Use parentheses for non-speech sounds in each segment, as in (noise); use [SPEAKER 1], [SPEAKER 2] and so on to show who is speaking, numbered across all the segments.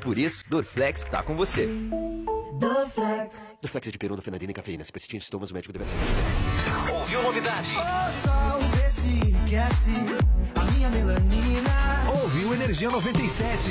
[SPEAKER 1] Por isso, Dorflex está com você.
[SPEAKER 2] Dorflex.
[SPEAKER 3] Dorflex é de perona, fenadina e cafeína. Se persistirem sintomas, o médico deve ser.
[SPEAKER 1] Ouviu novidade?
[SPEAKER 4] Ouça o Vê Se Enriquece, a minha melanina.
[SPEAKER 5] Ouviu Energia 97.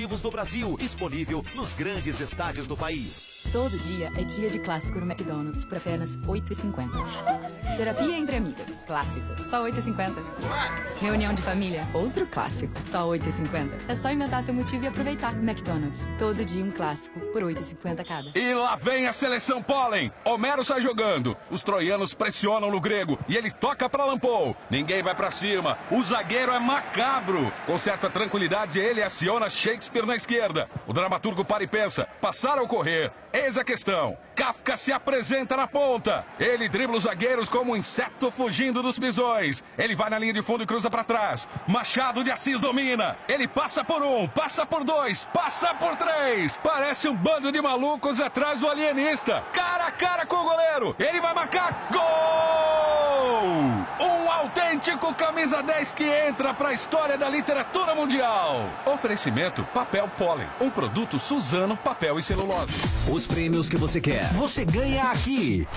[SPEAKER 6] do Brasil, disponível nos grandes estádios do país.
[SPEAKER 7] Todo dia é dia de clássico no McDonald's por apenas 8,50. Terapia entre amigas, clássico, só 8,50. Reunião de família, outro clássico, só 8,50. É só inventar seu motivo e aproveitar. McDonald's, todo dia um clássico por 8,50 cada.
[SPEAKER 8] E lá vem a seleção pólen. Homero sai jogando. Os troianos pressionam no grego e ele toca para Lampou. Ninguém vai para cima. O zagueiro é macabro. Com certa tranquilidade, ele aciona Shakespeare na esquerda. O dramaturgo para e pensa: passar ou correr? Eis a questão. Kafka se apresenta na ponta. Ele dribla os zagueiros como um inseto fugindo dos bisões. Ele vai na linha de fundo e cruza para trás. Machado de Assis domina. Ele passa por um, passa por dois, passa por três. Parece um bando de malucos atrás do alienista. Cara a cara com o goleiro. Ele vai marcar gol! Um autêntico camisa 10 que entra para a história da literatura mundial. Oferecimento Papel Pólen, um produto Suzano Papel e Celulose.
[SPEAKER 5] Os prêmios que você quer, você ganha aqui.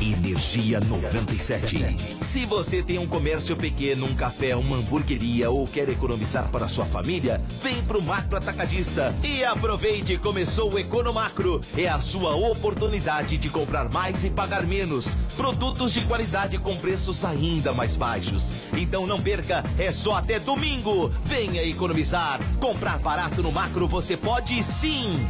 [SPEAKER 6] Energia 97. Se você tem um comércio pequeno, um café, uma hamburgueria ou quer economizar para sua família, vem pro Macro Atacadista e aproveite. Começou o Economacro. É a sua oportunidade de comprar mais e pagar menos. Produtos de qualidade com preços ainda mais baixos. Então não perca, é só até domingo. Venha economizar. Comprar barato no Macro você pode sim.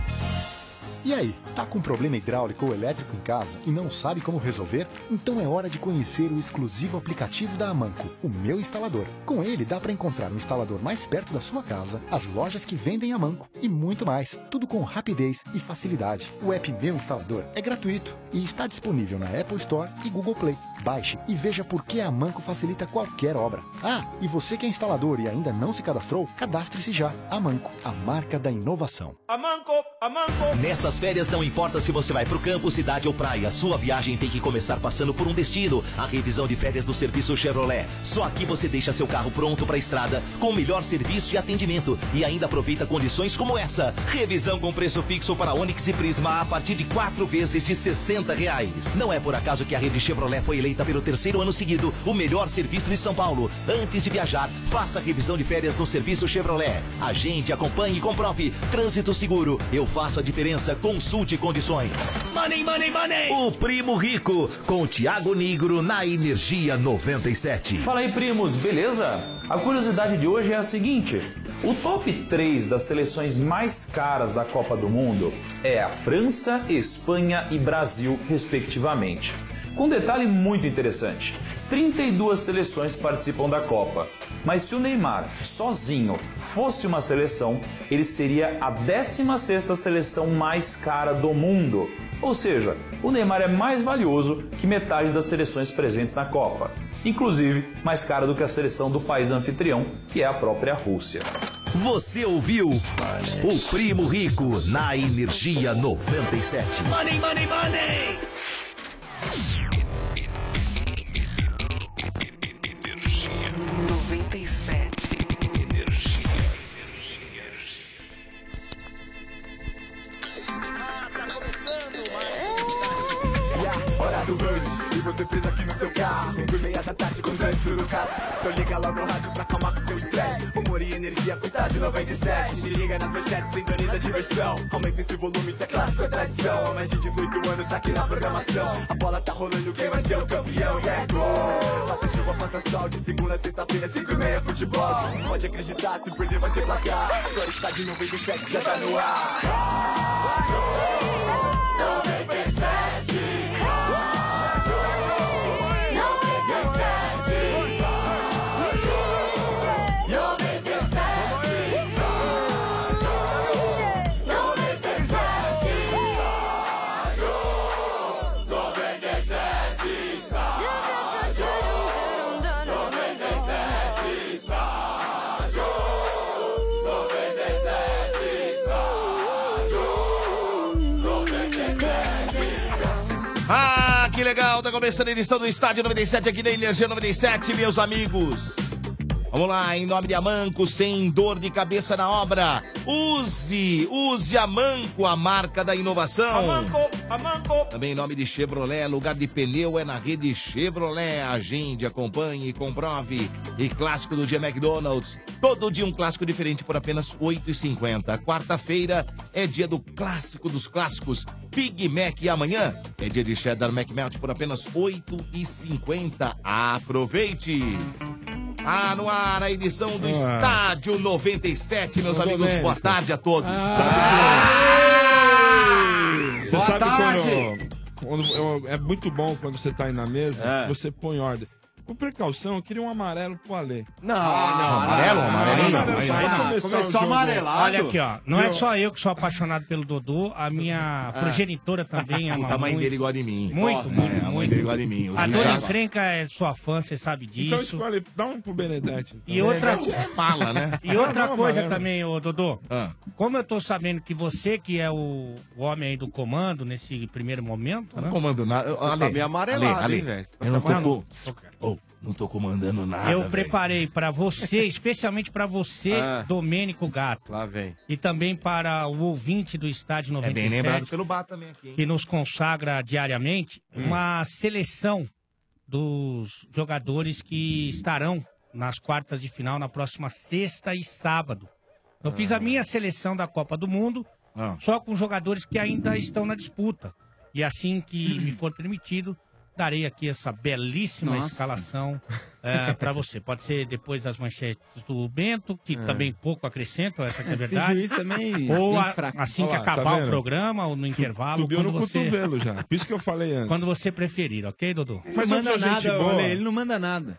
[SPEAKER 9] E aí, tá com problema hidráulico ou elétrico em casa e não sabe como resolver? Então é hora de conhecer o exclusivo aplicativo da Amanco, o meu instalador. Com ele dá para encontrar o um instalador mais perto da sua casa, as lojas que vendem Amanco e muito mais, tudo com rapidez e facilidade. O app Meu Instalador é gratuito e está disponível na Apple Store e Google Play. Baixe e veja por que a Amanco facilita qualquer obra. Ah, e você que é instalador e ainda não se cadastrou, cadastre-se já. Amanco, a marca da inovação.
[SPEAKER 4] Amanco, Amanco.
[SPEAKER 6] Nessa nas férias, não importa se você vai pro campo, cidade ou praia, sua viagem tem que começar passando por um destino. A revisão de férias do serviço Chevrolet. Só aqui você deixa seu carro pronto para estrada, com o melhor serviço e atendimento. E ainda aproveita condições como essa. Revisão com preço fixo para Onix e Prisma a partir de quatro vezes de 60 reais. Não é por acaso que a rede Chevrolet foi eleita pelo terceiro ano seguido o melhor serviço de São Paulo. Antes de viajar, faça a revisão de férias no serviço Chevrolet. Agende, acompanhe e comprove. Trânsito seguro. Eu faço a diferença consulte condições.
[SPEAKER 4] Money, money, money!
[SPEAKER 6] O Primo Rico, com Tiago Negro na Energia 97.
[SPEAKER 10] Fala aí, primos, beleza? A curiosidade de hoje é a seguinte: o top 3 das seleções mais caras da Copa do Mundo é a França, Espanha e Brasil, respectivamente. Com um detalhe muito interessante: 32 seleções participam da Copa. Mas se o Neymar, sozinho, fosse uma seleção, ele seria a 16ª seleção mais cara do mundo. Ou seja, o Neymar é mais valioso que metade das seleções presentes na Copa. Inclusive, mais cara do que a seleção do país anfitrião, que é a própria Rússia.
[SPEAKER 6] Você ouviu o Primo Rico na Energia 97.
[SPEAKER 4] Money, money, money!
[SPEAKER 11] você presa aqui no seu carro Cinco e meia da tarde com o trânsito no carro Então liga logo o rádio pra acalmar com seu estresse Humor e energia com estádio 97 Me liga nas manchetes, sintoniza a diversão Aumenta esse volume, isso é clássico, é tradição Há mais de 18 anos aqui na programação A bola tá rolando, quem vai ser o campeão? E é gol! Faça chuva, faça sol De segunda a sexta-feira, cinco e meia, é futebol Pode acreditar, se perder vai ter placar Agora estádio 97 já tá no ar Rádio 97
[SPEAKER 6] Ah, Tá começando a edição do Estádio 97 aqui na Energia 97, meus amigos. Vamos lá, em nome de Amanco, sem dor de cabeça na obra. Use, use Amanco, a marca da inovação.
[SPEAKER 1] Amanco.
[SPEAKER 6] Também em nome de Chevrolet, lugar de pneu é na rede Chevrolet. Agende, acompanhe, e comprove. E clássico do dia McDonald's. Todo dia um clássico diferente por apenas R$ 8,50. Quarta-feira é dia do clássico dos clássicos, Big Mac. E amanhã é dia de Cheddar McMelt por apenas R$ 8,50. Aproveite! Ah, no ar, a edição do Estádio 97, meus
[SPEAKER 12] Ô,
[SPEAKER 6] amigos. Boa
[SPEAKER 12] Domênico.
[SPEAKER 6] tarde a todos. Ah!
[SPEAKER 12] Você
[SPEAKER 6] Boa
[SPEAKER 12] sabe
[SPEAKER 6] tarde.
[SPEAKER 12] quando. quando- eu- é muito bom quando você tá aí na mesa,
[SPEAKER 13] É.
[SPEAKER 12] você põe ordem. Com precaução, eu queria um amarelo pro Alê.
[SPEAKER 13] Não, não,
[SPEAKER 6] Ah, amarelo,
[SPEAKER 13] não,
[SPEAKER 12] amarelo,
[SPEAKER 13] não,
[SPEAKER 12] amarelo.
[SPEAKER 13] isso aí
[SPEAKER 12] Vai
[SPEAKER 13] não.
[SPEAKER 12] começar o
[SPEAKER 13] Começou
[SPEAKER 12] jogo.
[SPEAKER 13] amarelado.
[SPEAKER 12] Olha aqui, ó, não é só
[SPEAKER 13] eu que sou apaixonado pelo Dodô, a
[SPEAKER 6] Ah.
[SPEAKER 13] minha progenitora
[SPEAKER 6] (laughs)
[SPEAKER 13] também
[SPEAKER 6] O tamanho dele igual de mim.
[SPEAKER 13] Muito, muito,
[SPEAKER 6] É, a mãe dele igual de mim. O
[SPEAKER 13] A
[SPEAKER 6] Richard-
[SPEAKER 13] Dona Encrenca é sua fã, você sabe disso.
[SPEAKER 12] Então escolhe, dá um pro Benedetti.
[SPEAKER 13] E
[SPEAKER 6] É
[SPEAKER 13] outra,
[SPEAKER 6] né?
[SPEAKER 13] e outra
[SPEAKER 12] é
[SPEAKER 13] coisa também, ô Dodô.
[SPEAKER 6] Ah.
[SPEAKER 13] Como eu tô sabendo que você que é o, o homem aí do comando nesse primeiro momento,
[SPEAKER 6] Não
[SPEAKER 13] né?
[SPEAKER 6] comando nada. Você
[SPEAKER 13] tá meio amarelado,
[SPEAKER 6] Ale,
[SPEAKER 13] hein, velho? Você tá
[SPEAKER 6] Eu não tô,
[SPEAKER 13] amarelado.
[SPEAKER 6] com... Ô, não tô comandando nada. É
[SPEAKER 13] eu
[SPEAKER 6] velho.
[SPEAKER 13] preparei
[SPEAKER 6] (laughs)
[SPEAKER 13] pra você, especialmente pra você,
[SPEAKER 6] Ah.
[SPEAKER 13] Domênico Gato.
[SPEAKER 6] Lá vem.
[SPEAKER 13] E também para o ouvinte do Estádio
[SPEAKER 6] É
[SPEAKER 13] 97.
[SPEAKER 6] bem lembrado pelo Hum. Bar também aqui, hein?
[SPEAKER 13] que nos consagra diariamente uma seleção dos jogadores que estarão nas quartas de final na próxima sexta e sábado. Eu
[SPEAKER 6] Ah.
[SPEAKER 13] fiz a minha seleção da Copa do Mundo só com jogadores que ainda estão na disputa. E assim que me for permitido, darei aqui essa belíssima
[SPEAKER 14] Nossa.
[SPEAKER 13] escalação para você. Pode ser depois das manchetes do Bento, que também pouco acrescentam, essa que é a
[SPEAKER 14] Esse
[SPEAKER 13] verdade.
[SPEAKER 14] juiz também
[SPEAKER 13] Ou
[SPEAKER 14] bem
[SPEAKER 13] a-
[SPEAKER 14] fraco.
[SPEAKER 13] assim que
[SPEAKER 14] Olha lá, tá
[SPEAKER 13] acabar o
[SPEAKER 14] vendo?
[SPEAKER 13] programa ou no intervalo.
[SPEAKER 12] Subiu no
[SPEAKER 13] quando você-
[SPEAKER 12] cotovelo já. Por isso que eu falei antes.
[SPEAKER 13] quando você preferir, ok, Dodô?
[SPEAKER 12] Mas eu sou gente boa.
[SPEAKER 14] olha, ele não manda nada.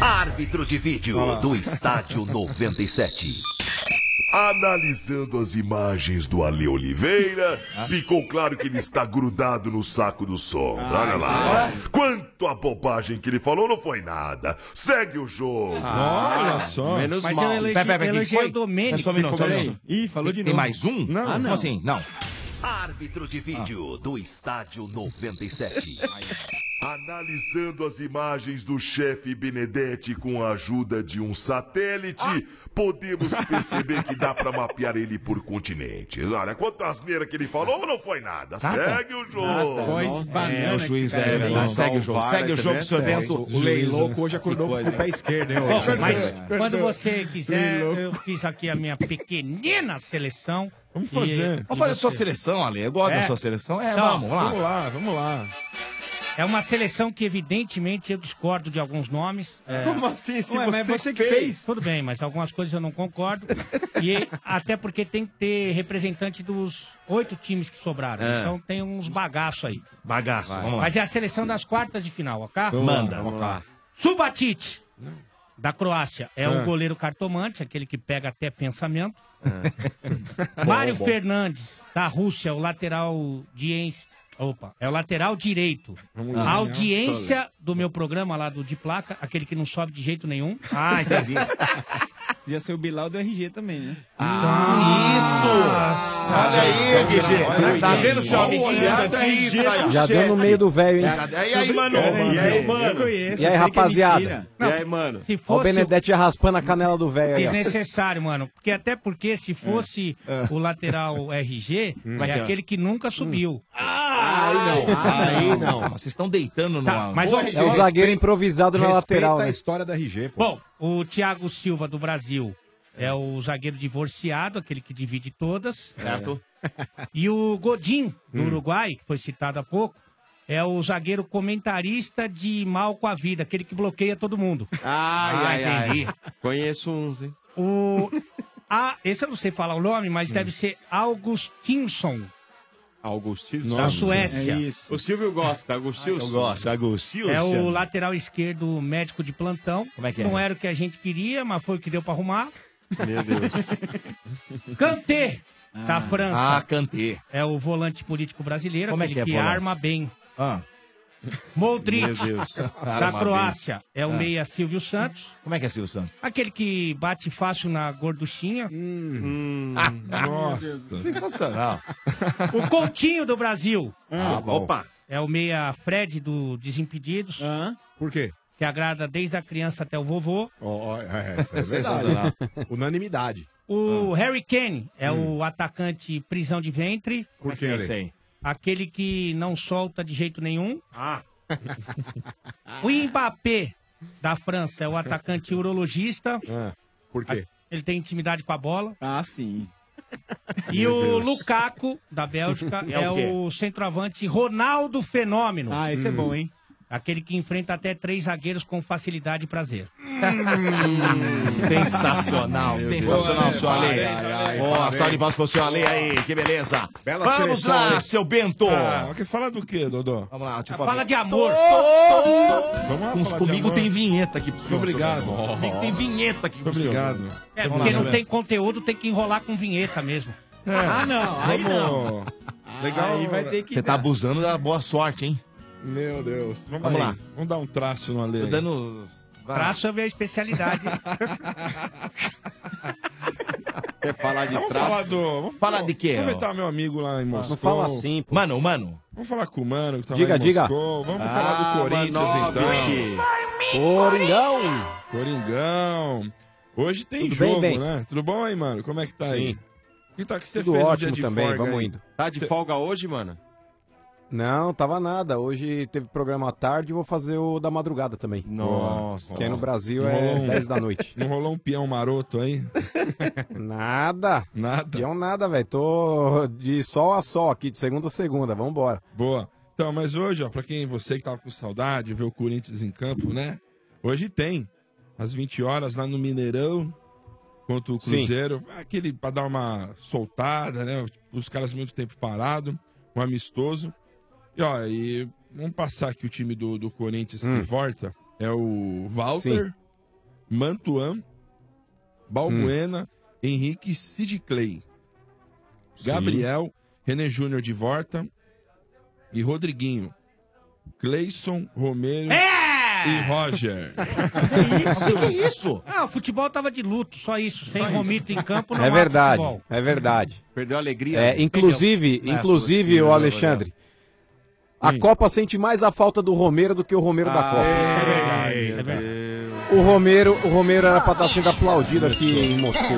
[SPEAKER 15] Árbitro de vídeo
[SPEAKER 16] Olha lá.
[SPEAKER 15] do Estádio 97.
[SPEAKER 16] Analisando as imagens do Ale Oliveira, ficou claro que ele está grudado no saco do sombra.
[SPEAKER 17] Ah,
[SPEAKER 16] Olha
[SPEAKER 17] isso
[SPEAKER 16] lá. Quanto a bobagem que ele falou, não foi nada. Segue o jogo.
[SPEAKER 12] Ah, Olha só. menos
[SPEAKER 16] Mas
[SPEAKER 12] mal.
[SPEAKER 16] eu elegi-
[SPEAKER 6] Pera, pera, pera,
[SPEAKER 16] elegi
[SPEAKER 6] quem foi?
[SPEAKER 16] o Domênico,
[SPEAKER 6] É só um minuto, só um
[SPEAKER 16] peraí.
[SPEAKER 6] minuto.
[SPEAKER 14] Ih, falou
[SPEAKER 6] Tem-
[SPEAKER 14] de
[SPEAKER 6] Tem
[SPEAKER 14] novo.
[SPEAKER 6] mais um?
[SPEAKER 14] Não. Ah,
[SPEAKER 6] Como
[SPEAKER 14] não.
[SPEAKER 6] assim? Não.
[SPEAKER 15] Árbitro de vídeo do Estádio 97.
[SPEAKER 16] Analisando as imagens do chefe Benedetti com a ajuda de um satélite, podemos perceber que dá pra mapear ele por continentes. Olha, quanta asneira que ele falou, não foi nada.
[SPEAKER 6] Nada.
[SPEAKER 16] Segue o jogo.
[SPEAKER 6] É, o juiz é, é verdade. Segue o jogo. Segue o jogo, senhor Bento.
[SPEAKER 17] O Lei Louco hoje acordou com o pé esquerdo, hein?
[SPEAKER 13] Bom,
[SPEAKER 17] hoje. né?
[SPEAKER 13] mas É. quando
[SPEAKER 17] Perdão.
[SPEAKER 13] você quiser,
[SPEAKER 17] Bem louco.
[SPEAKER 13] eu fiz aqui a minha pequenina seleção. Vamos
[SPEAKER 6] Vamos fazer a sua seleção, Ale. Eu gosto
[SPEAKER 13] É.
[SPEAKER 6] da sua seleção. É,
[SPEAKER 13] Então,
[SPEAKER 6] vamos lá.
[SPEAKER 13] vamos
[SPEAKER 12] lá, vamos lá.
[SPEAKER 13] É uma seleção que, evidentemente, eu discordo de alguns nomes. É...
[SPEAKER 14] Como assim? Se Ué, mas você você que fez? fez.
[SPEAKER 13] Tudo bem, mas algumas coisas eu não concordo. e até porque tem que ter representante dos oito times que sobraram.
[SPEAKER 6] É.
[SPEAKER 13] Então tem uns bagaço aí.
[SPEAKER 6] Bagaço, vamos lá.
[SPEAKER 13] Mas é a seleção das quartas de final, tá? ok?
[SPEAKER 6] Vamos lá, Manda. vamos lá.
[SPEAKER 13] Subatic, da Croácia. É
[SPEAKER 6] Ah.
[SPEAKER 13] um goleiro cartomante, aquele que pega até pensamento.
[SPEAKER 6] Bom,
[SPEAKER 13] Mário
[SPEAKER 6] bom.
[SPEAKER 13] Fernandes, da Rússia, o lateral diens... Opa, é o lateral direito.
[SPEAKER 6] lá,
[SPEAKER 13] a
[SPEAKER 6] né?
[SPEAKER 13] audiência do meu programa lá do De Placa, aquele que não sobe de jeito nenhum.
[SPEAKER 6] Ah,
[SPEAKER 15] (laughs)
[SPEAKER 6] entendi.
[SPEAKER 14] Podia ser o Bilal do RG também, né?
[SPEAKER 6] Isso! Olha aí, RG. Tá vendo, seu amiguinho Santista?
[SPEAKER 18] Já deu no meio do velho, hein?
[SPEAKER 6] E aí, mano?
[SPEAKER 18] E aí, mano?
[SPEAKER 14] Eu conheço,
[SPEAKER 18] E aí,
[SPEAKER 14] eu sei que é
[SPEAKER 18] rapaziada?
[SPEAKER 14] mentira.
[SPEAKER 18] Não,
[SPEAKER 14] e aí, mano?
[SPEAKER 13] Se
[SPEAKER 18] Ó, o
[SPEAKER 13] fosse
[SPEAKER 18] Benedetti raspando a canela do velho aí. ó.
[SPEAKER 13] Desnecessário, mano. Porque até porque se fosse o lateral RG,
[SPEAKER 6] Hum.
[SPEAKER 13] é
[SPEAKER 6] Mas,
[SPEAKER 13] aquele que nunca subiu. Ah!
[SPEAKER 6] Aí não, aí não. Vocês estão deitando no
[SPEAKER 13] Tá, mas vamos-
[SPEAKER 18] É o zagueiro improvisado na
[SPEAKER 13] Respeita
[SPEAKER 18] lateral,
[SPEAKER 13] a
[SPEAKER 18] né?
[SPEAKER 17] história da
[SPEAKER 6] é
[SPEAKER 17] RG,
[SPEAKER 13] Bom, o Thiago Silva do Brasil é o zagueiro divorciado, aquele que divide todas. É.
[SPEAKER 6] Certo. Hum.
[SPEAKER 13] E o Godin, do Uruguai, que foi citado há pouco, é o zagueiro comentarista de mal com a vida, aquele que bloqueia todo
[SPEAKER 6] (laughs)
[SPEAKER 13] mundo. Ah,
[SPEAKER 14] Ai, ai, ai.
[SPEAKER 13] entendi.
[SPEAKER 14] Conheço uns, hein?
[SPEAKER 13] O. Ah, esse eu não sei falar o nome,
[SPEAKER 6] Hum.
[SPEAKER 13] mas deve ser Augustinson.
[SPEAKER 14] Augustinho.
[SPEAKER 13] Da Suécia.
[SPEAKER 14] É isso. O Silvio gosta, Agostinho.
[SPEAKER 6] Eu gosto, Agostinho.
[SPEAKER 13] É o lateral esquerdo médico de plantão.
[SPEAKER 6] Como é que é?
[SPEAKER 13] não era o que a gente queria, mas foi o que deu pra arrumar.
[SPEAKER 6] Meu Deus.
[SPEAKER 13] (laughs) Kanté, da Tá, França.
[SPEAKER 6] Ah, Kanté.
[SPEAKER 13] É o volante político brasileiro,
[SPEAKER 6] Como é
[SPEAKER 13] aquele
[SPEAKER 6] que é
[SPEAKER 13] que,
[SPEAKER 6] volante?
[SPEAKER 13] arma bem.
[SPEAKER 6] Ah.
[SPEAKER 13] Modric,
[SPEAKER 6] Meu
[SPEAKER 13] (laughs)
[SPEAKER 6] Deus.
[SPEAKER 13] da
[SPEAKER 6] Arma bem.
[SPEAKER 13] Croácia, é o
[SPEAKER 6] Ah.
[SPEAKER 13] meia Silvio Santos.
[SPEAKER 6] Como é que é, Silvio Santos?
[SPEAKER 13] Aquele que bate fácil na gorduchinha.
[SPEAKER 6] Hum. Ah, Nossa. Sensacional.
[SPEAKER 13] O Coutinho do Brasil.
[SPEAKER 6] Ah, bom. Opa.
[SPEAKER 13] É o meia Fred do Desimpedidos.
[SPEAKER 17] Por quê?
[SPEAKER 13] Que agrada desde a criança até o vovô.
[SPEAKER 17] Ó, ó, é, é, é
[SPEAKER 13] Sensacional.
[SPEAKER 17] (laughs) Sensacional. Unanimidade. Ah.
[SPEAKER 13] O Harry Kane é
[SPEAKER 17] Hum.
[SPEAKER 13] o atacante prisão de ventre.
[SPEAKER 17] Por que é, ele? Sei.
[SPEAKER 13] Aquele que não solta de jeito nenhum.
[SPEAKER 17] Ah.
[SPEAKER 13] (laughs) o Mbappé da França é o atacante urologista.
[SPEAKER 17] Ah. Por quê?
[SPEAKER 13] Ele tem intimidade com a bola.
[SPEAKER 15] Ah, sim.
[SPEAKER 13] E
[SPEAKER 15] Meu
[SPEAKER 13] o
[SPEAKER 15] Deus.
[SPEAKER 13] Lukaku, da Bélgica,
[SPEAKER 15] É
[SPEAKER 13] é,
[SPEAKER 15] o quê?
[SPEAKER 13] o centroavante Ronaldo Fenômeno.
[SPEAKER 15] Ah, esse é bom, hein?
[SPEAKER 13] Aquele que enfrenta até três zagueiros com facilidade e prazer.
[SPEAKER 6] Hum,
[SPEAKER 13] (laughs)
[SPEAKER 6] Sensacional,
[SPEAKER 13] Meu Deus.
[SPEAKER 6] sensacional,
[SPEAKER 13] Boa,
[SPEAKER 6] seu
[SPEAKER 13] Ale,
[SPEAKER 6] Ale.
[SPEAKER 13] parabéns, Ale.
[SPEAKER 6] Ó,
[SPEAKER 13] Parabéns.
[SPEAKER 6] salve de palmas pro seu Ale aí, que beleza.
[SPEAKER 12] Bela
[SPEAKER 6] Vamos
[SPEAKER 12] seleção,
[SPEAKER 6] lá,
[SPEAKER 12] hein?
[SPEAKER 6] seu Bento.
[SPEAKER 12] Ah, que fala do quê, Dodô?
[SPEAKER 6] Vamos lá, tipo,
[SPEAKER 13] Fala
[SPEAKER 6] Fala
[SPEAKER 13] de amor.
[SPEAKER 6] Uns comigo tem vinheta aqui pro senhor.
[SPEAKER 12] Obrigado.
[SPEAKER 6] seu Bento. Comigo tem vinheta aqui pro senhor.
[SPEAKER 12] Obrigado.
[SPEAKER 13] É,
[SPEAKER 6] Vamos
[SPEAKER 13] porque
[SPEAKER 6] lá,
[SPEAKER 13] não
[SPEAKER 6] seu
[SPEAKER 13] tem conteúdo, tem que enrolar com vinheta mesmo.
[SPEAKER 15] É.
[SPEAKER 12] Ah, não, aí
[SPEAKER 6] Vamos-
[SPEAKER 12] Ah, Legal. Aí vai ter
[SPEAKER 6] Você tá abusando da boa sorte, hein?
[SPEAKER 12] Meu Deus. Vamos,
[SPEAKER 6] Vamos
[SPEAKER 12] lá.
[SPEAKER 6] lá.
[SPEAKER 12] Vamos dar um traço no Ale.
[SPEAKER 6] Tô
[SPEAKER 12] aí.
[SPEAKER 6] dando... Vai.
[SPEAKER 13] Traço é a minha especialidade.
[SPEAKER 6] Quer falar
[SPEAKER 12] Vamos falar do... Vamos
[SPEAKER 6] Falar de quê?
[SPEAKER 12] Aproveitar meu amigo lá em Moscou.
[SPEAKER 6] fala assim, pô. Mano, mano.
[SPEAKER 12] Vamos falar com o mano que tá
[SPEAKER 6] Diga,
[SPEAKER 12] lá em
[SPEAKER 6] diga.
[SPEAKER 12] Moscou. Vamos
[SPEAKER 6] Ah,
[SPEAKER 12] falar do Corinthians,
[SPEAKER 6] Manoel,
[SPEAKER 12] então.
[SPEAKER 18] Coringão!
[SPEAKER 12] Coringão. Hoje tem
[SPEAKER 18] Tudo bem,
[SPEAKER 12] jogo,
[SPEAKER 18] bem?
[SPEAKER 12] né? Tudo bom aí, mano? Como é que tá aí? O que tá que você
[SPEAKER 18] Tudo
[SPEAKER 12] fez no dia
[SPEAKER 18] ótimo
[SPEAKER 12] de
[SPEAKER 18] também,
[SPEAKER 12] folga
[SPEAKER 18] vamos
[SPEAKER 12] aí?
[SPEAKER 18] indo.
[SPEAKER 17] Tá de folga hoje, mano?
[SPEAKER 18] Não, tava nada. Hoje teve programa à tarde e vou fazer o da madrugada também.
[SPEAKER 12] Nossa.
[SPEAKER 18] Que aí no Brasil
[SPEAKER 12] Não
[SPEAKER 18] é
[SPEAKER 12] rolou um-
[SPEAKER 18] 10 da
[SPEAKER 12] (laughs)
[SPEAKER 18] noite.
[SPEAKER 12] Não rolou um peão maroto aí?
[SPEAKER 18] Nada.
[SPEAKER 12] Nada.
[SPEAKER 18] Pião nada, velho. Tô de sol a sol aqui, de segunda a segunda. Vambora.
[SPEAKER 12] Boa. Então, mas hoje, ó, pra quem você que tava com saudade, ver o Corinthians em campo, né? Hoje tem. Às 20 horas, lá no Mineirão, contra o
[SPEAKER 18] Sim.
[SPEAKER 12] Cruzeiro. É Aquele pra dar uma soltada, né? Os caras muito tempo parado, um amistoso. E, ó, e vamos passar aqui o time do, do Corinthians
[SPEAKER 18] Hum.
[SPEAKER 12] que volta. É o Walter,
[SPEAKER 18] Sim.
[SPEAKER 12] Mantuan, Balbuena,
[SPEAKER 6] Hum.
[SPEAKER 12] Henrique Sid Clay. Gabriel, René Júnior de volta e Rodriguinho. Cleison, Romero
[SPEAKER 6] É!
[SPEAKER 12] e Roger.
[SPEAKER 6] que isso?
[SPEAKER 13] Ah, o futebol tava de luto, só isso. Sem vomito em campo não
[SPEAKER 18] É
[SPEAKER 13] há
[SPEAKER 18] verdade,
[SPEAKER 13] futebol.
[SPEAKER 18] é verdade.
[SPEAKER 17] Perdeu a alegria.
[SPEAKER 18] É, inclusive,
[SPEAKER 13] Entendeu?
[SPEAKER 18] inclusive,
[SPEAKER 13] É,
[SPEAKER 18] o
[SPEAKER 13] possível,
[SPEAKER 18] Alexandre, a Copa sente mais a falta do Romero do que o Romero da Copa.
[SPEAKER 13] Isso é verdade, isso é verdade.
[SPEAKER 18] O Romero, o Romero era pra estar sendo aplaudido aqui em Moscou.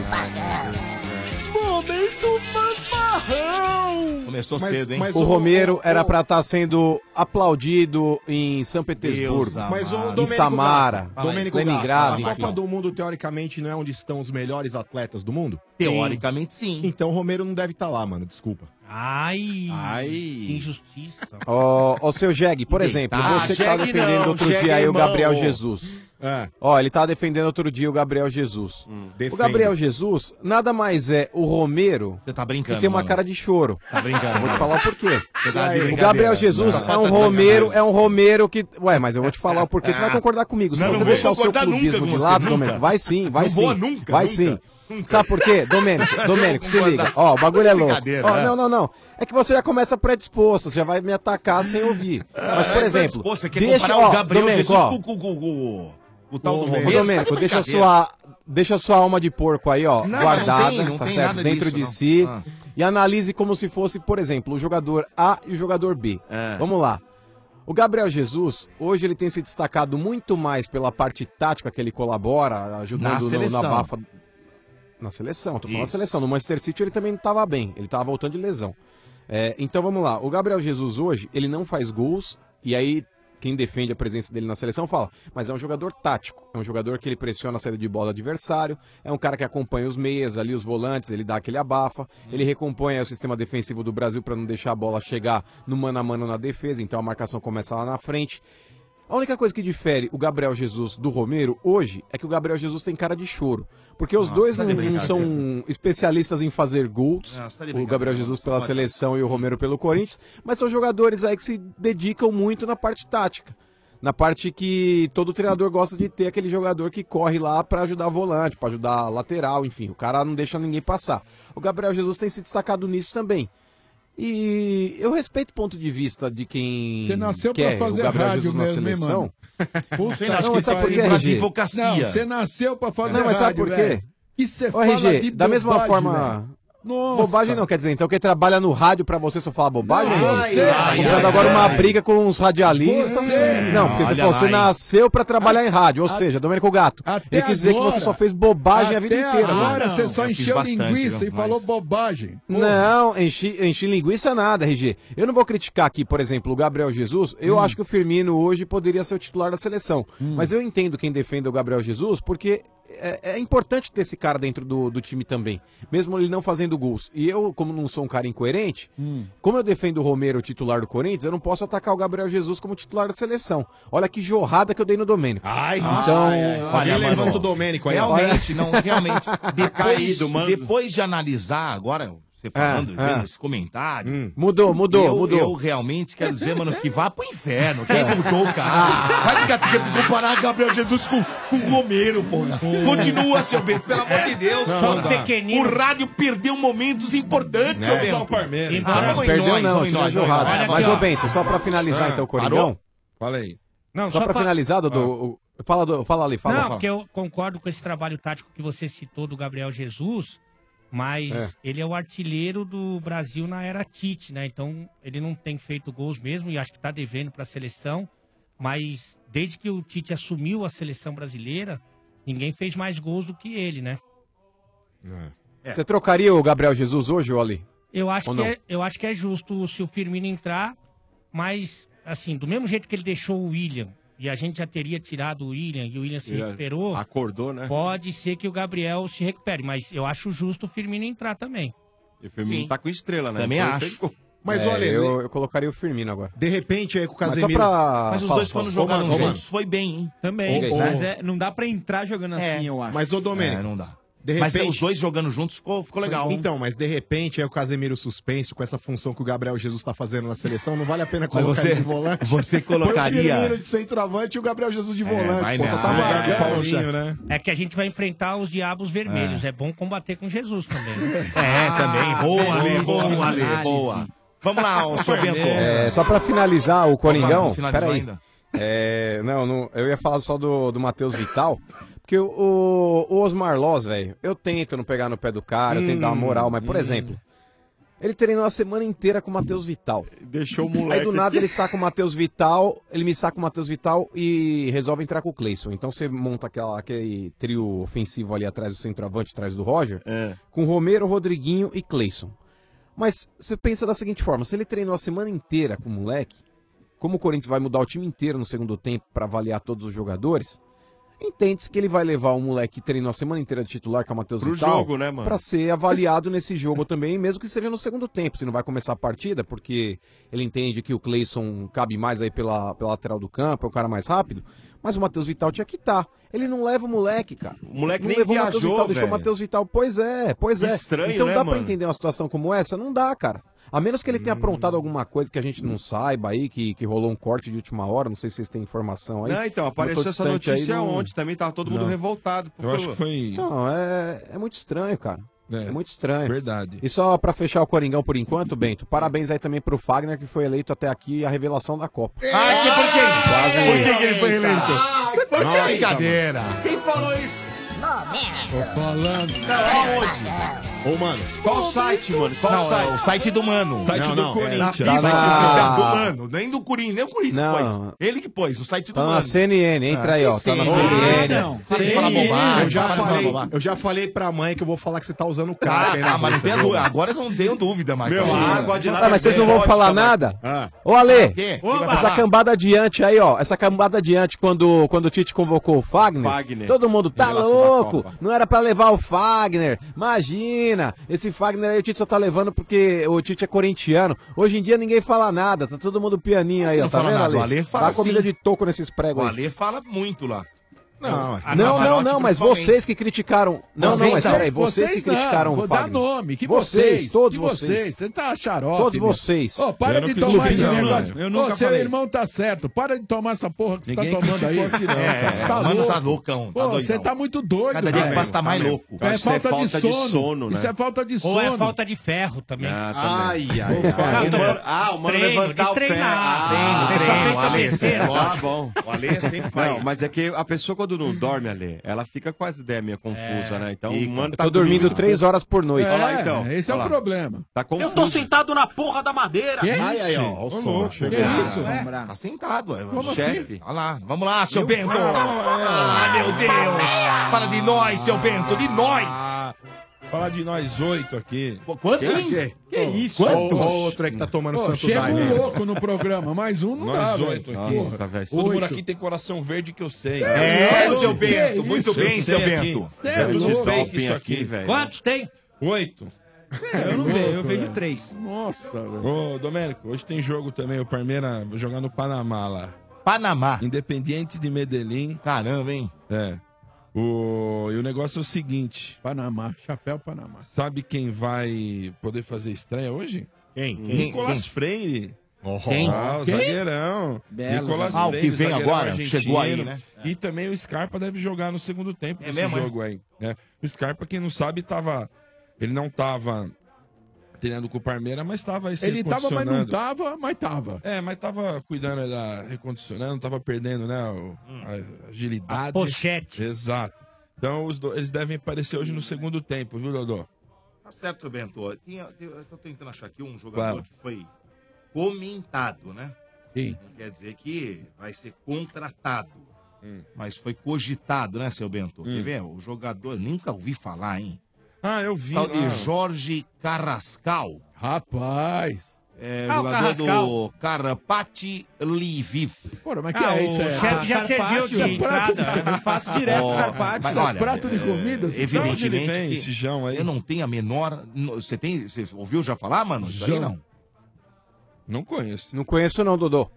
[SPEAKER 11] Momento fanfarrão!
[SPEAKER 6] Começou
[SPEAKER 17] Mas- cedo, hein? mas
[SPEAKER 18] o
[SPEAKER 17] o-
[SPEAKER 18] Romero era pra estar sendo aplaudido em São Petersburgo,
[SPEAKER 17] Mas o
[SPEAKER 18] em
[SPEAKER 17] Domênico
[SPEAKER 18] Samara,
[SPEAKER 17] Gato, Domênico Gato,
[SPEAKER 18] Leningrado,
[SPEAKER 17] A Copa
[SPEAKER 18] enfim.
[SPEAKER 17] do Mundo, teoricamente, não é onde estão os melhores atletas do mundo?
[SPEAKER 6] Teoricamente, sim.
[SPEAKER 17] Então o Romero não deve estar lá, mano. Desculpa.
[SPEAKER 13] Ai,
[SPEAKER 17] Ai.
[SPEAKER 13] que injustiça.
[SPEAKER 18] Ó, ó, seu Jeg, por exemplo,
[SPEAKER 17] Ah,
[SPEAKER 18] você que tá
[SPEAKER 17] Jeg
[SPEAKER 18] defendendo
[SPEAKER 17] não,
[SPEAKER 18] outro
[SPEAKER 17] Jeg
[SPEAKER 18] dia aí o
[SPEAKER 17] irmão.
[SPEAKER 18] Gabriel Jesus.
[SPEAKER 17] É.
[SPEAKER 18] Ó, ele tá defendendo outro dia o Gabriel Jesus.
[SPEAKER 6] Hum.
[SPEAKER 18] o Gabriel Jesus nada mais é o Romero
[SPEAKER 6] tá brincando,
[SPEAKER 18] que tem uma
[SPEAKER 6] mano.
[SPEAKER 18] cara de choro.
[SPEAKER 6] Tá brincando.
[SPEAKER 18] Vou te falar o porquê.
[SPEAKER 6] Você tá de
[SPEAKER 18] o
[SPEAKER 6] brincadeira.
[SPEAKER 18] Gabriel
[SPEAKER 6] Não.
[SPEAKER 18] Jesus é um
[SPEAKER 6] Tá de
[SPEAKER 18] Romero,
[SPEAKER 6] sacanagem.
[SPEAKER 18] é um Romero que. Ué, mas eu vou te falar o porquê. Você vai concordar comigo. Se
[SPEAKER 6] Ah. Não,
[SPEAKER 18] você
[SPEAKER 6] não vou
[SPEAKER 18] deixar o seu
[SPEAKER 6] concordar nunca
[SPEAKER 18] clubismo
[SPEAKER 6] com
[SPEAKER 18] de
[SPEAKER 6] você,
[SPEAKER 18] lado,
[SPEAKER 6] nunca.
[SPEAKER 18] Domênico, vai sim, vai
[SPEAKER 6] Não
[SPEAKER 18] sim.
[SPEAKER 6] vou nunca,
[SPEAKER 18] vai
[SPEAKER 6] nunca,
[SPEAKER 18] sim. Sabe por quê? Domênico,
[SPEAKER 6] (laughs)
[SPEAKER 18] Domênico, se liga. Ó, o bagulho é louco.
[SPEAKER 6] Brincadeira,
[SPEAKER 18] Ó,
[SPEAKER 6] né?
[SPEAKER 18] não, não, não. É que você já começa predisposto, você já vai me atacar sem ouvir. Mas, por
[SPEAKER 6] É,
[SPEAKER 18] exemplo.
[SPEAKER 6] pô, você quer
[SPEAKER 18] deixa-
[SPEAKER 6] comparar
[SPEAKER 18] ó,
[SPEAKER 6] o Gabriel
[SPEAKER 18] Domênico,
[SPEAKER 6] Jesus
[SPEAKER 18] ó.
[SPEAKER 6] com, com- com- com- com o tal do
[SPEAKER 18] Ô,
[SPEAKER 6] Romero?
[SPEAKER 18] Domênico,
[SPEAKER 6] Tá de
[SPEAKER 18] deixa a
[SPEAKER 6] brincadeira.
[SPEAKER 18] sua, deixa a sua alma de porco aí, ó,
[SPEAKER 6] Não, mas não
[SPEAKER 18] guardada,
[SPEAKER 6] tem- não
[SPEAKER 18] tá
[SPEAKER 6] tem
[SPEAKER 18] certo?
[SPEAKER 6] nada
[SPEAKER 18] Dentro
[SPEAKER 6] disso, não.
[SPEAKER 18] de si.
[SPEAKER 6] Ah.
[SPEAKER 18] E analise como se fosse, por exemplo, o jogador A e o jogador B.
[SPEAKER 6] É.
[SPEAKER 18] Vamos lá. O Gabriel Jesus, hoje ele tem se destacado muito mais pela parte tática que ele colabora,
[SPEAKER 6] Na
[SPEAKER 18] ajudando no- na,
[SPEAKER 6] seleção.
[SPEAKER 18] bafa. Na seleção, tô falando da
[SPEAKER 6] Isso.
[SPEAKER 18] seleção. No Manchester City ele também não tava bem, ele tava voltando de lesão. É, então vamos lá, o Gabriel Jesus hoje, ele não faz gols, e aí quem defende a presença dele na seleção fala, mas é um jogador tático, é um jogador que ele pressiona a saída de bola do adversário, é um cara que acompanha os meias ali, os volantes, ele dá aquele abafa, ele recompõe o sistema defensivo do Brasil para não deixar a bola chegar no mano a mano na defesa, então a marcação começa lá na frente. A única coisa que difere o Gabriel Jesus do Romero hoje é que o Gabriel Jesus tem cara de choro. Porque os
[SPEAKER 6] Nossa,
[SPEAKER 18] dois
[SPEAKER 6] tá
[SPEAKER 18] não,
[SPEAKER 6] de
[SPEAKER 18] não são especialistas em fazer gols.
[SPEAKER 6] Nossa, tá de
[SPEAKER 18] o
[SPEAKER 6] brincadeira.
[SPEAKER 18] Gabriel Jesus pela seleção e o Romero pelo Corinthians. Mas são jogadores aí que se dedicam muito na parte tática. Na parte que todo treinador gosta de ter aquele jogador que corre lá pra ajudar volante, pra ajudar lateral, enfim. O cara não deixa ninguém passar. O Gabriel Jesus tem se destacado nisso também. E eu respeito o ponto de vista de quem
[SPEAKER 17] Você nasceu pra
[SPEAKER 18] Hum, quer
[SPEAKER 17] fazer
[SPEAKER 18] o Gabriel
[SPEAKER 17] rádio
[SPEAKER 18] Jesus na
[SPEAKER 17] mesmo, hein,
[SPEAKER 18] seleção.
[SPEAKER 17] mano?
[SPEAKER 18] Puta, não, mas sabe por quê, RG?
[SPEAKER 17] Não, você nasceu pra fazer
[SPEAKER 18] Não, mas sabe
[SPEAKER 17] rádio,
[SPEAKER 18] por quê?
[SPEAKER 17] velho. E você
[SPEAKER 18] Ô,
[SPEAKER 17] fala
[SPEAKER 18] RG,
[SPEAKER 17] de
[SPEAKER 18] da mesma
[SPEAKER 17] bobagem,
[SPEAKER 18] forma,
[SPEAKER 17] velho.
[SPEAKER 18] Nossa. Bobagem não, quer dizer, então quem trabalha no rádio pra você só falar bobagem? tá
[SPEAKER 6] Não, você. Ai,
[SPEAKER 18] Comprando
[SPEAKER 6] ai,
[SPEAKER 18] agora
[SPEAKER 6] ai.
[SPEAKER 18] uma briga com uns radialistas.
[SPEAKER 6] Você.
[SPEAKER 18] Não, porque você,
[SPEAKER 6] Olha
[SPEAKER 18] falou,
[SPEAKER 6] lá,
[SPEAKER 18] você
[SPEAKER 6] hein.
[SPEAKER 18] nasceu pra trabalhar em rádio, ou seja, Domênico Gato. Ele quis dizer que você só fez bobagem a vida inteira.
[SPEAKER 19] Agora
[SPEAKER 18] Domênico.
[SPEAKER 19] você só encheu linguiça e falou bobagem. Pô,
[SPEAKER 18] Não, enchi, enchi linguiça nada, RG. Eu não vou criticar aqui, por exemplo, o Gabriel Jesus. Eu
[SPEAKER 6] Hum.
[SPEAKER 18] acho que o Firmino hoje poderia ser o titular da seleção. Mas eu entendo quem defende o Gabriel Jesus, porque é, é importante ter esse cara dentro do, do time também. Mesmo ele não fazendo gols. E eu, como não sou um cara incoerente,
[SPEAKER 6] Hum.
[SPEAKER 18] como eu defendo o Romero, o titular do Corinthians, eu não posso atacar o Gabriel Jesus como titular da seleção. Olha que jorrada que eu dei no Domênico. Ai, então,
[SPEAKER 6] ai, ai, ai.
[SPEAKER 18] olha,
[SPEAKER 6] Ele
[SPEAKER 18] mano,
[SPEAKER 6] levanta o
[SPEAKER 18] Domênico
[SPEAKER 6] Realmente, (laughs) não, realmente. Depois,
[SPEAKER 18] caído, mano.
[SPEAKER 6] depois de analisar agora, você falando,
[SPEAKER 18] Ah,
[SPEAKER 6] vendo
[SPEAKER 18] ah.
[SPEAKER 6] esse comentário.
[SPEAKER 18] Mudou, mudou,
[SPEAKER 6] eu,
[SPEAKER 18] mudou. É.
[SPEAKER 6] Eu realmente quero dizer, mano, que vá pro inferno. Quem mudou o
[SPEAKER 18] Ah.
[SPEAKER 6] cara? Vai ficar dizendo que comparar Gabriel Jesus com, com o Romero, porra. Continua, seu Bento, pelo amor de Deus,
[SPEAKER 20] Não,
[SPEAKER 6] porra.
[SPEAKER 20] não dá.
[SPEAKER 6] O rádio perdeu momentos importantes, seu
[SPEAKER 18] Né?
[SPEAKER 6] Bento.
[SPEAKER 18] Só o
[SPEAKER 20] Palmeiras.
[SPEAKER 18] Ah, não perdeu não, tirou a jorrada. Mas, ô Bento, só pra finalizar
[SPEAKER 20] Ah,
[SPEAKER 18] então o
[SPEAKER 20] parou?
[SPEAKER 18] Coringão.
[SPEAKER 20] Fala aí.
[SPEAKER 13] Não,
[SPEAKER 18] só,
[SPEAKER 13] só
[SPEAKER 18] pra Ah.
[SPEAKER 13] pra-
[SPEAKER 18] finalizar, Dodô. o- o- Fala, do, fala ali, fala.
[SPEAKER 13] não,
[SPEAKER 18] fala.
[SPEAKER 13] porque eu concordo com esse trabalho tático que você citou do Gabriel Jesus, mas
[SPEAKER 18] É.
[SPEAKER 13] ele é o artilheiro do Brasil na era Tite, né? Então ele não tem feito gols mesmo e acho que tá devendo pra seleção, mas desde que o Tite assumiu a seleção brasileira, ninguém fez mais gols do que ele, né?
[SPEAKER 18] Você trocaria o Gabriel Jesus hoje, ô Ali?
[SPEAKER 13] Eu acho,
[SPEAKER 18] É. Ou
[SPEAKER 13] que
[SPEAKER 18] não?
[SPEAKER 13] é, eu acho que é justo se o Firmino entrar, mas, assim, do mesmo jeito que ele deixou o William, e a gente já teria tirado o William, e o William se
[SPEAKER 18] é
[SPEAKER 12] Ele
[SPEAKER 13] recuperou,
[SPEAKER 12] Acordou, né?
[SPEAKER 13] pode ser que o Gabriel se recupere, mas eu acho justo o Firmino entrar também.
[SPEAKER 12] E o Firmino
[SPEAKER 13] Sim.
[SPEAKER 12] tá com estrela, né?
[SPEAKER 13] Também
[SPEAKER 12] Então
[SPEAKER 13] acho.
[SPEAKER 12] tem como.
[SPEAKER 18] Mas
[SPEAKER 12] É,
[SPEAKER 18] olha,
[SPEAKER 12] eu-
[SPEAKER 18] eu, eu colocaria o Firmino agora.
[SPEAKER 19] De repente aí com o
[SPEAKER 18] Mas só
[SPEAKER 19] Casemiro.
[SPEAKER 18] pra- Mas os fala, dois
[SPEAKER 6] Quando jogaram juntos, foi bem, hein?
[SPEAKER 19] Também.
[SPEAKER 6] Diga aí.
[SPEAKER 19] mas
[SPEAKER 6] Né?
[SPEAKER 19] é, não dá pra entrar jogando assim,
[SPEAKER 6] É.
[SPEAKER 19] eu acho.
[SPEAKER 6] Mas, ô, Domênico, É, não dá. Mas os dois jogando juntos ficou, ficou legal.
[SPEAKER 17] Então, mas de repente é o Casemiro suspenso com essa função que o Gabriel Jesus tá fazendo na seleção, não vale a pena
[SPEAKER 6] (laughs) Mas
[SPEAKER 17] colocar
[SPEAKER 6] você-
[SPEAKER 17] ele de volante.
[SPEAKER 6] você colocaria-
[SPEAKER 17] Põe o Firmino de centroavante e o Gabriel Jesus de volante.
[SPEAKER 6] É, vai
[SPEAKER 17] pô, só
[SPEAKER 6] nessa.
[SPEAKER 17] tá
[SPEAKER 6] Ah,
[SPEAKER 17] vagando,
[SPEAKER 6] é, Paulinho,
[SPEAKER 17] já.
[SPEAKER 20] né?
[SPEAKER 13] É que a gente vai enfrentar os diabos vermelhos, é, bom combater com Jesus também.
[SPEAKER 6] (laughs) É, também. Boa, Ale, boa, Ale, é boa. Vamos lá, ô, seu Bento.
[SPEAKER 18] Ah, É, só pra finalizar o Coringão.
[SPEAKER 6] não finalizou
[SPEAKER 18] Peraí.
[SPEAKER 6] ainda.
[SPEAKER 18] É, não, não, eu ia falar só do, do Matheus Vital. Porque o, o- o Osmar Loz, velho, eu tento não pegar no pé do cara, eu tento dar uma moral, mas, por exemplo, ele treinou a semana inteira com o Matheus Vital.
[SPEAKER 12] Deixou o
[SPEAKER 18] Aí
[SPEAKER 12] moleque
[SPEAKER 18] do nada
[SPEAKER 12] aqui.
[SPEAKER 18] ele saca o Matheus Vital, ele me saca o Matheus Vital e resolve entrar com o Cleison. Então você monta aquela- aquele trio ofensivo ali atrás do centroavante, atrás do Roger,
[SPEAKER 12] É.
[SPEAKER 18] com Romero, Rodriguinho e Cleison. Mas você pensa da seguinte forma: se ele treinou a semana inteira com o moleque, como o Corinthians vai mudar o time inteiro no segundo tempo pra avaliar todos os jogadores, entende-se que ele vai levar o moleque que treinou a semana inteira de titular, que é o Matheus
[SPEAKER 12] Pro
[SPEAKER 18] Vital,
[SPEAKER 12] jogo, né, mano?
[SPEAKER 18] pra ser avaliado nesse jogo também, mesmo que seja no segundo tempo. Se não vai começar a partida, porque ele entende que o Cleison cabe mais aí pela, pela lateral do campo, é o cara mais rápido. Mas o Matheus Vital tinha que estar. Ele não leva o moleque, cara. O
[SPEAKER 12] moleque
[SPEAKER 18] não
[SPEAKER 12] nem
[SPEAKER 18] levou o Matheus
[SPEAKER 12] viajou,
[SPEAKER 18] Vital, deixou o
[SPEAKER 12] velho.
[SPEAKER 18] Matheus Vital. Pois é, pois é.
[SPEAKER 12] Estranho,
[SPEAKER 18] então
[SPEAKER 12] né,
[SPEAKER 18] dá pra
[SPEAKER 12] mano?
[SPEAKER 18] entender uma situação como essa? Não dá, cara. A menos que ele tenha aprontado alguma coisa que a gente não saiba aí, que, que rolou um corte de última hora, não sei se vocês têm informação aí.
[SPEAKER 12] Não, então,
[SPEAKER 18] Eu tô
[SPEAKER 12] apareceu essa
[SPEAKER 18] distante aí,
[SPEAKER 12] notícia
[SPEAKER 18] não-
[SPEAKER 12] ontem também, tava todo mundo
[SPEAKER 18] Não.
[SPEAKER 12] revoltado. porque
[SPEAKER 18] Então, é, é muito estranho, cara.
[SPEAKER 20] É,
[SPEAKER 18] É, muito estranho.
[SPEAKER 20] Verdade.
[SPEAKER 18] E só pra fechar o Coringão por enquanto, Bento, parabéns aí também pro Fagner, que foi eleito até aqui a revelação da Copa.
[SPEAKER 6] Ah, que por quê?
[SPEAKER 18] Quase.
[SPEAKER 6] Por que, que ele foi eleito?
[SPEAKER 18] Ah,
[SPEAKER 6] Você foi
[SPEAKER 18] nossa,
[SPEAKER 6] brincadeira.
[SPEAKER 18] mano.
[SPEAKER 6] Quem falou isso?
[SPEAKER 17] Tô falando.
[SPEAKER 6] Aonde?
[SPEAKER 17] Ô, mano,
[SPEAKER 6] qual site, mano? Qual site? é o site do Mano.
[SPEAKER 17] Site do Corinthians.
[SPEAKER 6] Na FIFA,
[SPEAKER 18] Tá
[SPEAKER 6] site
[SPEAKER 18] na-
[SPEAKER 6] do, do Mano. Nem do Corinthians, nem o Corinthians
[SPEAKER 18] Não.
[SPEAKER 6] pôs. Ele que pôs, o site do
[SPEAKER 18] Tá na
[SPEAKER 6] Mano.
[SPEAKER 18] CNN, entra aí, ó. Tá na
[SPEAKER 6] Ah,
[SPEAKER 18] CNN.
[SPEAKER 6] não. Para de falar bobagem,
[SPEAKER 17] Eu já,
[SPEAKER 6] para de falar
[SPEAKER 17] falei,
[SPEAKER 6] bobagem.
[SPEAKER 17] eu já falei pra mãe que eu vou falar que você tá usando o
[SPEAKER 6] Tá,
[SPEAKER 17] cara. né,
[SPEAKER 6] tá,
[SPEAKER 17] na
[SPEAKER 6] mas não
[SPEAKER 17] bolsa,
[SPEAKER 6] tenha
[SPEAKER 17] viu?
[SPEAKER 6] dúvida. Agora não tenho dúvida, mais.
[SPEAKER 17] Meu, Então, água de
[SPEAKER 18] Ah, mas vocês não vão falar nada? Ô, Ale,
[SPEAKER 6] Quê?
[SPEAKER 18] essa cambada adiante aí, ó. Essa cambada adiante, quando, quando o Tite convocou o Fagner,
[SPEAKER 6] Fagner.
[SPEAKER 18] todo mundo tá
[SPEAKER 6] Revelação da
[SPEAKER 18] louco.
[SPEAKER 6] Copa.
[SPEAKER 18] Não era pra levar o Fagner. Imagina, esse Fagner aí o Tite só tá levando porque o Tite é corintiano. Hoje em dia ninguém fala nada, tá todo mundo pianinho
[SPEAKER 6] Você
[SPEAKER 18] aí, ó.
[SPEAKER 6] não
[SPEAKER 18] Tá
[SPEAKER 6] fala
[SPEAKER 18] vendo,
[SPEAKER 6] nada,
[SPEAKER 18] Ale?
[SPEAKER 6] o Ale fala
[SPEAKER 18] Dá comida
[SPEAKER 6] sim.
[SPEAKER 18] de toco nesses pregos
[SPEAKER 6] O
[SPEAKER 18] aí.
[SPEAKER 6] Alê fala muito lá.
[SPEAKER 17] Não,
[SPEAKER 6] A
[SPEAKER 18] Não, não,
[SPEAKER 6] Nazarotti,
[SPEAKER 18] não, mas
[SPEAKER 6] principalmente.
[SPEAKER 18] vocês que criticaram. Não, não, mas
[SPEAKER 6] não.
[SPEAKER 18] peraí, vocês que
[SPEAKER 19] não,
[SPEAKER 18] criticaram o
[SPEAKER 19] vou dar
[SPEAKER 18] Fagner.
[SPEAKER 19] nome, que vocês,
[SPEAKER 18] todos
[SPEAKER 19] que
[SPEAKER 18] vocês.
[SPEAKER 19] Você tá xarope.
[SPEAKER 18] Todos
[SPEAKER 19] meu.
[SPEAKER 18] vocês.
[SPEAKER 19] Ô,
[SPEAKER 18] Eu
[SPEAKER 19] para
[SPEAKER 18] não
[SPEAKER 19] de tomar
[SPEAKER 18] critiquei,
[SPEAKER 19] esse
[SPEAKER 18] não,
[SPEAKER 19] negócio.
[SPEAKER 18] mano. Eu nunca
[SPEAKER 19] Ô, seu
[SPEAKER 18] falei.
[SPEAKER 19] irmão tá certo. Para de tomar essa porra que
[SPEAKER 6] Ninguém
[SPEAKER 19] você tá tomando aí.
[SPEAKER 6] criticou aqui, não,
[SPEAKER 19] É,
[SPEAKER 6] cara.
[SPEAKER 19] tá
[SPEAKER 6] O mano
[SPEAKER 19] louco.
[SPEAKER 6] tá loucão, tá
[SPEAKER 19] Pô,
[SPEAKER 6] doidão.
[SPEAKER 19] Você tá muito doido.
[SPEAKER 6] Cada dia que
[SPEAKER 19] velho.
[SPEAKER 6] passa, tá mais
[SPEAKER 19] mesmo.
[SPEAKER 6] louco.
[SPEAKER 19] É,
[SPEAKER 6] Acho que
[SPEAKER 19] falta,
[SPEAKER 6] é
[SPEAKER 19] de
[SPEAKER 6] falta de
[SPEAKER 19] sono.
[SPEAKER 6] sono, né?
[SPEAKER 19] Isso é falta de sono.
[SPEAKER 13] Ou é falta de ferro também.
[SPEAKER 19] Ah, também.
[SPEAKER 12] Ai, ai, ai.
[SPEAKER 13] Não, tô
[SPEAKER 12] O
[SPEAKER 13] falando-
[SPEAKER 12] mano- ah, o mano
[SPEAKER 13] treino,
[SPEAKER 12] levantar
[SPEAKER 13] de
[SPEAKER 12] o ferro.
[SPEAKER 13] treinar.
[SPEAKER 12] Ah,
[SPEAKER 13] Treino,
[SPEAKER 14] é
[SPEAKER 12] treino,
[SPEAKER 13] treino,
[SPEAKER 12] o Alê,
[SPEAKER 13] besteira.
[SPEAKER 12] Tá bom.
[SPEAKER 6] O Alê sempre faz.
[SPEAKER 12] Não, mas é que a pessoa quando
[SPEAKER 14] quando não dorme, Ale, ela fica com as ideias meio confusa, né? Então,
[SPEAKER 18] E-
[SPEAKER 14] mano,
[SPEAKER 18] eu tô dormindo três horas por noite.
[SPEAKER 14] Olha lá, então.
[SPEAKER 21] Esse é
[SPEAKER 14] Olha
[SPEAKER 21] o
[SPEAKER 14] lá.
[SPEAKER 21] problema.
[SPEAKER 14] Tá confuso.
[SPEAKER 22] sentado na porra da madeira.
[SPEAKER 21] Que
[SPEAKER 6] Ai,
[SPEAKER 21] isso,
[SPEAKER 6] aí, ó,
[SPEAKER 21] gente?
[SPEAKER 6] ó, o
[SPEAKER 21] Ô,
[SPEAKER 6] som.
[SPEAKER 21] louco, que isso?
[SPEAKER 6] Tá sentado, é,
[SPEAKER 21] Como
[SPEAKER 6] o chefe.
[SPEAKER 21] assim?
[SPEAKER 6] Olha lá, vamos lá, seu
[SPEAKER 21] Meu
[SPEAKER 6] Bento.
[SPEAKER 21] pau.
[SPEAKER 6] Ah, meu Deus. Fala de nós, seu Bento, de nós.
[SPEAKER 12] Falar de nós oito aqui.
[SPEAKER 6] quantos? Que- que isso?
[SPEAKER 12] é
[SPEAKER 6] Quantos? tá
[SPEAKER 19] Hum.
[SPEAKER 12] Ô,
[SPEAKER 21] Pô, Chega
[SPEAKER 12] daime.
[SPEAKER 21] um louco no programa, mais um não dá,
[SPEAKER 12] né? Nós
[SPEAKER 21] velho.
[SPEAKER 12] oito aqui.
[SPEAKER 21] Porra.
[SPEAKER 12] Todo mundo
[SPEAKER 21] Oito.
[SPEAKER 12] aqui tem coração verde que eu sei.
[SPEAKER 21] É,
[SPEAKER 12] Eu
[SPEAKER 21] seu
[SPEAKER 12] sei.
[SPEAKER 21] Bento, muito
[SPEAKER 12] Eu
[SPEAKER 21] bem,
[SPEAKER 12] sei
[SPEAKER 21] seu
[SPEAKER 12] aqui.
[SPEAKER 21] Bento.
[SPEAKER 12] Cê
[SPEAKER 21] Zero
[SPEAKER 12] É tudo
[SPEAKER 21] desdoping
[SPEAKER 12] fake isso
[SPEAKER 21] aqui,
[SPEAKER 12] aqui,
[SPEAKER 21] velho.
[SPEAKER 12] velho.
[SPEAKER 21] Quantos
[SPEAKER 12] tem? Oito.
[SPEAKER 21] É, eu não vejo, eu louco, vejo velho.
[SPEAKER 12] três.
[SPEAKER 21] Nossa, velho.
[SPEAKER 12] Ô, Domênico, hoje tem jogo também. O Palmeiras vai jogar no Panamá lá.
[SPEAKER 6] Panamá.
[SPEAKER 12] Independiente de Medellín.
[SPEAKER 6] Caramba, hein?
[SPEAKER 12] É. O... E o negócio é o seguinte.
[SPEAKER 21] Panamá, chapéu Panamá.
[SPEAKER 12] Sabe quem vai poder fazer estreia hoje?
[SPEAKER 21] Quem?
[SPEAKER 12] Quem? Nicolas
[SPEAKER 21] Quem?
[SPEAKER 12] Freire.
[SPEAKER 21] Quem?
[SPEAKER 12] Ah, o
[SPEAKER 21] Quem?
[SPEAKER 12] zagueirão.
[SPEAKER 21] Belo,
[SPEAKER 12] Nicolas
[SPEAKER 21] zagueiro. Ah, o
[SPEAKER 12] Freire,
[SPEAKER 21] que vem
[SPEAKER 12] zagueirão
[SPEAKER 21] agora?
[SPEAKER 12] argentino.
[SPEAKER 21] Chegou aí, né?
[SPEAKER 12] E também o Scarpa deve jogar no segundo tempo desse
[SPEAKER 21] mesmo, é?
[SPEAKER 12] jogo aí. né? O Scarpa, quem não sabe, tava... Ele não tava treinando com o Parmeira, mas tava aí se
[SPEAKER 21] Ele tava, mas não
[SPEAKER 12] recondicionando.
[SPEAKER 21] tava, mas tava.
[SPEAKER 12] É, mas tava cuidando da recondicionando, tava perdendo, né? o-
[SPEAKER 13] Hum.
[SPEAKER 12] A agilidade.
[SPEAKER 21] A pochete.
[SPEAKER 12] Exato. Então os do- eles devem aparecer hoje no segundo tempo, viu, Dodô?
[SPEAKER 6] Tá certo, seu Bento. Tinha, tem- eu tô tentando achar aqui um
[SPEAKER 12] Claro.
[SPEAKER 6] jogador que foi comentado, né?
[SPEAKER 21] Sim.
[SPEAKER 6] Não quer dizer que vai ser contratado.
[SPEAKER 21] Hum.
[SPEAKER 6] Mas foi cogitado, né, seu Bento? Quer ver? O jogador, nunca ouvi falar, hein?
[SPEAKER 12] Ah, eu vi.
[SPEAKER 6] Tal de
[SPEAKER 12] lá.
[SPEAKER 6] Jorge Carrascal.
[SPEAKER 21] Rapaz.
[SPEAKER 6] É,
[SPEAKER 21] Ah, o
[SPEAKER 6] jogador
[SPEAKER 21] Carrascal.
[SPEAKER 6] do Karapati Lviv.
[SPEAKER 21] Porra, mas que é isso aí? Ah, Carpaccio, é prato-
[SPEAKER 6] Ó, mas
[SPEAKER 21] Isso é
[SPEAKER 6] olha, eh,
[SPEAKER 21] prato de comida? assim.
[SPEAKER 6] Evidentemente. que
[SPEAKER 21] que-
[SPEAKER 6] Eu não tenho a menor. no- Você tem. Você ouviu já falar, mano? Isso aí
[SPEAKER 18] Já.
[SPEAKER 6] não.
[SPEAKER 12] Não conheço.
[SPEAKER 18] Não conheço não, Dodô.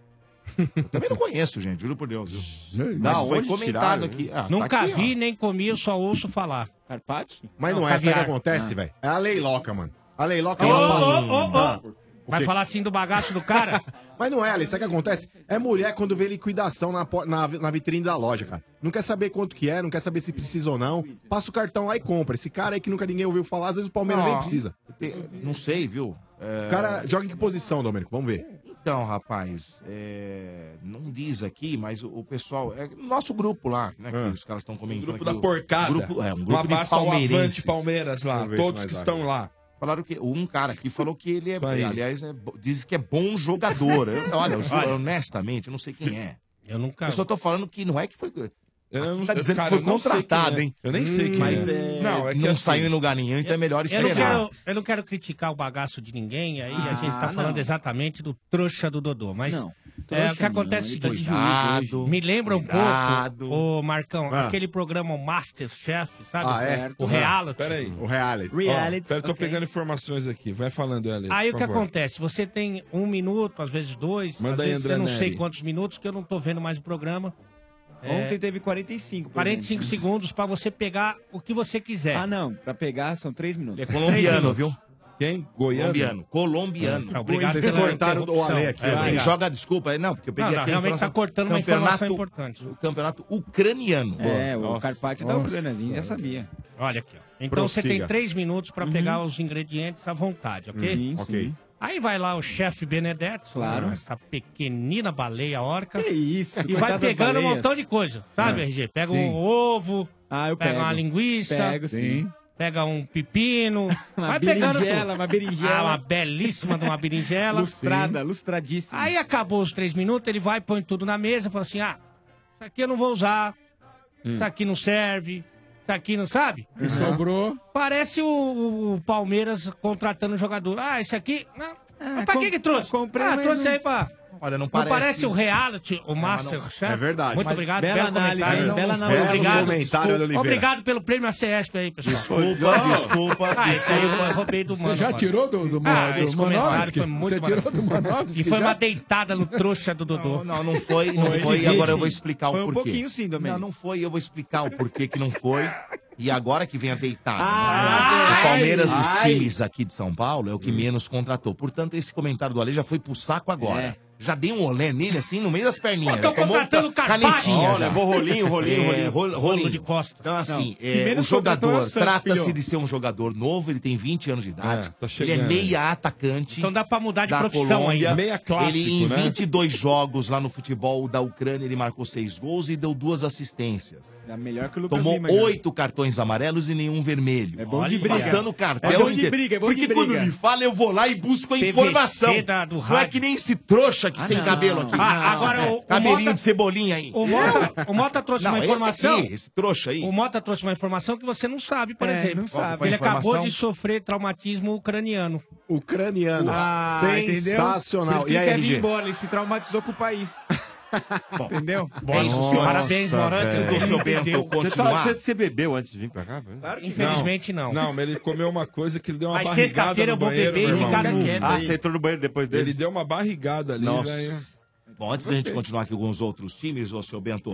[SPEAKER 6] Também não conheço, gente, juro por Deus.
[SPEAKER 18] Mas
[SPEAKER 6] Mas Ah,
[SPEAKER 18] foi
[SPEAKER 6] foi comentado
[SPEAKER 18] tiraram,
[SPEAKER 6] aqui.
[SPEAKER 18] hein?
[SPEAKER 6] Ah, tá
[SPEAKER 13] Nunca
[SPEAKER 6] aqui, ó.
[SPEAKER 13] vi, nem comi, eu só ouço falar. Carpaccio?
[SPEAKER 17] Mas não, é isso que acontece, velho. É a leiloca, mano. A leiloca
[SPEAKER 13] Ô,
[SPEAKER 17] ela
[SPEAKER 13] ô,
[SPEAKER 17] passa-
[SPEAKER 13] ô, ô,
[SPEAKER 17] Ah,
[SPEAKER 13] ô.
[SPEAKER 17] o
[SPEAKER 13] Vai
[SPEAKER 17] quê?
[SPEAKER 13] falar assim do bagaço do cara?
[SPEAKER 17] Mas não (laughs) é, Alice, sabe o que acontece? É mulher quando vê liquidação na, po- na, na vitrine da loja, cara. Não quer saber quanto que é, não quer saber se precisa ou não. Passa o cartão lá e compra. Esse cara aí que nunca ninguém ouviu falar, às vezes o Palmeiras
[SPEAKER 6] Ah,
[SPEAKER 17] nem precisa.
[SPEAKER 6] te- Não sei, viu? É,
[SPEAKER 17] O cara joga em que posição, Domênico? Vamos ver.
[SPEAKER 6] Então, rapaz, é, não diz aqui, mas o, o pessoal. É nosso grupo lá, né?
[SPEAKER 17] Ah.
[SPEAKER 6] Que os caras estão comentando.
[SPEAKER 12] Grupo
[SPEAKER 6] aqui,
[SPEAKER 12] da
[SPEAKER 6] o-
[SPEAKER 12] porcada.
[SPEAKER 6] Grupo, é, um
[SPEAKER 12] Um
[SPEAKER 6] grupo de
[SPEAKER 12] abraço ao Avante
[SPEAKER 6] palmeirenses.
[SPEAKER 12] Palmeiras lá,
[SPEAKER 6] Vamos ver
[SPEAKER 12] todos
[SPEAKER 6] se
[SPEAKER 12] que
[SPEAKER 6] mais
[SPEAKER 12] estão
[SPEAKER 6] abre.
[SPEAKER 12] lá.
[SPEAKER 6] Falaram que um cara aqui falou que ele é.
[SPEAKER 12] aí.
[SPEAKER 6] Aliás, é bo- diz que é bom jogador. Eu- olha, eu juro, honestamente, eu não sei quem é.
[SPEAKER 13] Eu nunca.
[SPEAKER 6] Eu só tô falando que não é que foi.
[SPEAKER 12] Eu
[SPEAKER 6] tá dizendo
[SPEAKER 12] cara,
[SPEAKER 6] que foi
[SPEAKER 12] eu não sei
[SPEAKER 6] contratado,
[SPEAKER 12] quem é.
[SPEAKER 6] hein?
[SPEAKER 12] Eu nem sei quem
[SPEAKER 6] Mas
[SPEAKER 12] é.
[SPEAKER 6] é,
[SPEAKER 12] Não,
[SPEAKER 6] não,
[SPEAKER 12] é que assim-
[SPEAKER 6] saiu em lugar nenhum, então é melhor
[SPEAKER 13] Eu não,
[SPEAKER 6] esperar.
[SPEAKER 13] quero, eu não quero criticar o bagaço de ninguém, aí a
[SPEAKER 6] Ah,
[SPEAKER 13] gente tá falando
[SPEAKER 6] não.
[SPEAKER 13] exatamente do trouxa do Dodô, mas
[SPEAKER 6] Não,
[SPEAKER 13] é, o que
[SPEAKER 6] trouxa não,
[SPEAKER 13] acontece é o
[SPEAKER 6] ele tá
[SPEAKER 13] seguinte,
[SPEAKER 6] de juízo hoje.
[SPEAKER 13] me lembra um
[SPEAKER 6] Cuidado.
[SPEAKER 13] pouco, ô Marcão,
[SPEAKER 6] Ah.
[SPEAKER 13] aquele programa Masterchef, sabe?
[SPEAKER 12] Ah, é?
[SPEAKER 13] O tipo. reality.
[SPEAKER 12] Peraí.
[SPEAKER 17] O reality.
[SPEAKER 13] Reality,
[SPEAKER 12] Ó, pera, eu tô
[SPEAKER 13] ok.
[SPEAKER 12] pegando informações aqui. Vai falando, Eli.
[SPEAKER 13] Aí o
[SPEAKER 12] por
[SPEAKER 13] que
[SPEAKER 12] favor.
[SPEAKER 13] acontece? Você tem um minuto, às vezes dois,
[SPEAKER 12] Manda
[SPEAKER 13] às
[SPEAKER 12] aí,
[SPEAKER 13] vezes
[SPEAKER 12] André
[SPEAKER 13] eu não
[SPEAKER 12] Neri.
[SPEAKER 13] sei quantos minutos, que eu não tô vendo mais o programa.
[SPEAKER 15] Ontem
[SPEAKER 13] É,
[SPEAKER 15] teve 45. por
[SPEAKER 13] 45
[SPEAKER 15] exemplo.
[SPEAKER 13] segundos pra você pegar o que você quiser.
[SPEAKER 15] Ah, não. Pra pegar são 3 minutos.
[SPEAKER 6] É colombiano, viu?
[SPEAKER 12] Quem?
[SPEAKER 6] Colombiano. Colombiano.
[SPEAKER 15] Ah, obrigado Vocês pela cortaram o Ale aqui, interrupção. obrigado.
[SPEAKER 6] Ele joga, desculpa, é, não, porque eu peguei
[SPEAKER 15] Não, não,
[SPEAKER 6] aqui a
[SPEAKER 15] realmente
[SPEAKER 6] informação.
[SPEAKER 15] tá cortando uma informação
[SPEAKER 13] importante.
[SPEAKER 6] O campeonato ucraniano.
[SPEAKER 15] É, o Carpati da Ucrânia, a gente já sabia.
[SPEAKER 13] Olha aqui, ó. Então você tem três minutos pra pegar os ingredientes à vontade, ok?
[SPEAKER 15] Uhum, Ok. sim.
[SPEAKER 13] Aí vai lá o chefe Benedetti,
[SPEAKER 15] Claro.
[SPEAKER 13] essa pequenina baleia orca.
[SPEAKER 15] Que isso,
[SPEAKER 13] E vai
[SPEAKER 15] coitada das
[SPEAKER 13] pegando um
[SPEAKER 15] baleias.
[SPEAKER 13] montão de coisa, sabe,
[SPEAKER 15] Ah.
[SPEAKER 13] RG? Pega
[SPEAKER 15] Sim.
[SPEAKER 13] um ovo,
[SPEAKER 15] Ah, eu
[SPEAKER 13] pega
[SPEAKER 15] pego.
[SPEAKER 13] uma linguiça,
[SPEAKER 15] Pego, sim.
[SPEAKER 13] pega um pepino,
[SPEAKER 15] (laughs) Uma
[SPEAKER 13] vai pegando
[SPEAKER 15] berinjela,
[SPEAKER 13] tudo.
[SPEAKER 15] uma berinjela.
[SPEAKER 13] Ah, uma belíssima de uma berinjela.
[SPEAKER 15] Lustrada, lustradíssima.
[SPEAKER 13] Aí acabou os três minutos, ele vai, põe tudo na mesa, fala assim, ah, isso aqui eu não vou usar, isso aqui não serve, isso aqui não sabe?
[SPEAKER 21] E sobrou.
[SPEAKER 13] Parece o, o- o Palmeiras contratando um jogador. Ah, esse aqui. Não. mas pra que que trouxe? ah,
[SPEAKER 15] Ah, mas
[SPEAKER 13] trouxe
[SPEAKER 15] não-
[SPEAKER 13] aí pra.
[SPEAKER 6] Olha, não
[SPEAKER 13] parece.
[SPEAKER 6] parece-
[SPEAKER 13] o reality, o Masterchef.
[SPEAKER 17] É verdade.
[SPEAKER 13] Muito
[SPEAKER 17] Mas
[SPEAKER 13] obrigado
[SPEAKER 17] bela
[SPEAKER 13] pelo
[SPEAKER 17] análise,
[SPEAKER 13] comentário.
[SPEAKER 17] não- bela
[SPEAKER 13] Muito
[SPEAKER 17] análise.
[SPEAKER 13] Obrigado.
[SPEAKER 17] Comentário do Oliveira.
[SPEAKER 13] obrigado pelo prêmio ACESP aí, pessoal.
[SPEAKER 6] Desculpa, desculpa,
[SPEAKER 13] Ah, esse aí
[SPEAKER 6] desculpa.
[SPEAKER 13] eu roubei do
[SPEAKER 6] Você
[SPEAKER 13] mano.
[SPEAKER 21] já
[SPEAKER 13] agora.
[SPEAKER 21] tirou do- do-
[SPEAKER 13] ah,
[SPEAKER 21] do
[SPEAKER 13] esse comentário
[SPEAKER 21] Manovski?
[SPEAKER 13] Foi muito
[SPEAKER 21] Você tirou
[SPEAKER 13] maravilhoso.
[SPEAKER 21] do Manovski
[SPEAKER 13] E foi
[SPEAKER 21] já?
[SPEAKER 13] uma deitada no trouxa do Dodô.
[SPEAKER 6] Não, não foi, não foi. e agora eu vou explicar o porquê.
[SPEAKER 13] um Domênico.
[SPEAKER 6] Não, não foi. Eu vou explicar o porquê que não foi. E agora que vem a deitada. né?
[SPEAKER 15] Ah,
[SPEAKER 6] o Palmeiras
[SPEAKER 15] ai,
[SPEAKER 6] dos
[SPEAKER 15] ai.
[SPEAKER 6] é
[SPEAKER 17] Hum.
[SPEAKER 6] times aqui de São Paulo é o que menos contratou. Portanto, esse comentário do Ale já foi pro saco agora. já dei um olé nele assim no meio das perninhas.
[SPEAKER 1] Pô, tô
[SPEAKER 6] Ele É. tomou
[SPEAKER 1] contratando
[SPEAKER 6] ca-
[SPEAKER 1] Carpaccio.
[SPEAKER 6] canetinha.
[SPEAKER 1] Ó, levou rolinho, rolinho, rolinho.
[SPEAKER 6] rol-
[SPEAKER 1] Rolo de costas.
[SPEAKER 6] Então, assim,
[SPEAKER 1] Não, que
[SPEAKER 6] é, o
[SPEAKER 1] menos contratou é o
[SPEAKER 6] jogador
[SPEAKER 1] Santos,
[SPEAKER 6] trata-se
[SPEAKER 1] filhão.
[SPEAKER 6] de ser um jogador novo, ele tem 20 anos de idade.
[SPEAKER 1] tá
[SPEAKER 6] ele é
[SPEAKER 12] chegando.
[SPEAKER 6] meia atacante.
[SPEAKER 13] Então dá pra mudar de
[SPEAKER 6] da
[SPEAKER 13] profissão
[SPEAKER 6] Colômbia.
[SPEAKER 13] aí.
[SPEAKER 6] Ele em
[SPEAKER 1] né?
[SPEAKER 6] 22 jogos lá no futebol da Ucrânia, ele marcou seis gols e deu duas assistências.
[SPEAKER 15] É melhor que o Lucas
[SPEAKER 6] Tomou
[SPEAKER 15] Lima, cara.
[SPEAKER 6] oito cartões amarelos e nenhum vermelho. É
[SPEAKER 15] bom de briga.
[SPEAKER 6] Passando cartel
[SPEAKER 15] É bom de
[SPEAKER 6] inteiro.
[SPEAKER 15] briga, é bom de
[SPEAKER 6] Porque
[SPEAKER 15] briga.
[SPEAKER 6] quando me fala, eu vou lá e busco a
[SPEAKER 15] PVC
[SPEAKER 6] informação.
[SPEAKER 15] da- do
[SPEAKER 6] não é
[SPEAKER 15] rádio.
[SPEAKER 6] que nem esse trouxa que
[SPEAKER 13] Ah,
[SPEAKER 6] sem
[SPEAKER 13] não.
[SPEAKER 6] cabelo aqui.
[SPEAKER 13] Ah, agora o- o
[SPEAKER 6] Cabelinho
[SPEAKER 13] Mota-
[SPEAKER 6] de cebolinha aí.
[SPEAKER 13] O Mota, o Mota trouxe
[SPEAKER 6] Não,
[SPEAKER 13] uma
[SPEAKER 6] esse
[SPEAKER 13] informação.
[SPEAKER 6] aqui, esse trouxa aí.
[SPEAKER 13] O Mota trouxe uma informação que você não sabe, por
[SPEAKER 6] É,
[SPEAKER 13] exemplo.
[SPEAKER 6] não sabe. Qual que foi a
[SPEAKER 13] Ele
[SPEAKER 6] informação?
[SPEAKER 13] acabou de sofrer traumatismo ucraniano.
[SPEAKER 17] Ucraniano.
[SPEAKER 13] Ah, entendeu?
[SPEAKER 17] Sensacional.
[SPEAKER 13] Por isso que
[SPEAKER 17] E
[SPEAKER 13] ele
[SPEAKER 17] aí,
[SPEAKER 13] quer vir
[SPEAKER 17] RG?
[SPEAKER 15] embora, ele se traumatizou com o país. Entendeu?
[SPEAKER 12] É
[SPEAKER 6] Bom, É senhor. Parabéns, Mota. Antes do seu Bento continuar.
[SPEAKER 14] Você, você bebeu antes de vir pra cá? Claro
[SPEAKER 13] Infelizmente, não.
[SPEAKER 12] Não, mas ele comeu uma coisa que ele deu uma
[SPEAKER 13] Aí,
[SPEAKER 12] barrigada
[SPEAKER 13] sexta-feira
[SPEAKER 12] no
[SPEAKER 13] eu vou
[SPEAKER 12] banheiro,
[SPEAKER 13] beber e
[SPEAKER 12] meu irmão.
[SPEAKER 13] ficar nu.
[SPEAKER 14] Ah, você entrou no banheiro depois dele?
[SPEAKER 12] Ele deu uma barrigada ali,
[SPEAKER 6] Nossa.
[SPEAKER 12] velho.
[SPEAKER 6] Bom, antes da gente continuar aqui com os outros times, ô seu Bento,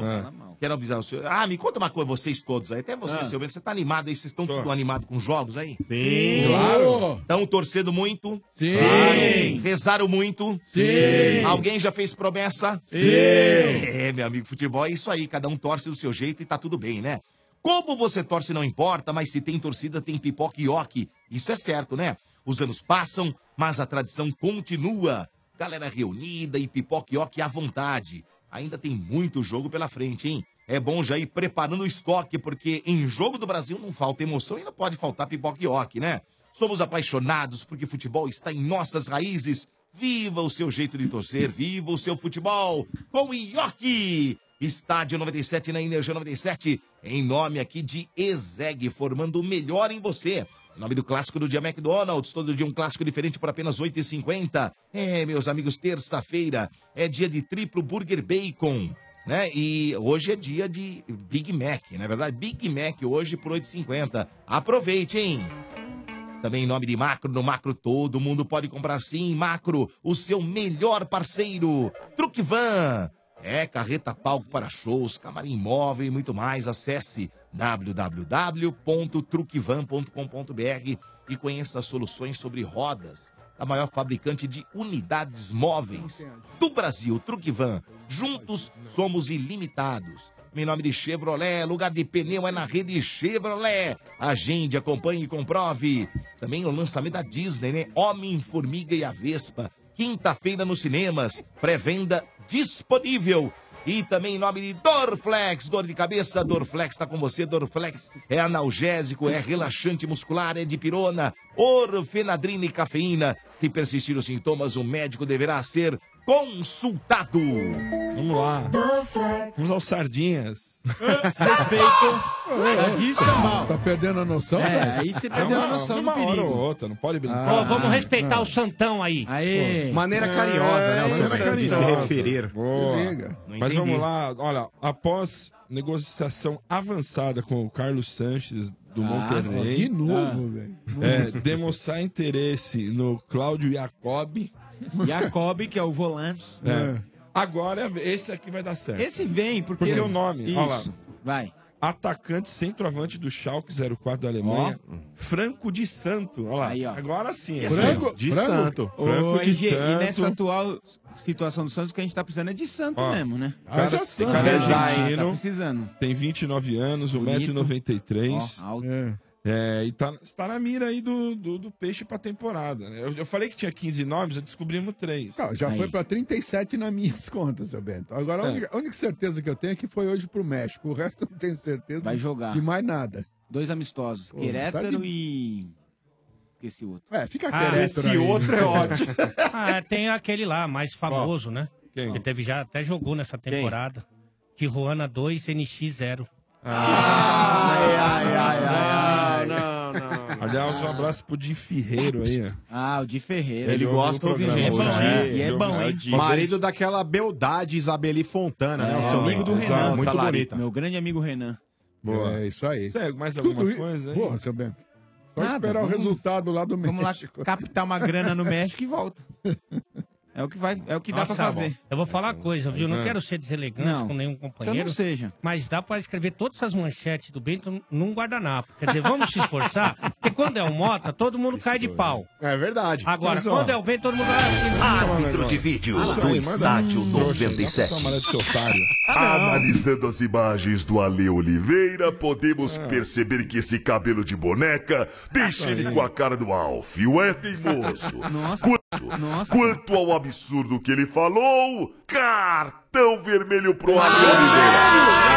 [SPEAKER 6] quero avisar o senhor. Ah, me conta uma coisa, vocês todos aí, até você,
[SPEAKER 14] Ah.
[SPEAKER 6] seu Bento, você tá animado aí, vocês estão tudo animado com jogos aí?
[SPEAKER 14] Sim. Claro.
[SPEAKER 6] Estão torcendo muito?
[SPEAKER 14] Sim.
[SPEAKER 6] Rezaram muito?
[SPEAKER 14] Sim.
[SPEAKER 6] Alguém já fez promessa?
[SPEAKER 14] Sim.
[SPEAKER 6] É, meu amigo, futebol é isso aí, cada um torce do seu jeito e tá tudo bem, né? Como você torce não importa, mas se tem torcida tem pipoca e oque. Isso é certo, né? Os anos passam, mas a tradição continua. Galera reunida e pipoca e oque à vontade. Ainda tem muito jogo pela frente, hein? É bom já ir preparando o estoque, porque em jogo do Brasil não falta emoção e não pode faltar pipoca e oque, né? Somos apaixonados porque futebol está em nossas raízes. Viva o seu jeito de torcer, viva o seu futebol com o Ioki! Estádio 97 na Energia 97, em nome aqui de Ezeg, formando o melhor em você. Em nome do clássico do dia McDonald's, todo dia um clássico diferente por apenas R$ 8,50. É, meus amigos, terça-feira é dia de triplo burger bacon, né? E hoje é dia de Big Mac, não é verdade? Big Mac hoje por R$ 8,50. Aproveite, hein? Também em nome de Macro, no Macro todo mundo pode comprar sim. Macro, o seu melhor parceiro. Truque Van. É carreta palco para shows, camarim móvel e muito mais. Acesse www.truquevan.com.br e conheça as soluções sobre rodas. A maior fabricante de unidades móveis do Brasil, Truque Van. Juntos somos ilimitados. Em nome de Chevrolet, lugar de pneu é na rede Chevrolet. Agende, acompanhe e comprove. Também o lançamento da Disney, né? Homem, Formiga e a Vespa. Quinta-feira nos cinemas. Pré-venda disponível. E também em nome de Dorflex, dor de cabeça, Dorflex está com você, Dorflex é analgésico, é relaxante muscular, é de pirona, orfenadrina e cafeína. Se persistir os sintomas, o médico deverá ser consultado.
[SPEAKER 12] Vamos lá. Vamos aos sardinhas.
[SPEAKER 21] Tá perdendo a noção, né?
[SPEAKER 12] É,
[SPEAKER 21] velho?
[SPEAKER 12] aí você perdeu a Não, noção
[SPEAKER 13] numa do perigo. hora ou
[SPEAKER 12] outra, não pode
[SPEAKER 21] Ah.
[SPEAKER 13] brincar. Ó,
[SPEAKER 15] Ah,
[SPEAKER 13] vamos respeitar o Santão aí.
[SPEAKER 21] Aê.
[SPEAKER 13] Pô.
[SPEAKER 21] Maneira carinhosa,
[SPEAKER 15] É,
[SPEAKER 21] né, o
[SPEAKER 12] Maneira
[SPEAKER 21] Santão de se
[SPEAKER 12] carinhosa.
[SPEAKER 21] referir.
[SPEAKER 12] Boa.
[SPEAKER 21] Se liga. Não
[SPEAKER 12] Mas
[SPEAKER 21] entendi.
[SPEAKER 12] vamos lá. Olha, após negociação avançada com o Carlos Sanches do
[SPEAKER 21] Ah,
[SPEAKER 12] Monterrey.
[SPEAKER 21] de novo, velho.
[SPEAKER 12] É, demonstrar interesse no Cláudio Jacob.
[SPEAKER 15] Jacob, que é o volante.
[SPEAKER 12] É. Agora, esse aqui vai dar certo.
[SPEAKER 15] Esse vem, porque.
[SPEAKER 12] Porque o nome,
[SPEAKER 15] Hum. Isso.
[SPEAKER 12] olha lá.
[SPEAKER 15] Vai.
[SPEAKER 12] Atacante centroavante do Schalke 04 da Alemanha,
[SPEAKER 15] Hum.
[SPEAKER 12] Franco de Santo. Olha lá. Agora sim. é
[SPEAKER 15] Franco
[SPEAKER 12] sério.
[SPEAKER 15] de Santo.
[SPEAKER 12] Franco
[SPEAKER 15] Ô,
[SPEAKER 12] de
[SPEAKER 15] RG, E
[SPEAKER 12] Santo.
[SPEAKER 15] nessa atual situação do Santos, o que a gente tá precisando é de Santo
[SPEAKER 12] Ó,
[SPEAKER 15] mesmo, né?
[SPEAKER 12] Cara,
[SPEAKER 15] Ah, já
[SPEAKER 12] esse
[SPEAKER 15] Santos.
[SPEAKER 12] cara é
[SPEAKER 15] Ah,
[SPEAKER 12] argentino.
[SPEAKER 15] Tá precisando.
[SPEAKER 12] Tem 29 anos,
[SPEAKER 15] Bonito.
[SPEAKER 12] 1,93m.
[SPEAKER 15] Ó, alto.
[SPEAKER 12] É, e tá, está na mira aí do, do, do peixe pra temporada. né? Eu, eu falei que tinha 15 nomes, já descobrimos 3.
[SPEAKER 21] Tá, já foi pra 37 nas minhas (laughs) contas, seu Bento. Agora, a
[SPEAKER 12] É.
[SPEAKER 21] única, a única certeza que eu tenho é que foi hoje pro México. O resto eu não tenho certeza
[SPEAKER 15] Vai jogar.
[SPEAKER 21] de mais nada.
[SPEAKER 15] Dois amistosos.
[SPEAKER 21] Pô,
[SPEAKER 15] Querétaro
[SPEAKER 21] tá de-
[SPEAKER 15] e. Esse outro.
[SPEAKER 21] É, fica
[SPEAKER 15] Ah,
[SPEAKER 21] quieto.
[SPEAKER 15] esse outro
[SPEAKER 13] (laughs)
[SPEAKER 15] é ótimo.
[SPEAKER 13] ah, tem aquele lá, mais famoso, né?
[SPEAKER 12] Quem?
[SPEAKER 13] Que teve já, até jogou nessa temporada. Tijuana 2, NX 0.
[SPEAKER 15] Ai, ai, ai, ai, ai.
[SPEAKER 12] Aliás, um abraço pro Di Ferreiro aí. né? ó.
[SPEAKER 15] Ah, o de Ferreira.
[SPEAKER 12] Ele gosta de ouvir gente, né?
[SPEAKER 15] E é bom, hein?
[SPEAKER 17] Marido daquela beldade Isabeli Fontana, né? O seu
[SPEAKER 15] amigo do
[SPEAKER 17] exato,
[SPEAKER 15] Renan.
[SPEAKER 17] Muito bonito.
[SPEAKER 15] Meu grande amigo Renan.
[SPEAKER 12] Boa.
[SPEAKER 21] É isso aí.
[SPEAKER 12] Tem mais
[SPEAKER 21] Tudo
[SPEAKER 12] alguma
[SPEAKER 21] i-
[SPEAKER 12] coisa aí?
[SPEAKER 21] Porra, seu Bento. Só
[SPEAKER 15] Nada,
[SPEAKER 21] esperar o
[SPEAKER 15] vamos-
[SPEAKER 21] resultado lá do
[SPEAKER 15] Vamos lá
[SPEAKER 21] México. (laughs)
[SPEAKER 15] captar uma grana no México e volta. É o que, vai, é o que dá
[SPEAKER 13] Nossa,
[SPEAKER 15] pra fazer.
[SPEAKER 13] Eu vou falar uma coisa, viu? Eu Não
[SPEAKER 15] É.
[SPEAKER 13] quero ser deselegante
[SPEAKER 15] Não.
[SPEAKER 13] com nenhum companheiro.
[SPEAKER 15] Então não seja.
[SPEAKER 13] Mas dá pra escrever todas as manchetes do Bento num guardanapo. Quer dizer, vamos se
[SPEAKER 15] (laughs)
[SPEAKER 13] esforçar, porque quando é o Mota, todo mundo cai de pau.
[SPEAKER 17] É verdade.
[SPEAKER 13] Agora,
[SPEAKER 17] Mas, ó,
[SPEAKER 13] quando é o Bento, todo mundo...
[SPEAKER 15] Ah,
[SPEAKER 13] "Ah,
[SPEAKER 1] Árbitro de vídeo do Estádio 97.
[SPEAKER 6] (laughs) Ah,
[SPEAKER 16] Analisando as imagens do Ale Oliveira, podemos perceber que esse cabelo de boneca deixa ele com a cara do Alf. O
[SPEAKER 6] (laughs)
[SPEAKER 16] é teimoso. Quanto, quanto ao absurdo que ele falou, cartão vermelho pro Ale É. Oliveira.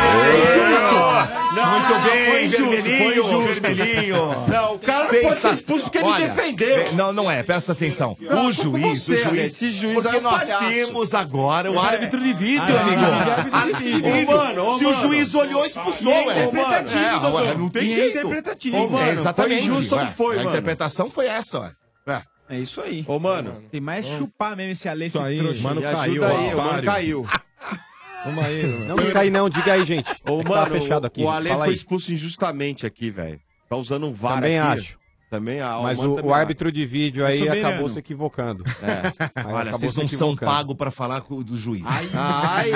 [SPEAKER 6] Ah, é Muito bem, vermelhinho, vermelhinho.
[SPEAKER 16] vermelhinho.
[SPEAKER 6] Não, o cara não pode ser expulso porque ele defendeu. Não, não é, presta atenção.
[SPEAKER 16] Não,
[SPEAKER 6] o juiz,
[SPEAKER 16] você,
[SPEAKER 6] o juiz.
[SPEAKER 16] esse juiz
[SPEAKER 6] porque
[SPEAKER 16] é um
[SPEAKER 6] nós
[SPEAKER 16] palhaço.
[SPEAKER 6] temos agora o árbitro de vídeo,
[SPEAKER 16] Ah,
[SPEAKER 6] amigo.
[SPEAKER 16] árbitro de
[SPEAKER 6] Árbitro de
[SPEAKER 16] vídeo.
[SPEAKER 6] vídeo.
[SPEAKER 16] Ô, mano, ô,
[SPEAKER 6] Se o
[SPEAKER 16] mano.
[SPEAKER 6] juiz olhou, expulsou,
[SPEAKER 16] E é
[SPEAKER 6] ué.
[SPEAKER 16] interpretativo,
[SPEAKER 6] É,
[SPEAKER 16] doutor.
[SPEAKER 6] ué, Não tem
[SPEAKER 16] E é
[SPEAKER 6] jeito.
[SPEAKER 16] interpretativo.
[SPEAKER 6] Ô,
[SPEAKER 16] Ô,
[SPEAKER 6] é
[SPEAKER 16] mano,
[SPEAKER 6] exatamente.
[SPEAKER 15] foi injusto
[SPEAKER 6] ué.
[SPEAKER 15] que foi,
[SPEAKER 6] A
[SPEAKER 15] mano.
[SPEAKER 6] interpretação foi essa, ué. É.
[SPEAKER 15] É isso aí.
[SPEAKER 14] Ô, mano.
[SPEAKER 15] Tem mais
[SPEAKER 14] Ô.
[SPEAKER 15] chupar mesmo esse Alê, esse
[SPEAKER 14] Isso aí,
[SPEAKER 15] trouxa.
[SPEAKER 14] mano,
[SPEAKER 15] Me
[SPEAKER 14] caiu,
[SPEAKER 15] ajuda
[SPEAKER 14] ó,
[SPEAKER 15] aí, o mano
[SPEAKER 14] otário.
[SPEAKER 15] caiu.
[SPEAKER 14] Vamos
[SPEAKER 18] (laughs)
[SPEAKER 14] aí,
[SPEAKER 18] Não, não cai não, diga aí, gente.
[SPEAKER 14] Ô,
[SPEAKER 18] É que
[SPEAKER 14] mano,
[SPEAKER 18] tá fechado aqui.
[SPEAKER 14] o Ale
[SPEAKER 18] Fala
[SPEAKER 14] foi
[SPEAKER 18] aí.
[SPEAKER 14] expulso injustamente aqui, velho. Tá usando um VAR
[SPEAKER 18] Também
[SPEAKER 14] aqui.
[SPEAKER 18] acho.
[SPEAKER 14] Também ah,
[SPEAKER 18] Mas
[SPEAKER 14] mano
[SPEAKER 18] o,
[SPEAKER 14] também
[SPEAKER 18] o
[SPEAKER 14] acho.
[SPEAKER 18] árbitro de vídeo aí
[SPEAKER 14] Soberano.
[SPEAKER 18] acabou se equivocando.
[SPEAKER 14] É.
[SPEAKER 18] Aí
[SPEAKER 6] Olha,
[SPEAKER 18] acabou
[SPEAKER 6] vocês
[SPEAKER 18] se
[SPEAKER 6] não são
[SPEAKER 18] equivocando.
[SPEAKER 6] pagos pra falar com- do juiz.
[SPEAKER 17] Ai.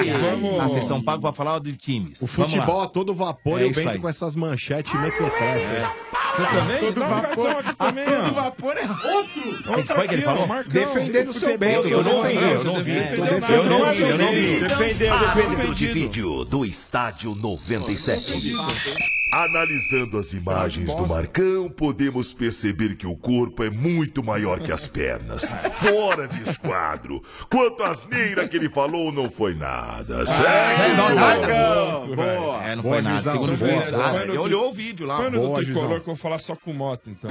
[SPEAKER 6] Vamos.
[SPEAKER 17] Vamos.
[SPEAKER 6] Ah, vocês são pagos pra falar de times.
[SPEAKER 17] O futebol a todo vapor
[SPEAKER 6] É
[SPEAKER 17] e o
[SPEAKER 6] isso
[SPEAKER 17] Bento
[SPEAKER 6] aí.
[SPEAKER 17] com essas manchetes mequetrefe.
[SPEAKER 6] também?
[SPEAKER 17] Todo
[SPEAKER 6] Não,
[SPEAKER 17] vapor.
[SPEAKER 6] também,
[SPEAKER 17] a
[SPEAKER 6] ó.
[SPEAKER 17] todo vapor é outro.
[SPEAKER 6] O que foi que ele falou?
[SPEAKER 17] Defendendo o seu bem.
[SPEAKER 6] Eu não vi, eu não vi. Eu não vi, eu não vi.
[SPEAKER 1] Árbitro de vídeo do Estádio 97.
[SPEAKER 16] Analisando as imagens do Marcão, podemos perceber que o corpo é muito maior que as pernas. Fora de esquadro. Quanto à asneira que ele falou, não foi nada, certo?
[SPEAKER 6] É, não,
[SPEAKER 12] Marcão,
[SPEAKER 6] boa. É, não foi
[SPEAKER 12] Boa,
[SPEAKER 6] nada.
[SPEAKER 12] juizão,
[SPEAKER 6] Segundo o
[SPEAKER 12] boa.
[SPEAKER 6] juiz, ah,
[SPEAKER 12] Foi no
[SPEAKER 6] ele
[SPEAKER 12] tri-
[SPEAKER 6] olhou o vídeo lá.
[SPEAKER 12] Foi no
[SPEAKER 6] Boa,
[SPEAKER 12] do tricolor
[SPEAKER 6] juizão.
[SPEAKER 12] que eu vou falar só com o Mota, então.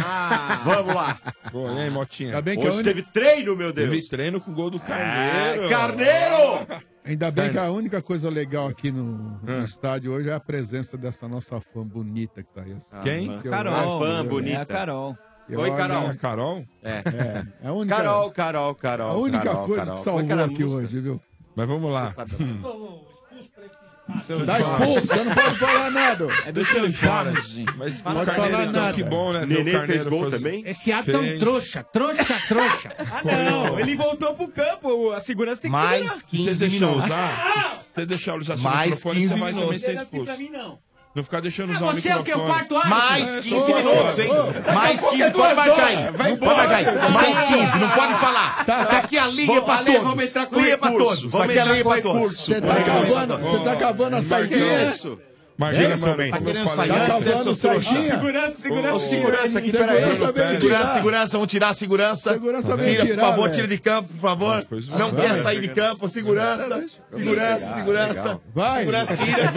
[SPEAKER 6] vamos lá.
[SPEAKER 12] Boa, e aí, Motinha?
[SPEAKER 6] Ainda bem que Hoje a uni- teve treino, meu Deus.
[SPEAKER 12] Teve treino com o gol do Carneiro.
[SPEAKER 21] É, Ainda bem que a única coisa legal aqui no, no estádio hoje é a presença dessa nossa fã bonita que tá aí. assim.
[SPEAKER 12] Quem?
[SPEAKER 21] Que eu
[SPEAKER 12] Carol.
[SPEAKER 21] acho-
[SPEAKER 12] A fã
[SPEAKER 21] eu-
[SPEAKER 12] bonita. É a
[SPEAKER 15] Carol.
[SPEAKER 21] Eu
[SPEAKER 14] Oi,
[SPEAKER 21] olho-
[SPEAKER 14] Carol.
[SPEAKER 21] É
[SPEAKER 12] Carol?
[SPEAKER 14] É.
[SPEAKER 21] É, a única-
[SPEAKER 14] Carol, Carol, Carol.
[SPEAKER 21] A única
[SPEAKER 14] Carol,
[SPEAKER 21] coisa
[SPEAKER 14] Carol.
[SPEAKER 21] que
[SPEAKER 14] Como é
[SPEAKER 21] salvou
[SPEAKER 14] era a
[SPEAKER 21] aqui
[SPEAKER 14] música?
[SPEAKER 21] hoje, viu?
[SPEAKER 12] Mas vamos lá.
[SPEAKER 13] Hum.
[SPEAKER 21] Tá expulso, você não pode falar nada.
[SPEAKER 12] É do seu Jorge. Mas o
[SPEAKER 21] Pode
[SPEAKER 12] Carneiro,
[SPEAKER 21] falar
[SPEAKER 12] então,
[SPEAKER 21] nada.
[SPEAKER 12] que bom, né? ver o
[SPEAKER 14] Nenê fez
[SPEAKER 12] Carneiro
[SPEAKER 14] gol
[SPEAKER 12] fazer-
[SPEAKER 14] também?
[SPEAKER 13] Esse ato é um
[SPEAKER 12] Fez.
[SPEAKER 13] trouxa, trouxa, trouxa.
[SPEAKER 15] Ah, não. Ele voltou pro campo. A segurança tem que
[SPEAKER 12] Mais
[SPEAKER 15] segurar.
[SPEAKER 12] 15 minutos.
[SPEAKER 6] Ah!
[SPEAKER 12] Se você deixar usar seu
[SPEAKER 15] Mais
[SPEAKER 12] microfone,
[SPEAKER 15] 15
[SPEAKER 12] você vai também
[SPEAKER 15] minutos.
[SPEAKER 12] ser expulso. Não ficar deixando usar
[SPEAKER 15] É
[SPEAKER 12] o
[SPEAKER 15] você o
[SPEAKER 12] microfone.
[SPEAKER 15] quê? O quarto árbitro? Mais
[SPEAKER 12] É,
[SPEAKER 15] 15
[SPEAKER 12] sou,
[SPEAKER 6] minutos, hein?
[SPEAKER 12] sou. Daqui a
[SPEAKER 6] Mais
[SPEAKER 12] pouco é
[SPEAKER 6] 15,
[SPEAKER 12] duas
[SPEAKER 6] pode
[SPEAKER 12] horas.
[SPEAKER 6] marcar aí.
[SPEAKER 12] Vai
[SPEAKER 6] Não pode
[SPEAKER 12] embora.
[SPEAKER 6] marcar aí. Mais 15, não pode falar.
[SPEAKER 21] É. Tá, tá.
[SPEAKER 6] Aqui a linha é pra
[SPEAKER 21] Valeu,
[SPEAKER 6] todos.
[SPEAKER 21] vamos entrar com
[SPEAKER 6] linha é pra
[SPEAKER 21] recurso.
[SPEAKER 6] todos.
[SPEAKER 21] Vamos
[SPEAKER 6] Aqui a
[SPEAKER 21] entrar
[SPEAKER 6] linha é
[SPEAKER 21] com
[SPEAKER 6] pra
[SPEAKER 21] recurso.
[SPEAKER 6] todos.
[SPEAKER 21] Você tá acabando, você tá acabando a sardinha.
[SPEAKER 12] Marquinhos,
[SPEAKER 21] Bem,
[SPEAKER 12] meu bem,
[SPEAKER 21] tá
[SPEAKER 12] como eu
[SPEAKER 21] querendo
[SPEAKER 12] falei
[SPEAKER 21] sair
[SPEAKER 12] antes,
[SPEAKER 21] antes,
[SPEAKER 12] é seu
[SPEAKER 21] acabando sardinha.
[SPEAKER 12] trouxa.
[SPEAKER 21] Segurança, segurança.
[SPEAKER 6] Ô, segurança aqui, peraí.
[SPEAKER 21] Segurança vem
[SPEAKER 6] Segurança,
[SPEAKER 21] tirar.
[SPEAKER 6] segurança, vamos tirar a segurança.
[SPEAKER 21] Segurança vem
[SPEAKER 6] tira, por
[SPEAKER 21] tirar,
[SPEAKER 6] favor,
[SPEAKER 21] velho.
[SPEAKER 6] tira de campo, por favor. Não
[SPEAKER 21] vai,
[SPEAKER 6] quer
[SPEAKER 21] vai.
[SPEAKER 6] sair de campo, segurança. Segurança,
[SPEAKER 21] Legal,
[SPEAKER 6] segurança.
[SPEAKER 21] legal. Vai.
[SPEAKER 6] Segurança, tira, tira,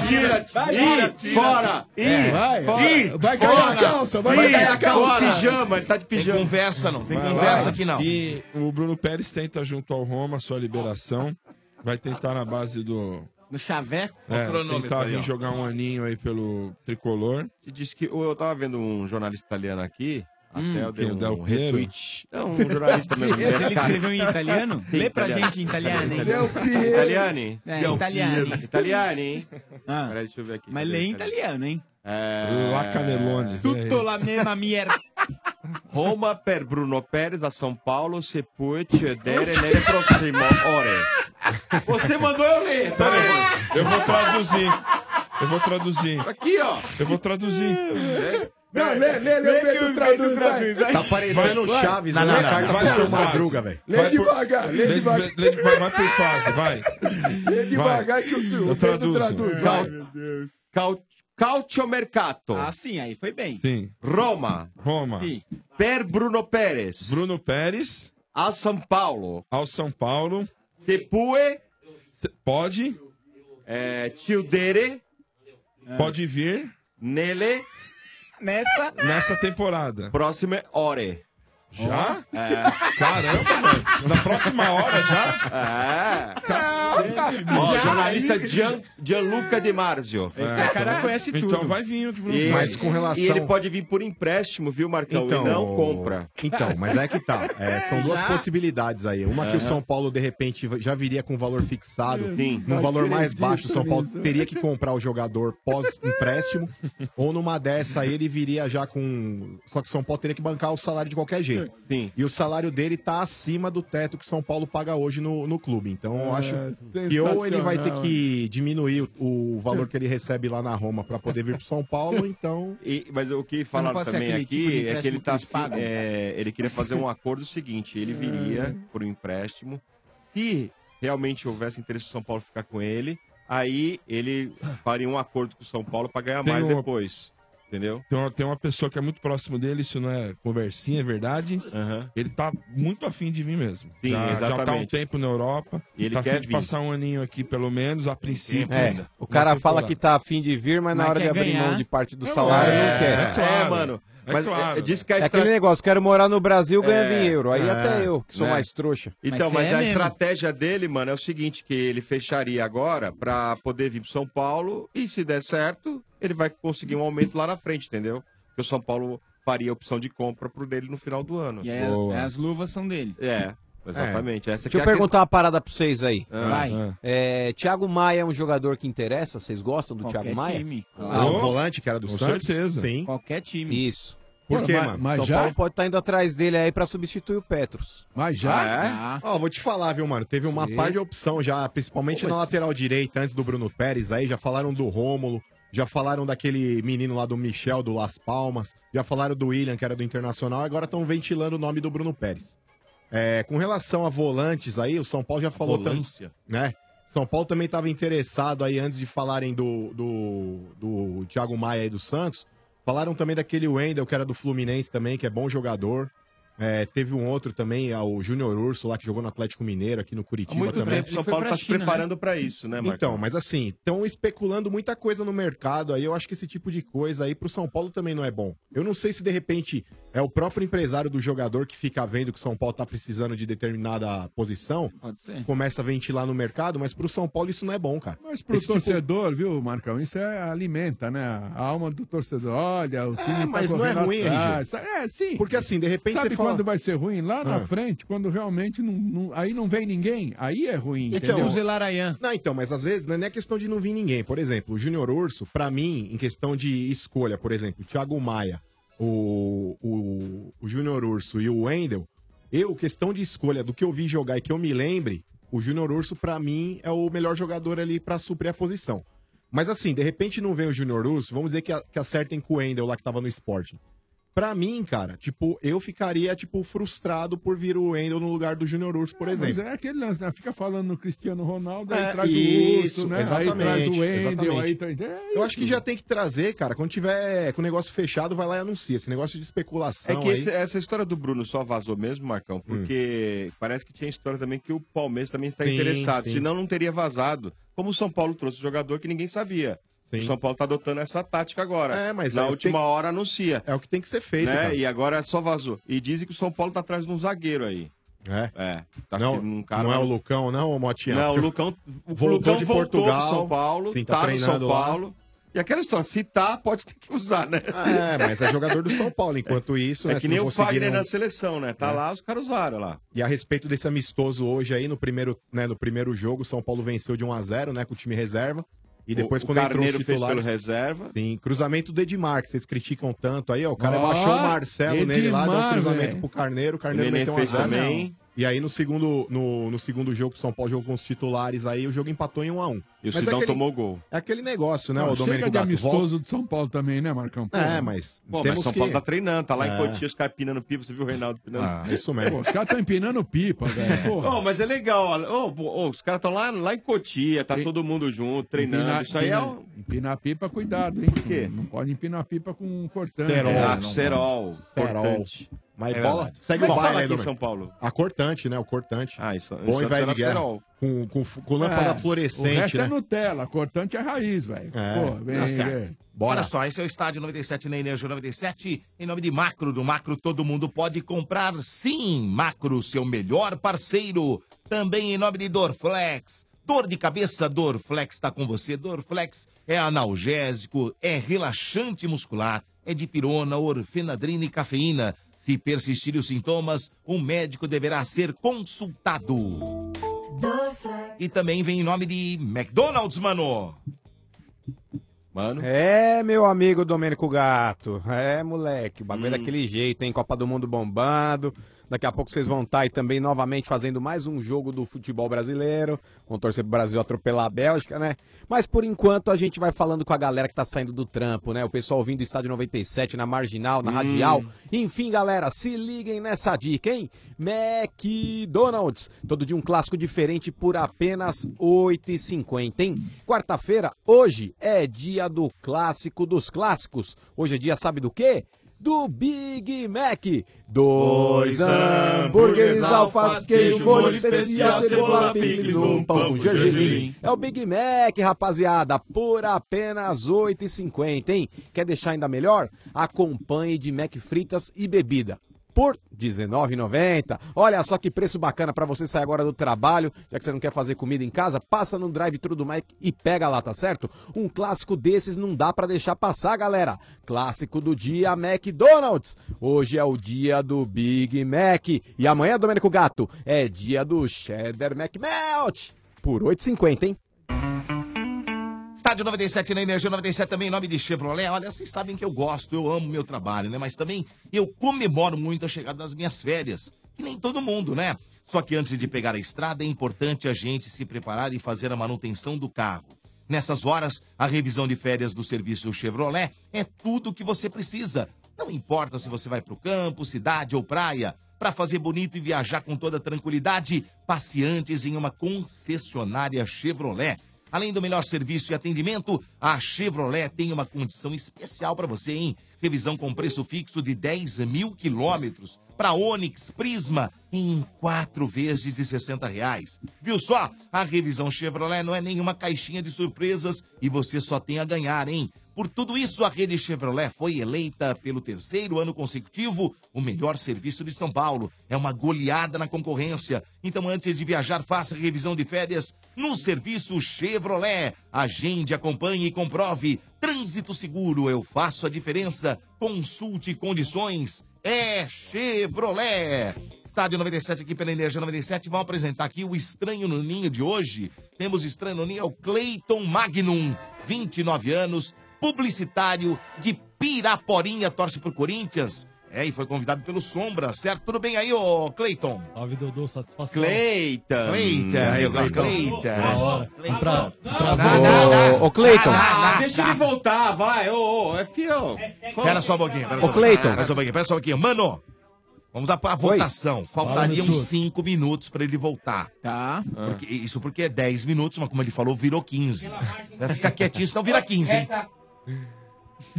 [SPEAKER 6] tira, tira,
[SPEAKER 21] Vai,
[SPEAKER 6] tira,
[SPEAKER 21] vai.
[SPEAKER 6] tira.
[SPEAKER 21] Fora.
[SPEAKER 6] É.
[SPEAKER 21] Ih,
[SPEAKER 6] Vai.
[SPEAKER 21] fora.
[SPEAKER 6] Ih,
[SPEAKER 21] Vai cair
[SPEAKER 6] fora.
[SPEAKER 21] a calça, vai
[SPEAKER 6] Ih,
[SPEAKER 21] cair a calça.
[SPEAKER 6] fora.
[SPEAKER 21] Pijama, ele tá de pijama.
[SPEAKER 6] Tem conversa não, tem
[SPEAKER 12] Vai lá.
[SPEAKER 6] conversa aqui não.
[SPEAKER 12] E o Bruno Pérez tenta junto ao Roma sua liberação. Vai tentar na base do.
[SPEAKER 15] No chaveco.
[SPEAKER 12] É,
[SPEAKER 14] cronômetro
[SPEAKER 12] tentar
[SPEAKER 14] aí, ó.
[SPEAKER 12] vir jogar um aninho aí pelo tricolor.
[SPEAKER 14] Que diz que eu tava vendo um jornalista italiano aqui.
[SPEAKER 12] Hum,
[SPEAKER 14] até eu dei
[SPEAKER 12] quem, o Del
[SPEAKER 14] um
[SPEAKER 12] Piero?
[SPEAKER 14] retweet. Não, um jornalista mesmo.
[SPEAKER 12] Ele
[SPEAKER 14] mercado.
[SPEAKER 12] escreveu em italiano?
[SPEAKER 14] Sim,
[SPEAKER 12] Lê pra
[SPEAKER 14] italiano.
[SPEAKER 12] gente em italiano, hein?
[SPEAKER 14] Del Piero. Italiani?
[SPEAKER 15] É, Del italiani. Piero.
[SPEAKER 14] Italiani, hein?
[SPEAKER 12] Ah.
[SPEAKER 14] Peraí, deixa eu ver aqui.
[SPEAKER 15] Mas lê em italiano, hein?
[SPEAKER 14] É...
[SPEAKER 12] La Canelone.
[SPEAKER 15] Tutto la mesma merda.
[SPEAKER 14] Roma per Bruno Pérez a São Paulo se puoi cedere nelle prossime ore. Você mandou eu ler.
[SPEAKER 12] Pera aí, eu vou traduzir. Eu vou traduzir.
[SPEAKER 14] Aqui, ó. É.
[SPEAKER 12] Eu vou traduzir.
[SPEAKER 21] Não, lê, lê, lê, o Bento traduz, vai.
[SPEAKER 15] né?
[SPEAKER 12] Tá parecendo o Chaves,
[SPEAKER 21] Não,
[SPEAKER 12] né?
[SPEAKER 21] não,
[SPEAKER 12] Vai,
[SPEAKER 21] não.
[SPEAKER 12] vai, seu Vasco.
[SPEAKER 21] Madruga, velho.
[SPEAKER 12] Vai
[SPEAKER 21] Lê
[SPEAKER 12] por-
[SPEAKER 21] devagar, lê
[SPEAKER 12] Lê
[SPEAKER 21] devagar.
[SPEAKER 12] de- lê devagar, vai por fase, vai.
[SPEAKER 21] Lê devagar que o senhor
[SPEAKER 12] Eu
[SPEAKER 21] o Bento
[SPEAKER 12] traduzo.
[SPEAKER 21] traduz.
[SPEAKER 14] Cal...
[SPEAKER 21] vai.
[SPEAKER 14] Cal... Calciomercato.
[SPEAKER 15] Ah, sim, aí foi bem.
[SPEAKER 12] Sim.
[SPEAKER 14] Roma.
[SPEAKER 12] Roma.
[SPEAKER 14] Per Bruno Pérez.
[SPEAKER 12] Bruno Pérez.
[SPEAKER 14] A São Paulo.
[SPEAKER 12] Ao São Paulo.
[SPEAKER 14] Se puoi.
[SPEAKER 12] Pode. É.
[SPEAKER 14] É, Tildere.
[SPEAKER 12] Pode vir.
[SPEAKER 14] Nele.
[SPEAKER 15] Nessa.
[SPEAKER 12] Nessa temporada.
[SPEAKER 14] Próxima hora. É.
[SPEAKER 12] Já? Caramba, mano. Na próxima hora
[SPEAKER 14] já? É. Ó, jornalista
[SPEAKER 11] (laughs)
[SPEAKER 14] Gian, Gianluca De Marzio.
[SPEAKER 12] Esse cara conhece
[SPEAKER 14] Então
[SPEAKER 12] tudo. Então vai vir o de Bruno
[SPEAKER 14] E,
[SPEAKER 12] Pérez.
[SPEAKER 14] mas com relação... e ele pode vir por empréstimo, viu, Marcão? e não compra.
[SPEAKER 17] Então, mas é que tá. É, são duas
[SPEAKER 14] Já?
[SPEAKER 17] possibilidades aí. Uma que o
[SPEAKER 14] Aham.
[SPEAKER 17] São Paulo, de repente, já viria com um valor fixado,
[SPEAKER 14] Sim. Tá
[SPEAKER 17] num
[SPEAKER 14] Não
[SPEAKER 17] valor mais
[SPEAKER 14] acredito
[SPEAKER 17] baixo. O São Paulo
[SPEAKER 14] nisso.
[SPEAKER 17] teria que comprar o jogador
[SPEAKER 14] (laughs)
[SPEAKER 17] pós-empréstimo. ou numa dessa aí ele viria já com. Só que o São Paulo teria que bancar o salário de qualquer jeito. né? Sim. E o salário dele tá acima do teto que São Paulo paga hoje no, no clube. Então eu
[SPEAKER 21] É,
[SPEAKER 17] acho que ou ele vai ter
[SPEAKER 21] sensacional,
[SPEAKER 17] que diminuir o, o valor que ele recebe lá na Roma pra poder vir pro São
[SPEAKER 14] (laughs)
[SPEAKER 17] Paulo, então.
[SPEAKER 14] (laughs) E- mas o que
[SPEAKER 17] Mas não
[SPEAKER 14] falaram
[SPEAKER 17] pode ser
[SPEAKER 14] também
[SPEAKER 17] aquele
[SPEAKER 14] aqui
[SPEAKER 17] tipo de
[SPEAKER 14] é que ele
[SPEAKER 17] empréstimo que
[SPEAKER 14] tá
[SPEAKER 17] eles pagam, Ah.
[SPEAKER 14] fi- é,
[SPEAKER 17] cara.
[SPEAKER 14] ele queria fazer um acordo seguinte, ele viria por um empréstimo. Se realmente houvesse interesse do São Paulo ficar com ele, aí ele faria um acordo com o São Paulo para ganhar
[SPEAKER 20] Tem
[SPEAKER 14] mais
[SPEAKER 20] uma-
[SPEAKER 14] depois, entendeu?
[SPEAKER 20] Tem uma, tem uma pessoa que é muito próximo dele, isso não é conversinha, é verdade. Ele tá muito afim de vir mesmo.
[SPEAKER 14] Sim,
[SPEAKER 20] já, já tá um
[SPEAKER 14] exatamente.
[SPEAKER 20] tempo na Europa.
[SPEAKER 14] E ele
[SPEAKER 20] tá
[SPEAKER 14] quer
[SPEAKER 20] afim de
[SPEAKER 14] vir.
[SPEAKER 20] passar um aninho aqui, pelo menos, a princípio.
[SPEAKER 18] É,
[SPEAKER 20] ainda.
[SPEAKER 18] o cara
[SPEAKER 20] Uma
[SPEAKER 18] fala
[SPEAKER 20] temporada.
[SPEAKER 18] que tá afim de vir, mas, na
[SPEAKER 20] Mas
[SPEAKER 18] hora de
[SPEAKER 20] quer
[SPEAKER 18] abrir
[SPEAKER 20] ganhar.
[SPEAKER 18] mão de parte do
[SPEAKER 20] É,
[SPEAKER 18] salário
[SPEAKER 20] é,
[SPEAKER 18] não quer.
[SPEAKER 20] é claro. É, mano. É Mas, claro. é, diz que a
[SPEAKER 18] É
[SPEAKER 14] estra-
[SPEAKER 18] aquele negócio, quero morar no Brasil ganhando
[SPEAKER 14] É,
[SPEAKER 18] dinheiro. Aí
[SPEAKER 14] é,
[SPEAKER 18] até eu, que sou
[SPEAKER 14] né?
[SPEAKER 18] mais trouxa.
[SPEAKER 14] Então,
[SPEAKER 17] é
[SPEAKER 14] mas,
[SPEAKER 15] é
[SPEAKER 14] a estratégia dele, mano, é o seguinte, que ele fecharia agora pra poder vir pro São Paulo e se der certo, ele vai conseguir um aumento lá na frente, entendeu? Porque o São Paulo faria a opção de compra pro dele no final do ano.
[SPEAKER 15] E aí, é, as luvas são dele.
[SPEAKER 14] É, exatamente. Essa
[SPEAKER 18] Deixa eu
[SPEAKER 14] que é a
[SPEAKER 18] perguntar uma parada pra vocês aí.
[SPEAKER 14] Ah. Vai.
[SPEAKER 18] É, Thiago Maia é um jogador que interessa? Vocês gostam do
[SPEAKER 15] É, Qualquer
[SPEAKER 18] Thiago Maia?
[SPEAKER 15] time.
[SPEAKER 17] Ah, o volante que era do Santos? Sim.
[SPEAKER 15] Qualquer time.
[SPEAKER 18] Isso.
[SPEAKER 17] Por quê,
[SPEAKER 18] mas,
[SPEAKER 17] mano?
[SPEAKER 18] Mas São
[SPEAKER 17] São
[SPEAKER 18] Paulo
[SPEAKER 17] Paulo
[SPEAKER 18] pode estar indo atrás dele aí pra substituir o Petros.
[SPEAKER 21] Mas
[SPEAKER 17] Ah, é? Ó, vou te falar, viu, mano? Teve uma
[SPEAKER 18] Sim.
[SPEAKER 17] par de opção já, principalmente
[SPEAKER 18] Pô,
[SPEAKER 17] na
[SPEAKER 18] mas-
[SPEAKER 17] lateral direita, antes do Bruno Pérez aí, já falaram do Rômulo, já falaram daquele menino lá do Michel, do Las Palmas, já falaram do William, que era do Internacional, agora estão ventilando o nome do Bruno Pérez. É, com relação a volantes aí, o São Paulo já falou... tam-
[SPEAKER 6] volância?
[SPEAKER 17] né? São Paulo também estava interessado aí, antes de falarem do, do, do Thiago Maia e do Santos, falaram também daquele Wendel, que era do Fluminense também, que é bom jogador. É, teve um outro também, é, o Júnior Urso, lá que jogou no Atlético Mineiro, aqui no Curitiba
[SPEAKER 14] muito
[SPEAKER 17] também.
[SPEAKER 14] tempo, São Ele foi Paulo pra tá se China, preparando né? pra isso, né, Marcão?
[SPEAKER 17] Então, mas assim, estão especulando muita coisa no mercado aí. Eu acho que esse tipo de coisa aí pro São Paulo também não é bom. Eu não sei se de repente é o próprio empresário do jogador que fica vendo que o São Paulo tá precisando de determinada posição, começa a ventilar no mercado, mas pro São Paulo isso não é bom, cara.
[SPEAKER 21] Mas pro torcedor, viu, Marcão? Isso é, alimenta, né? A alma do torcedor. Olha, o time
[SPEAKER 17] É,
[SPEAKER 21] tá
[SPEAKER 17] mas não é
[SPEAKER 21] correndo
[SPEAKER 17] ruim,
[SPEAKER 21] atrás.
[SPEAKER 17] RG.
[SPEAKER 21] É, sim.
[SPEAKER 17] Porque assim, de repente
[SPEAKER 21] Sabe
[SPEAKER 17] você fala...
[SPEAKER 21] quando vai ser ruim? Lá
[SPEAKER 17] Ah.
[SPEAKER 21] na frente, quando realmente não, não- aí não vem ninguém, aí é ruim,
[SPEAKER 17] Então,
[SPEAKER 21] entendeu?
[SPEAKER 17] Não, então, mas às vezes não é nem questão de não vir ninguém. Por exemplo, o Júnior Urso, pra mim, em questão de escolha, por exemplo, o Thiago Maia, o, o, o Júnior Urso e o Wendel, eu, questão de escolha do que eu vi jogar e que eu me lembre, o Júnior Urso, pra mim, é o melhor jogador ali pra suprir a posição. Mas assim, de repente não vem o Júnior Urso, vamos dizer que, a- que acertem com o Wendel lá que tava no Sporting. Pra mim, cara, tipo, eu ficaria, tipo, frustrado por vir o Wendel no lugar do Júnior Urso, por exemplo.
[SPEAKER 21] Mas é aquele lance, né? Fica falando no Cristiano Ronaldo, aí
[SPEAKER 17] É,
[SPEAKER 21] traz o
[SPEAKER 17] isso,
[SPEAKER 21] Urso, né? Aí
[SPEAKER 17] exatamente,
[SPEAKER 21] traz o Wendel,
[SPEAKER 17] exatamente.
[SPEAKER 21] aí traz... É
[SPEAKER 17] Eu acho
[SPEAKER 21] isso.
[SPEAKER 17] que já tem que trazer, cara. Quando tiver com o negócio fechado, vai lá e anuncia. Esse negócio de especulação.
[SPEAKER 14] É que
[SPEAKER 17] aí-
[SPEAKER 14] esse- essa história do Bruno só vazou mesmo,
[SPEAKER 18] Hum.
[SPEAKER 14] Marcão, porque parece que tinha história também que o Palmeiras também está
[SPEAKER 17] Sim,
[SPEAKER 14] interessado,
[SPEAKER 17] sim.
[SPEAKER 14] senão não teria vazado. Como o São Paulo trouxe um jogador que ninguém sabia.
[SPEAKER 17] Sim.
[SPEAKER 14] O São Paulo está adotando essa tática agora.
[SPEAKER 17] É, mas
[SPEAKER 14] na
[SPEAKER 17] é o que
[SPEAKER 14] última
[SPEAKER 17] tem-
[SPEAKER 14] hora anuncia.
[SPEAKER 17] É o que tem que ser feito.
[SPEAKER 14] né?
[SPEAKER 17] cara.
[SPEAKER 14] E agora só vazou. E dizem que o São Paulo tá atrás de um zagueiro aí.
[SPEAKER 17] É.
[SPEAKER 14] É. Tá
[SPEAKER 17] não,
[SPEAKER 14] firme um cara-
[SPEAKER 17] não é o Lucão, não, ô Motinha.
[SPEAKER 14] Não, o
[SPEAKER 17] Porque
[SPEAKER 14] Lucão, o
[SPEAKER 17] (laughs) voltou
[SPEAKER 14] Lucão
[SPEAKER 17] de
[SPEAKER 14] voltou
[SPEAKER 17] Portugal.
[SPEAKER 14] pro São Paulo,
[SPEAKER 17] Sim,
[SPEAKER 14] tá, no São
[SPEAKER 17] treinando lá.
[SPEAKER 14] Paulo. E aquela história, se tá, pode ter que usar, né?
[SPEAKER 17] É, mas é jogador do São Paulo. Enquanto isso,
[SPEAKER 14] É
[SPEAKER 17] né,
[SPEAKER 14] que
[SPEAKER 17] se
[SPEAKER 14] nem
[SPEAKER 17] não
[SPEAKER 14] o Fagner
[SPEAKER 17] conseguiram-
[SPEAKER 14] na seleção, né? Tá
[SPEAKER 17] É.
[SPEAKER 14] lá, os caras usaram lá.
[SPEAKER 17] E a respeito desse amistoso hoje aí, no primeiro, né, no primeiro jogo, o São Paulo venceu de 1 a 0 né, com o time reserva. E depois,
[SPEAKER 14] o,
[SPEAKER 17] quando
[SPEAKER 14] o
[SPEAKER 17] entrou os
[SPEAKER 14] Carneiro fez pelo
[SPEAKER 17] titulares...
[SPEAKER 14] reserva.
[SPEAKER 17] Sim, cruzamento do Edmar, que vocês criticam tanto aí, ó. O cara
[SPEAKER 14] Ó,
[SPEAKER 17] baixou o Marcelo nele lá, deu um
[SPEAKER 14] Edmar,
[SPEAKER 17] cruzamento
[SPEAKER 14] velho.
[SPEAKER 17] pro Carneiro, o Carneiro
[SPEAKER 14] O Nenê
[SPEAKER 17] meteu um
[SPEAKER 14] fez
[SPEAKER 17] azar,
[SPEAKER 14] também.
[SPEAKER 17] não. E aí no segundo, no, no segundo jogo, o São Paulo jogou com os titulares aí, o jogo empatou em 1 a 1
[SPEAKER 14] E o Sidão tomou gol.
[SPEAKER 17] É aquele negócio, né,
[SPEAKER 21] Não,
[SPEAKER 17] o
[SPEAKER 21] chega
[SPEAKER 17] Domênico
[SPEAKER 21] de
[SPEAKER 17] Gato.
[SPEAKER 21] amistoso do São Paulo também, né, Marcão? Pô,
[SPEAKER 17] É, mas
[SPEAKER 14] Pô, mas
[SPEAKER 17] temos
[SPEAKER 14] São
[SPEAKER 17] que-
[SPEAKER 14] Paulo tá treinando, tá lá
[SPEAKER 17] É.
[SPEAKER 14] em Cotia, os caras pinando pipa. Você viu o Reinaldo pinando
[SPEAKER 17] Ah, isso mesmo.
[SPEAKER 21] Pô, os caras estão empinando pipa, velho. Porra.
[SPEAKER 14] Oh, mas é legal, ó. Ô, pô, ô, os caras estão lá, lá em Cotia, tá todo mundo junto, treinando.
[SPEAKER 21] Empinar-
[SPEAKER 14] Isso aí é
[SPEAKER 21] empinar-
[SPEAKER 14] um.
[SPEAKER 21] Empinar pipa, cuidado, hein? Por quê? Não pode empinar pipa com um cortante.
[SPEAKER 17] Cerol.
[SPEAKER 21] É,
[SPEAKER 17] Ah,
[SPEAKER 21] não
[SPEAKER 14] Cerol.
[SPEAKER 21] pode.
[SPEAKER 14] Importante.
[SPEAKER 17] Mas
[SPEAKER 14] É
[SPEAKER 17] bola,
[SPEAKER 14] verdade.
[SPEAKER 17] segue
[SPEAKER 14] Mas
[SPEAKER 17] o baile
[SPEAKER 14] fala
[SPEAKER 17] aí,
[SPEAKER 14] aqui em
[SPEAKER 17] Domênico.
[SPEAKER 14] São Paulo.
[SPEAKER 17] A cortante, né, o cortante.
[SPEAKER 14] Ah, isso.
[SPEAKER 17] Bom e
[SPEAKER 14] Santos
[SPEAKER 17] velho
[SPEAKER 14] era
[SPEAKER 17] de guerra.
[SPEAKER 14] Cerol.
[SPEAKER 17] Com, com, com
[SPEAKER 21] É,
[SPEAKER 17] lâmpada
[SPEAKER 21] O
[SPEAKER 17] fluorescente,
[SPEAKER 21] resto
[SPEAKER 17] né? É.
[SPEAKER 21] é Nutella, cortante é raiz, velho. Pô, vem,
[SPEAKER 6] Tá certo.
[SPEAKER 21] vem.
[SPEAKER 6] Olha só, esse é o Estádio 97 na Energia 97, em nome de Macro. Do Macro todo mundo pode comprar, sim. Macro, seu melhor parceiro. Também em nome de Dorflex. Dor de cabeça, Dorflex está com você. Dorflex é analgésico, é relaxante muscular, é de pirona, orfenadrina e cafeína. Se persistirem os sintomas, um médico deverá ser consultado. E também vem em nome de McDonald's, mano.
[SPEAKER 18] Mano. É, meu amigo Domênico Gato. É, moleque. O bagulho é
[SPEAKER 3] Hum.
[SPEAKER 18] daquele jeito, hein? Copa do Mundo bombando. Daqui a pouco vocês vão estar aí também novamente fazendo mais um jogo do futebol brasileiro. Vão torcer pro Brasil atropelar a Bélgica, né? Mas por enquanto a gente vai falando com a galera que tá saindo do trampo, né? O pessoal vindo do Estádio 97, na Marginal, na Radial. Enfim, galera, se liguem nessa dica, hein? McDonald's. Todo dia um clássico diferente por apenas R$ 8,50, hein? Quarta-feira, hoje, é dia do clássico dos clássicos. Hoje é dia, sabe do quê? Do Big Mac. Dois
[SPEAKER 3] Dois
[SPEAKER 18] hambúrgueres,
[SPEAKER 3] hambúrgueres,
[SPEAKER 18] é, alface,
[SPEAKER 3] alface,
[SPEAKER 18] queijo,
[SPEAKER 3] queijo,
[SPEAKER 18] molho
[SPEAKER 3] molho
[SPEAKER 18] especial,
[SPEAKER 3] especial,
[SPEAKER 18] cebola,
[SPEAKER 3] cebola,
[SPEAKER 18] picles,
[SPEAKER 3] picles,
[SPEAKER 18] um
[SPEAKER 3] num
[SPEAKER 18] pão
[SPEAKER 3] pão
[SPEAKER 18] com
[SPEAKER 3] com
[SPEAKER 18] gergelim.
[SPEAKER 3] gergelim.
[SPEAKER 18] É o Big Mac, rapaziada, por apenas R$ 8,50, hein? Quer deixar ainda melhor? Acompanhe de Mac fritas e bebida. Por R$19,90. Olha só que preço bacana pra você sair agora do trabalho, já que você não quer fazer comida em casa, passa no drive-thru do Mac e pega lá, tá certo? Um clássico desses não dá pra deixar passar, galera. Clássico do dia McDonald's. Hoje é o dia do Big Mac. E amanhã, Domênico Gato, é dia do Cheddar McMelt. Por 8,50, hein?
[SPEAKER 6] Estádio 97 na Energia 97 também, em nome de Chevrolet. Olha, vocês sabem que eu gosto, eu amo meu trabalho, né? Mas também eu comemoro muito a chegada das minhas férias. Que nem todo mundo, né? Só que antes de pegar a estrada, é importante a gente se preparar e fazer a manutenção do carro. Nessas horas, a revisão de férias do serviço Chevrolet é tudo o que você precisa. Não importa se você vai para o campo, cidade ou praia. Para fazer bonito e viajar com toda tranquilidade, passe antes em uma concessionária Chevrolet. Além do melhor serviço e atendimento, a Chevrolet tem uma condição especial para você, hein? Revisão com preço fixo de 10 mil quilômetros para Onix Prisma em quatro vezes de R$ 60 reais. Viu só? A revisão Chevrolet não é nenhuma caixinha de surpresas e você só tem a ganhar, hein? Por tudo isso, a rede Chevrolet foi eleita pelo terceiro ano consecutivo o melhor serviço de São Paulo. É uma goleada na concorrência. Então, antes de viajar, faça revisão de férias no serviço Chevrolet. Agende, acompanhe e comprove. Trânsito seguro, eu faço a diferença. Consulte condições. É Chevrolet. Estádio 97 aqui pela Energia 97. Vão apresentar aqui o Estranho no Ninho de hoje. Temos Estranho no Ninho, é o Cleiton Magnum, 29 anos, publicitário de Piraporinha, torce por Corinthians. É, e foi convidado pelo Sombra, certo? Tudo bem aí, ô Cleiton?
[SPEAKER 22] Salve, Dodô, satisfação.
[SPEAKER 14] Cleiton.
[SPEAKER 6] Cleiton,
[SPEAKER 14] Aí,
[SPEAKER 6] meu Deus,
[SPEAKER 14] Cleiton.
[SPEAKER 6] Cleiton.
[SPEAKER 14] Da hora.
[SPEAKER 22] Pra, pra
[SPEAKER 18] Ô, ô, Cleiton.
[SPEAKER 14] Então. Ah, Deixa ele voltar, vai.
[SPEAKER 17] Tá.
[SPEAKER 14] Ô, ô, é fiel.
[SPEAKER 6] Pera só um pouquinho, pera só
[SPEAKER 14] Ô,
[SPEAKER 6] um pouquinho.
[SPEAKER 14] Cleiton.
[SPEAKER 6] Pera só um pouquinho, pera só um pouquinho. Mano, vamos lá pra votação. Faltariam
[SPEAKER 14] Fala, Arthur.
[SPEAKER 6] cinco minutos pra ele voltar. Tá. isso porque é 10 minutos, mas como ele falou, virou 15. Vai ficar quietinho, senão Então vira 15, hein?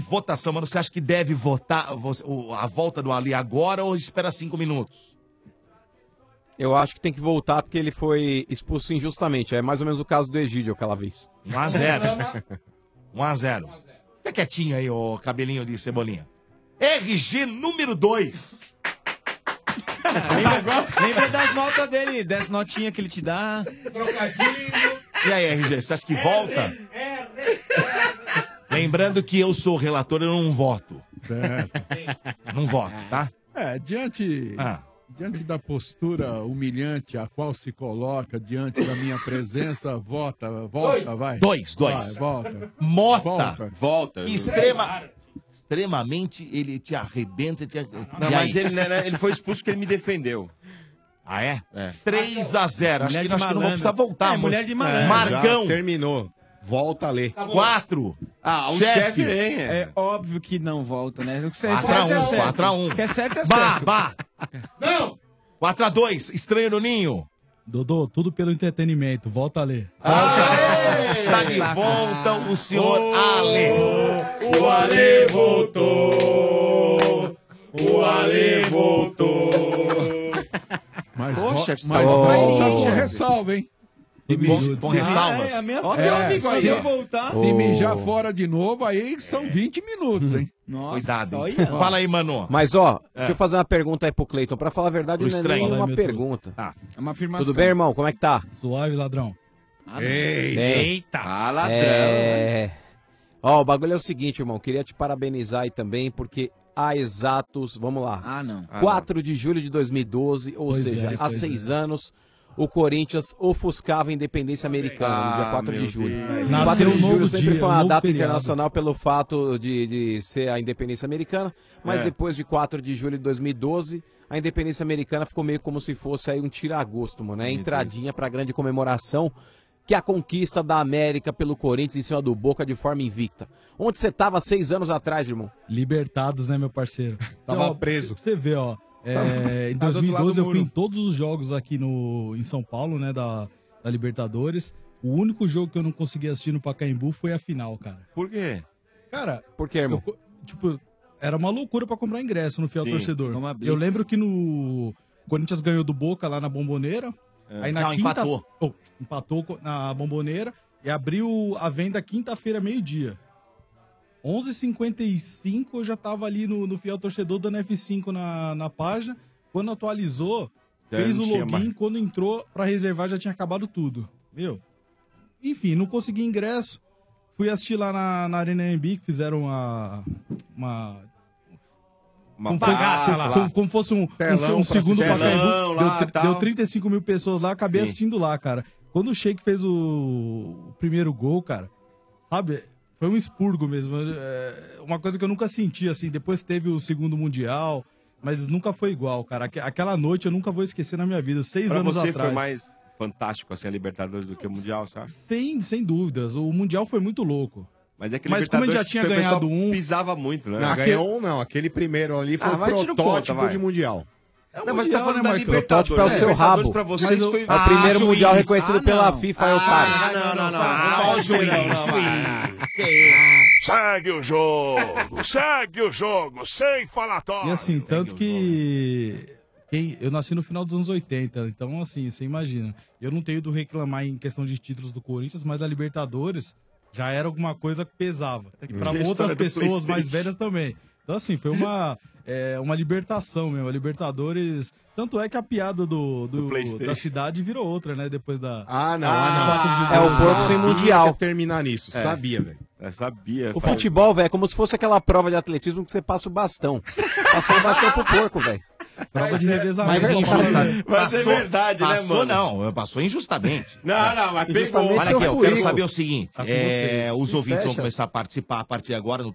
[SPEAKER 6] Votação, mano, você acha que deve votar você- o- a volta do Ali agora ou espera cinco minutos?
[SPEAKER 18] Eu acho que tem que voltar porque ele foi expulso injustamente. É mais ou menos o caso do Egídio aquela vez.
[SPEAKER 6] 1 a 0. 1 a 0. Fica quietinho aí, ô cabelinho de cebolinha. RG número 2.
[SPEAKER 15] Lembra das notas dele, das notinhas que ele te dá.
[SPEAKER 6] E aí, RG, você acha que volta? Lembrando que eu sou relator, eu não voto. Não voto, tá?
[SPEAKER 21] É, diante,
[SPEAKER 14] Ah.
[SPEAKER 21] diante da postura humilhante a qual se coloca diante da minha presença, volta, volta,
[SPEAKER 6] Dois.
[SPEAKER 21] vai.
[SPEAKER 6] Dois, dois.
[SPEAKER 21] Vai, volta.
[SPEAKER 6] Mota.
[SPEAKER 21] Volta.
[SPEAKER 6] Extrema, extremamente, ele te arrebenta. Te...
[SPEAKER 14] Não, mas ele, né, né, ele foi expulso porque ele me defendeu.
[SPEAKER 6] Ah, é? 3 a 0. Acho
[SPEAKER 14] Mulher
[SPEAKER 6] que,
[SPEAKER 14] de
[SPEAKER 6] acho que não vou
[SPEAKER 14] malandro.
[SPEAKER 6] precisar voltar.
[SPEAKER 14] É,
[SPEAKER 6] muito.
[SPEAKER 14] mulher de malandro.
[SPEAKER 6] Marcão.
[SPEAKER 14] Já
[SPEAKER 6] Terminou.
[SPEAKER 14] Volta a ler.
[SPEAKER 6] Quatro.
[SPEAKER 14] Tá Ah, o
[SPEAKER 6] Chefe.
[SPEAKER 14] chefe, hein?
[SPEAKER 15] É. óbvio que não volta, né?
[SPEAKER 6] 4x1, 4x1.
[SPEAKER 15] O que é certo é
[SPEAKER 6] Bah,
[SPEAKER 15] certo.
[SPEAKER 6] bah. Não. 4x2, estranho no ninho.
[SPEAKER 22] Dodô, tudo pelo entretenimento. Volta a ler.
[SPEAKER 6] Está de volta o senhor Ale.
[SPEAKER 3] O Ale voltou. O Ale voltou.
[SPEAKER 21] Mas,
[SPEAKER 3] Ô,
[SPEAKER 21] vo
[SPEAKER 3] chefe,
[SPEAKER 21] mas
[SPEAKER 3] tá bom.
[SPEAKER 21] volta com
[SPEAKER 3] Chefe.
[SPEAKER 21] ressalva, hein?
[SPEAKER 3] Com-
[SPEAKER 21] mijar-
[SPEAKER 3] com
[SPEAKER 21] se-
[SPEAKER 3] ressalvas. Ah, é, a minha
[SPEAKER 21] Ó,
[SPEAKER 3] fé, amigo, aí
[SPEAKER 21] se-
[SPEAKER 3] eu voltar-
[SPEAKER 21] Se mijar
[SPEAKER 3] Oh.
[SPEAKER 21] fora de novo, aí são 20 minutos, hein?
[SPEAKER 6] Cuidado. hein? Fala aí, Mano.
[SPEAKER 18] Mas ó,
[SPEAKER 6] É.
[SPEAKER 18] deixa eu fazer uma pergunta aí pro Cleiton. Pra falar a verdade,
[SPEAKER 22] Pro
[SPEAKER 18] não é
[SPEAKER 22] estranho.
[SPEAKER 18] nem
[SPEAKER 22] Fala aí,
[SPEAKER 18] uma
[SPEAKER 22] meu
[SPEAKER 18] pergunta.
[SPEAKER 22] É uma afirmação.
[SPEAKER 18] Tudo bem, irmão? Como é que tá?
[SPEAKER 22] Suave, ladrão.
[SPEAKER 18] Eita.
[SPEAKER 22] Ah,
[SPEAKER 18] É... Ó, o bagulho é o seguinte, irmão. Queria te parabenizar aí também, porque há exatos, vamos lá.
[SPEAKER 22] Ah, não.
[SPEAKER 18] 4 de julho de 2012, ou
[SPEAKER 22] Pois
[SPEAKER 18] seja,
[SPEAKER 22] é,
[SPEAKER 18] há
[SPEAKER 22] pois
[SPEAKER 18] seis anos, o Corinthians ofuscava a independência americana no dia
[SPEAKER 23] Ah,
[SPEAKER 18] 4 de
[SPEAKER 23] meu
[SPEAKER 18] julho.
[SPEAKER 23] Deus.
[SPEAKER 18] 4
[SPEAKER 23] Nasceu
[SPEAKER 18] de
[SPEAKER 23] um novo
[SPEAKER 18] julho sempre
[SPEAKER 23] dia,
[SPEAKER 18] foi
[SPEAKER 23] um
[SPEAKER 18] uma
[SPEAKER 23] novo
[SPEAKER 18] data
[SPEAKER 23] feriado.
[SPEAKER 18] internacional pelo fato de, de ser a independência americana, mas
[SPEAKER 23] É.
[SPEAKER 18] depois de 4 de julho de 2012, a independência americana ficou meio como se fosse aí um tira-gosto, mano. É entradinha pra grande comemoração que é a conquista da América pelo Corinthians em cima do Boca de forma invicta. Onde você tava seis anos atrás, irmão?
[SPEAKER 22] Libertados, né, meu parceiro?
[SPEAKER 18] Tava
[SPEAKER 22] Então, ó,
[SPEAKER 18] preso.
[SPEAKER 22] c- Você vê, ó. é,
[SPEAKER 18] Tava-
[SPEAKER 22] em
[SPEAKER 18] tava Tá do outro lado
[SPEAKER 22] 2012
[SPEAKER 18] do
[SPEAKER 22] eu fui em
[SPEAKER 18] muro.
[SPEAKER 22] todos os jogos aqui no, em São Paulo, né, da, da Libertadores. O único jogo que eu não consegui assistir no Pacaembu foi a final, cara.
[SPEAKER 14] Por quê?
[SPEAKER 22] Cara,
[SPEAKER 18] Por quê, irmão?
[SPEAKER 22] tipo, era uma loucura pra comprar ingresso no fiel
[SPEAKER 14] Sim,
[SPEAKER 22] torcedor.
[SPEAKER 14] numa blitz.
[SPEAKER 22] Eu lembro que no o Corinthians ganhou do Boca lá na Bomboneira.
[SPEAKER 14] É.
[SPEAKER 22] Aí na
[SPEAKER 14] Não,
[SPEAKER 22] quinta...
[SPEAKER 14] empatou.
[SPEAKER 22] Oh, empatou co- na Bomboneira e abriu a venda quinta-feira, meio-dia. 11h55 eu já tava ali no, no fiel torcedor dando F5 na, na página. Quando atualizou,
[SPEAKER 14] Já
[SPEAKER 22] fez o
[SPEAKER 14] não tinha
[SPEAKER 22] login.
[SPEAKER 14] mais.
[SPEAKER 22] Quando entrou pra reservar, já tinha acabado tudo. Meu, enfim, não consegui ingresso. Fui assistir lá na, na Arena NB, que fizeram uma. uma
[SPEAKER 14] Uma
[SPEAKER 22] como, foi-
[SPEAKER 14] bagaça lá.
[SPEAKER 22] como, como fosse um, um-
[SPEAKER 14] Telão
[SPEAKER 22] um
[SPEAKER 14] pra
[SPEAKER 22] segundo
[SPEAKER 14] assistir.
[SPEAKER 22] Pacaembu.
[SPEAKER 14] Telão
[SPEAKER 22] Deu,
[SPEAKER 14] lá,
[SPEAKER 22] tri-
[SPEAKER 14] tal.
[SPEAKER 22] deu 35 mil pessoas lá, acabei
[SPEAKER 14] Sim.
[SPEAKER 22] assistindo lá, cara. Quando o Sheik fez o, o primeiro gol, cara, sabe? Foi um expurgo mesmo. é, uma coisa que eu nunca senti, assim. Depois teve o segundo Mundial, mas nunca foi igual, cara. Aque- Aquela noite eu nunca vou esquecer na minha vida. Seis
[SPEAKER 14] Pra
[SPEAKER 22] anos
[SPEAKER 14] você
[SPEAKER 22] atrás.
[SPEAKER 14] foi mais fantástico assim a Libertadores do que o Mundial, sabe?
[SPEAKER 22] Sem, sem dúvidas. O Mundial foi muito louco.
[SPEAKER 14] Mas é que
[SPEAKER 22] Mas como ele já
[SPEAKER 14] Libertadores,
[SPEAKER 22] tinha
[SPEAKER 14] o pessoal
[SPEAKER 22] ganhado um.
[SPEAKER 14] Pisava muito, né?
[SPEAKER 22] Não, Aquele- ganhou
[SPEAKER 17] um não, aquele primeiro ali
[SPEAKER 14] Ah,
[SPEAKER 22] foi o protótipo de
[SPEAKER 17] Mundial.
[SPEAKER 14] não, mas tá falando da
[SPEAKER 17] Marcão?
[SPEAKER 14] Libertadores.
[SPEAKER 17] Protótipo é o seu
[SPEAKER 14] Libertadores
[SPEAKER 17] rabo.
[SPEAKER 14] Pra vocês
[SPEAKER 17] Mas o-
[SPEAKER 14] foi...
[SPEAKER 17] é o primeiro
[SPEAKER 18] mundial reconhecido pela FIFA, é o pai.
[SPEAKER 14] Ah, não, não, não.
[SPEAKER 16] Ah,
[SPEAKER 14] Ó,
[SPEAKER 16] o
[SPEAKER 14] juiz,
[SPEAKER 16] juiz. Segue o jogo, segue o jogo, sem falatório.
[SPEAKER 22] E assim, tanto que.
[SPEAKER 17] né?
[SPEAKER 22] quem- eu nasci no final dos anos 80, então assim, você imagina. Eu não tenho do reclamar em questão de títulos do Corinthians, mas da Libertadores já era alguma coisa que pesava. E pra
[SPEAKER 15] Hum.
[SPEAKER 22] outras
[SPEAKER 15] História do
[SPEAKER 22] pessoas mais
[SPEAKER 15] PlayStation.
[SPEAKER 22] velhas também. Então assim, foi uma, (laughs) é, uma libertação mesmo. A Libertadores. Tanto é que a piada do, do-
[SPEAKER 17] PlayStation.
[SPEAKER 22] da cidade virou outra, né? Depois da.
[SPEAKER 17] Ah, não,
[SPEAKER 22] Ah,
[SPEAKER 17] ah, não.
[SPEAKER 22] é o porco sem
[SPEAKER 17] Sabia
[SPEAKER 18] mundial.
[SPEAKER 17] que ia terminar nisso.
[SPEAKER 18] É.
[SPEAKER 17] Sabia, velho.
[SPEAKER 14] sabia.
[SPEAKER 18] O futebol, velho, é como se fosse aquela prova de atletismo que você passa o bastão. Passou o bastão pro porco, velho.
[SPEAKER 22] Prova de revezamento.
[SPEAKER 18] Mas é injusta.
[SPEAKER 14] Mas é
[SPEAKER 6] Passou-
[SPEAKER 14] verdade, né,
[SPEAKER 6] passou,
[SPEAKER 14] mano?
[SPEAKER 6] não, passou injustamente.
[SPEAKER 14] Não, não, mas pegou.
[SPEAKER 6] Olha aqui, eu quero saber o seguinte,
[SPEAKER 14] Tá com
[SPEAKER 6] é,
[SPEAKER 14] vocês.
[SPEAKER 6] os
[SPEAKER 14] Se
[SPEAKER 6] ouvintes vão
[SPEAKER 14] fecha.
[SPEAKER 6] começar a participar a partir de agora no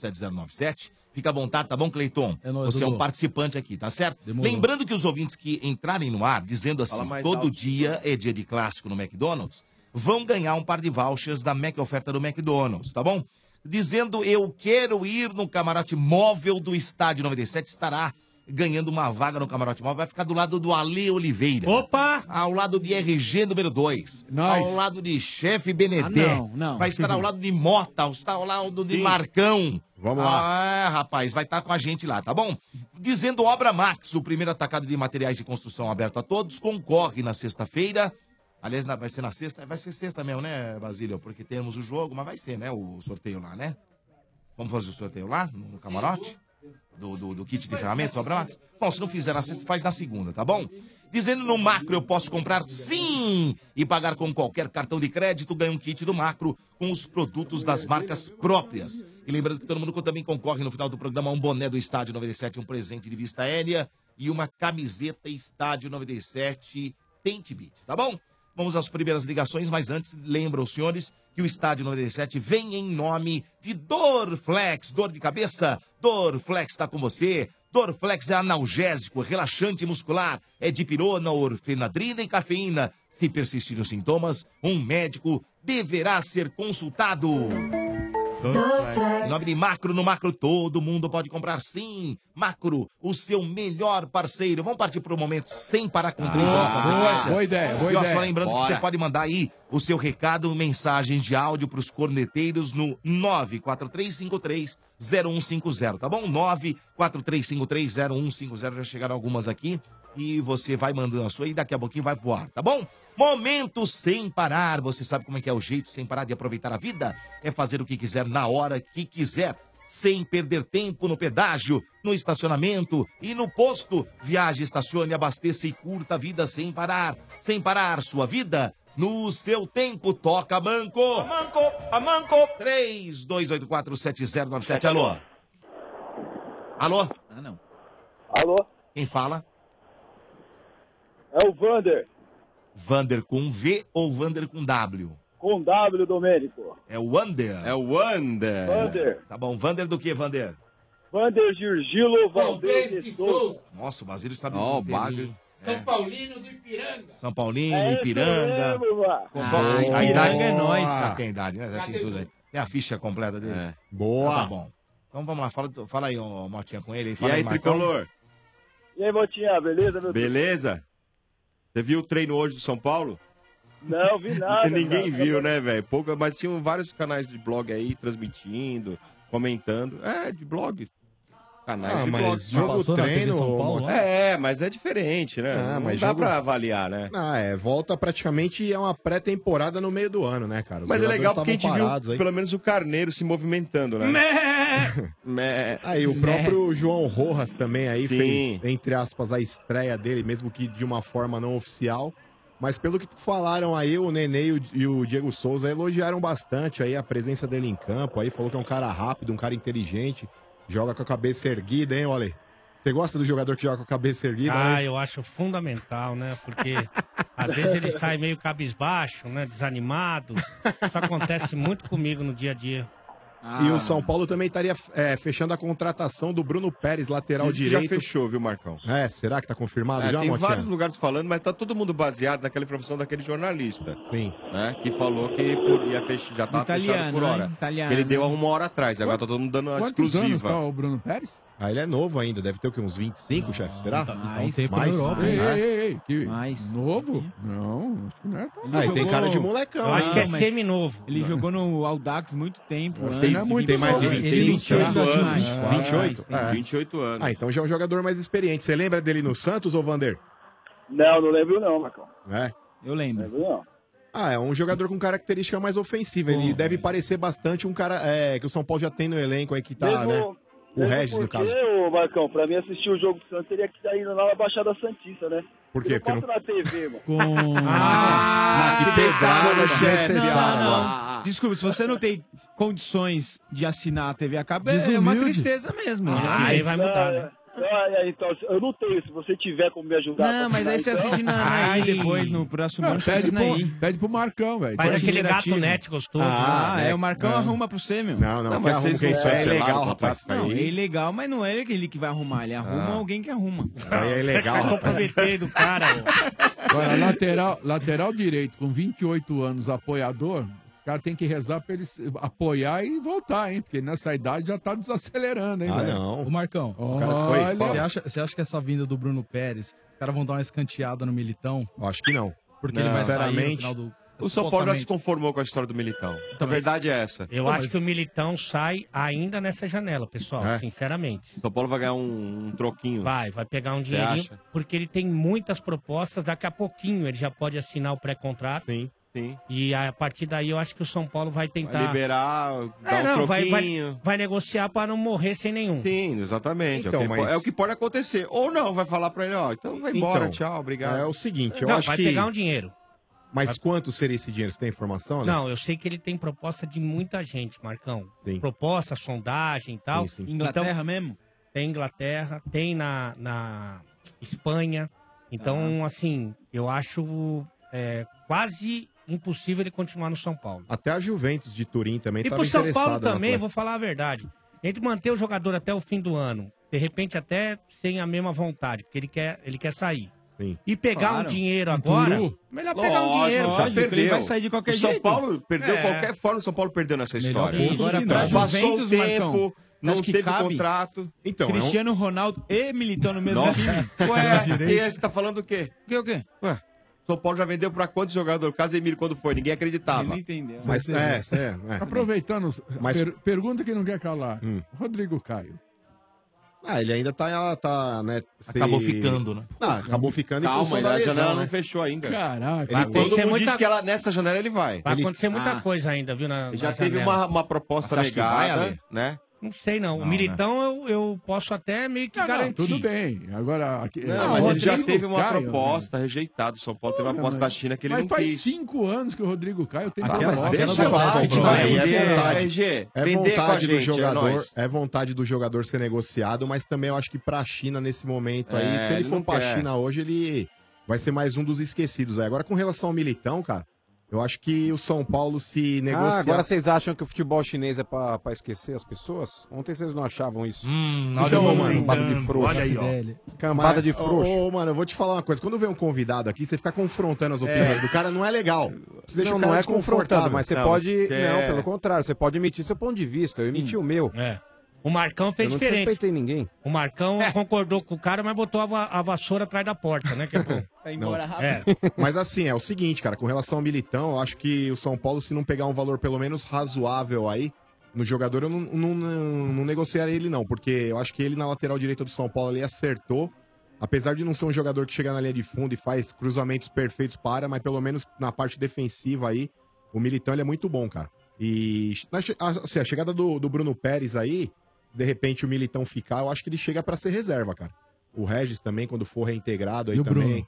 [SPEAKER 6] 32847097. Fica à vontade, tá bom, Cleiton?
[SPEAKER 14] É nóis,
[SPEAKER 6] Você é um
[SPEAKER 14] Dudu.
[SPEAKER 6] participante aqui, tá certo?
[SPEAKER 14] Demorou.
[SPEAKER 6] Lembrando que os ouvintes que entrarem no ar, dizendo assim,
[SPEAKER 14] Fala mais
[SPEAKER 6] todo
[SPEAKER 14] alto.
[SPEAKER 6] dia é dia de clássico no McDonald's, vão ganhar um par de vouchers da Mac Oferta do McDonald's, tá bom? Dizendo eu quero ir no camarote móvel do Estádio 97, estará ganhando uma vaga no camarote móvel, vai ficar do lado do Ale Oliveira. Opa! Ao lado de RG número 2. Ao lado de Chefe Benedé.
[SPEAKER 23] Ah, não, não.
[SPEAKER 6] Vai estar ao lado de Mota, vai estar ao lado de Marcão.
[SPEAKER 17] Vamos lá.
[SPEAKER 6] Ah, rapaz, vai estar com a gente lá, tá bom? Dizendo Obra Max, o primeiro atacado de materiais de construção aberto a todos, concorre na sexta-feira. Aliás, na- vai ser na sexta, vai ser sexta mesmo, né, Basílio? Porque temos o jogo, mas vai ser, né, o sorteio lá, né? Vamos fazer o sorteio lá, no no camarote? do, do, do kit de ferramentas, obra Max? Bom, se não fizer na sexta, faz na segunda, tá bom? Dizendo no macro, eu posso comprar sim e pagar com qualquer cartão de crédito, ganha um kit do macro com os produtos das marcas próprias. E lembrando que todo mundo também concorre no final do programa a um boné do Estádio 97, um presente de vista aérea e uma camiseta Estádio 97 Tente Beat, tá bom? Vamos às primeiras ligações, mas antes, lembra os senhores que o Estádio 97 vem em nome de Dorflex. Dor de cabeça? Dorflex está com você. Dorflex é analgésico, relaxante muscular, é dipirona, orfenadrina e cafeína. Se persistirem os sintomas, um médico deverá ser consultado. Em nome de Macro, no Macro todo mundo pode comprar sim. Macro, o seu melhor parceiro. Vamos partir para o momento sem parar com três
[SPEAKER 21] Boa,
[SPEAKER 6] horas, essa
[SPEAKER 21] boa,
[SPEAKER 6] delícia.
[SPEAKER 21] boa ideia, boa
[SPEAKER 6] E ó,
[SPEAKER 21] ideia.
[SPEAKER 6] só lembrando que
[SPEAKER 21] Bora.
[SPEAKER 6] você pode mandar aí o seu recado, mensagens de áudio para os corneteiros no 943530150, tá bom? 943530150, já chegaram algumas aqui e você vai mandando a sua e daqui a pouquinho vai pro ar, tá bom? Momento sem parar, você sabe como é que é o jeito sem parar de aproveitar a vida? É fazer o que quiser na hora que quiser sem perder tempo no pedágio, no estacionamento e no posto. Viaje, estacione, abasteça e curta a vida sem parar. Sem parar sua vida no seu tempo. Toca Manco. Amanco, Amanco. 32847097. Alô? Alô? Ah, não. Alô? Quem fala?
[SPEAKER 24] É o Vander.
[SPEAKER 6] Vander com V ou Vander com W?
[SPEAKER 23] Com W, Domênico.
[SPEAKER 6] É o Wander. É o Wander.
[SPEAKER 23] Wander.
[SPEAKER 6] Tá bom, Vander do que, Vander?
[SPEAKER 23] Vander Girgilo Valdez de Souza.
[SPEAKER 6] Nossa, o Basílio sabe
[SPEAKER 23] Ó, o
[SPEAKER 6] bagulho.
[SPEAKER 23] São Paulino de Piranga.
[SPEAKER 6] São Paulino,
[SPEAKER 23] É,
[SPEAKER 6] Ipiranga.
[SPEAKER 23] isso mesmo, vá.
[SPEAKER 6] Com-
[SPEAKER 23] Ah,
[SPEAKER 6] Paulo- a
[SPEAKER 23] Ipiranga
[SPEAKER 6] idade
[SPEAKER 23] é nóis,
[SPEAKER 6] Ah,
[SPEAKER 18] tá.
[SPEAKER 23] cara.
[SPEAKER 6] Tem idade, né? Já Tem tudo aí. Tem a ficha completa dele.
[SPEAKER 14] É.
[SPEAKER 17] Boa.
[SPEAKER 6] Então tá bom. Então vamos lá, fala, fala aí, ó, Motinha, com ele.
[SPEAKER 14] E
[SPEAKER 6] Fala
[SPEAKER 14] aí,
[SPEAKER 6] Marcão.
[SPEAKER 14] Tricolor?
[SPEAKER 23] E aí, Motinha, beleza, meu
[SPEAKER 14] Beleza? Você viu o treino hoje do São Paulo?
[SPEAKER 23] Não, vi
[SPEAKER 17] (laughs)
[SPEAKER 23] nada.
[SPEAKER 14] Ninguém
[SPEAKER 23] cara.
[SPEAKER 14] viu, né, velho? Pouca, mas tinham vários canais de blog aí transmitindo, comentando. É, de blog. Canais
[SPEAKER 17] Ah,
[SPEAKER 14] de
[SPEAKER 17] mas
[SPEAKER 14] blog.
[SPEAKER 17] jogo Passou na TV treino, São Paulo, né? lá?
[SPEAKER 14] É, mas é diferente, né?
[SPEAKER 17] Ah,
[SPEAKER 14] Não
[SPEAKER 17] mas
[SPEAKER 14] dá
[SPEAKER 17] jogo-
[SPEAKER 14] pra avaliar, né?
[SPEAKER 17] Ah, é, volta praticamente é uma pré-temporada no meio do ano, né, cara? Os
[SPEAKER 14] Mas é
[SPEAKER 17] jogadores
[SPEAKER 14] legal porque a gente
[SPEAKER 17] estavam
[SPEAKER 14] viu
[SPEAKER 17] parados aí.
[SPEAKER 14] pelo menos o carneiro se movimentando, né? Mé.
[SPEAKER 17] Aí o próprio João Rojas também aí
[SPEAKER 14] Sim.
[SPEAKER 17] fez, entre aspas, a estreia dele, mesmo que de uma forma não oficial. Mas pelo que falaram aí, o Nenê e o- e o Diego Souza elogiaram bastante aí a presença dele em campo. Aí falou que é um cara rápido, um cara inteligente, joga com a cabeça erguida, hein, Ole? Você gosta do jogador que joga com a cabeça erguida? né?
[SPEAKER 13] Ah,
[SPEAKER 17] hein?
[SPEAKER 13] eu acho fundamental, né? Porque às vezes ele sai meio cabisbaixo, né? Desanimado. Isso acontece muito comigo no dia a dia.
[SPEAKER 17] E
[SPEAKER 14] Ah.
[SPEAKER 13] Ah.
[SPEAKER 17] o São Paulo também estaria é, fechando a contratação do Bruno Pérez, lateral
[SPEAKER 14] Diz que já
[SPEAKER 17] direito.
[SPEAKER 14] fechou, viu, Marcão?
[SPEAKER 17] É, será que tá confirmado
[SPEAKER 14] É,
[SPEAKER 17] já,
[SPEAKER 14] tem
[SPEAKER 17] Motinha?
[SPEAKER 14] vários lugares falando, mas tá todo mundo baseado naquela informação daquele jornalista.
[SPEAKER 17] Sim.
[SPEAKER 14] Né, que falou que por- ia fechar, já tava fechado
[SPEAKER 21] Italiano,
[SPEAKER 14] por hora.
[SPEAKER 21] hein? Italiano.
[SPEAKER 14] Ele deu há uma hora atrás, agora tá todo mundo dando a exclusiva.
[SPEAKER 21] tá o Bruno Pérez?
[SPEAKER 17] Ah, ele é novo ainda, deve ter o quê? Uns 25, chefe? Será? Então,
[SPEAKER 21] Tá- tá um tempo na Europa,
[SPEAKER 17] hein?
[SPEAKER 21] hein?
[SPEAKER 17] né?
[SPEAKER 21] Ei, ei, ei, que- Novo? Não, acho que não é tão
[SPEAKER 17] Ah, ele tem cara de molecão, Eu acho né? que é
[SPEAKER 21] mas-
[SPEAKER 13] semi-novo.
[SPEAKER 15] Ele jogou no Audax muito tempo.
[SPEAKER 17] Tem-
[SPEAKER 15] antes,
[SPEAKER 21] é
[SPEAKER 17] tem mais de 28 anos. 28?
[SPEAKER 14] Tem
[SPEAKER 17] É.
[SPEAKER 14] 28 anos.
[SPEAKER 17] Ah, então já é um jogador mais experiente. Você lembra dele no Santos ou Vander?
[SPEAKER 23] Não, não lembro não, Marcão.
[SPEAKER 17] É.
[SPEAKER 15] Eu lembro.
[SPEAKER 23] Lembro não.
[SPEAKER 17] Ah, é um jogador com característica mais ofensiva. Ele deve parecer bastante um cara é, que o São Paulo já tem no elenco aí que tá,
[SPEAKER 23] Mesmo-
[SPEAKER 17] né? O
[SPEAKER 23] Mesmo
[SPEAKER 17] Regis, no
[SPEAKER 23] porque,
[SPEAKER 17] caso. É
[SPEAKER 23] ô, Marcão, pra mim assistir o jogo do Santos teria que estar indo lá na Baixada Santista, né?
[SPEAKER 17] Por quê?
[SPEAKER 23] Eu
[SPEAKER 17] Porque não-
[SPEAKER 23] boto na TV, mano.
[SPEAKER 15] Ah, que
[SPEAKER 17] pegada,
[SPEAKER 15] chefe. Não,
[SPEAKER 17] desnecessário.
[SPEAKER 15] não, não. Desculpa, Ah. se você não tem condições de assinar a TV a cabo, é uma Desumilde. tristeza mesmo.
[SPEAKER 23] Ah,
[SPEAKER 15] Aí né?
[SPEAKER 23] não, não, é, então, eu não tenho, se você tiver como me ajudar. pra
[SPEAKER 15] Não, mas aí você
[SPEAKER 23] assinar,
[SPEAKER 15] assiste
[SPEAKER 23] então-
[SPEAKER 15] na aí depois, no
[SPEAKER 17] Ah,
[SPEAKER 15] próximo ano, você
[SPEAKER 21] pede,
[SPEAKER 15] assina aí.
[SPEAKER 21] pro, pede pro Marcão, velho.
[SPEAKER 15] Faz
[SPEAKER 21] Pede
[SPEAKER 15] aquele
[SPEAKER 21] pro
[SPEAKER 15] gato
[SPEAKER 21] Interativo.
[SPEAKER 15] net gostoso. Ah, é, o Marcão arruma pra você, meu.
[SPEAKER 17] Não, não,
[SPEAKER 15] não
[SPEAKER 17] quem arruma quem só é legal, rapaz.
[SPEAKER 15] Não, é
[SPEAKER 17] Aí-
[SPEAKER 15] ilegal, mas não é ele que vai arrumar, ele arruma
[SPEAKER 21] Ah.
[SPEAKER 15] alguém que arruma. (laughs)
[SPEAKER 17] Aí é ilegal,
[SPEAKER 15] Tá
[SPEAKER 17] rapaz.
[SPEAKER 13] comprometendo o cara,
[SPEAKER 21] Agora, lateral, lateral direito, com 28 anos, apoiador, os caras têm que rezar pra ele se- apoiar e voltar, hein? Porque nessa idade já tá desacelerando, hein,
[SPEAKER 17] Ah,
[SPEAKER 21] velho?
[SPEAKER 17] não.
[SPEAKER 15] Ô, Marcão,
[SPEAKER 21] O cara foi
[SPEAKER 15] olha-
[SPEAKER 21] fora.
[SPEAKER 15] você, acha, você acha que essa vinda do Bruno Pérez, os caras vão dar uma escanteada no Militão?
[SPEAKER 17] Acho que não.
[SPEAKER 15] Porque
[SPEAKER 14] Não.
[SPEAKER 15] ele vai sair no
[SPEAKER 14] Sinceramente,
[SPEAKER 15] final do...
[SPEAKER 14] O São Paulo já se
[SPEAKER 15] supostamente.
[SPEAKER 14] conformou com a história do Militão. a
[SPEAKER 15] Então, mas-
[SPEAKER 14] verdade é essa.
[SPEAKER 13] Eu acho que o Militão sai ainda nessa janela, pessoal,
[SPEAKER 14] É?
[SPEAKER 13] sinceramente.
[SPEAKER 14] o São Paulo vai ganhar um, um troquinho.
[SPEAKER 13] Vai, vai pegar um
[SPEAKER 14] Você
[SPEAKER 13] dinheirinho,
[SPEAKER 14] acha?
[SPEAKER 13] porque ele tem muitas propostas. Daqui a pouquinho ele já pode assinar o pré-contrato.
[SPEAKER 17] Sim,
[SPEAKER 14] sim.
[SPEAKER 13] E a partir daí eu acho que o São Paulo vai tentar.
[SPEAKER 14] Vai liberar, dar
[SPEAKER 13] tá. É,
[SPEAKER 14] um
[SPEAKER 13] não, vai,
[SPEAKER 14] troquinho.
[SPEAKER 13] vai- vai negociar pra não morrer sem nenhum.
[SPEAKER 14] Sim, exatamente. é, o
[SPEAKER 13] Então,
[SPEAKER 14] que ele
[SPEAKER 13] mas-
[SPEAKER 14] po- é o que pode acontecer. Ou não, vai falar pra ele, ó, então vai embora,
[SPEAKER 17] Então,
[SPEAKER 14] tchau, obrigado.
[SPEAKER 17] É o seguinte, eu
[SPEAKER 13] Não,
[SPEAKER 17] acho
[SPEAKER 13] vai
[SPEAKER 17] que...
[SPEAKER 13] pegar um dinheiro.
[SPEAKER 17] Mas quanto seria esse dinheiro? Você tem informação? Ale?
[SPEAKER 13] Não, eu sei que ele tem proposta de muita gente, Marcão. Proposta, sondagem e tal. Então,
[SPEAKER 17] Sim, sim.
[SPEAKER 15] Inglaterra mesmo?
[SPEAKER 13] Tem Inglaterra, tem na, na Espanha.
[SPEAKER 15] Ah.
[SPEAKER 13] Então, assim, eu acho é, quase impossível ele continuar no São Paulo.
[SPEAKER 17] Até a Juventus de Turim também
[SPEAKER 13] E
[SPEAKER 17] tava
[SPEAKER 13] pro São
[SPEAKER 17] interessada
[SPEAKER 13] Paulo
[SPEAKER 17] no
[SPEAKER 13] também,
[SPEAKER 17] atleta.
[SPEAKER 13] vou falar a verdade. Ele manter o jogador até o fim do ano, de repente até sem a mesma vontade, porque ele quer, ele quer sair.
[SPEAKER 17] Sim.
[SPEAKER 13] E pegar
[SPEAKER 14] Claro.
[SPEAKER 13] um dinheiro agora,
[SPEAKER 14] Uhum.
[SPEAKER 13] melhor pegar um dinheiro.
[SPEAKER 14] já perdeu. o São Paulo perdeu
[SPEAKER 13] É.
[SPEAKER 14] qualquer forma, o São Paulo perdeu nessa
[SPEAKER 15] Melhor
[SPEAKER 14] história.
[SPEAKER 15] ponto Agora, final. pra
[SPEAKER 14] passou o
[SPEAKER 15] Juventus, Marcão,
[SPEAKER 14] tempo, não
[SPEAKER 15] acho que
[SPEAKER 14] teve
[SPEAKER 15] cabe?
[SPEAKER 13] (laughs)
[SPEAKER 14] contrato. Então, é um-
[SPEAKER 15] Cristiano Ronaldo e Militão no mesmo
[SPEAKER 14] Nossa.
[SPEAKER 15] time.
[SPEAKER 14] Ué, e aí você tá falando o quê?
[SPEAKER 15] O quê, o quê?
[SPEAKER 14] Ué, São Paulo já vendeu pra quantos jogadores? Casemiro, quando foi? Ninguém acreditava.
[SPEAKER 15] Ele entendeu.
[SPEAKER 17] Mas, é, é,
[SPEAKER 21] Aproveitando,
[SPEAKER 17] Mas- Hum.
[SPEAKER 21] per- pergunta que não quer calar. Rodrigo Caio.
[SPEAKER 17] Ah, ele ainda tá, tá né?
[SPEAKER 21] Acabou ficando, né?
[SPEAKER 17] Ah, acabou ficando
[SPEAKER 14] Calma,
[SPEAKER 17] em função
[SPEAKER 14] ele-
[SPEAKER 17] da
[SPEAKER 14] a
[SPEAKER 17] lesão,
[SPEAKER 14] janela
[SPEAKER 17] né?
[SPEAKER 14] não fechou ainda.
[SPEAKER 21] Caraca.
[SPEAKER 14] Ele,
[SPEAKER 13] Vai
[SPEAKER 14] todo
[SPEAKER 13] acontecer
[SPEAKER 14] mundo
[SPEAKER 13] muita-
[SPEAKER 14] diz que ela, nessa janela ele vai.
[SPEAKER 13] Vai
[SPEAKER 14] Ele-
[SPEAKER 13] acontecer muita
[SPEAKER 14] Ah,
[SPEAKER 13] coisa ainda, viu? Na,
[SPEAKER 14] Já
[SPEAKER 13] na
[SPEAKER 14] teve
[SPEAKER 13] janela.
[SPEAKER 14] uma, uma proposta
[SPEAKER 13] Mas você acha que vai,
[SPEAKER 14] negada,
[SPEAKER 13] Ale?
[SPEAKER 14] né?
[SPEAKER 13] Não sei não.
[SPEAKER 14] Não,
[SPEAKER 13] o Militão eu, eu posso até meio que
[SPEAKER 21] Não, não,
[SPEAKER 13] garantir.
[SPEAKER 21] tudo bem. Agora, aqui,
[SPEAKER 14] Não,
[SPEAKER 21] Ah,
[SPEAKER 14] mas ele já
[SPEAKER 21] Rodrigo
[SPEAKER 14] teve uma
[SPEAKER 21] Caio,
[SPEAKER 14] proposta rejeitada. O São Paulo teve uma
[SPEAKER 21] Porra,
[SPEAKER 14] proposta da
[SPEAKER 21] mas-
[SPEAKER 14] China que ele
[SPEAKER 21] Mas
[SPEAKER 14] não
[SPEAKER 21] faz
[SPEAKER 14] quis.
[SPEAKER 21] cinco anos que o Rodrigo Caio tem
[SPEAKER 14] Tá,
[SPEAKER 21] proposta.
[SPEAKER 14] mas deixa lá, a
[SPEAKER 17] um
[SPEAKER 14] gente vai vender, RG,
[SPEAKER 17] É
[SPEAKER 14] vender com a
[SPEAKER 17] vontade do
[SPEAKER 14] gente, é
[SPEAKER 17] jogador,
[SPEAKER 14] nóis.
[SPEAKER 17] é vontade do jogador ser negociado, mas também eu acho que pra China nesse momento aí,
[SPEAKER 14] É,
[SPEAKER 17] se ele,
[SPEAKER 14] ele
[SPEAKER 17] for
[SPEAKER 14] não
[SPEAKER 17] pra
[SPEAKER 14] quer.
[SPEAKER 17] China hoje, ele vai ser mais um dos esquecidos aí. Agora, com relação ao Militão, cara, eu acho que o São Paulo se negocia...
[SPEAKER 18] Ah, agora vocês acham que o futebol chinês é pra, pra esquecer as pessoas? Ontem vocês não achavam isso. Hum,
[SPEAKER 17] olha o homem
[SPEAKER 18] Cambada de
[SPEAKER 17] branco,
[SPEAKER 18] frouxo.
[SPEAKER 17] olha aí, ó.
[SPEAKER 18] Cambada de
[SPEAKER 17] Mas, ô,
[SPEAKER 18] frouxo.
[SPEAKER 17] Ô, mano, eu vou te falar uma coisa. Quando vem um convidado aqui, você ficar confrontando as opiniões
[SPEAKER 18] É.
[SPEAKER 17] do cara não é legal. Você deixa
[SPEAKER 18] não,
[SPEAKER 17] o
[SPEAKER 18] não
[SPEAKER 17] cara
[SPEAKER 18] é confrontando, mas você
[SPEAKER 17] desconfortável.
[SPEAKER 18] pode.
[SPEAKER 17] é-
[SPEAKER 18] Não, pelo contrário, você pode emitir seu ponto de vista. Eu emiti o meu.
[SPEAKER 13] É. O Marcão fez
[SPEAKER 18] eu não
[SPEAKER 13] diferente.
[SPEAKER 18] respeitei ninguém.
[SPEAKER 13] O Marcão
[SPEAKER 14] É.
[SPEAKER 13] concordou com o cara, mas botou a, va- a vassoura atrás da porta, né? Que é bom. Vai
[SPEAKER 17] Não. Mas assim, é o seguinte, cara, com relação ao Militão, eu acho que o São Paulo, se não pegar um valor pelo menos razoável aí no jogador, eu não, não, não, não negociaria ele não, porque eu acho que ele na lateral direita do São Paulo ali acertou, apesar de não ser um jogador que chega na linha de fundo e faz cruzamentos perfeitos para, mas pelo menos na parte defensiva aí, o Militão ele é muito bom, cara. E na che- a, assim, a chegada do, do Bruno Pérez aí, de repente o Militão ficar, eu acho que ele chega pra ser reserva, cara. O Regis também, quando for reintegrado aí
[SPEAKER 22] E o
[SPEAKER 17] também.
[SPEAKER 22] Bruno?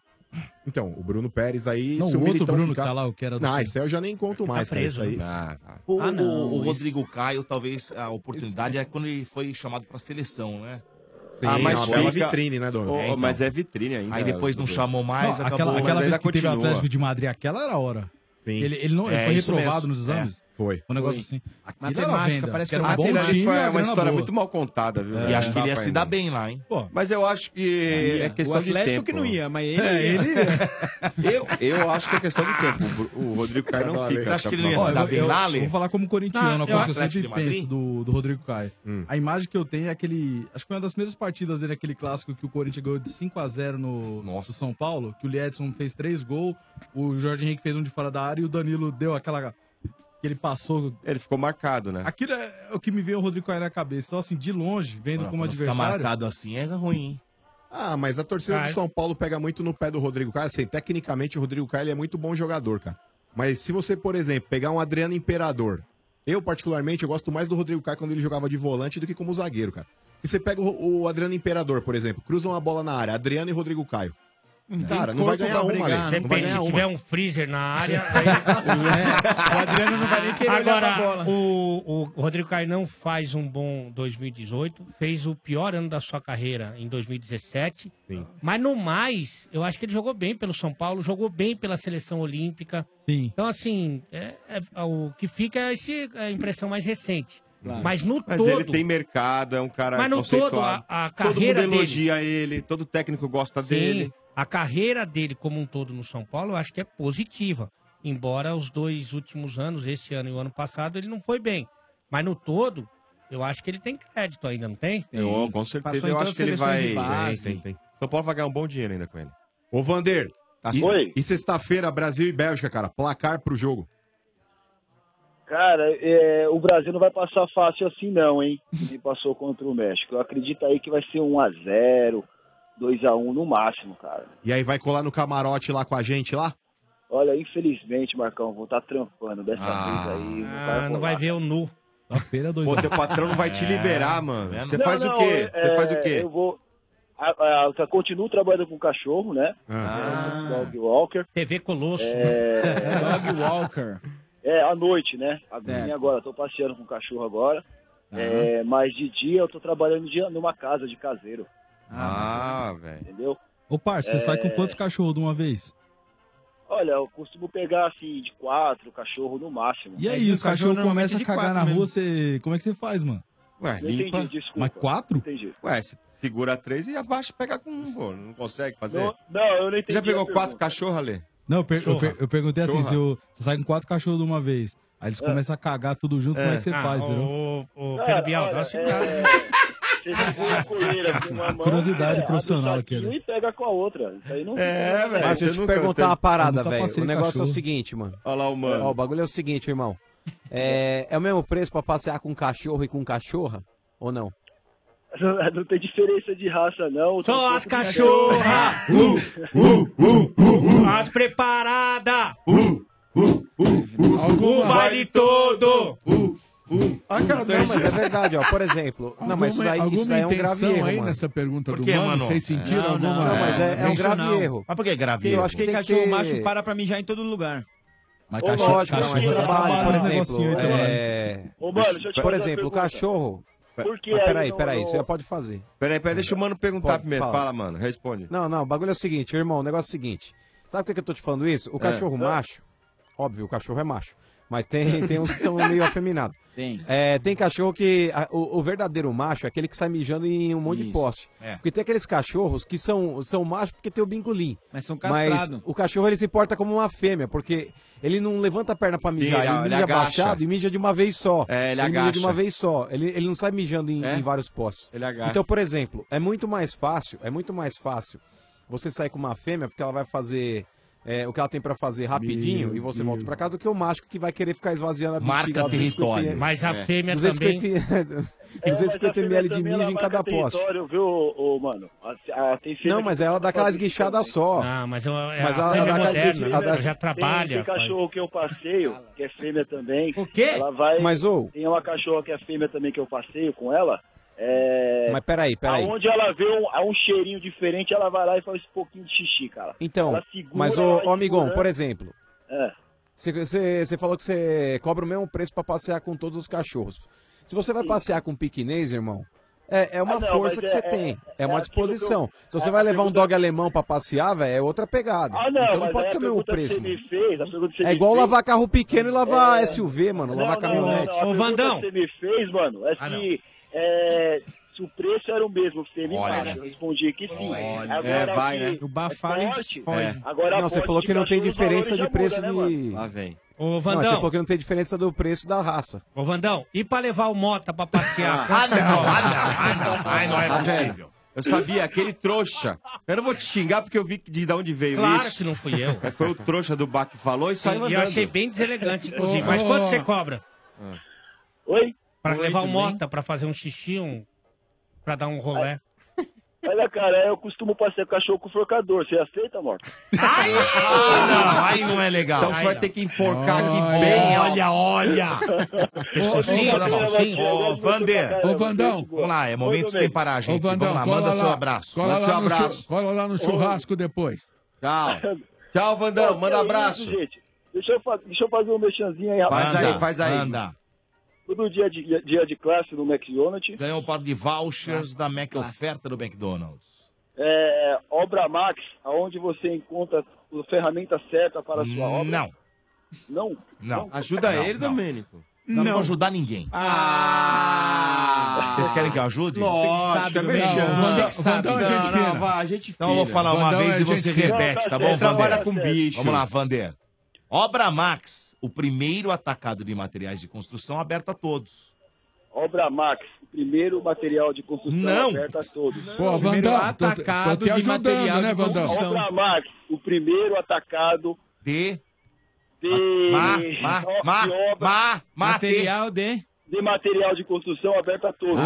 [SPEAKER 17] Então, o Bruno Pérez aí.
[SPEAKER 22] Não,
[SPEAKER 17] se
[SPEAKER 22] o outro
[SPEAKER 17] Militão
[SPEAKER 22] Bruno que tá lá, o que era do tá
[SPEAKER 17] Não,
[SPEAKER 22] Santos.
[SPEAKER 17] esse aí eu já nem conto mais. cara,
[SPEAKER 6] preso,
[SPEAKER 17] isso aí. Ah, tá.
[SPEAKER 6] né?
[SPEAKER 22] Tá
[SPEAKER 6] O, o- o Rodrigo Caio, talvez a oportunidade é quando ele foi chamado pra seleção, né?
[SPEAKER 17] Sim, é uma bela vitrine, né, Dona?
[SPEAKER 14] Ah, Ô,
[SPEAKER 17] É, então.
[SPEAKER 14] Mas é vitrine ainda.
[SPEAKER 6] Aí depois não
[SPEAKER 14] Dudu.
[SPEAKER 6] chamou mais,
[SPEAKER 14] Não,
[SPEAKER 6] acabou.
[SPEAKER 14] mas
[SPEAKER 22] Aquela vez que teve
[SPEAKER 14] ainda
[SPEAKER 22] o
[SPEAKER 14] continua.
[SPEAKER 22] Atlético de Madrid, aquela era a hora. Ele, ele não ele
[SPEAKER 14] É,
[SPEAKER 22] foi
[SPEAKER 14] isso
[SPEAKER 22] reprovado nos
[SPEAKER 14] mesmo.
[SPEAKER 22] exames?
[SPEAKER 14] É.
[SPEAKER 17] Foi.
[SPEAKER 22] Um negócio
[SPEAKER 14] Foi.
[SPEAKER 22] assim.
[SPEAKER 14] Aquilo
[SPEAKER 22] Aquilo era
[SPEAKER 14] matemática,
[SPEAKER 22] venda,
[SPEAKER 14] parece que
[SPEAKER 22] era
[SPEAKER 14] era um bom time, time,
[SPEAKER 22] era
[SPEAKER 14] é uma
[SPEAKER 22] grana boa.
[SPEAKER 14] história muito mal contada, viu?
[SPEAKER 6] E acho que ele ia se dar bem lá, hein?
[SPEAKER 14] Mas eu acho que é questão
[SPEAKER 15] o
[SPEAKER 14] de tempo.
[SPEAKER 15] Atlético que não ia, mas ele.
[SPEAKER 14] É,
[SPEAKER 15] ia.
[SPEAKER 14] ele Eu, eu acho que é questão de tempo. O Bru- O Rodrigo Caio não fica. até o final.
[SPEAKER 15] Ó, eu- eu- Vou falar como corintiano,
[SPEAKER 14] Não,
[SPEAKER 22] uma coisa
[SPEAKER 14] eu-
[SPEAKER 22] que eu
[SPEAKER 14] Atlético de
[SPEAKER 22] sempre
[SPEAKER 14] Madrid?
[SPEAKER 22] penso do, do Rodrigo Caio.
[SPEAKER 14] Hum.
[SPEAKER 22] A imagem que eu tenho é aquele. Acho que foi uma das primeiras partidas dele, aquele clássico que o Corinthians ganhou de 5x0 no do São Paulo, que o Liedson fez três gols, o Jorge Henrique fez um de fora da área e o Danilo deu aquela. que ele passou.
[SPEAKER 14] Ele ficou marcado, né?
[SPEAKER 22] Aquilo é o que me veio o Rodrigo Caio na cabeça. Então, assim, de longe, vendo como
[SPEAKER 17] quando fica
[SPEAKER 22] adversário. é?
[SPEAKER 17] marcado
[SPEAKER 6] assim é ruim, hein?
[SPEAKER 17] Ah, mas a torcida
[SPEAKER 22] Caio.
[SPEAKER 17] do São Paulo pega muito no pé do Rodrigo Caio. Assim, tecnicamente, o Rodrigo Caio ele é muito bom jogador, cara. Mas se você, por exemplo, pegar um Adriano Imperador, eu particularmente eu gosto mais do Rodrigo Caio quando ele jogava de volante do que como zagueiro, cara. E você pega o, o Adriano Imperador, por exemplo, cruzam uma bola na área, Adriano e Rodrigo Caio. Cara, não vai ganhar uma,
[SPEAKER 13] brigar,
[SPEAKER 14] né?
[SPEAKER 13] né?
[SPEAKER 17] Ale. Não vai
[SPEAKER 13] Depende, se
[SPEAKER 17] ganhar
[SPEAKER 13] tiver
[SPEAKER 17] uma.
[SPEAKER 13] um freezer na área. Aí... o Adriano não vai nem
[SPEAKER 15] querer olhar
[SPEAKER 13] Agora,
[SPEAKER 15] pra bola.
[SPEAKER 13] O, o Rodrigo Caio não faz um bom 2018, fez o pior ano da sua carreira em 2017. Mas no mais, eu acho que ele jogou bem pelo São Paulo, jogou bem pela seleção olímpica.
[SPEAKER 22] Sim.
[SPEAKER 13] Então, assim, é- é- o que fica é esse- a impressão mais recente.
[SPEAKER 14] Claro.
[SPEAKER 13] Mas no
[SPEAKER 14] Mas
[SPEAKER 13] todo.
[SPEAKER 14] ele tem mercado, é um cara
[SPEAKER 13] Mas no
[SPEAKER 14] conceituado.
[SPEAKER 13] todo, a- a
[SPEAKER 14] todo mundo
[SPEAKER 13] carreira dele-
[SPEAKER 14] elogia ele, todo técnico gosta
[SPEAKER 13] Sim,
[SPEAKER 14] dele.
[SPEAKER 13] A carreira dele como um todo no São Paulo, eu acho que é positiva. Embora os dois últimos anos, esse ano e o ano passado, ele não foi bem. Mas no todo, eu acho que ele tem crédito ainda, não tem?
[SPEAKER 14] Eu, com certeza, eu acho que ele vai. Tem, tem, tem. São Paulo vai ganhar um bom dinheiro ainda com ele.
[SPEAKER 17] Ô, Vander.
[SPEAKER 14] Tá
[SPEAKER 17] e-
[SPEAKER 14] certo.
[SPEAKER 17] E sexta-feira, Brasil e Bélgica, cara. Placar pro jogo.
[SPEAKER 23] Cara, é, o Brasil não vai passar fácil assim não, hein? Que passou contra o México. Eu acredito aí que vai ser 1x0, 2x1 no máximo, cara.
[SPEAKER 17] E aí vai colar no camarote lá com a gente lá?
[SPEAKER 23] Olha, infelizmente, Marcão, vou estar trampando dessa vez aí. Não vai
[SPEAKER 13] Ah, não
[SPEAKER 23] rolar.
[SPEAKER 13] vai ver o nu.
[SPEAKER 22] Feira dois. um. É
[SPEAKER 14] Pô, teu patrão não vai te liberar, mano. Você faz o quê?
[SPEAKER 23] é,
[SPEAKER 14] Você faz o quê?
[SPEAKER 23] Eu vou. A, a, eu continuo trabalhando com cachorro, né?
[SPEAKER 14] Ah.
[SPEAKER 23] É, Dog Walker.
[SPEAKER 13] TV Colosso. (laughs)
[SPEAKER 23] É,
[SPEAKER 15] Dog Walker.
[SPEAKER 23] é, à noite, né? Agora,
[SPEAKER 15] Certo.
[SPEAKER 23] agora, tô passeando com o cachorro agora.
[SPEAKER 15] Aham.
[SPEAKER 23] É, mas de dia eu tô trabalhando de, numa casa de caseiro,
[SPEAKER 14] Ah, velho.
[SPEAKER 23] entendeu?
[SPEAKER 22] né? Ô, parça, você
[SPEAKER 23] É.
[SPEAKER 22] sai com quantos cachorros de uma vez?
[SPEAKER 23] Olha, eu costumo pegar assim de quatro cachorro no máximo.
[SPEAKER 22] E é aí, os cachorros
[SPEAKER 13] é
[SPEAKER 22] começam a cagar na rua, você. Como é que você faz, mano?
[SPEAKER 14] Ué,
[SPEAKER 23] Não entendi,
[SPEAKER 14] limpa.
[SPEAKER 23] desculpa.
[SPEAKER 22] Mas quatro?
[SPEAKER 23] Entendi.
[SPEAKER 14] Ué, se segura três e abaixa e pega com um, pô. Não consegue fazer?
[SPEAKER 22] Não-
[SPEAKER 23] não, eu não
[SPEAKER 14] Já
[SPEAKER 23] entendi a
[SPEAKER 14] pegou quatro
[SPEAKER 23] pergunta.
[SPEAKER 14] cachorros, Alê?
[SPEAKER 22] Não, eu, per- eu per-
[SPEAKER 14] Churra.
[SPEAKER 22] eu perguntei assim:
[SPEAKER 14] Churra.
[SPEAKER 22] se eu- você sai com quatro cachorros de uma vez, aí eles começam a cagar tudo junto, como é que você
[SPEAKER 13] Ah,
[SPEAKER 22] faz, entendeu?
[SPEAKER 13] Ô, ô,
[SPEAKER 23] Cara,
[SPEAKER 13] Pedro Bial,
[SPEAKER 23] olha,
[SPEAKER 13] dá uma
[SPEAKER 23] é,
[SPEAKER 13] segurada.
[SPEAKER 23] Você segura a coleira com uma mão.
[SPEAKER 22] Curiosidade
[SPEAKER 23] é,
[SPEAKER 22] profissional
[SPEAKER 23] abre o saquinho
[SPEAKER 22] aqui, né?
[SPEAKER 23] E pega com a outra. Isso aí não (laughs)
[SPEAKER 18] É, velho. Deixa eu te perguntar uma parada, velho. O negócio é o seguinte, mano.
[SPEAKER 14] Olha lá o mano.
[SPEAKER 18] o bagulho é o seguinte, irmão. É, é o mesmo preço pra passear com cachorro e com cachorra? Ou não?
[SPEAKER 23] Não, não tem diferença de raça, não.
[SPEAKER 13] Só as
[SPEAKER 23] (laughs)
[SPEAKER 13] cachorra!
[SPEAKER 23] Uh,
[SPEAKER 13] As preparada!
[SPEAKER 14] Uh,
[SPEAKER 18] Alguma-
[SPEAKER 13] O baile todo!
[SPEAKER 14] Ah, cara,
[SPEAKER 18] não, mas é verdade, ó. Por
[SPEAKER 21] (laughs)
[SPEAKER 18] exemplo. não, mas isso daí, isso daí é um grave erro.
[SPEAKER 21] aí
[SPEAKER 18] mano.
[SPEAKER 21] nessa pergunta
[SPEAKER 18] Por
[SPEAKER 21] do
[SPEAKER 18] quê,
[SPEAKER 21] mano?
[SPEAKER 18] mano?
[SPEAKER 21] Vocês sentiram
[SPEAKER 18] Não,
[SPEAKER 21] alguma...
[SPEAKER 18] não, mas é- é um grave erro.
[SPEAKER 6] Mas por que grave
[SPEAKER 18] Eu
[SPEAKER 6] erro?
[SPEAKER 18] acho que
[SPEAKER 15] Porque
[SPEAKER 18] tem que
[SPEAKER 15] cachorro
[SPEAKER 18] ter...
[SPEAKER 15] um macho para pra mijar em todo lugar.
[SPEAKER 18] Mas tá
[SPEAKER 15] Ô,
[SPEAKER 18] cachorro,
[SPEAKER 15] lógico,
[SPEAKER 14] é
[SPEAKER 18] não, mas é
[SPEAKER 15] cachorro
[SPEAKER 18] né? trabalho,
[SPEAKER 15] trabalha
[SPEAKER 18] por
[SPEAKER 15] nos
[SPEAKER 14] então,
[SPEAKER 18] exemplo.
[SPEAKER 15] negocinhos aí,
[SPEAKER 18] é,
[SPEAKER 15] trabalha. Ô, mano, deixa eu
[SPEAKER 18] por
[SPEAKER 15] te fazer uma
[SPEAKER 18] exemplo, o
[SPEAKER 15] pergunta.
[SPEAKER 18] cachorro,
[SPEAKER 23] Por que
[SPEAKER 18] Mas
[SPEAKER 23] aí
[SPEAKER 18] peraí,
[SPEAKER 23] não-
[SPEAKER 18] peraí,
[SPEAKER 23] não-
[SPEAKER 18] você já pode fazer.
[SPEAKER 14] Peraí, peraí, deixa o mano perguntar
[SPEAKER 18] Pode,
[SPEAKER 14] primeiro.
[SPEAKER 18] fala.
[SPEAKER 14] Fala. mano, responde.
[SPEAKER 18] Não, não, o bagulho é o seguinte, irmão, o negócio é o seguinte. Sabe por que que eu tô te falando isso? O
[SPEAKER 14] É.
[SPEAKER 18] cachorro
[SPEAKER 14] Ah.
[SPEAKER 18] macho, óbvio, o cachorro é macho, mas tem, (laughs) tem uns que são meio afeminados.
[SPEAKER 25] Tem.
[SPEAKER 18] É, tem cachorro que. a- o, o verdadeiro macho é aquele que sai mijando em um monte de poste.
[SPEAKER 25] É.
[SPEAKER 18] Porque tem aqueles cachorros que são, são machos porque tem o bingolim.
[SPEAKER 25] Mas são
[SPEAKER 18] Mas
[SPEAKER 25] castrados.
[SPEAKER 18] o cachorro ele se porta como uma fêmea, porque ele não levanta a perna pra mijar,
[SPEAKER 14] Ele-
[SPEAKER 18] ele,
[SPEAKER 14] ele
[SPEAKER 18] mija
[SPEAKER 14] agacha.
[SPEAKER 18] abaixado e mija de uma vez só. É,
[SPEAKER 14] ele
[SPEAKER 18] mija de
[SPEAKER 14] agacha.
[SPEAKER 18] uma vez só. Ele, ele não sai mijando em, em vários postes.
[SPEAKER 14] Ele agacha.
[SPEAKER 18] Então, por exemplo, é muito mais fácil, é muito mais fácil você sair com uma fêmea porque ela vai fazer é, o que ela tem pra fazer rapidinho
[SPEAKER 25] Meu
[SPEAKER 18] e você volta pra casa do que o macho que vai querer ficar esvaziando a
[SPEAKER 25] Marca
[SPEAKER 18] bexiga lá,
[SPEAKER 25] território.
[SPEAKER 18] 250.
[SPEAKER 25] Mas a
[SPEAKER 18] É. (laughs)
[SPEAKER 25] fêmea
[SPEAKER 18] 250
[SPEAKER 23] É, mas a
[SPEAKER 18] 250
[SPEAKER 23] fêmea
[SPEAKER 18] ml de
[SPEAKER 23] também, ela
[SPEAKER 18] mijo em
[SPEAKER 23] marca
[SPEAKER 18] cada poste.
[SPEAKER 23] território, viu, ô, ô, mano? A- a- tem fêmea
[SPEAKER 18] Não,
[SPEAKER 23] que
[SPEAKER 18] mas é ela dá aquela esguichada só.
[SPEAKER 13] Ah, mas, eu, é
[SPEAKER 18] Mas
[SPEAKER 13] a
[SPEAKER 18] ela-
[SPEAKER 13] fêmea
[SPEAKER 18] ela dá
[SPEAKER 13] moderna, né?
[SPEAKER 18] aquela-
[SPEAKER 13] ela
[SPEAKER 18] ela dá-
[SPEAKER 13] já
[SPEAKER 23] Tem,
[SPEAKER 13] trabalha.
[SPEAKER 23] tem
[SPEAKER 13] faz-
[SPEAKER 23] cachorro que eu passeio, que é fêmea também. O
[SPEAKER 13] quê?
[SPEAKER 23] Ela vai.
[SPEAKER 18] Mas, ô.
[SPEAKER 23] Tem uma cachorra que é fêmea também que eu passeio com ela. É...
[SPEAKER 18] Mas peraí, peraí.
[SPEAKER 23] Onde ela vê um, um cheirinho diferente, ela vai lá e faz um pouquinho de xixi, cara.
[SPEAKER 18] Então,
[SPEAKER 23] Ela segura,
[SPEAKER 18] mas o
[SPEAKER 23] ela
[SPEAKER 18] ô, amigão,
[SPEAKER 23] segura.
[SPEAKER 18] por exemplo,
[SPEAKER 23] É.
[SPEAKER 18] você- você você falou que você cobra o mesmo preço pra passear com todos os cachorros. Se você vai passear com um piquinês, irmão, é, é uma
[SPEAKER 25] Ah, não,
[SPEAKER 18] força
[SPEAKER 25] mas
[SPEAKER 18] que
[SPEAKER 25] é-
[SPEAKER 18] você
[SPEAKER 25] é-
[SPEAKER 18] tem, é,
[SPEAKER 25] é
[SPEAKER 18] uma
[SPEAKER 25] aquilo que eu-
[SPEAKER 18] disposição. Se você
[SPEAKER 25] é
[SPEAKER 18] vai
[SPEAKER 25] aquilo
[SPEAKER 18] levar um
[SPEAKER 25] que eu-
[SPEAKER 18] dog alemão pra passear, velho, é outra pegada.
[SPEAKER 23] Ah, não,
[SPEAKER 18] então
[SPEAKER 23] mas
[SPEAKER 18] não pode
[SPEAKER 23] aí
[SPEAKER 18] ser
[SPEAKER 23] a
[SPEAKER 18] o mesmo
[SPEAKER 23] pergunta que
[SPEAKER 18] preço,
[SPEAKER 23] você
[SPEAKER 18] mano.
[SPEAKER 23] me fez, a pergunta que você
[SPEAKER 18] É
[SPEAKER 23] me
[SPEAKER 18] igual
[SPEAKER 23] fez-
[SPEAKER 18] lavar carro pequeno e lavar
[SPEAKER 23] É.
[SPEAKER 18] SUV, mano, lavar
[SPEAKER 23] não,
[SPEAKER 18] caminhonete.
[SPEAKER 23] não, a pergunta que você me fez, mano,
[SPEAKER 13] Ah,
[SPEAKER 23] é se, é, se o preço era o mesmo que teve
[SPEAKER 18] Olha,
[SPEAKER 23] embaixo.
[SPEAKER 18] né?
[SPEAKER 23] Eu respondi que sim.
[SPEAKER 18] Olha.
[SPEAKER 23] Agora
[SPEAKER 18] É, vai,
[SPEAKER 23] que
[SPEAKER 18] né? O Bafari
[SPEAKER 23] é forte,
[SPEAKER 18] foge. É.
[SPEAKER 23] Agora
[SPEAKER 18] Não, você
[SPEAKER 23] forte
[SPEAKER 18] falou
[SPEAKER 23] de
[SPEAKER 18] que não tem
[SPEAKER 23] cachorro, os valores
[SPEAKER 18] diferença de
[SPEAKER 23] já
[SPEAKER 18] preço
[SPEAKER 23] mudam, né, mano?
[SPEAKER 18] de.
[SPEAKER 14] Lá vem.
[SPEAKER 13] Ô,
[SPEAKER 18] Não, você
[SPEAKER 13] Vandão.
[SPEAKER 18] falou que não tem diferença do preço da raça.
[SPEAKER 13] Ô, Vandão, e pra levar o Mota pra passear?
[SPEAKER 14] Ah,
[SPEAKER 13] Quanto você
[SPEAKER 14] não,
[SPEAKER 13] cobra?
[SPEAKER 14] ah, não, ah, não, ah, não é
[SPEAKER 13] Ah, velho.
[SPEAKER 14] possível. Eu sabia, aquele trouxa. Eu não vou te xingar porque eu vi de, de onde veio
[SPEAKER 13] Claro
[SPEAKER 14] isso.
[SPEAKER 13] que não fui eu.
[SPEAKER 14] Mas foi o trouxa do bar que falou e saiu
[SPEAKER 13] E
[SPEAKER 14] andando.
[SPEAKER 13] eu achei bem deselegante, inclusive. Mas
[SPEAKER 14] Ô,
[SPEAKER 13] quanto
[SPEAKER 14] ô.
[SPEAKER 13] você cobra?
[SPEAKER 23] Oi?
[SPEAKER 13] Pra
[SPEAKER 23] Oi,
[SPEAKER 13] levar o
[SPEAKER 23] tudo
[SPEAKER 13] Mota, pra fazer um xixi, um... pra dar um rolé.
[SPEAKER 23] Olha, cara, eu costumo passear cachorro com forcador. Você
[SPEAKER 14] (laughs)
[SPEAKER 23] aceita, morto?
[SPEAKER 6] Não, aí não é legal.
[SPEAKER 14] Então você vai ter que enforcar aqui bem.
[SPEAKER 6] Bem, olha, olha.
[SPEAKER 14] Pescocinho,
[SPEAKER 6] Ô, ô,
[SPEAKER 14] pescocinho.
[SPEAKER 6] Ô, Vander.
[SPEAKER 21] Ô, Vandão.
[SPEAKER 6] Vamos lá, é momento sem parar, gente. Vamos lá,
[SPEAKER 21] cola
[SPEAKER 6] manda seu abraço.
[SPEAKER 21] Cola,
[SPEAKER 6] Manda
[SPEAKER 21] lá
[SPEAKER 6] seu
[SPEAKER 21] no chu-
[SPEAKER 6] abraço.
[SPEAKER 21] cola lá no churrasco depois.
[SPEAKER 14] Tchau. Tchau, Vandão. Manda abraço.
[SPEAKER 23] é gente. Deixa eu, fa- deixa eu fazer um mexanzinho aí, rapaz.
[SPEAKER 14] Faz aí, faz aí. Manda.
[SPEAKER 23] Todo dia de, dia de classe no McDonald's.
[SPEAKER 6] Ganhou o par de vouchers da Mac Oferta do McDonald's.
[SPEAKER 23] É, obra Max, aonde você encontra a ferramenta certa para a sua obra.
[SPEAKER 6] Não.
[SPEAKER 23] Não?
[SPEAKER 6] Não.
[SPEAKER 14] Ajuda
[SPEAKER 6] Não,
[SPEAKER 14] ele,
[SPEAKER 6] não.
[SPEAKER 14] Domênico.
[SPEAKER 6] Não, Ah! não vou ajudar ninguém. Vocês querem que eu ajude?
[SPEAKER 14] Lógico, é mexendo.
[SPEAKER 6] Não, não, não, vai.
[SPEAKER 14] a gente
[SPEAKER 6] Então eu vou falar uma
[SPEAKER 14] é
[SPEAKER 6] vez e você repete, tá bom,
[SPEAKER 14] Trabalha
[SPEAKER 6] Vander?
[SPEAKER 14] com bicho.
[SPEAKER 6] Vamos lá, Vander. Obra Max, o primeiro atacado de materiais de construção aberto a todos.
[SPEAKER 23] Obra Max, o primeiro material de construção
[SPEAKER 6] Não.
[SPEAKER 23] aberto a todos.
[SPEAKER 21] Pô, Primeiro Vandão, tô- atacado tô te de ajudando, material né, de Vandão? construção.
[SPEAKER 23] Obra Max, o primeiro atacado
[SPEAKER 6] de
[SPEAKER 23] de
[SPEAKER 6] Ma- ma- ma-
[SPEAKER 23] de obra-
[SPEAKER 6] ma- mate. Material
[SPEAKER 23] de de material de construção aberto a todos.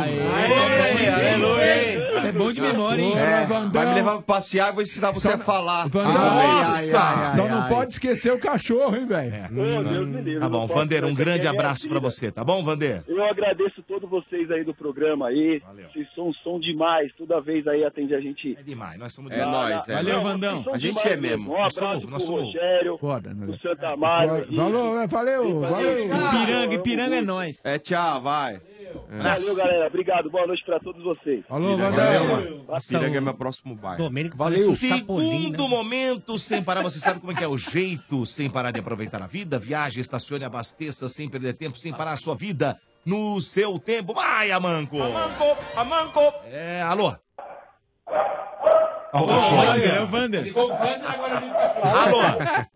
[SPEAKER 14] É bom de memória,
[SPEAKER 21] hein? Boa, Vandão.
[SPEAKER 14] É, vai me levar pra passear e vou ensinar você a falar.
[SPEAKER 21] Vandão.
[SPEAKER 14] Nossa!
[SPEAKER 21] Só não pode esquecer o cachorro, hein,
[SPEAKER 6] É.
[SPEAKER 14] Hum,
[SPEAKER 21] velho?
[SPEAKER 6] Tá bom, Vander, um grande
[SPEAKER 14] é
[SPEAKER 6] abraço pra você, tá bom, Vander?
[SPEAKER 23] Eu agradeço todos vocês aí do programa aí. Vocês são, são demais. Toda vez aí atende a gente. É
[SPEAKER 6] demais, nós somos
[SPEAKER 14] É nóis, é. Valeu, Vandão. A gente é mesmo.
[SPEAKER 23] Um
[SPEAKER 14] Nós
[SPEAKER 23] abraço
[SPEAKER 14] somos, nós
[SPEAKER 23] pro
[SPEAKER 14] somos.
[SPEAKER 23] Rogério,
[SPEAKER 21] Foda, né?
[SPEAKER 23] pro Santa Mário. aí.
[SPEAKER 21] Valeu, é, valeu, valeu.
[SPEAKER 14] Piranga, piranga é nóis. É, tchau, vai.
[SPEAKER 23] É. Valeu, galera. Obrigado. Boa noite pra todos vocês.
[SPEAKER 14] Piranga é meu próximo bairro.
[SPEAKER 13] Domênico
[SPEAKER 6] Valeu. Segundo momento sem parar. Você sabe como é que é o jeito sem parar de aproveitar a vida? Viaje, estacione, abasteça sem perder tempo, sem parar a sua vida no seu tempo. Vai, Amanco! Amanco! Amanco! É, alô? Ó, o cachorro.
[SPEAKER 3] Ligou o Vander, agora vem o cachorro.
[SPEAKER 21] (laughs)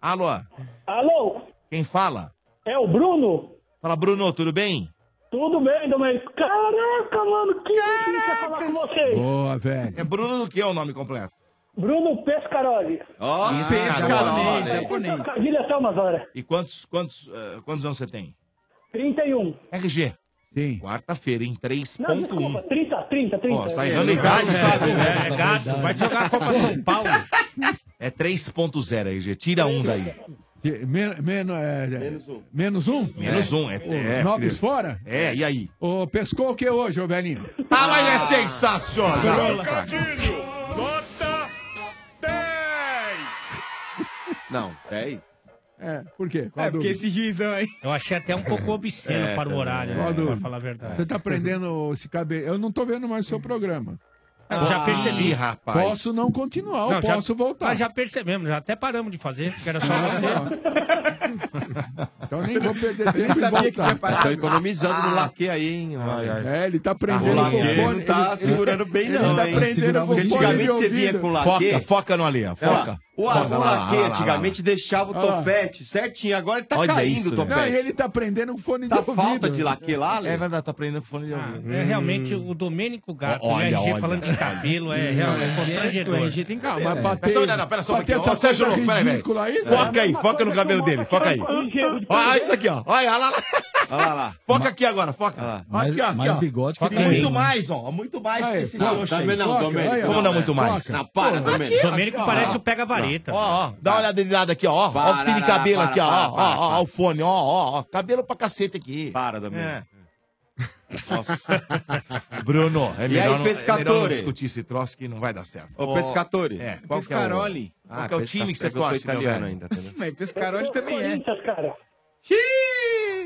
[SPEAKER 6] Alô? Alô? Alô? Quem fala? É o Bruno. Fala, Bruno, tudo bem?
[SPEAKER 24] Tudo bem, Domênico. Caraca, mano, que delícia falar com vocês.
[SPEAKER 21] Boa, velho.
[SPEAKER 6] É Bruno do que é o nome completo?
[SPEAKER 24] Bruno Pescaroli.
[SPEAKER 6] Ó,
[SPEAKER 21] Ah,
[SPEAKER 6] oh,
[SPEAKER 24] Trocadilho até umas horas.
[SPEAKER 6] E quantos, quantos, eh, quantos anos você tem?
[SPEAKER 24] 31.
[SPEAKER 6] RG.
[SPEAKER 21] Sim.
[SPEAKER 6] Quarta-feira, em
[SPEAKER 24] Não, desculpa,
[SPEAKER 6] 3.1.
[SPEAKER 24] 30, 30, 30.
[SPEAKER 6] Ó,
[SPEAKER 21] É
[SPEAKER 6] sai errando em casa, sabe? É gato, vai jogar a Copa São Paulo. É 3.0, RG. Tira um daí.
[SPEAKER 21] Que- men- men- é,
[SPEAKER 6] Menos um.
[SPEAKER 21] Menos um?
[SPEAKER 6] Menos um, é-
[SPEAKER 21] Ô,
[SPEAKER 6] é,
[SPEAKER 21] Novos
[SPEAKER 6] querido.
[SPEAKER 21] fora?
[SPEAKER 6] É, e aí?
[SPEAKER 21] Ô, pescou o que hoje, ô velhinho? Tá
[SPEAKER 6] Ah, mas é sensacional.
[SPEAKER 14] Não, 10.
[SPEAKER 21] É, por quê? Qual
[SPEAKER 15] É,
[SPEAKER 21] a
[SPEAKER 15] porque
[SPEAKER 21] dúvida?
[SPEAKER 15] esse juizão aí.
[SPEAKER 13] Eu achei até um pouco obsceno
[SPEAKER 21] É,
[SPEAKER 13] para o
[SPEAKER 21] também,
[SPEAKER 13] horário,
[SPEAKER 21] é.
[SPEAKER 13] né,
[SPEAKER 21] Qual
[SPEAKER 13] pra
[SPEAKER 21] do-
[SPEAKER 13] falar a verdade.
[SPEAKER 21] Você tá prendendo esse cabelo. Eu não tô vendo mais o seu programa.
[SPEAKER 13] Ah, já percebi.
[SPEAKER 21] rapaz. Posso não continuar, eu
[SPEAKER 13] Não, já-
[SPEAKER 21] posso voltar.
[SPEAKER 13] Mas já percebemos, já até paramos de fazer, porque era só você. (laughs)
[SPEAKER 21] Então nem vou perder tempo e voltar.
[SPEAKER 14] Estão economizando no laque aí, hein? Ai, ai.
[SPEAKER 21] É, ele tá
[SPEAKER 14] Ah,
[SPEAKER 21] prendendo
[SPEAKER 14] o
[SPEAKER 21] com
[SPEAKER 14] laque
[SPEAKER 21] fone.
[SPEAKER 14] não tá
[SPEAKER 21] ele-
[SPEAKER 14] segurando bem,
[SPEAKER 21] ele
[SPEAKER 14] não,
[SPEAKER 21] tá
[SPEAKER 14] hein?
[SPEAKER 21] prendendo com
[SPEAKER 14] Porque
[SPEAKER 21] fone
[SPEAKER 14] antigamente
[SPEAKER 21] de
[SPEAKER 14] você vinha
[SPEAKER 21] ouvido.
[SPEAKER 14] com laque.
[SPEAKER 6] Foca, foca no Alê, foca.
[SPEAKER 14] Olha lá. O
[SPEAKER 6] Foca, lá,
[SPEAKER 14] avô
[SPEAKER 6] lá,
[SPEAKER 14] laque
[SPEAKER 6] lá, lá, lá.
[SPEAKER 14] antigamente deixava o
[SPEAKER 6] Olha lá.
[SPEAKER 14] topete certinho, agora ele tá
[SPEAKER 6] Olha
[SPEAKER 14] caindo
[SPEAKER 6] isso,
[SPEAKER 14] o
[SPEAKER 6] né?
[SPEAKER 14] topete.
[SPEAKER 21] Não, e ele tá prendendo com fone de
[SPEAKER 14] Tá
[SPEAKER 21] ouvido.
[SPEAKER 14] falta de laque lá, Ale?
[SPEAKER 6] É verdade, tá prendendo com fone de ouvido.
[SPEAKER 13] É realmente o Domênico Gato,
[SPEAKER 6] Olha,
[SPEAKER 13] o RG
[SPEAKER 6] olha.
[SPEAKER 13] falando de cabelo, é realmente constrangedor.
[SPEAKER 6] o RG tem cabelo.
[SPEAKER 13] Calma,
[SPEAKER 6] É.
[SPEAKER 13] bateu-
[SPEAKER 6] Pera só, não, não, pera só um
[SPEAKER 13] bateu
[SPEAKER 6] pouquinho.
[SPEAKER 13] essa
[SPEAKER 6] Ó, Sérgio
[SPEAKER 13] coisa
[SPEAKER 6] Louco, peraí, peraí.
[SPEAKER 13] ridícula aí, né?
[SPEAKER 6] Foca aí, foca no cabelo dele, foca aí. Olha isso aqui, ó. Olha, olha lá, lá.
[SPEAKER 14] Olha lá, lá.
[SPEAKER 6] Foca aqui agora, foca. Olha
[SPEAKER 14] Mais-
[SPEAKER 6] aqui, ó, aqui,
[SPEAKER 14] mais
[SPEAKER 6] ó.
[SPEAKER 14] bigode que
[SPEAKER 6] Foca
[SPEAKER 14] ninguém,
[SPEAKER 6] muito
[SPEAKER 14] né?
[SPEAKER 6] mais, ó. Muito mais que esse
[SPEAKER 14] não,
[SPEAKER 6] trouxa aí.
[SPEAKER 14] também não,
[SPEAKER 6] Foca,
[SPEAKER 14] Domênico,
[SPEAKER 6] olha,
[SPEAKER 14] não,
[SPEAKER 6] Como não
[SPEAKER 14] né?
[SPEAKER 6] muito mais?
[SPEAKER 14] Foca. Não, para,
[SPEAKER 6] Pô,
[SPEAKER 14] Domênico.
[SPEAKER 6] aqui,
[SPEAKER 14] Domênico
[SPEAKER 6] aqui, ó.
[SPEAKER 14] parece
[SPEAKER 6] Ó,
[SPEAKER 14] o pega-vareta,
[SPEAKER 6] Ó, ó, dá uma olhada de lado aqui, ó. Ó, ó o fio de
[SPEAKER 14] Para,
[SPEAKER 6] cabelo
[SPEAKER 14] para,
[SPEAKER 6] aqui, ó.
[SPEAKER 14] para,
[SPEAKER 6] Ó,
[SPEAKER 14] para,
[SPEAKER 6] ó, ó, o fone, ó, ó, ó. Cabelo pra cacete aqui. É.
[SPEAKER 14] Para, Domênico. Nossa.
[SPEAKER 6] Bruno, é
[SPEAKER 14] E
[SPEAKER 6] melhor,
[SPEAKER 14] aí,
[SPEAKER 6] não, é
[SPEAKER 14] Pescatore?
[SPEAKER 6] melhor não discutir esse troço que não vai dar certo.
[SPEAKER 14] Ô,
[SPEAKER 6] Ó,
[SPEAKER 14] Pescatore.
[SPEAKER 6] É, qual que é o,
[SPEAKER 14] Pescaroli.
[SPEAKER 6] qual
[SPEAKER 14] Ah,
[SPEAKER 6] que é o
[SPEAKER 14] Pesca-
[SPEAKER 6] time que você
[SPEAKER 14] é que eu tô
[SPEAKER 6] torce, meu
[SPEAKER 14] italiano
[SPEAKER 6] velho?
[SPEAKER 14] ainda, entendeu?
[SPEAKER 15] Mas Pescaroli também é.
[SPEAKER 24] cara.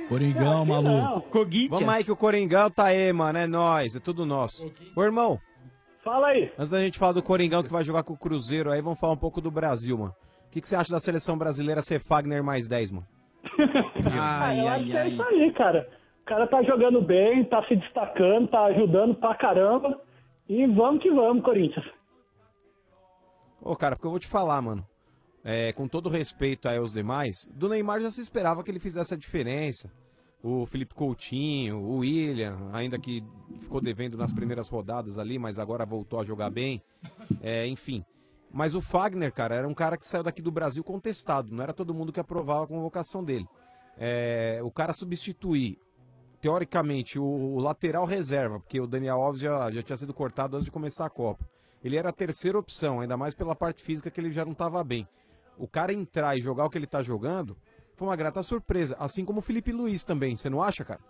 [SPEAKER 15] Coringão, maluco. Coguinhas.
[SPEAKER 18] Vamos aí que o Coringão tá aí, mano. É nóis, é tudo nosso. Ô, irmão.
[SPEAKER 24] Fala aí.
[SPEAKER 18] Antes da gente falar do Coringão que vai jogar com o Cruzeiro aí, vamos falar um pouco do Brasil, mano. O que, que você acha da seleção brasileira ser Fagner mais 10,
[SPEAKER 24] (laughs)
[SPEAKER 18] mano?
[SPEAKER 24] Ai, eu acho que é isso aí, cara. O cara tá jogando bem, tá se destacando, tá ajudando pra caramba. E vamos que vamos, Corinthians.
[SPEAKER 18] Ô, cara, porque eu vou te falar, mano. É, com todo respeito aí aos demais, do Neymar já se esperava que ele fizesse a diferença. O Felipe Coutinho, o William, ainda que ficou devendo nas primeiras rodadas ali, mas agora voltou a jogar bem. É, enfim. Mas o Fagner, cara, era um cara que saiu daqui do Brasil contestado. Não era todo mundo que aprovava a convocação dele. É, o cara substituir teoricamente, o, o lateral reserva, porque o Daniel Alves já, já tinha sido cortado antes de começar a Copa. Ele era a terceira opção, ainda mais pela parte física que ele já não estava bem. O cara entrar e jogar o que ele tá jogando foi uma grata surpresa, assim como o Felipe Luiz também, você não acha, cara?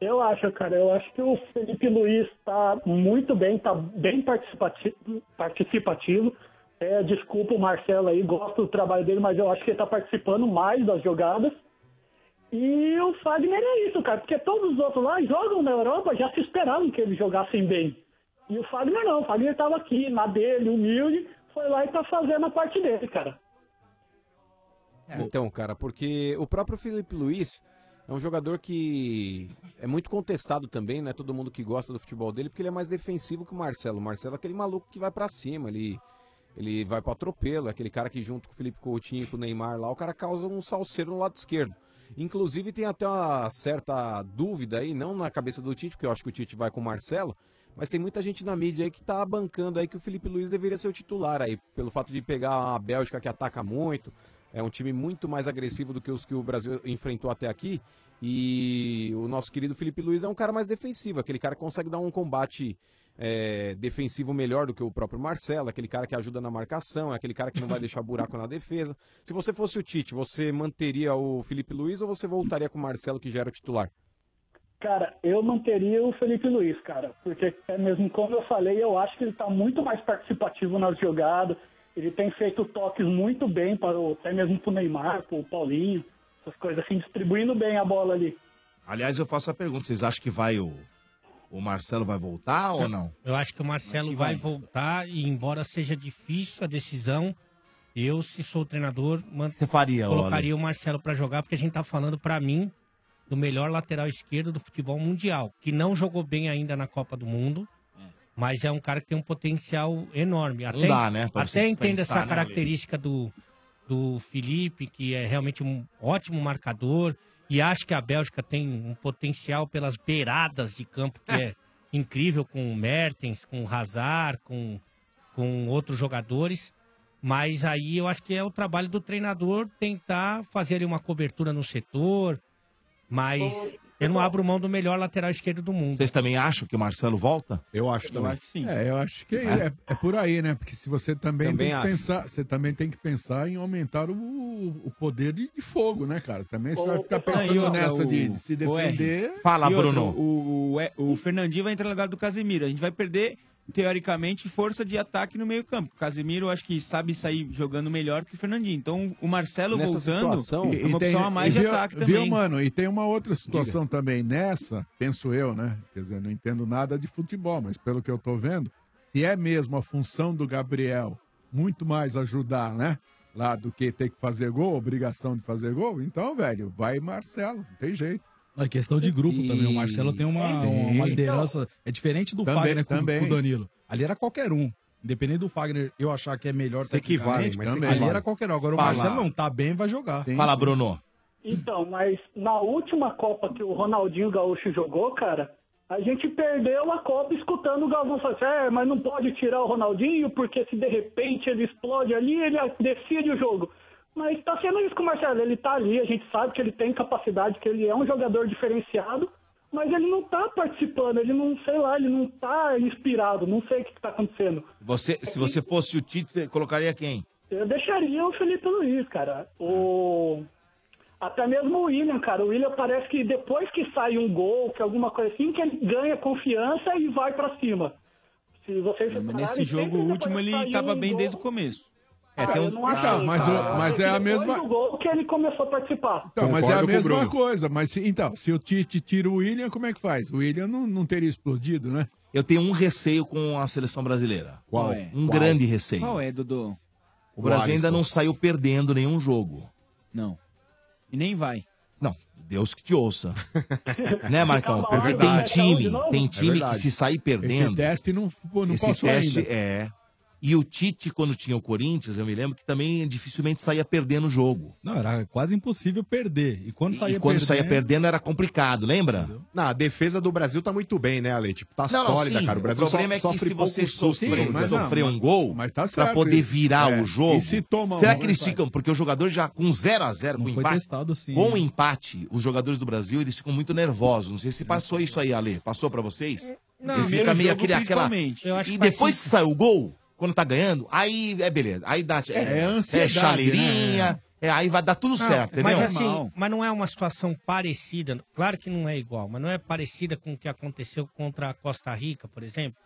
[SPEAKER 24] Eu acho, cara. Eu acho que o Felipe Luiz tá muito bem, tá bem participativo. participativo. É, desculpa o Marcelo aí, gosto do trabalho dele, mas eu acho que ele tá participando mais das jogadas. E o Fagner é isso, cara, porque todos os outros lá jogam na Europa, já se esperavam que eles jogassem bem. E o Fagner não, o Fagner tava aqui, na dele, humilde, foi lá e tá fazendo a parte dele, cara.
[SPEAKER 18] Então, cara, porque o próprio Felipe Luiz é um jogador que é muito contestado também, né? Todo mundo que gosta do futebol dele, porque ele é mais defensivo que o Marcelo. O Marcelo é aquele maluco que vai pra cima, ele, ele vai pro atropelo, é aquele cara que junto com o Felipe Coutinho e com o Neymar lá, o cara causa um salseiro no lado esquerdo. Inclusive tem até uma certa dúvida aí, não na cabeça do Tite, porque eu acho que o Tite vai com o Marcelo, mas tem muita gente na mídia aí que tá bancando aí que o Felipe Luiz deveria ser o titular aí, pelo fato de pegar a Bélgica que ataca muito, é um time muito mais agressivo do que os que o Brasil enfrentou até aqui. E o nosso querido Felipe Luiz é um cara mais defensivo, aquele cara que consegue dar um combate é, defensivo melhor do que o próprio Marcelo, aquele cara que ajuda na marcação, é aquele cara que não vai deixar buraco na defesa. Se você fosse o Tite, você manteria o Felipe Luiz ou você voltaria com o Marcelo, que já era o titular?
[SPEAKER 24] Cara, eu manteria o Felipe Luiz, cara, porque é mesmo como eu falei, eu acho que ele tá muito mais participativo nas jogadas, ele tem feito toques muito bem, para o, até mesmo pro Neymar, pro Paulinho, essas coisas assim, distribuindo bem a bola ali.
[SPEAKER 6] Aliás, eu faço a pergunta: vocês acham que vai o, o Marcelo vai voltar ou não?
[SPEAKER 13] Eu acho que o Marcelo vai voltar e, embora seja difícil a decisão, eu, se sou o treinador, man-
[SPEAKER 6] faria, olha.
[SPEAKER 13] colocaria o Marcelo pra jogar, porque a gente tá falando, pra mim, do melhor lateral esquerdo do futebol mundial, que não jogou bem ainda na Copa do Mundo, mas é um cara que tem um potencial enorme. Até,
[SPEAKER 6] dá, né, pra você
[SPEAKER 13] Até entendo
[SPEAKER 6] dispensar,
[SPEAKER 13] essa
[SPEAKER 6] né,
[SPEAKER 13] característica do, do Felipe, que é realmente um ótimo marcador, e acho que a Bélgica tem um potencial pelas beiradas de campo
[SPEAKER 6] (laughs)
[SPEAKER 13] que é incrível com o Mertens, com o Hazard, com, com outros jogadores. Mas aí eu acho que é o trabalho do treinador tentar fazer ali uma cobertura no setor, mas eu não abro mão do melhor lateral esquerdo do mundo.
[SPEAKER 6] Vocês também acham que o Marcelo volta?
[SPEAKER 17] Eu acho
[SPEAKER 6] também. Ah.
[SPEAKER 21] É, eu acho que é, é por aí, né? Porque se você também,
[SPEAKER 6] Também
[SPEAKER 21] tem que
[SPEAKER 6] acho.
[SPEAKER 21] pensar, você também tem que pensar em aumentar o, o poder de, de fogo, né, cara? Também você vai ficar pensando
[SPEAKER 15] né,
[SPEAKER 21] nessa de, de se defender.
[SPEAKER 6] Fala,
[SPEAKER 15] E outra,
[SPEAKER 6] Bruno.
[SPEAKER 15] o, o- é- o Fernandinho vai entrar no lugar do Casemiro. A gente vai perder teoricamente, força de ataque no meio-campo. O Casemiro, acho que sabe sair jogando melhor que o Fernandinho. Então, o Marcelo
[SPEAKER 18] Nessa
[SPEAKER 15] voltando
[SPEAKER 18] situação-
[SPEAKER 15] é uma
[SPEAKER 21] tem-
[SPEAKER 15] opção a mais
[SPEAKER 21] e
[SPEAKER 15] de
[SPEAKER 21] viu,
[SPEAKER 15] ataque
[SPEAKER 21] viu,
[SPEAKER 15] também.
[SPEAKER 21] mano? E tem uma outra situação também. Nessa, penso eu, né? Quer dizer, não entendo nada de futebol, mas pelo que eu tô vendo, se é mesmo a função do Gabriel muito mais ajudar, né? Lá do que ter que fazer gol, obrigação de fazer gol, então, velho, vai Marcelo, não tem jeito.
[SPEAKER 22] É questão de grupo também. O Marcelo tem uma, uma
[SPEAKER 21] Sim.
[SPEAKER 22] liderança. É diferente do
[SPEAKER 21] Também,
[SPEAKER 22] Fagner com,
[SPEAKER 21] também.
[SPEAKER 22] com o Danilo. Ali era qualquer um. Independente do Fagner eu achar que é melhor
[SPEAKER 17] Se equivalem,
[SPEAKER 22] tecnicamente,
[SPEAKER 17] mas se
[SPEAKER 22] ali
[SPEAKER 17] equivalem.
[SPEAKER 22] era qualquer um. Agora
[SPEAKER 17] Fala.
[SPEAKER 22] o Marcelo não tá bem, vai jogar.
[SPEAKER 6] Fala, Bruno.
[SPEAKER 24] Então, mas na última Copa que o Ronaldinho Gaúcho jogou, cara, a gente perdeu a Copa escutando o Galvão falar assim, é, mas não pode tirar o Ronaldinho, porque se de repente ele explode ali, ele decide o jogo. Mas tá sendo isso com o Marcelo, ele tá ali, a gente sabe que ele tem capacidade, que ele é um jogador diferenciado, mas ele não tá participando, ele não, sei lá, ele não tá inspirado, não sei o que, que tá acontecendo.
[SPEAKER 6] Você, se você fosse o Tite, você colocaria quem?
[SPEAKER 24] Eu deixaria o Felipe Luiz, cara. O... Até mesmo o William, cara. O William parece que depois que sai um gol, que alguma coisa assim, que ele ganha confiança e vai pra cima. Se vocês
[SPEAKER 15] Mas
[SPEAKER 24] repararem,
[SPEAKER 15] Nesse
[SPEAKER 24] sempre
[SPEAKER 15] jogo último,
[SPEAKER 24] depois que
[SPEAKER 15] ele
[SPEAKER 24] sai
[SPEAKER 15] tava
[SPEAKER 24] um
[SPEAKER 15] bem É, um
[SPEAKER 24] gol-
[SPEAKER 15] desde o começo.
[SPEAKER 24] Ah, eu não acho,
[SPEAKER 21] Então, mas
[SPEAKER 24] cara.
[SPEAKER 21] o- mas é a
[SPEAKER 24] Depois
[SPEAKER 21] mesma-
[SPEAKER 24] do gol que ele começou a participar.
[SPEAKER 21] Então, mas é a mesma coisa. Mas se- então, se o Tite tira o William, como é que faz? O William não, não teria explodido, né?
[SPEAKER 6] Eu tenho um receio com a seleção brasileira.
[SPEAKER 21] Qual?
[SPEAKER 6] Um
[SPEAKER 21] Qual?
[SPEAKER 6] grande receio.
[SPEAKER 15] é? Qual é, Dudu?
[SPEAKER 6] O Brasil ainda não saiu perdendo nenhum jogo.
[SPEAKER 15] Não. E nem vai.
[SPEAKER 6] Não, Deus que te
[SPEAKER 21] (laughs)
[SPEAKER 6] ouça. né, Marcão?
[SPEAKER 21] Calma,
[SPEAKER 6] Porque
[SPEAKER 21] olha,
[SPEAKER 6] tem
[SPEAKER 21] vai sair tá de
[SPEAKER 6] time,
[SPEAKER 21] novo?
[SPEAKER 6] tem
[SPEAKER 21] É
[SPEAKER 6] time que
[SPEAKER 21] verdade.
[SPEAKER 6] se sair
[SPEAKER 21] Esse
[SPEAKER 6] perdendo.
[SPEAKER 21] teste não, não
[SPEAKER 6] Esse
[SPEAKER 21] passou
[SPEAKER 6] teste
[SPEAKER 21] ainda.
[SPEAKER 6] é. E o Tite, quando tinha o Corinthians, eu me lembro que também dificilmente saía perdendo o jogo.
[SPEAKER 22] Não, era quase impossível perder. E quando
[SPEAKER 6] E
[SPEAKER 22] saía
[SPEAKER 6] quando
[SPEAKER 22] perdendo...
[SPEAKER 6] saía perdendo era complicado, lembra?
[SPEAKER 17] Não, a defesa do Brasil tá muito bem, né, Ale? Tipo, tá
[SPEAKER 6] Não, não,
[SPEAKER 17] sólida,
[SPEAKER 6] sim.
[SPEAKER 17] cara. O
[SPEAKER 6] O
[SPEAKER 17] Brasil
[SPEAKER 6] problema é que
[SPEAKER 17] sofre
[SPEAKER 6] se
[SPEAKER 17] pouco
[SPEAKER 6] você
[SPEAKER 17] susto,
[SPEAKER 6] sofrer,
[SPEAKER 17] né?
[SPEAKER 6] sofrer um gol
[SPEAKER 21] mas tá
[SPEAKER 6] pra
[SPEAKER 21] certo
[SPEAKER 6] poder
[SPEAKER 21] isso.
[SPEAKER 6] virar
[SPEAKER 21] É,
[SPEAKER 6] o jogo.
[SPEAKER 21] e se toma um
[SPEAKER 6] será
[SPEAKER 21] gol,
[SPEAKER 6] que eles
[SPEAKER 21] vai.
[SPEAKER 6] ficam? Porque os jogadores já com 0 a 0 com
[SPEAKER 22] foi
[SPEAKER 6] empate,
[SPEAKER 22] testado assim,
[SPEAKER 6] com
[SPEAKER 22] né?
[SPEAKER 6] empate, os jogadores do Brasil eles ficam muito nervosos. Não sei se passou isso aí, Ale. Passou pra vocês?
[SPEAKER 13] Não,
[SPEAKER 6] e fica
[SPEAKER 13] primeiro
[SPEAKER 6] meio
[SPEAKER 13] jogo,
[SPEAKER 6] aquele, aquela.
[SPEAKER 13] principalmente. Eu acho
[SPEAKER 6] E
[SPEAKER 13] que faz
[SPEAKER 6] depois que sai o gol, quando tá ganhando, aí é beleza. Aí dá
[SPEAKER 13] É,
[SPEAKER 6] é,
[SPEAKER 13] é ansiedade,
[SPEAKER 6] chaleirinha,
[SPEAKER 13] né?
[SPEAKER 6] é, aí vai dar tudo
[SPEAKER 13] Não,
[SPEAKER 6] certo, entendeu?
[SPEAKER 13] Mas assim, mas não é uma situação parecida. Claro que não é igual, mas não é parecida com o que aconteceu contra a Costa Rica, por exemplo.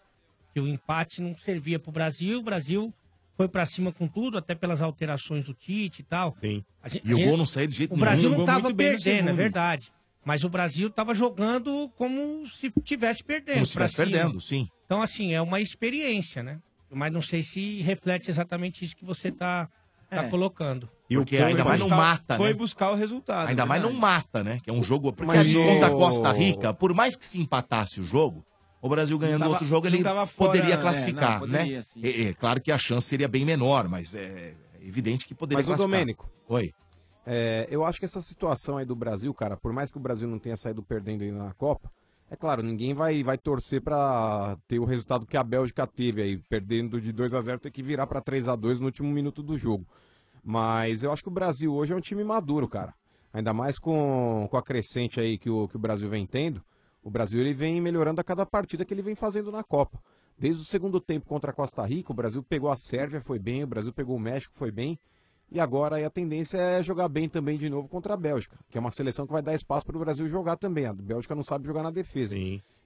[SPEAKER 13] Que o empate não servia pro Brasil, o Brasil foi pra cima com tudo, até pelas alterações do Tite e tal. A gente-
[SPEAKER 6] E o
[SPEAKER 13] a gente-
[SPEAKER 6] gol não saiu de jeito
[SPEAKER 13] O
[SPEAKER 6] nenhum.
[SPEAKER 13] Brasil
[SPEAKER 6] Jogou
[SPEAKER 13] não tava
[SPEAKER 6] muito bem no
[SPEAKER 13] perdendo, é
[SPEAKER 6] segundo.
[SPEAKER 13] verdade. Mas o Brasil tava jogando como se tivesse perdendo.
[SPEAKER 6] Como se
[SPEAKER 13] é, pra
[SPEAKER 6] estivesse
[SPEAKER 13] cima.
[SPEAKER 6] perdendo, sim.
[SPEAKER 13] Então, assim, é uma experiência, né? Mas não sei se reflete exatamente isso que você tá, tá
[SPEAKER 15] É.
[SPEAKER 13] colocando.
[SPEAKER 6] E o Porque ainda mais não mata,
[SPEAKER 15] Foi
[SPEAKER 6] né?
[SPEAKER 15] buscar o resultado.
[SPEAKER 6] Ainda mais não
[SPEAKER 15] verdade.
[SPEAKER 6] mata, né? Que é um jogo. Porque
[SPEAKER 15] Mas
[SPEAKER 6] ali
[SPEAKER 15] o-
[SPEAKER 6] contra a Costa Rica, por mais que se empatasse o jogo, o Brasil ganhando
[SPEAKER 15] tava-
[SPEAKER 6] outro jogo,
[SPEAKER 15] não
[SPEAKER 6] ele
[SPEAKER 15] tava fora,
[SPEAKER 6] poderia
[SPEAKER 15] né?
[SPEAKER 6] classificar,
[SPEAKER 15] Não,
[SPEAKER 6] né?
[SPEAKER 15] poderia,
[SPEAKER 6] É, é, claro que a chance seria bem menor, mas é evidente que poderia
[SPEAKER 18] Mas, ô
[SPEAKER 6] classificar.
[SPEAKER 18] Domênico,
[SPEAKER 6] Oi.
[SPEAKER 18] é, eu acho que essa situação aí do Brasil, cara, por mais que o Brasil não tenha saído perdendo aí na Copa, é claro, ninguém vai, vai torcer pra ter o resultado que a Bélgica teve aí, perdendo de 2 a 0 ter que virar pra 3 a 2 no último minuto do jogo. Mas eu acho que o Brasil hoje é um time maduro, cara. Ainda mais com, com a crescente aí que o, que o Brasil vem tendo. O Brasil ele vem melhorando a cada partida que ele vem fazendo na Copa. Desde o segundo tempo contra a Costa Rica, o Brasil pegou a Sérvia, foi bem, o Brasil pegou o México, foi bem. E agora aí a tendência é jogar bem também de novo contra a Bélgica, que é uma seleção que vai dar espaço para o Brasil jogar também. A Bélgica não sabe jogar na defesa.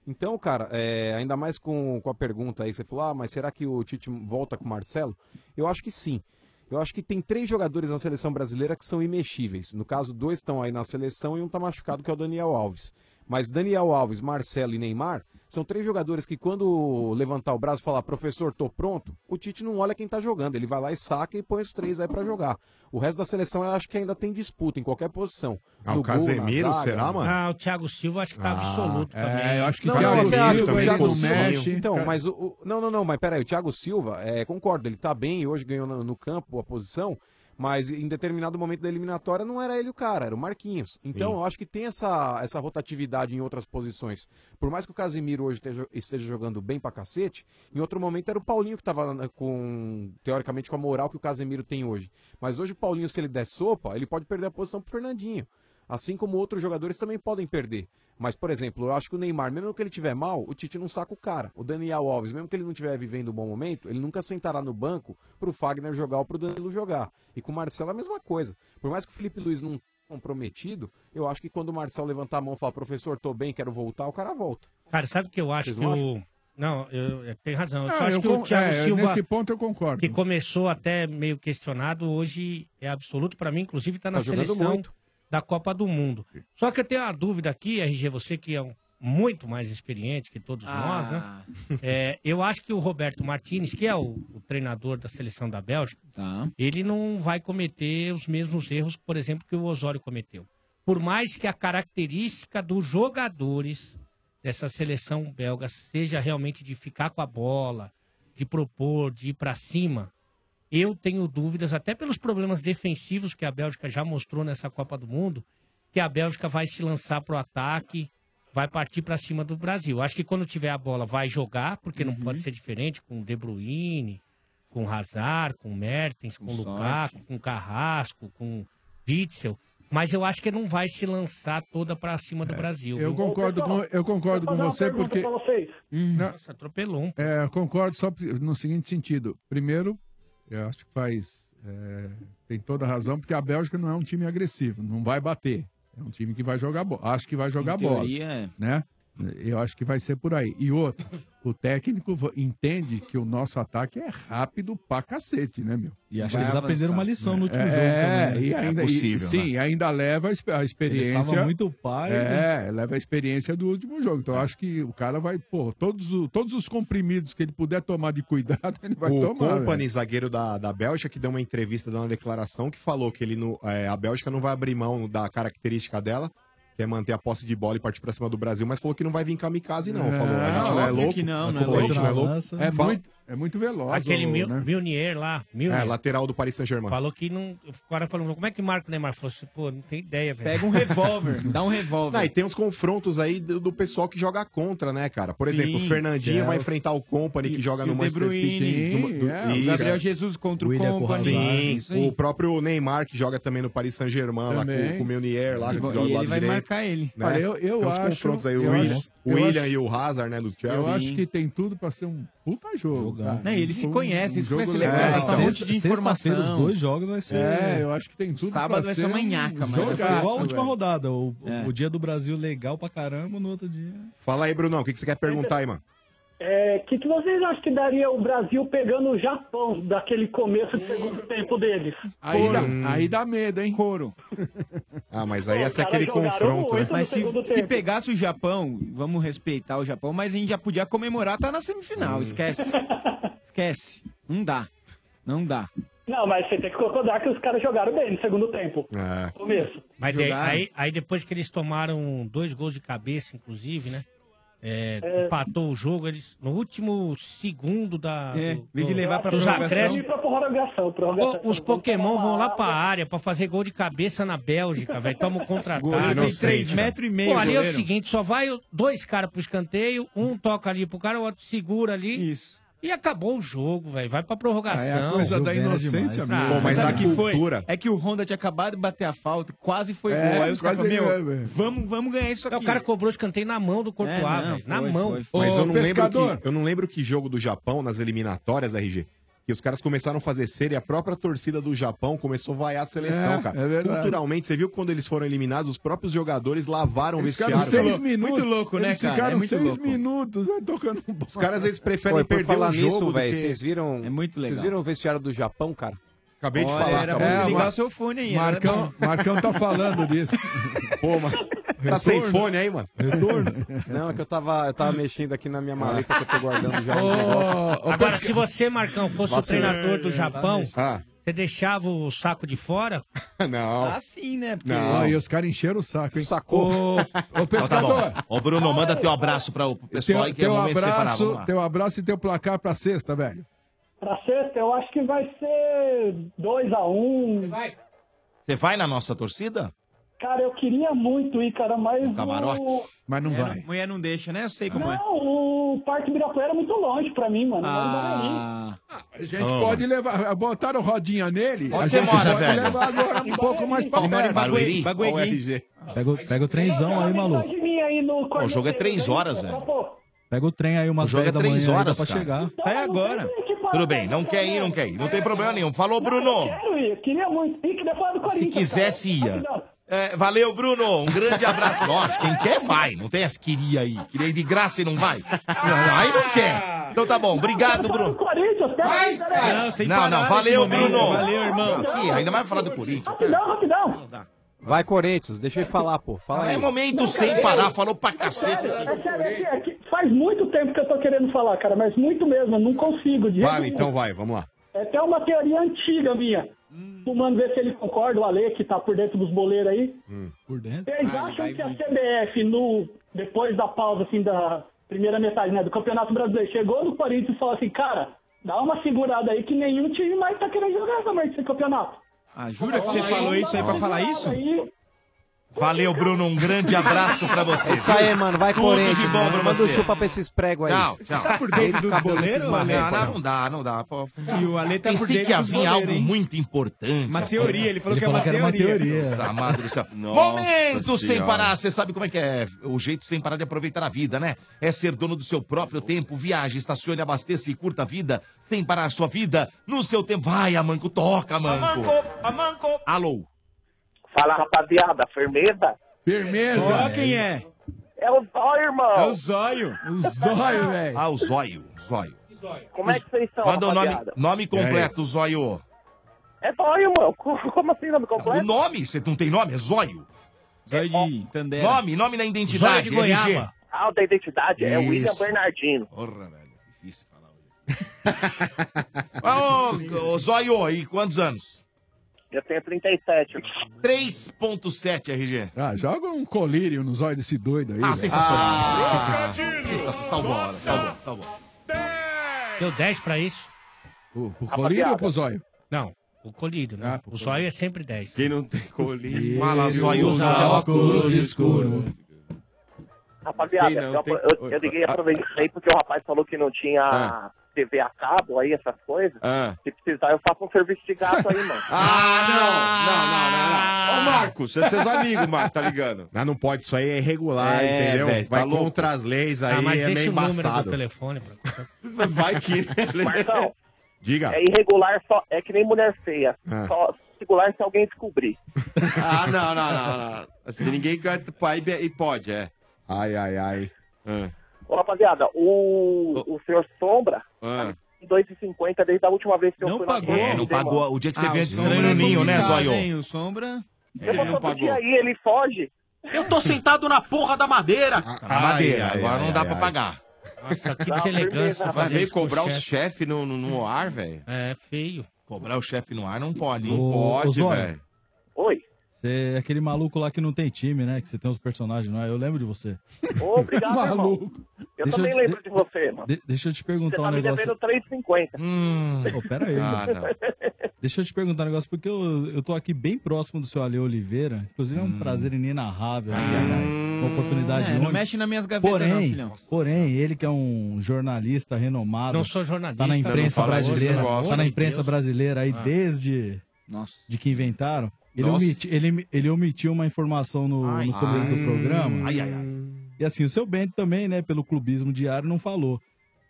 [SPEAKER 18] Então, cara, é, ainda mais com, com a pergunta aí que você falou, ah, mas será que o Tite volta com o Marcelo? Eu acho que sim. Eu acho que tem três jogadores na seleção brasileira que são imexíveis. No caso, dois estão aí na seleção e um tá machucado, que é o Daniel Alves. Mas Daniel Alves, Marcelo e Neymar são três jogadores que, quando levantar o braço e falar, professor, tô pronto, o Tite não olha quem tá jogando. Ele vai lá e saca e põe os três aí pra jogar. O resto da seleção eu acho que ainda tem disputa em qualquer posição.
[SPEAKER 17] Ah,
[SPEAKER 18] No
[SPEAKER 17] o Casemiro,
[SPEAKER 18] na zaga.
[SPEAKER 17] será, mano?
[SPEAKER 13] Ah, o Thiago Silva acho que tá
[SPEAKER 18] Ah,
[SPEAKER 13] absoluto
[SPEAKER 18] é,
[SPEAKER 13] também.
[SPEAKER 18] eu acho que
[SPEAKER 13] não,
[SPEAKER 18] o Thiago
[SPEAKER 13] eu até acho
[SPEAKER 18] Silva,
[SPEAKER 13] que tá-
[SPEAKER 18] o
[SPEAKER 13] ele
[SPEAKER 18] Thiago
[SPEAKER 13] não
[SPEAKER 18] Silva.
[SPEAKER 13] mexe.
[SPEAKER 18] Então, mas o, o- Não, não, não, mas peraí, o Thiago Silva, é, concordo, ele tá bem, hoje ganhou no, no campo a posição, mas em determinado momento da eliminatória não era ele o cara, era o Marquinhos. Então,
[SPEAKER 17] Sim.
[SPEAKER 18] eu acho que tem essa, essa rotatividade em outras posições. Por mais que o Casimiro hoje esteja, esteja jogando bem pra cacete, em outro momento era o Paulinho que tava na- com, teoricamente, com a moral que o Casemiro tem hoje. Mas hoje o Paulinho, se ele der sopa, ele pode perder a posição pro Fernandinho assim como outros jogadores também podem perder. Mas, por exemplo, eu acho que o Neymar, mesmo que ele tiver mal, o Tite não saca o cara. O Daniel Alves, mesmo que ele não estiver vivendo um bom momento, ele nunca sentará no banco pro Fagner jogar ou pro Danilo jogar. E com o Marcelo é a mesma coisa. Por mais que o Felipe Luiz não tenha comprometido, eu acho que quando o Marcelo levantar a mão e falar, professor, tô bem, quero voltar, o cara volta.
[SPEAKER 13] Cara, sabe o que eu acho
[SPEAKER 18] Vocês
[SPEAKER 13] que
[SPEAKER 18] não
[SPEAKER 13] o, Não, eu, eu- tem razão. Eu
[SPEAKER 21] Ah,
[SPEAKER 13] só acho
[SPEAKER 21] eu
[SPEAKER 13] que
[SPEAKER 21] con-
[SPEAKER 13] o Thiago
[SPEAKER 21] é,
[SPEAKER 13] Silva.
[SPEAKER 21] nesse ponto eu concordo.
[SPEAKER 13] Que começou até meio questionado, hoje é absoluto pra mim, inclusive tá na
[SPEAKER 21] Tá jogando
[SPEAKER 13] seleção
[SPEAKER 21] muito.
[SPEAKER 13] da Copa do Mundo. Só que eu tenho uma dúvida aqui, RG, você que é um- muito mais experiente que todos nós,
[SPEAKER 15] Ah.
[SPEAKER 13] né? É, eu acho que o Roberto Martinez, que é o, o treinador da seleção da Bélgica, ele não vai cometer os mesmos erros, por exemplo, que o Osório cometeu. Por mais que a característica dos jogadores dessa seleção belga seja realmente de ficar com a bola, de propor, de ir para cima, eu tenho dúvidas, até pelos problemas defensivos que a Bélgica já mostrou nessa Copa do Mundo, que a Bélgica vai se lançar pro ataque, vai partir para cima do Brasil. Acho que quando tiver a bola vai jogar, porque não
[SPEAKER 21] Uhum.
[SPEAKER 13] pode ser diferente com o De Bruyne, com o Hazard, com o Mertens, com o Lukaku, com o Carrasco, com o Witzel. Mas eu acho que não vai se lançar toda para cima do
[SPEAKER 6] um
[SPEAKER 13] Brasil.
[SPEAKER 21] Eu
[SPEAKER 13] viu?
[SPEAKER 21] concordo com, eu concordo com você porque. Hum. Não,
[SPEAKER 13] Nossa, atropelou um.
[SPEAKER 21] É, eu concordo só pri- no seguinte sentido. Primeiro, eu acho que faz. é, tem toda a razão, porque a Bélgica não é um time agressivo, não vai bater. É um time que vai jogar bola. Acho que vai jogar bola.
[SPEAKER 15] teoria, é.
[SPEAKER 21] Né? Eu acho que vai ser por aí. E outro, o técnico va- entende que o nosso ataque é rápido pra cacete, né, meu?
[SPEAKER 22] E acho
[SPEAKER 21] Vai
[SPEAKER 22] que eles aprenderam uma lição no último
[SPEAKER 21] é,
[SPEAKER 22] jogo também, né?
[SPEAKER 21] E ainda,
[SPEAKER 22] É possível,
[SPEAKER 21] e, Sim, ainda leva a exp- a experiência.
[SPEAKER 22] estavam muito né? pá, ele-
[SPEAKER 21] É, leva a experiência do último jogo. Então, eu acho que o cara vai, pô, todos, o- todos os comprimidos que ele puder tomar de cuidado, ele vai
[SPEAKER 17] o
[SPEAKER 21] tomar.
[SPEAKER 17] Company,
[SPEAKER 21] velho.
[SPEAKER 17] zagueiro da, da Bélgica, que deu uma entrevista, deu uma declaração que falou que ele não- é, a Bélgica não vai abrir mão da característica dela, que é manter a posse de bola e partir pra cima do Brasil, mas falou que não vai vir kamikaze, não. Falou, a gente não é
[SPEAKER 21] óbvio
[SPEAKER 17] louco.
[SPEAKER 21] que não, não é
[SPEAKER 17] como a gente
[SPEAKER 21] louco.
[SPEAKER 17] não é louco.
[SPEAKER 21] É muito- é muito veloz.
[SPEAKER 13] Aquele
[SPEAKER 21] o-
[SPEAKER 13] Mil-
[SPEAKER 21] né?
[SPEAKER 13] Milnier lá, Milnier.
[SPEAKER 17] É, lateral do Paris Saint-Germain.
[SPEAKER 13] Falou que não. O cara falou, como é que marca o Neymar? Falou assim, pô, não tem ideia, velho.
[SPEAKER 17] Pega um
[SPEAKER 13] (laughs)
[SPEAKER 15] revólver, (laughs) dá um
[SPEAKER 17] Não,
[SPEAKER 15] revólver.
[SPEAKER 17] e tem uns confrontos aí do, do pessoal que joga contra, né, cara? Por exemplo,
[SPEAKER 15] Sim,
[SPEAKER 17] o Fernandinho vai
[SPEAKER 15] Chelsea.
[SPEAKER 17] enfrentar o Company que joga
[SPEAKER 15] e
[SPEAKER 17] no
[SPEAKER 15] o De
[SPEAKER 17] Manchester City.
[SPEAKER 15] Bruyne.
[SPEAKER 17] No- do-
[SPEAKER 15] É, o
[SPEAKER 17] Isso.
[SPEAKER 15] Gabriel Jesus contra o
[SPEAKER 21] é
[SPEAKER 15] William com Company. Hazard.
[SPEAKER 17] Sim,
[SPEAKER 15] Isso aí.
[SPEAKER 17] o próprio Neymar que joga também no Paris Saint-Germain, lá
[SPEAKER 15] Também.
[SPEAKER 17] com, com o Meunier, lá que
[SPEAKER 15] E
[SPEAKER 17] joga
[SPEAKER 15] ele
[SPEAKER 17] do lado
[SPEAKER 15] vai
[SPEAKER 17] direito,
[SPEAKER 15] marcar ele.
[SPEAKER 17] né?
[SPEAKER 21] Olha, eu- eu
[SPEAKER 17] Tem uns
[SPEAKER 21] acho-
[SPEAKER 17] confrontos aí, o
[SPEAKER 21] eu
[SPEAKER 17] William,
[SPEAKER 21] acho-
[SPEAKER 17] o
[SPEAKER 21] eu
[SPEAKER 17] William
[SPEAKER 21] acho-
[SPEAKER 17] e o Hazard, né, do Chelsea.
[SPEAKER 21] Eu acho que tem tudo pra ser um puta jogo. cara.
[SPEAKER 15] Não, e eles se
[SPEAKER 21] Um-
[SPEAKER 15] conhecem, eles
[SPEAKER 21] jogo
[SPEAKER 15] conhecem, ele
[SPEAKER 21] legal.
[SPEAKER 15] vai passar um monte de Sexta- informação. sexta-feira, os dois
[SPEAKER 22] jogos vai ser-
[SPEAKER 21] É, eu acho que tem tudo
[SPEAKER 15] Sábado
[SPEAKER 21] pra um
[SPEAKER 15] vai ser uma nhaca, mas vai
[SPEAKER 21] jogaço,
[SPEAKER 15] ser
[SPEAKER 22] Igual a última
[SPEAKER 21] velho.
[SPEAKER 22] rodada. O,
[SPEAKER 17] É.
[SPEAKER 22] o dia do Brasil legal pra caramba, no outro dia.
[SPEAKER 17] Fala aí, Brunão, o que, que você quer perguntar aí, mano?
[SPEAKER 24] É, que que vocês acham que daria o Brasil pegando o Japão daquele começo do segundo tempo deles?
[SPEAKER 21] Aí dá, aí dá medo, hein?
[SPEAKER 15] Couro.
[SPEAKER 17] Ah, mas aí essa é
[SPEAKER 24] cara,
[SPEAKER 17] aquele
[SPEAKER 24] jogaram
[SPEAKER 17] confronto, né?
[SPEAKER 24] muito no
[SPEAKER 15] Mas se,
[SPEAKER 24] segundo
[SPEAKER 15] se
[SPEAKER 24] tempo.
[SPEAKER 15] pegasse o Japão, vamos respeitar o Japão, mas a gente já podia comemorar, tá na semifinal. Esquece. Esquece. Não dá. Não dá.
[SPEAKER 24] Não, mas você tem que concordar que os caras jogaram bem no segundo tempo.
[SPEAKER 17] É.
[SPEAKER 24] Começo.
[SPEAKER 13] Mas daí-
[SPEAKER 24] Jogaram.
[SPEAKER 13] aí, aí depois que eles tomaram dois gols de cabeça, inclusive, né? É, Empatou o jogo, eles no último segundo da.
[SPEAKER 15] É,
[SPEAKER 13] do-
[SPEAKER 15] em vez de
[SPEAKER 13] do-
[SPEAKER 15] levar pra
[SPEAKER 13] dos
[SPEAKER 15] prorrogação.
[SPEAKER 13] acréscimos.
[SPEAKER 24] Então, Pra prorrogação, prorrogação.
[SPEAKER 13] Os Pokémon vão lá pra área pra fazer gol de cabeça na Bélgica, velho. Toma o
[SPEAKER 15] Goleiro
[SPEAKER 13] contra-ataque.
[SPEAKER 15] tem três
[SPEAKER 13] Inocente,
[SPEAKER 15] metros e
[SPEAKER 13] velho.
[SPEAKER 15] meio,
[SPEAKER 13] Pô, ali é o
[SPEAKER 15] goleiro.
[SPEAKER 13] seguinte: só vai o- dois caras pro escanteio, um toca ali pro cara, o outro segura ali.
[SPEAKER 15] Isso.
[SPEAKER 13] E acabou o jogo, velho. Vai pra prorrogação.
[SPEAKER 15] Ah, é a coisa da
[SPEAKER 13] Jogando
[SPEAKER 15] inocência
[SPEAKER 13] demais.
[SPEAKER 15] mesmo.
[SPEAKER 13] Ah,
[SPEAKER 15] Pô, mas
[SPEAKER 13] sabe
[SPEAKER 15] a
[SPEAKER 13] que foi?
[SPEAKER 15] cultura- É que o Honda tinha acabado de bater a falta, quase foi
[SPEAKER 13] É,
[SPEAKER 15] gol. Aí os caras
[SPEAKER 13] quase
[SPEAKER 15] falaram,
[SPEAKER 13] ganhou,
[SPEAKER 15] meu, vamos, vamos ganhar isso aqui.
[SPEAKER 13] É, O cara cobrou o escanteio na mão do Courtois,
[SPEAKER 15] É, não,
[SPEAKER 13] velho. Na
[SPEAKER 15] foi,
[SPEAKER 13] mão.
[SPEAKER 15] foi, foi.
[SPEAKER 17] Mas eu, não lembro
[SPEAKER 13] pescador.
[SPEAKER 17] que, eu não lembro que jogo do Japão, nas eliminatórias, RG, que os caras começaram a fazer cera e a própria torcida do Japão começou a vaiar a seleção,
[SPEAKER 21] É,
[SPEAKER 17] cara.
[SPEAKER 21] é verdade.
[SPEAKER 17] Culturalmente, você viu que quando eles foram eliminados, os próprios jogadores lavaram o
[SPEAKER 21] Eles
[SPEAKER 17] vestiário.
[SPEAKER 21] ficaram seis
[SPEAKER 17] velho.
[SPEAKER 21] minutos.
[SPEAKER 25] né,
[SPEAKER 22] né,
[SPEAKER 21] eles
[SPEAKER 25] É
[SPEAKER 22] É
[SPEAKER 21] Ficaram seis minutos né, tocando bola.
[SPEAKER 17] Os caras, eles preferem
[SPEAKER 18] Oi, por
[SPEAKER 17] perder
[SPEAKER 18] falar
[SPEAKER 17] o jogo
[SPEAKER 18] nisso,
[SPEAKER 17] do
[SPEAKER 18] velho,
[SPEAKER 17] que-
[SPEAKER 18] vocês viram.
[SPEAKER 17] É muito legal.
[SPEAKER 18] Vocês viram o vestiário do Japão, cara?
[SPEAKER 17] Acabei de Olha, falar, era acabou
[SPEAKER 18] É,
[SPEAKER 17] bom de você ligar falar. o seu
[SPEAKER 6] né?
[SPEAKER 15] fone
[SPEAKER 17] aí, era
[SPEAKER 21] Marcão,
[SPEAKER 17] bom.
[SPEAKER 21] Marcão tá falando disso.
[SPEAKER 17] (laughs) Pô, mano. Tá
[SPEAKER 18] Retorno?
[SPEAKER 17] sem fone aí, mano?
[SPEAKER 18] Retorno? Não, é que eu tava, eu tava mexendo aqui na minha maleta que eu tô guardando já
[SPEAKER 13] Ô,
[SPEAKER 18] uns
[SPEAKER 13] ô,
[SPEAKER 18] negócios.
[SPEAKER 13] Agora, se você, Marcão, fosse o
[SPEAKER 18] Vacilei.
[SPEAKER 13] treinador do Japão,
[SPEAKER 17] Ah.
[SPEAKER 13] você deixava o saco de fora?
[SPEAKER 17] Não.
[SPEAKER 15] Ah, sim, né? Porque-
[SPEAKER 21] Não, e os caras encheram o saco, hein?
[SPEAKER 13] Sacou.
[SPEAKER 21] Ô, ô pescador.
[SPEAKER 6] Tá Ô, Bruno, manda teu abraço para o pessoal aí,
[SPEAKER 21] Teu,
[SPEAKER 6] que é o
[SPEAKER 21] teu,
[SPEAKER 6] momento de separar. Vamos
[SPEAKER 21] abraço,
[SPEAKER 6] lá.
[SPEAKER 21] teu abraço e teu placar pra sexta, velho.
[SPEAKER 24] Pra sexta, eu acho que vai ser 2x1.
[SPEAKER 6] Você vai na nossa torcida?
[SPEAKER 24] Cara, eu queria muito ir, cara, mas.
[SPEAKER 6] camarote?
[SPEAKER 24] O...
[SPEAKER 21] Mas não
[SPEAKER 15] É, A (laughs) mulher não deixa, né? Eu sei como é.
[SPEAKER 24] Não, o Parque Ibirapuera é muito longe pra mim, mano. Eu moro em
[SPEAKER 15] Ah.
[SPEAKER 24] Barueri.
[SPEAKER 25] Ah.
[SPEAKER 21] Ah. A gente pode levar. Botaram rodinha nele.
[SPEAKER 15] Onde
[SPEAKER 21] a
[SPEAKER 15] você
[SPEAKER 21] gente
[SPEAKER 15] mora,
[SPEAKER 21] pode
[SPEAKER 15] velho?
[SPEAKER 21] levar agora um pouco mais pra
[SPEAKER 1] é?
[SPEAKER 21] perto.
[SPEAKER 6] é
[SPEAKER 22] Pega, o- pega o trenzão aí, maluco.
[SPEAKER 24] De mim aí no
[SPEAKER 6] Pô, o jogo é três horas, velho.
[SPEAKER 22] Pega o trem aí umas
[SPEAKER 6] O jogo é
[SPEAKER 22] 10 da manhã
[SPEAKER 6] três
[SPEAKER 22] aí, dá
[SPEAKER 6] horas,
[SPEAKER 22] pra
[SPEAKER 6] cara.
[SPEAKER 22] chegar.
[SPEAKER 6] Vai agora. Tudo bem, não quer ir, não quer ir. Não tem problema nenhum. Falou, Bruno.
[SPEAKER 24] Quero ir, queria muito. E que depois do
[SPEAKER 6] Se
[SPEAKER 24] Corinthians.
[SPEAKER 6] quisesse, ia.
[SPEAKER 24] cara.
[SPEAKER 6] É, valeu, Bruno. Um grande abraço. Lógico, quem quer vai. Não tem essa queria aí. Queria ir de graça e não vai. Não, aí não quer. Então tá bom. Obrigado, Bruno.
[SPEAKER 24] Corinthians, peraí, peraí.
[SPEAKER 6] Não, não, valeu, Bruno.
[SPEAKER 18] Valeu, irmão.
[SPEAKER 6] Aqui, ainda mais falar do Corinthians.
[SPEAKER 24] Rapidão, rapidão.
[SPEAKER 18] Vai, Corinthians, deixa ele falar, pô. Fala aí.
[SPEAKER 6] É momento sem
[SPEAKER 24] cara,
[SPEAKER 6] parar,
[SPEAKER 24] eu-
[SPEAKER 6] falou pra cacete.
[SPEAKER 24] É
[SPEAKER 15] Tá
[SPEAKER 24] sério, é que- é que faz muito tempo que eu tô querendo falar, cara, mas muito mesmo, eu não consigo. de jeito
[SPEAKER 17] Vale,
[SPEAKER 24] nenhum.
[SPEAKER 17] então vai, vamos lá.
[SPEAKER 24] É até uma teoria antiga minha.
[SPEAKER 15] Hum.
[SPEAKER 24] Tu manda ver se ele concorda, o Ale, que tá por dentro dos boleiros aí.
[SPEAKER 22] Por dentro?
[SPEAKER 24] Vocês acham que é a CBF, no, depois da pausa assim, da primeira metade né, do Campeonato Brasileiro, chegou no Corinthians e falou assim, cara, dá uma segurada aí que nenhum time mais tá querendo jogar essa merda desse campeonato.
[SPEAKER 15] Ah, jura que você falou isso aí pra falar isso?
[SPEAKER 6] Valeu, Bruno. Um grande abraço pra você.
[SPEAKER 18] É Isso aí, mano. Vai,
[SPEAKER 6] Tudo
[SPEAKER 18] Corinthians.
[SPEAKER 6] de bom
[SPEAKER 18] mano.
[SPEAKER 6] pra
[SPEAKER 18] Manda
[SPEAKER 6] você.
[SPEAKER 18] um chupa pra esses pregos aí.
[SPEAKER 6] Tchau, tchau.
[SPEAKER 18] Tá por dentro dos boleiros,
[SPEAKER 6] né? Não, não, não dá, não dá. Pô,
[SPEAKER 15] E o Ale tá por
[SPEAKER 6] Pensei
[SPEAKER 15] dentro
[SPEAKER 6] que
[SPEAKER 15] dos
[SPEAKER 6] havia
[SPEAKER 15] goleiros,
[SPEAKER 6] algo
[SPEAKER 15] hein?
[SPEAKER 6] muito importante.
[SPEAKER 15] Uma teoria, ele falou Ele que é falou uma que era uma teoria. teoria.
[SPEAKER 6] Deus amado do céu.
[SPEAKER 15] Nossa
[SPEAKER 6] Momento sem
[SPEAKER 15] Senhora.
[SPEAKER 6] parar. Você sabe como é que é? O jeito sem parar de aproveitar a vida, né? É ser dono do seu próprio tempo. Viaje, estacione, abasteça e curta a vida. Sem parar a sua vida. No seu tempo. Vai, Amanco. Toca, Amanco. Amanco. Alô.
[SPEAKER 25] Fala, rapaziada, firmeza?
[SPEAKER 21] Firmeza.
[SPEAKER 6] Ó, quem é?
[SPEAKER 25] É o Zóio, irmão.
[SPEAKER 6] É o Zóio.
[SPEAKER 21] O
[SPEAKER 25] Zóio,
[SPEAKER 21] velho.
[SPEAKER 6] Ah, o Zóio. Zóio.
[SPEAKER 25] Como é que vocês estão,
[SPEAKER 6] Manda o nome,
[SPEAKER 25] rapaziada?
[SPEAKER 6] nome completo, Zóio.
[SPEAKER 25] É Zóio, mano. (laughs) Co- Como assim nome
[SPEAKER 6] O
[SPEAKER 25] completo? É,
[SPEAKER 6] nome? Você não tem nome? É Zóio.
[SPEAKER 15] Zóio de Tandera.
[SPEAKER 6] Nome, nome na identidade. RG.
[SPEAKER 25] Ah, o da identidade é o William
[SPEAKER 6] Isso.
[SPEAKER 25] Bernardino.
[SPEAKER 6] Porra, velho. Difícil falar hoje. Ô, ô, Zóio, e quantos anos?
[SPEAKER 25] Eu tenho 37.
[SPEAKER 6] 3.7, RG.
[SPEAKER 21] Ah, joga um colírio nos olhos desse doido aí.
[SPEAKER 6] Ah,
[SPEAKER 21] velho.
[SPEAKER 6] sensacional.
[SPEAKER 21] Ah.
[SPEAKER 6] Sensacional. Salvou a hora, salvou, salvou.
[SPEAKER 13] Deu 10 pra isso?
[SPEAKER 21] O, pro colírio ou pro zóio?
[SPEAKER 13] Não, o colírio, né? o zóio é sempre 10.
[SPEAKER 15] Quem não tem colírio...
[SPEAKER 6] Fala, Zóio.
[SPEAKER 15] escuros.
[SPEAKER 25] Rapaziada,
[SPEAKER 15] Ei, não,
[SPEAKER 25] eu, apro-
[SPEAKER 15] tem-
[SPEAKER 25] eu, eu liguei
[SPEAKER 6] Ah.
[SPEAKER 25] aproveitei porque o rapaz falou que não tinha
[SPEAKER 15] Ah.
[SPEAKER 25] TV a cabo aí, essas coisas.
[SPEAKER 14] Ah.
[SPEAKER 25] Se precisar, eu faço um serviço de gato aí,
[SPEAKER 6] (laughs)
[SPEAKER 25] mano.
[SPEAKER 14] Ah, não, não, não, não. Ô, Marcos, você é seus amigos, Marcos, tá ligado?
[SPEAKER 17] Mas não pode, isso aí é irregular,
[SPEAKER 14] É,
[SPEAKER 17] entendeu?
[SPEAKER 14] velho,
[SPEAKER 17] Vai
[SPEAKER 14] tá louco.
[SPEAKER 17] contra as leis aí,
[SPEAKER 25] Ah, mas
[SPEAKER 17] é
[SPEAKER 25] deixa
[SPEAKER 17] meio
[SPEAKER 25] o número do
[SPEAKER 17] embaçado.
[SPEAKER 13] telefone pra...
[SPEAKER 17] Vai que...
[SPEAKER 6] né?
[SPEAKER 25] Marcão,
[SPEAKER 17] Diga.
[SPEAKER 25] é irregular, só, é que nem mulher feia.
[SPEAKER 17] Ah.
[SPEAKER 25] Só regular se alguém descobrir.
[SPEAKER 14] (laughs) Ah, não, não, não, não. Assim, ninguém canta pai e pode, é.
[SPEAKER 17] Ai, ai, ai.
[SPEAKER 25] Ô, rapaziada, o, o senhor Sombra,
[SPEAKER 14] Ah.
[SPEAKER 25] 2,50 desde a última vez que eu fui na
[SPEAKER 6] É, não pagou. O dia que você veio de
[SPEAKER 25] é
[SPEAKER 6] estranho no ninho, né, Zóio?
[SPEAKER 15] O Sombra...
[SPEAKER 25] Eu
[SPEAKER 6] Ele
[SPEAKER 25] vou
[SPEAKER 6] não
[SPEAKER 25] todo
[SPEAKER 6] pagou.
[SPEAKER 25] dia aí, ele foge.
[SPEAKER 1] Eu tô sentado na porra da madeira.
[SPEAKER 22] Ah,
[SPEAKER 6] Na madeira, agora não dá pra pagar.
[SPEAKER 13] Nossa, que
[SPEAKER 25] Não,
[SPEAKER 13] deselegância.
[SPEAKER 14] Vai
[SPEAKER 13] fazer
[SPEAKER 14] ver
[SPEAKER 13] isso com
[SPEAKER 14] cobrar o
[SPEAKER 13] chefe.
[SPEAKER 14] chefe no, no, no ar, velho.
[SPEAKER 13] É feio.
[SPEAKER 6] Cobrar o chefe no ar não pode,
[SPEAKER 14] hein?
[SPEAKER 22] Ô, ô,
[SPEAKER 14] pode,
[SPEAKER 22] Zóio.
[SPEAKER 14] velho.
[SPEAKER 25] Oi.
[SPEAKER 22] Você é aquele maluco lá que não tem time, né? Que você tem os personagens, não é? Eu lembro de você.
[SPEAKER 25] Ô, obrigado, irmão. Eu
[SPEAKER 22] Deixa
[SPEAKER 25] também
[SPEAKER 22] eu-
[SPEAKER 25] lembro de você, mano.
[SPEAKER 22] De- deixa eu te
[SPEAKER 25] Você
[SPEAKER 22] perguntar
[SPEAKER 25] tá
[SPEAKER 22] um
[SPEAKER 25] me
[SPEAKER 22] negócio. Hum.
[SPEAKER 25] devendo 3,50.
[SPEAKER 15] Hum.
[SPEAKER 22] Ô, pera aí.
[SPEAKER 25] Ah,
[SPEAKER 22] mano. Deixa eu te perguntar um negócio, porque eu, eu tô aqui bem próximo do seu Ale Oliveira. Inclusive
[SPEAKER 15] Hum.
[SPEAKER 22] é um prazer inenarrável. Uma oportunidade
[SPEAKER 15] É, não
[SPEAKER 22] única.
[SPEAKER 15] mexe nas minhas gavetas
[SPEAKER 22] Porém,
[SPEAKER 15] não, filhão.
[SPEAKER 22] porém, ele que é um jornalista renomado.
[SPEAKER 15] Não sou jornalista,
[SPEAKER 22] Tá na
[SPEAKER 15] não
[SPEAKER 22] imprensa
[SPEAKER 15] fala isso,
[SPEAKER 22] brasileira.
[SPEAKER 15] pelo amor
[SPEAKER 22] Tá na
[SPEAKER 15] de
[SPEAKER 22] imprensa
[SPEAKER 15] Deus.
[SPEAKER 22] brasileira aí
[SPEAKER 15] Ah.
[SPEAKER 22] desde
[SPEAKER 15] Nossa.
[SPEAKER 22] de que inventaram. Ele,
[SPEAKER 15] Nossa.
[SPEAKER 22] omiti- ele, ele omitiu uma informação no, no começo do
[SPEAKER 15] ai.
[SPEAKER 22] programa.
[SPEAKER 15] Ai, ai,
[SPEAKER 22] E assim, o seu Bento também, né, pelo clubismo diário, não falou.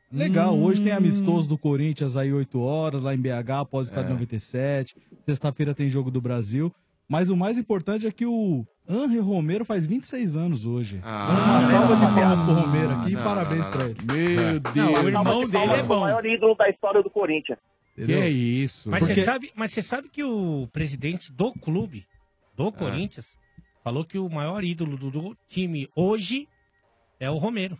[SPEAKER 22] Legal,
[SPEAKER 15] Hum.
[SPEAKER 22] hoje tem amistoso do Corinthians aí 8 horas, lá em BH, após o estádio
[SPEAKER 15] É.
[SPEAKER 22] 97. Sexta-feira tem jogo do Brasil. Mas o mais importante é que o Anre Romero faz 26 anos hoje.
[SPEAKER 15] Ah,
[SPEAKER 17] Ah,
[SPEAKER 22] Uma salva de palmas pro Romero aqui e parabéns pra ele.
[SPEAKER 13] É.
[SPEAKER 25] Não, Salva
[SPEAKER 22] é
[SPEAKER 25] de palmas pro maior ídolo da história do Corinthians.
[SPEAKER 22] Entendeu?
[SPEAKER 21] isso?
[SPEAKER 13] Mas,
[SPEAKER 22] Porque-
[SPEAKER 13] você sabe, mas você sabe que o presidente do clube, do Corinthians, falou que o maior ídolo do, do time hoje é o Romero.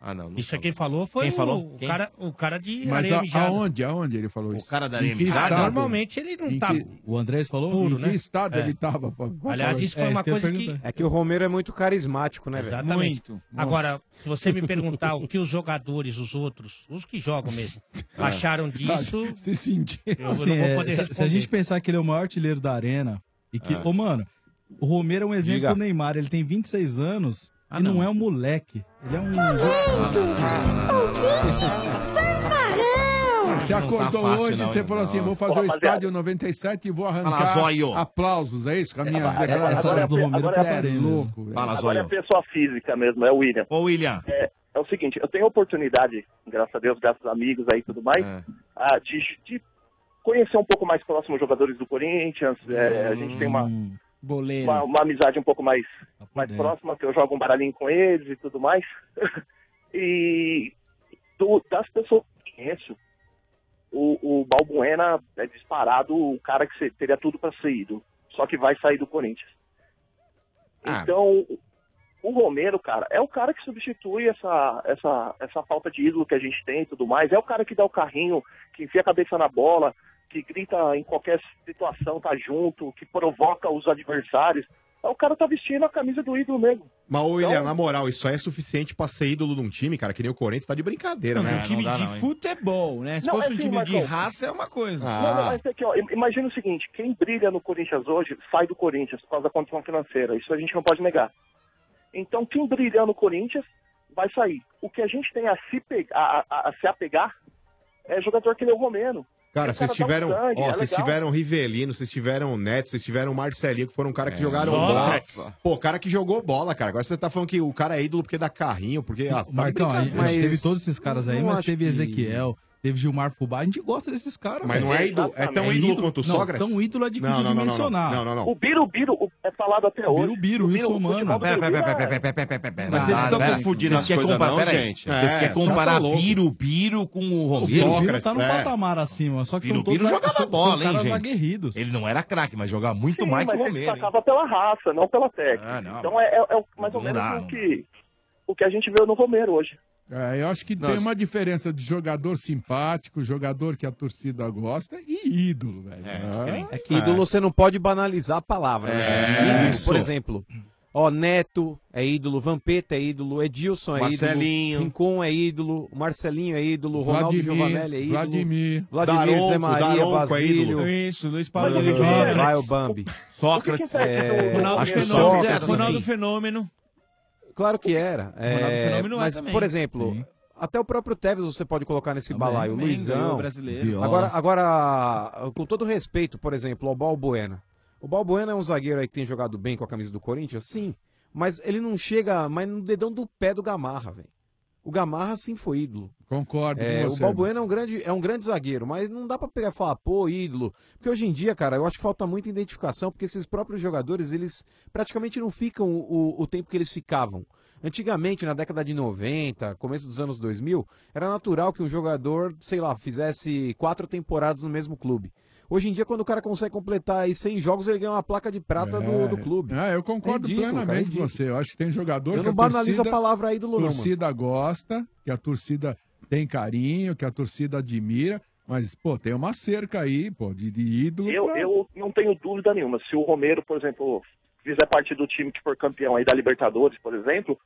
[SPEAKER 14] Ah, não.
[SPEAKER 13] Isso é quem falou foi
[SPEAKER 21] Quem
[SPEAKER 13] o,
[SPEAKER 21] falou?
[SPEAKER 13] o
[SPEAKER 21] Quem?
[SPEAKER 13] cara, o cara de
[SPEAKER 21] Mas
[SPEAKER 13] areia
[SPEAKER 21] a,
[SPEAKER 13] mijada.
[SPEAKER 21] aonde, aonde ele falou isso? O
[SPEAKER 6] cara da
[SPEAKER 13] areia mijada? Normalmente ele não tá
[SPEAKER 22] O Andrés falou?
[SPEAKER 13] puro,
[SPEAKER 21] em
[SPEAKER 13] né?
[SPEAKER 21] que estado
[SPEAKER 13] É.
[SPEAKER 21] ele tava? pô?
[SPEAKER 13] Aliás, isso foi uma coisa que.
[SPEAKER 18] É que o Romero é muito carismático, né, velho?
[SPEAKER 13] Exatamente. Agora, se você me perguntar o que os jogadores, os outros, os que jogam mesmo,
[SPEAKER 22] É.
[SPEAKER 13] acharam disso.
[SPEAKER 21] Se sentir.
[SPEAKER 13] Eu não
[SPEAKER 22] Assim,
[SPEAKER 13] vou
[SPEAKER 22] é,
[SPEAKER 13] poder
[SPEAKER 22] se, se a
[SPEAKER 13] responder.
[SPEAKER 22] gente pensar que ele é o maior artilheiro da arena e que,
[SPEAKER 13] É.
[SPEAKER 22] ô mano, o Romero é um exemplo
[SPEAKER 13] Diga.
[SPEAKER 22] do Neymar, ele tem 26 anos
[SPEAKER 17] Ah,
[SPEAKER 22] e não. é um moleque. Ele é um
[SPEAKER 17] (laughs)
[SPEAKER 11] tá
[SPEAKER 21] Você
[SPEAKER 22] Não tá
[SPEAKER 21] acordou
[SPEAKER 11] Ah,
[SPEAKER 22] fácil,
[SPEAKER 21] hoje,
[SPEAKER 22] não,
[SPEAKER 21] você
[SPEAKER 22] hein?
[SPEAKER 21] falou assim: vou
[SPEAKER 22] Nossa.
[SPEAKER 21] fazer
[SPEAKER 22] Ô,
[SPEAKER 21] o
[SPEAKER 22] rapaziada.
[SPEAKER 21] estádio 97 e vou arrancar
[SPEAKER 22] Fala, zóio.
[SPEAKER 21] aplausos, é isso? Com as minhas
[SPEAKER 25] Agora-
[SPEAKER 21] declarações
[SPEAKER 25] agora é a-
[SPEAKER 21] do Romero.
[SPEAKER 25] agora é a-
[SPEAKER 21] Cara, é louco. velho.
[SPEAKER 25] Agora é a pessoa física mesmo, é o William.
[SPEAKER 6] Ô, William.
[SPEAKER 25] É, é o seguinte, eu tenho a oportunidade, graças a Deus, graças a amigos aí e tudo mais, ah,
[SPEAKER 6] Hum.
[SPEAKER 25] de, de conhecer um pouco mais próximo os jogadores do Corinthians. é, a é, gente tem uma,
[SPEAKER 15] Goleiro.
[SPEAKER 25] uma, uma amizade um pouco mais, mais próxima, que eu jogo um baralhinho com eles e tudo mais. (laughs) e do- das pessoas que eu conheço, o, o Balbuena é disparado o cara que se- teria tudo para ser ido, só que vai sair do Corinthians.
[SPEAKER 11] Ah.
[SPEAKER 25] Então, o Romero, cara, é o cara que substitui essa, essa, essa falta de ídolo que a gente tem e tudo mais. É o cara que dá o carrinho, que enfia a cabeça na bola, que grita em qualquer situação, tá junto, que provoca os adversários. É o cara que tá vestindo a camisa do ídolo mesmo.
[SPEAKER 17] Mas, ô,
[SPEAKER 15] Então-
[SPEAKER 17] William, na moral, isso aí é suficiente pra ser ídolo de um time, cara, que nem o Corinthians tá de brincadeira,
[SPEAKER 15] Não,
[SPEAKER 17] né?
[SPEAKER 15] um time de futebol, né? Se
[SPEAKER 25] Não,
[SPEAKER 15] fosse
[SPEAKER 25] é
[SPEAKER 15] um
[SPEAKER 25] assim,
[SPEAKER 15] time de
[SPEAKER 25] Marcão.
[SPEAKER 15] raça, é uma coisa.
[SPEAKER 17] Ah,
[SPEAKER 6] Ah.
[SPEAKER 25] Não, não, mas é que, ó, im- imagina o seguinte, quem brilha no Corinthians hoje sai do Corinthians por causa da condição financeira. Isso a gente não pode negar. Então quem brilha no Corinthians vai sair. O que a gente tem a se, pe- a- a- a se apegar é jogador que nem o Romero.
[SPEAKER 17] Cara, vocês
[SPEAKER 25] Esse cara
[SPEAKER 18] tá
[SPEAKER 25] dá um
[SPEAKER 17] tiveram,
[SPEAKER 25] sangue,
[SPEAKER 17] ó,
[SPEAKER 25] é
[SPEAKER 17] vocês
[SPEAKER 25] legal.
[SPEAKER 17] tiveram Rivelino, vocês tiveram Neto, vocês tiveram Marcelinho, que foram um cara que
[SPEAKER 25] É,
[SPEAKER 17] jogaram
[SPEAKER 25] Sócrates.
[SPEAKER 17] bola. Pô, o cara que jogou bola, cara. Agora você tá falando que o cara é ídolo porque dá carrinho, porque. Ah, tá
[SPEAKER 22] Marcão, a gente
[SPEAKER 17] brincando.
[SPEAKER 22] teve todos esses caras aí,
[SPEAKER 17] não
[SPEAKER 22] mas
[SPEAKER 17] acho
[SPEAKER 22] teve
[SPEAKER 17] que-
[SPEAKER 22] Ezequiel, teve Gilmar Fubá, a gente gosta desses caras.
[SPEAKER 17] Mas não é
[SPEAKER 22] velho.
[SPEAKER 17] ídolo- é tão ídolo quanto o
[SPEAKER 22] não,
[SPEAKER 17] Sócrates?
[SPEAKER 22] Tão ídolo é difícil
[SPEAKER 17] Não, não,
[SPEAKER 22] de
[SPEAKER 17] não, não, não.
[SPEAKER 22] mencionar.
[SPEAKER 17] Não, não, não.
[SPEAKER 25] O Birubiru o- é falado até hoje.
[SPEAKER 22] Birubiru,
[SPEAKER 25] O
[SPEAKER 22] Wilson
[SPEAKER 25] o futebol
[SPEAKER 22] Mano.
[SPEAKER 25] do
[SPEAKER 6] Pera, pera,
[SPEAKER 25] Birubiru
[SPEAKER 6] pera,
[SPEAKER 25] é-
[SPEAKER 6] pera, pera, pera, pera, pera.
[SPEAKER 25] Mas vocês
[SPEAKER 6] Ah,
[SPEAKER 25] estão
[SPEAKER 6] velho.
[SPEAKER 25] confundindo
[SPEAKER 6] Vocês
[SPEAKER 25] as
[SPEAKER 6] querem
[SPEAKER 25] coisas
[SPEAKER 6] comparar-
[SPEAKER 25] não,
[SPEAKER 6] pera aí.
[SPEAKER 25] gente.
[SPEAKER 6] Vocês
[SPEAKER 25] É,
[SPEAKER 6] querem
[SPEAKER 25] só tá
[SPEAKER 6] comparar
[SPEAKER 25] louco.
[SPEAKER 6] Birubiru com o
[SPEAKER 22] O
[SPEAKER 6] Romero?
[SPEAKER 22] Birubiru tá num patamar acima, só que são todos
[SPEAKER 6] Birubiru jogava
[SPEAKER 22] são- são
[SPEAKER 6] bola, hein,
[SPEAKER 22] caras
[SPEAKER 6] gente?
[SPEAKER 22] aguerridos.
[SPEAKER 6] Ele não era craque, mas jogava muito
[SPEAKER 25] Sim,
[SPEAKER 6] mais que o
[SPEAKER 25] mas ele
[SPEAKER 6] Romero. hein? Ah,
[SPEAKER 25] destacava pela raça, não pela técnica. então é, é- é mais ou
[SPEAKER 6] Não
[SPEAKER 25] menos
[SPEAKER 6] dá,
[SPEAKER 25] o
[SPEAKER 6] não
[SPEAKER 25] que, o que a gente vê no Romero hoje.
[SPEAKER 21] É, eu acho que
[SPEAKER 25] Nossa.
[SPEAKER 21] tem uma diferença de jogador simpático, jogador que a torcida gosta e ídolo, velho. Ah.
[SPEAKER 18] É que ídolo você não pode banalizar a palavra. né?
[SPEAKER 21] É,
[SPEAKER 18] Ídolo,
[SPEAKER 21] isso.
[SPEAKER 18] Por exemplo, ó, Neto é ídolo, Vampeta é ídolo, Edilson é
[SPEAKER 14] Marcelinho.
[SPEAKER 18] ídolo, Rincon é ídolo, Marcelinho é ídolo, Ronaldo
[SPEAKER 14] Vladimir,
[SPEAKER 18] Giovanelli é ídolo,
[SPEAKER 14] Vladimir.
[SPEAKER 18] Vladimir
[SPEAKER 14] Daronco,
[SPEAKER 18] Zé Maria,
[SPEAKER 14] Daronco é
[SPEAKER 18] Basílio.
[SPEAKER 14] ídolo. Isso, Luiz Paulo de
[SPEAKER 18] Vai,
[SPEAKER 14] Oliveira.
[SPEAKER 18] Vai o Bambi.
[SPEAKER 14] Sócrates. é O que que é
[SPEAKER 18] É,
[SPEAKER 14] Ronaldo
[SPEAKER 18] acho que o
[SPEAKER 14] Fenômeno?
[SPEAKER 18] Sócrates,
[SPEAKER 14] Ronaldo
[SPEAKER 18] enfim.
[SPEAKER 15] Fenômeno.
[SPEAKER 18] Claro que era. é,
[SPEAKER 15] Ronaldo Fenômeno é
[SPEAKER 18] mas,
[SPEAKER 15] também.
[SPEAKER 18] por exemplo, até o próprio Tevez você pode colocar nesse balaio.
[SPEAKER 15] também, ganhou
[SPEAKER 18] Luizão.
[SPEAKER 15] o brasileiro. Viola.
[SPEAKER 18] Agora, agora, com todo respeito, por exemplo, ao Balbuena. O Balbuena é um zagueiro aí que tem jogado bem com a camisa do Corinthians, sim. Mas ele não chega mais no dedão do pé do Gamarra, velho. O Gamarra sim foi ídolo.
[SPEAKER 21] Concordo
[SPEAKER 18] É,
[SPEAKER 21] com
[SPEAKER 18] o
[SPEAKER 21] você.
[SPEAKER 18] Balbuena é um, grande, é um grande zagueiro, mas não dá pra pegar e falar, pô, ídolo. Porque hoje em dia, cara, eu acho que falta muita identificação, porque esses próprios jogadores, eles praticamente não ficam o, o tempo que eles ficavam. Antigamente, na década de 90, começo dos anos 2000, era natural que um jogador, sei lá, fizesse quatro temporadas no mesmo clube. Hoje em dia, quando o cara consegue completar aí 100 jogos, ele ganha uma placa de prata
[SPEAKER 21] É.
[SPEAKER 18] do, do clube.
[SPEAKER 21] Ah, eu concordo
[SPEAKER 18] É ridículo, cara, é
[SPEAKER 21] plenamente com
[SPEAKER 18] ridículo.
[SPEAKER 21] você. Eu acho que tem jogador
[SPEAKER 18] Eu
[SPEAKER 21] que
[SPEAKER 18] não banalizo a palavra ídolo, não, mano.
[SPEAKER 21] torcida gosta, que a torcida tem carinho, que a torcida admira, mas, pô, tem uma cerca aí, pô, de, de ídolo.
[SPEAKER 25] Eu,
[SPEAKER 21] pra-
[SPEAKER 25] eu não tenho dúvida nenhuma. Se o Romero, por exemplo, fizer parte do time que for campeão aí da Libertadores, por exemplo,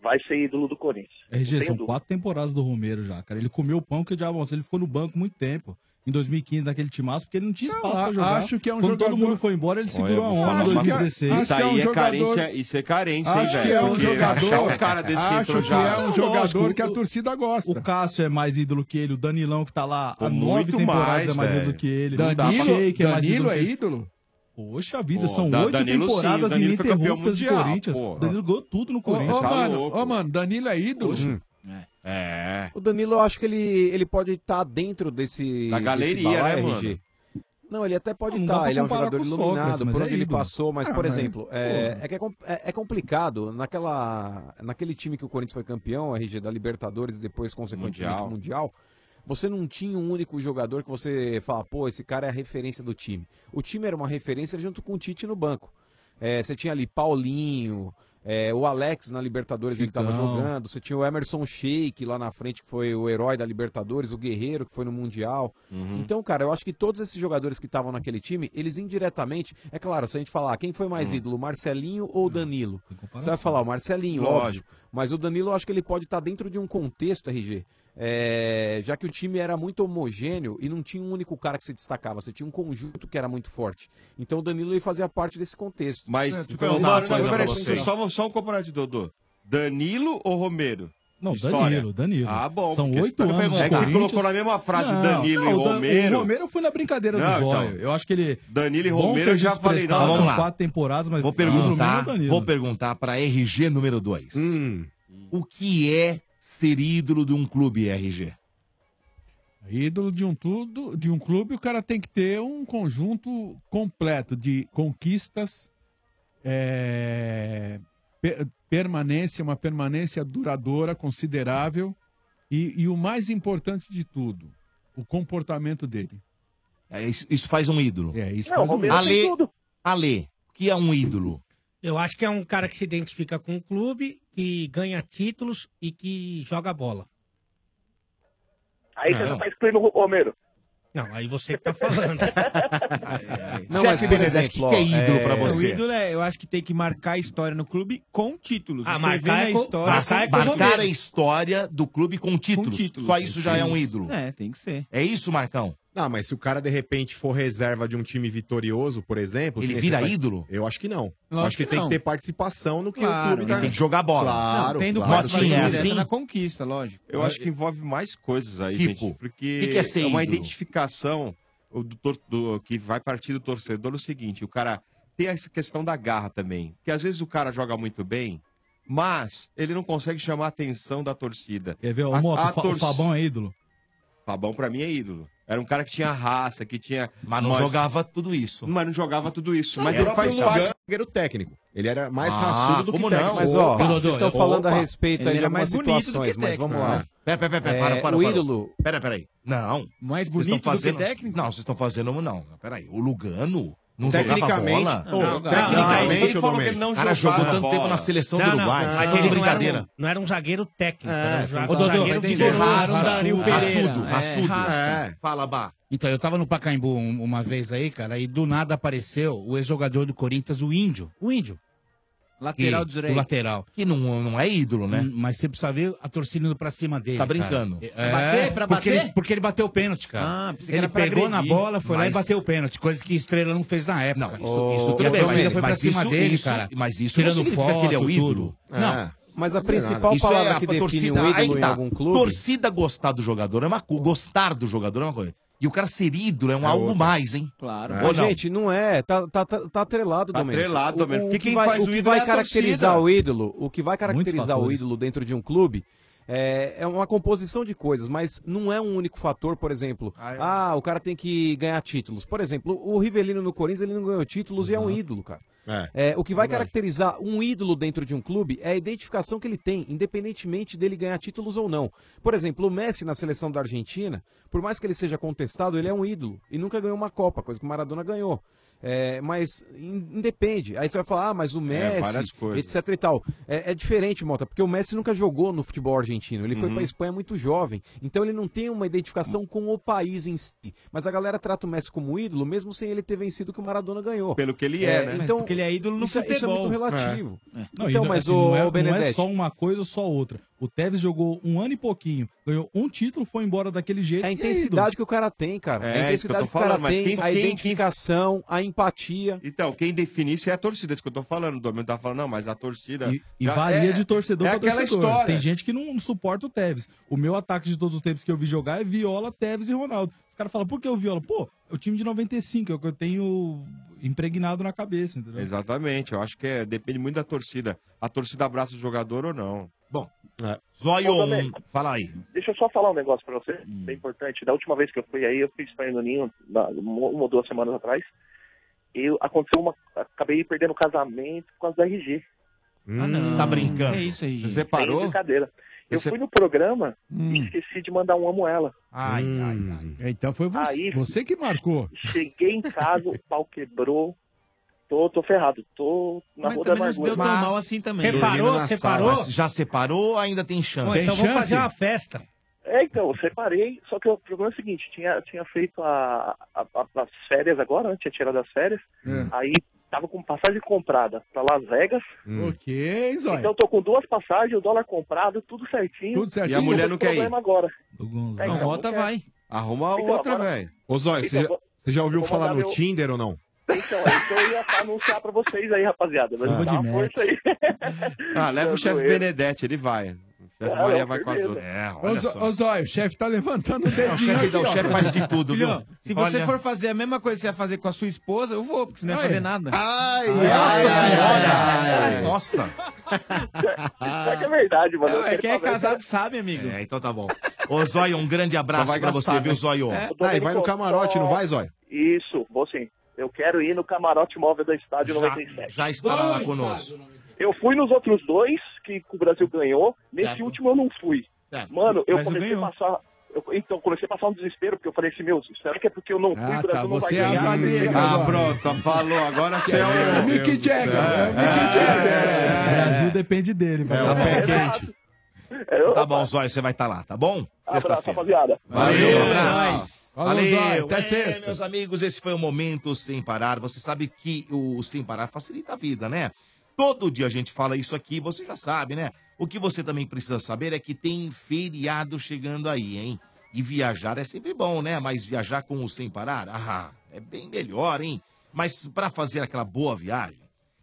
[SPEAKER 25] vai ser ídolo do Corinthians.
[SPEAKER 22] RG, são
[SPEAKER 25] Entendo.
[SPEAKER 22] quatro temporadas do Romero já, cara. Ele comeu o pão que o diabo almoçou. Ele ficou no banco muito tempo. Em 2015, naquele timaço, porque ele não tinha espaço
[SPEAKER 21] a-
[SPEAKER 22] pra jogar.
[SPEAKER 21] acho que é um
[SPEAKER 22] Quando
[SPEAKER 21] jogador-
[SPEAKER 22] todo mundo foi embora, ele segurou a
[SPEAKER 14] vou
[SPEAKER 22] onda
[SPEAKER 14] falar
[SPEAKER 22] em
[SPEAKER 14] uma
[SPEAKER 22] 2016.
[SPEAKER 14] coisa. Isso aí é carência, isso é carência, hein,
[SPEAKER 22] Acho
[SPEAKER 14] velho?
[SPEAKER 22] que é um
[SPEAKER 14] Porque
[SPEAKER 22] jogador-
[SPEAKER 14] achar o cara desse que
[SPEAKER 22] acho
[SPEAKER 14] entrou
[SPEAKER 22] que
[SPEAKER 14] já...
[SPEAKER 22] é um jogador que a
[SPEAKER 21] torcida gosta.
[SPEAKER 22] O Cássio é mais ídolo que ele, o Danilão que tá lá há
[SPEAKER 14] Muito
[SPEAKER 22] nove temporadas
[SPEAKER 14] mais,
[SPEAKER 22] é mais
[SPEAKER 14] velho.
[SPEAKER 22] ídolo que ele.
[SPEAKER 14] Não dá pra-
[SPEAKER 22] o Sheik é mais
[SPEAKER 21] Danilo
[SPEAKER 22] ídolo
[SPEAKER 21] é
[SPEAKER 22] que ele.
[SPEAKER 21] ídolo?
[SPEAKER 22] Poxa vida,
[SPEAKER 21] Pô,
[SPEAKER 22] são
[SPEAKER 21] da-
[SPEAKER 22] oito
[SPEAKER 21] Danilo sim,
[SPEAKER 22] temporadas
[SPEAKER 21] Danilo foi campeão
[SPEAKER 22] ininterruptas do
[SPEAKER 21] mundial,
[SPEAKER 22] Corinthians.
[SPEAKER 21] porra.
[SPEAKER 22] O Danilo ganhou tudo no
[SPEAKER 21] Ô,
[SPEAKER 22] Corinthians.
[SPEAKER 21] ô,
[SPEAKER 22] Tá
[SPEAKER 21] mano,
[SPEAKER 22] louco.
[SPEAKER 21] ô, mano, Danilo é ídolo?
[SPEAKER 18] Hum.
[SPEAKER 14] É.
[SPEAKER 18] O Danilo, eu acho que ele, ele pode estar dentro desse.
[SPEAKER 14] Da galeria,
[SPEAKER 18] desse balaio,
[SPEAKER 14] né, mano?
[SPEAKER 18] Não, ele até pode
[SPEAKER 14] Não dá
[SPEAKER 18] estar.
[SPEAKER 14] pra
[SPEAKER 18] Ele é um
[SPEAKER 14] comparar
[SPEAKER 18] jogador
[SPEAKER 14] com o
[SPEAKER 18] iluminado,
[SPEAKER 14] Sócrates, mas
[SPEAKER 18] por
[SPEAKER 14] é
[SPEAKER 18] onde ele
[SPEAKER 14] ídolo.
[SPEAKER 18] passou, mas,
[SPEAKER 14] Ah,
[SPEAKER 18] por
[SPEAKER 14] mas-
[SPEAKER 18] exemplo, é,
[SPEAKER 14] porra.
[SPEAKER 18] é que é, com- é- é complicado. Naquela, naquele time que o Corinthians foi campeão, RG da Libertadores e depois, consequentemente,
[SPEAKER 14] Mundial.
[SPEAKER 18] Mundial. você não tinha um único jogador que você fala, pô, esse cara é a referência do time. O time era uma referência junto com o Tite no banco. É, você tinha ali Paulinho, é, o Alex na Libertadores, ele tava
[SPEAKER 22] Chicão.
[SPEAKER 18] jogando. Fernando, você tinha o Emerson Sheik lá na frente, que foi o herói da Libertadores, o guerreiro que foi no Mundial.
[SPEAKER 14] Uhum.
[SPEAKER 18] Então, cara, eu acho que todos esses jogadores que estavam naquele time, eles indiretamente, é claro, se a gente falar quem foi
[SPEAKER 14] Uhum.
[SPEAKER 18] mais ídolo, Marcelinho ou Danilo? Você vai falar o Marcelinho,
[SPEAKER 14] Lógico.
[SPEAKER 18] óbvio. Mas o Danilo, eu acho que ele pode estar dentro de um contexto, RG. é, já que o time era muito homogêneo e não tinha um único cara que se destacava, você tinha um conjunto que era muito forte. Então o Danilo ele fazia parte desse contexto.
[SPEAKER 14] Mas, então,
[SPEAKER 18] Deixa
[SPEAKER 14] mano,
[SPEAKER 18] eu perguntar uma
[SPEAKER 14] não,
[SPEAKER 18] coisa pra
[SPEAKER 14] peraí,
[SPEAKER 18] vocês.
[SPEAKER 14] só, só um comparativo, Dodô. Danilo ou Romero?
[SPEAKER 22] Não,
[SPEAKER 14] História.
[SPEAKER 22] Danilo, Danilo.
[SPEAKER 14] Ah, bom.
[SPEAKER 22] São
[SPEAKER 14] porque
[SPEAKER 22] oito
[SPEAKER 14] você tá
[SPEAKER 22] anos.
[SPEAKER 14] perguntando.
[SPEAKER 22] no
[SPEAKER 14] É que você
[SPEAKER 22] Corinthians.
[SPEAKER 14] colocou na mesma frase
[SPEAKER 22] Não,
[SPEAKER 14] Danilo
[SPEAKER 22] não,
[SPEAKER 14] e
[SPEAKER 22] o Dan-
[SPEAKER 14] Romero.
[SPEAKER 22] O Romero foi na brincadeira
[SPEAKER 14] Não,
[SPEAKER 22] do Zóio.
[SPEAKER 14] então.
[SPEAKER 22] Eu acho que ele.
[SPEAKER 14] Danilo e
[SPEAKER 22] Bom
[SPEAKER 14] Romero, eu já
[SPEAKER 22] serviço
[SPEAKER 14] falei,
[SPEAKER 22] prestado,
[SPEAKER 14] não,
[SPEAKER 6] vamos
[SPEAKER 22] são
[SPEAKER 6] lá.
[SPEAKER 22] quatro temporadas, mas
[SPEAKER 6] Vou
[SPEAKER 22] ídolo mesmo é
[SPEAKER 6] perguntar,
[SPEAKER 22] o Danilo. Hum.
[SPEAKER 6] vou perguntar para RG número 2. O que é ser ídolo de um clube, RG?
[SPEAKER 21] Ídolo de um, tudo, de um clube, o cara tem que ter um conjunto completo de conquistas, é, pe- permanência, uma permanência duradoura, considerável, e, e o mais importante de tudo, o comportamento dele.
[SPEAKER 6] É, isso, isso faz um ídolo.
[SPEAKER 21] É, isso
[SPEAKER 13] Não, faz um Romero ídolo.
[SPEAKER 6] Ale,
[SPEAKER 13] tem
[SPEAKER 6] Ale, o que é um ídolo?
[SPEAKER 13] Eu acho que é um cara que se identifica com o clube, que ganha títulos e que joga bola.
[SPEAKER 25] Aí
[SPEAKER 13] Não.
[SPEAKER 25] você não tá excluindo o Romero.
[SPEAKER 13] Não, aí você que tá falando. É,
[SPEAKER 15] Não,
[SPEAKER 6] É. Chefe
[SPEAKER 15] mas, por
[SPEAKER 6] Benedetti,
[SPEAKER 15] exemplo,
[SPEAKER 6] o que é ídolo pra
[SPEAKER 15] é,
[SPEAKER 6] você?
[SPEAKER 15] O ídolo é, eu acho que tem que marcar a história no clube com títulos.
[SPEAKER 6] Ah,
[SPEAKER 15] Escrever
[SPEAKER 6] marcar
[SPEAKER 15] na
[SPEAKER 6] é com-
[SPEAKER 15] história.
[SPEAKER 6] Mas marcar é com o marcar Romero. a história
[SPEAKER 17] do clube com títulos.
[SPEAKER 6] Só isso já é um ídolo.
[SPEAKER 15] É, tem que ser.
[SPEAKER 17] É isso, Marcão? Não, mas se o cara de repente for reserva de um time vitorioso, por exemplo.
[SPEAKER 6] Ele
[SPEAKER 17] que
[SPEAKER 6] vira
[SPEAKER 17] você faz-
[SPEAKER 6] ídolo?
[SPEAKER 17] Eu acho que não.
[SPEAKER 6] Lógico
[SPEAKER 17] acho que,
[SPEAKER 6] que
[SPEAKER 17] tem
[SPEAKER 6] não.
[SPEAKER 17] que ter participação no que
[SPEAKER 15] Claro,
[SPEAKER 17] o clube.
[SPEAKER 15] ele
[SPEAKER 17] tá-
[SPEAKER 15] tem que jogar
[SPEAKER 14] bola.
[SPEAKER 17] Claro.
[SPEAKER 15] Não, tendo
[SPEAKER 17] claro.
[SPEAKER 15] participação direta né? na conquista, lógico.
[SPEAKER 14] Eu acho que envolve mais coisas aí,
[SPEAKER 15] Tipo,
[SPEAKER 14] gente, porque
[SPEAKER 15] que que é ser
[SPEAKER 14] uma
[SPEAKER 15] ídolo?
[SPEAKER 14] identificação o do, tor- do- que vai partir do torcedor é o seguinte, o cara tem essa questão da garra também, que às vezes o cara joga muito bem, mas ele não consegue chamar a atenção da torcida.
[SPEAKER 22] Quer ver? O, Moto, o Fa- o
[SPEAKER 14] torci-
[SPEAKER 22] Fabão é ídolo.
[SPEAKER 14] Fabão pra mim é ídolo. Era um cara que tinha raça, que tinha.
[SPEAKER 6] Mas não jogava tudo isso.
[SPEAKER 14] Mas não jogava tudo isso.
[SPEAKER 17] Não,
[SPEAKER 14] mas
[SPEAKER 17] era
[SPEAKER 14] ele faz
[SPEAKER 17] pelo
[SPEAKER 14] parte
[SPEAKER 17] lado do zagueiro técnico. Ele era mais
[SPEAKER 14] Ah,
[SPEAKER 17] raçudo do
[SPEAKER 14] como
[SPEAKER 17] que técnico.
[SPEAKER 14] não?
[SPEAKER 18] Mas, ó,
[SPEAKER 17] Opa,
[SPEAKER 18] vocês estão
[SPEAKER 17] opa.
[SPEAKER 18] falando a respeito aí
[SPEAKER 17] Ele
[SPEAKER 18] de
[SPEAKER 17] era
[SPEAKER 18] algumas
[SPEAKER 17] mais bonito do que
[SPEAKER 18] situações, mas
[SPEAKER 17] técnico,
[SPEAKER 18] vamos
[SPEAKER 17] né?
[SPEAKER 18] lá.
[SPEAKER 6] Pera, pera, pera, pera, para,
[SPEAKER 18] É,
[SPEAKER 6] para,
[SPEAKER 18] o
[SPEAKER 6] para.
[SPEAKER 18] ídolo.
[SPEAKER 6] Pera, pera aí. Não.
[SPEAKER 15] Mais
[SPEAKER 6] bonito
[SPEAKER 15] bonito do que
[SPEAKER 6] fazendo...
[SPEAKER 15] técnico?
[SPEAKER 6] Não, vocês estão fazendo... Não, pera aí. O Lugano não jogava
[SPEAKER 14] Tecnicamente-
[SPEAKER 6] bola?
[SPEAKER 14] Não, Não, não, tecnicamente,
[SPEAKER 6] ele falou
[SPEAKER 14] Domênico.
[SPEAKER 6] que ele não
[SPEAKER 14] Cara,
[SPEAKER 6] jogava
[SPEAKER 14] jogou tanto
[SPEAKER 6] bola.
[SPEAKER 14] tempo na seleção do
[SPEAKER 6] Não, não,
[SPEAKER 14] Uruguai,
[SPEAKER 6] não,
[SPEAKER 14] vocês
[SPEAKER 6] mas
[SPEAKER 14] estão
[SPEAKER 6] ele
[SPEAKER 14] de
[SPEAKER 6] não É, era um-
[SPEAKER 14] brincadeira.
[SPEAKER 13] Não era um zagueiro técnico, era um
[SPEAKER 6] Ô,
[SPEAKER 13] zagueiro,
[SPEAKER 6] Dodô,
[SPEAKER 13] zagueiro
[SPEAKER 6] vai
[SPEAKER 13] vigoroso,
[SPEAKER 6] raça,
[SPEAKER 13] Dario
[SPEAKER 6] raçudo,
[SPEAKER 13] Pereira.
[SPEAKER 6] raçudo.
[SPEAKER 13] É.
[SPEAKER 6] Fala, Bá.
[SPEAKER 9] Então, eu tava no Pacaembu um- uma vez aí, cara, e do nada apareceu o ex-jogador do Corinthians, o Índio. O Índio.
[SPEAKER 15] Lateral
[SPEAKER 9] Que-
[SPEAKER 15] direito.
[SPEAKER 9] O lateral.
[SPEAKER 6] Que não, não é ídolo, né?
[SPEAKER 9] Mas você precisa ver a torcida indo pra cima dele.
[SPEAKER 6] Tá
[SPEAKER 9] cara.
[SPEAKER 6] brincando.
[SPEAKER 9] É,
[SPEAKER 6] Pra bater? Pra
[SPEAKER 9] porque
[SPEAKER 6] bater?
[SPEAKER 9] Ele, porque ele bateu o pênalti, cara.
[SPEAKER 6] Ah, pensei que
[SPEAKER 9] ele
[SPEAKER 6] era pra
[SPEAKER 9] pegou na
[SPEAKER 6] agredir.
[SPEAKER 9] bola, foi lá e
[SPEAKER 6] Mas-
[SPEAKER 9] bateu o pênalti, coisa que estrela não fez na época. Não,
[SPEAKER 6] isso- isso tudo
[SPEAKER 9] a
[SPEAKER 6] bem,
[SPEAKER 9] torcida
[SPEAKER 6] mas-
[SPEAKER 9] foi pra
[SPEAKER 6] mas
[SPEAKER 9] cima
[SPEAKER 6] isso-
[SPEAKER 9] dele,
[SPEAKER 6] isso-
[SPEAKER 9] cara.
[SPEAKER 6] mas isso não
[SPEAKER 9] tirando
[SPEAKER 6] significa que ele é o
[SPEAKER 9] foto,
[SPEAKER 6] ídolo.
[SPEAKER 9] tudo. Não.
[SPEAKER 18] Mas a
[SPEAKER 6] É, principal palavra que define um ídolo em algum clube- Torcida gostar do jogador é uma coisa. Gostar do jogador é uma coisa. E o cara ser ídolo é um algo mais, hein?
[SPEAKER 15] Claro.
[SPEAKER 18] Ô, gente, não é. Tá, tá, tá, tá atrelado,
[SPEAKER 6] Tá
[SPEAKER 18] Domênico.
[SPEAKER 6] atrelado,
[SPEAKER 18] O-
[SPEAKER 6] Domênico.
[SPEAKER 18] O,
[SPEAKER 6] Porque
[SPEAKER 18] que
[SPEAKER 6] quem
[SPEAKER 18] vai,
[SPEAKER 6] faz
[SPEAKER 18] o
[SPEAKER 6] o
[SPEAKER 18] que
[SPEAKER 6] ídolo
[SPEAKER 18] vai
[SPEAKER 6] é a
[SPEAKER 18] caracterizar
[SPEAKER 6] torcida.
[SPEAKER 18] o ídolo, o que vai caracterizar o
[SPEAKER 6] fatores.
[SPEAKER 18] ídolo dentro de um clube é, é uma composição de coisas, mas não é um único fator, por exemplo.
[SPEAKER 6] é.
[SPEAKER 18] Ah, o cara tem que ganhar títulos. Por exemplo, o Rivelino no Corinthians, ele não ganhou títulos e é um ídolo, cara. É, o que vai caracterizar um ídolo dentro de um clube é a identificação que ele tem, independentemente dele ganhar títulos ou não. Por exemplo, o Messi na seleção da Argentina, por mais que ele seja contestado, ele é um ídolo e nunca ganhou uma Copa, coisa que o Maradona ganhou. É, mas in- independe. Aí você vai falar, ah, mas o
[SPEAKER 14] É, várias
[SPEAKER 18] Messi,
[SPEAKER 14] coisas.
[SPEAKER 18] etc e tal. É, é diferente, Mota, porque o Messi nunca jogou no futebol argentino. Ele foi
[SPEAKER 14] Uhum.
[SPEAKER 18] pra Espanha muito jovem. Então ele não tem uma identificação com o país em si. Mas a galera trata o Messi como ídolo, mesmo sem ele ter vencido o que o Maradona ganhou. Pelo
[SPEAKER 14] que ele é, né? Mas
[SPEAKER 18] Então,
[SPEAKER 14] porque ele é ídolo no
[SPEAKER 18] isso, isso é
[SPEAKER 14] futebol.
[SPEAKER 18] muito relativo.
[SPEAKER 14] É. É.
[SPEAKER 22] Não,
[SPEAKER 18] Então,
[SPEAKER 22] e não-
[SPEAKER 18] mas
[SPEAKER 22] assim,
[SPEAKER 18] o,
[SPEAKER 22] não é,
[SPEAKER 18] o Benedetti.
[SPEAKER 22] Não é só uma coisa ou só outra. O Tevez jogou um ano e pouquinho, ganhou um título, foi embora daquele jeito.
[SPEAKER 18] É a intensidade que o cara tem, cara.
[SPEAKER 14] É,
[SPEAKER 18] a intensidade
[SPEAKER 14] isso que eu tô
[SPEAKER 18] o
[SPEAKER 14] falando,
[SPEAKER 18] cara
[SPEAKER 14] mas
[SPEAKER 18] tem,
[SPEAKER 14] quem-
[SPEAKER 18] a
[SPEAKER 14] quem-
[SPEAKER 18] identificação, a empatia.
[SPEAKER 14] Então, quem define isso é a torcida, isso que eu tô falando. O Domínio tá falando, não, mas a torcida.
[SPEAKER 22] E
[SPEAKER 14] já-
[SPEAKER 22] varia
[SPEAKER 14] é-
[SPEAKER 22] de torcedor
[SPEAKER 14] é
[SPEAKER 22] pra
[SPEAKER 14] aquela
[SPEAKER 22] torcedor.
[SPEAKER 14] História.
[SPEAKER 22] Tem gente que não suporta o Tevez. O meu ataque de todos os tempos que eu vi jogar é Viola, Tevez e Ronaldo. Os caras falam, por que o Viola? Pô, é o time de 95, é o que eu tenho impregnado na cabeça, entendeu?
[SPEAKER 14] Exatamente, eu acho que é- depende muito da torcida. A torcida abraça o jogador ou não.
[SPEAKER 6] Bom,
[SPEAKER 25] Zóio, Ô, Domênico.
[SPEAKER 6] fala aí.
[SPEAKER 25] Deixa eu só falar um negócio pra você,
[SPEAKER 6] Hum.
[SPEAKER 25] bem importante. Da última vez que eu fui aí, eu fiz Espanha no Ninho, na- uma ou duas semanas atrás. E aconteceu uma. Acabei perdendo o casamento por causa da RG.
[SPEAKER 14] Ah, não. Tá brincando. É isso aí. Você
[SPEAKER 25] Sem
[SPEAKER 14] parou?
[SPEAKER 25] brincadeira. Eu
[SPEAKER 14] Você- Hum.
[SPEAKER 25] fui no programa e esqueci de mandar um amo ela.
[SPEAKER 6] Ai,
[SPEAKER 21] É, Então foi você,
[SPEAKER 25] Aí-
[SPEAKER 21] você que marcou.
[SPEAKER 25] Cheguei em casa, o pau quebrou. Tô, tô ferrado, tô na rua da amargura.
[SPEAKER 6] assim Dormindo na sala. Já separou, ainda tem chance.
[SPEAKER 25] Bom, então
[SPEAKER 6] Tem
[SPEAKER 25] vamos
[SPEAKER 6] chance?
[SPEAKER 25] fazer uma
[SPEAKER 13] festa.
[SPEAKER 25] É, então, eu separei, só que o problema é o seguinte, tinha, tinha feito a, a- a- as férias agora, né? tinha tirado as férias, aí tava com passagem comprada pra Las Vegas,
[SPEAKER 21] Hum. Ok, Zóio.
[SPEAKER 25] então tô com duas passagens, o dólar comprado, tudo certinho.
[SPEAKER 21] Tudo certinho.
[SPEAKER 14] E a mulher
[SPEAKER 25] tô com
[SPEAKER 14] não quer ir?
[SPEAKER 25] problema agora.
[SPEAKER 14] Gonzalo.
[SPEAKER 25] É, então,
[SPEAKER 14] Não, bota
[SPEAKER 25] não quer.
[SPEAKER 14] vai. Arruma
[SPEAKER 25] Então,
[SPEAKER 14] outra,
[SPEAKER 25] agora-
[SPEAKER 14] velho.
[SPEAKER 17] Ô, Zóio,
[SPEAKER 25] Então,
[SPEAKER 17] você já,
[SPEAKER 25] vou-
[SPEAKER 17] você já ouviu
[SPEAKER 25] vou
[SPEAKER 17] falar
[SPEAKER 25] mandar
[SPEAKER 17] no
[SPEAKER 25] meu-
[SPEAKER 17] Tinder ou não?
[SPEAKER 25] Então, é isso que eu ia anunciar pra vocês aí, rapaziada. Mas
[SPEAKER 14] Luva
[SPEAKER 25] dá
[SPEAKER 14] de
[SPEAKER 25] uma
[SPEAKER 14] mel.
[SPEAKER 25] força aí.
[SPEAKER 14] Ah, leva o chefe
[SPEAKER 25] Zoeira.
[SPEAKER 14] Benedetti, ele vai. O chefe
[SPEAKER 25] Ah,
[SPEAKER 14] Maria
[SPEAKER 25] não,
[SPEAKER 14] vai com as
[SPEAKER 25] beleza.
[SPEAKER 14] duas. É,
[SPEAKER 21] Ô, Zó- ô, Zóio, o chefe tá levantando o dedinho.
[SPEAKER 14] o chefe
[SPEAKER 21] aqui,
[SPEAKER 14] dá- o
[SPEAKER 21] ó.
[SPEAKER 14] chefe faz de tudo, viu?
[SPEAKER 15] Filhão, se você for fazer a mesma coisa que você ia fazer com a sua esposa, eu vou, porque você não ia
[SPEAKER 21] Ai.
[SPEAKER 15] fazer nada.
[SPEAKER 21] Ai,
[SPEAKER 15] Nossa senhora!
[SPEAKER 6] Nossa! Ah,
[SPEAKER 25] Será que é verdade, mano? Eu
[SPEAKER 15] É,
[SPEAKER 25] quero
[SPEAKER 15] quem é
[SPEAKER 25] saber, Então
[SPEAKER 15] casado sabe, amigo.
[SPEAKER 6] É, então tá bom. Ô, Zóio, um grande abraço
[SPEAKER 14] vai
[SPEAKER 6] pra
[SPEAKER 14] gastar,
[SPEAKER 6] você, viu,
[SPEAKER 14] né?
[SPEAKER 6] Zóio?
[SPEAKER 14] É.
[SPEAKER 25] Ô, Domênico,
[SPEAKER 14] Aí, vai no camarote, não vai, Zóio?
[SPEAKER 25] Isso, vou sim. Eu quero ir no camarote móvel do estádio
[SPEAKER 6] Já-
[SPEAKER 25] 97.
[SPEAKER 6] já estará lá conosco.
[SPEAKER 25] Eu fui nos outros dois que o Brasil ganhou. Nesse
[SPEAKER 6] Certo.
[SPEAKER 25] último eu não fui. Mano, eu
[SPEAKER 6] tá. Mas não
[SPEAKER 25] comecei a
[SPEAKER 6] ganhou.
[SPEAKER 25] passar. eu- então, comecei a passar um desespero, porque eu falei assim, meu, será que é porque eu não fui?
[SPEAKER 6] tá,
[SPEAKER 25] o Brasil não
[SPEAKER 6] é
[SPEAKER 25] vai ganhar.
[SPEAKER 14] Ah, pronto, falou. Agora você é o. Mick Jagger.
[SPEAKER 22] é
[SPEAKER 14] É.
[SPEAKER 22] O Brasil depende dele, vai dar bom.
[SPEAKER 6] É, Tá bom, Zóia, você vai estar lá, tá bom?
[SPEAKER 25] É, Abraço, rapaziada.
[SPEAKER 6] Valeu, um
[SPEAKER 25] Valeu,
[SPEAKER 6] abraço.
[SPEAKER 25] nós. Valeu, Zóia, até
[SPEAKER 6] É,
[SPEAKER 25] sexta.
[SPEAKER 6] meus amigos, esse foi o Momento Sem Parar. Você sabe que o Sem Parar facilita a vida, né? Todo dia a gente fala isso aqui, você já sabe, né? O que você também precisa saber é que tem feriado chegando aí, hein? E viajar é sempre bom, né? Mas viajar com o Sem Parar, ah, é bem melhor, hein? Mas para fazer aquela boa viagem,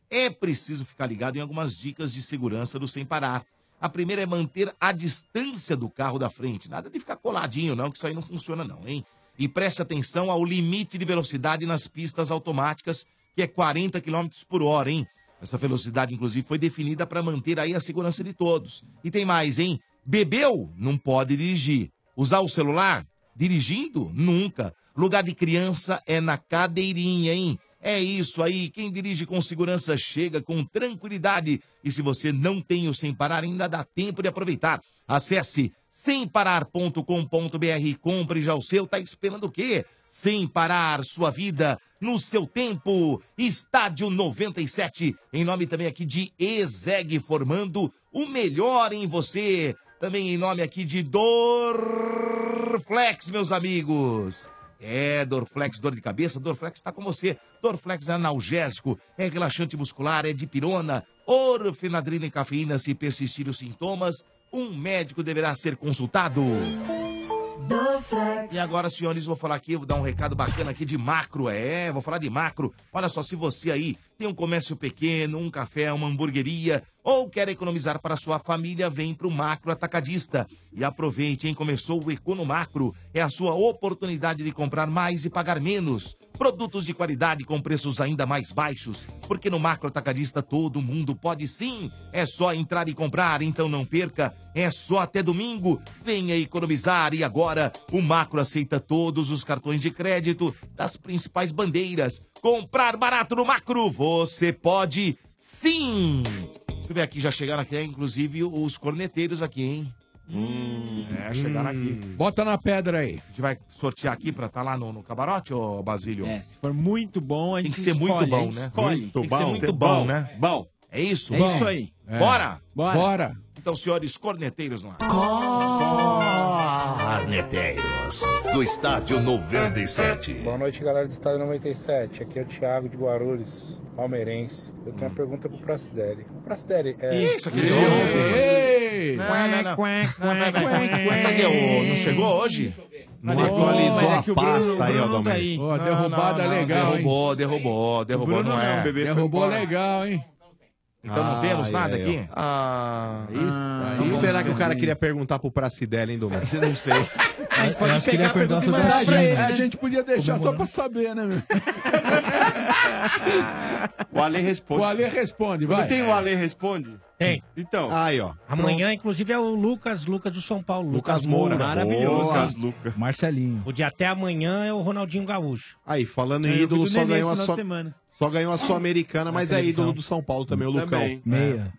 [SPEAKER 6] é preciso ficar ligado em algumas dicas de segurança do sem parar. A primeira é manter a distância do carro da frente. Nada de ficar coladinho, não, que isso aí não funciona, não, hein? E preste atenção ao limite de velocidade nas pistas automáticas, que é 40 km por hora, hein? Essa velocidade, inclusive, foi definida para manter aí a segurança de todos. E tem mais, hein? Bebeu? Não pode dirigir. Usar o celular? Dirigindo? Nunca. Lugar de criança é na cadeirinha, hein? É isso aí. Quem dirige com segurança chega com tranquilidade. E se você não tem o Sem Parar, ainda dá tempo de aproveitar. Acesse semparar.com.br e compre já o seu. Tá esperando o quê? Sem parar sua vida no seu tempo. Estádio 97. Em nome também aqui de Ezeg, formando o melhor em você. Também em nome aqui de Dorflex, meus amigos. É, Dorflex, dor de cabeça, Dorflex está com você. Dorflex é analgésico, é relaxante muscular, é dipirona, orfenadrina e cafeína. Se persistirem os sintomas, um médico deverá ser consultado. E agora, senhores, vou falar aqui, vou dar um recado bacana aqui de macro, é, vou falar de macro. Olha só, se você aí tem um comércio pequeno, um café, uma hamburgueria, ou quer economizar para sua família, vem para o Macro Atacadista. E aproveite, hein, começou o Economacro, é a sua oportunidade de comprar mais e pagar menos. Produtos de qualidade com preços ainda mais baixos, porque no Macro Atacadista todo mundo pode sim. É só entrar e comprar, então não perca. É só até domingo. Venha economizar e agora o Macro aceita todos os cartões de crédito das principais bandeiras. Comprar barato no Macro, você pode sim. Deixa eu ver aqui, já chegaram aqui, inclusive os corneteiros aqui, hein? Hum, é, chegaram aqui. Bota na pedra aí. A gente vai sortear aqui pra estar lá no, no camarote, ô Basílio? É,
[SPEAKER 15] se for muito bom, a
[SPEAKER 6] Tem
[SPEAKER 15] gente
[SPEAKER 6] que ser
[SPEAKER 15] escolhe,
[SPEAKER 6] muito
[SPEAKER 15] a
[SPEAKER 6] bom,
[SPEAKER 15] gente
[SPEAKER 6] né?
[SPEAKER 15] Escolhe.
[SPEAKER 6] Tem que ser muito bom, né? Bom. É isso?
[SPEAKER 15] É isso aí.
[SPEAKER 6] É. Bora?
[SPEAKER 15] Bora. Bora.
[SPEAKER 6] Então, senhores corneteiros no ar.
[SPEAKER 7] Arneteiros, do estádio 97.
[SPEAKER 10] Boa noite, galera do Estádio 97. Aqui é o Thiago de Guarulhos, palmeirense. Eu tenho uma pergunta pro Pracidelli. O Pracidelli é.
[SPEAKER 6] Isso aqui de ontem. Não, não, não. Cadê o- Não chegou hoje?
[SPEAKER 12] Não atualizou
[SPEAKER 6] Olha
[SPEAKER 12] a
[SPEAKER 6] é que o Bruno- tá
[SPEAKER 12] pasta aí,
[SPEAKER 6] o Bruno
[SPEAKER 12] ó,
[SPEAKER 6] não
[SPEAKER 12] Domênico.
[SPEAKER 6] Não,
[SPEAKER 12] derrubada
[SPEAKER 6] não, não,
[SPEAKER 12] legal, hein?
[SPEAKER 6] Derrubou, derrubou, derrubou,
[SPEAKER 12] Bruno
[SPEAKER 6] não
[SPEAKER 12] não,
[SPEAKER 6] é.
[SPEAKER 12] o bebê foi Derrubou embora.
[SPEAKER 6] legal, hein? Então não temos nada aqui?
[SPEAKER 12] Ah,
[SPEAKER 6] isso.
[SPEAKER 12] Ah,
[SPEAKER 6] Então
[SPEAKER 12] isso.
[SPEAKER 6] vamos
[SPEAKER 12] será que o cara
[SPEAKER 6] ver.
[SPEAKER 12] queria
[SPEAKER 17] perguntar pro Pracidelli, hein, Domingos?
[SPEAKER 6] Você
[SPEAKER 17] (laughs)
[SPEAKER 6] não sei.
[SPEAKER 21] Eu acho que ele ia perguntar sobre
[SPEAKER 17] a
[SPEAKER 21] a gente. né?
[SPEAKER 17] China.
[SPEAKER 21] A gente podia deixar só pra saber, né, meu?
[SPEAKER 14] O
[SPEAKER 9] (laughs)
[SPEAKER 14] Ale responde.
[SPEAKER 21] O Ale responde, vai.
[SPEAKER 14] Não
[SPEAKER 9] É.
[SPEAKER 14] tem o Ale responde?
[SPEAKER 13] Tem.
[SPEAKER 14] Então.
[SPEAKER 17] Aí, ó.
[SPEAKER 13] Amanhã, inclusive, é o Lucas, Lucas do São Paulo. Lucas, Moura.
[SPEAKER 17] Maravilhoso.
[SPEAKER 13] Lucas,
[SPEAKER 17] Lucas. Marcelinho.
[SPEAKER 13] O de até amanhã é o Ronaldinho Gaúcho.
[SPEAKER 17] Aí, falando
[SPEAKER 13] É,
[SPEAKER 17] em
[SPEAKER 13] eu
[SPEAKER 17] ídolo,
[SPEAKER 13] vi do
[SPEAKER 17] só
[SPEAKER 13] Nenê
[SPEAKER 17] ganhou, a
[SPEAKER 13] esse final
[SPEAKER 17] só,
[SPEAKER 13] de semana.
[SPEAKER 17] só ganhou a Sul-Americana,
[SPEAKER 6] Na
[SPEAKER 17] mas é
[SPEAKER 6] televisão.
[SPEAKER 17] ídolo do São Paulo também, o Lucão.
[SPEAKER 6] Também.
[SPEAKER 17] Meia.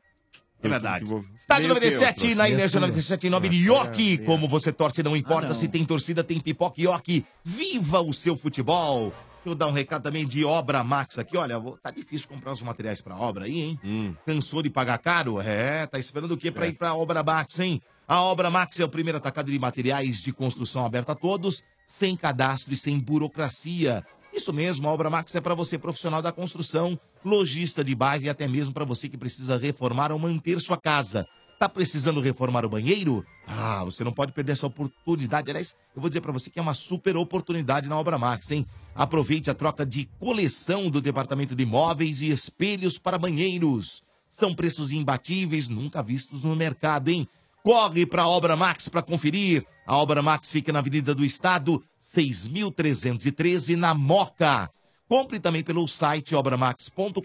[SPEAKER 6] É verdade. Estádio 97, na Inercia 97, em nome
[SPEAKER 17] É,
[SPEAKER 6] de Yoki. Como você torce, Ah, não importa. Se tem torcida, tem pipoca Yoki. Viva o seu futebol. Deixa eu dar um recado também de Obra Max aqui. Olha, vou- tá difícil comprar os materiais pra obra aí, hein? Cansou de pagar caro? Hum. É, tá esperando o quê pra ir pra Obra Max, hein? A Obra Max é o primeiro atacado de materiais de construção aberta a todos, sem cadastro e sem burocracia. Isso mesmo, a Obra Max é para você, profissional da construção, lojista de bairro e até mesmo para você que precisa reformar ou manter sua casa. Tá precisando reformar o banheiro? Ah, você não pode perder essa oportunidade. Aliás, eu vou dizer para você que é uma super oportunidade na Obra Max, hein? Aproveite a troca de coleção do departamento de móveis e espelhos para banheiros. São preços imbatíveis, nunca vistos no mercado, hein? Corre para a Obra Max para conferir. A Obra Max fica na Avenida do Estado, 6.313, na Moca. Compre também pelo site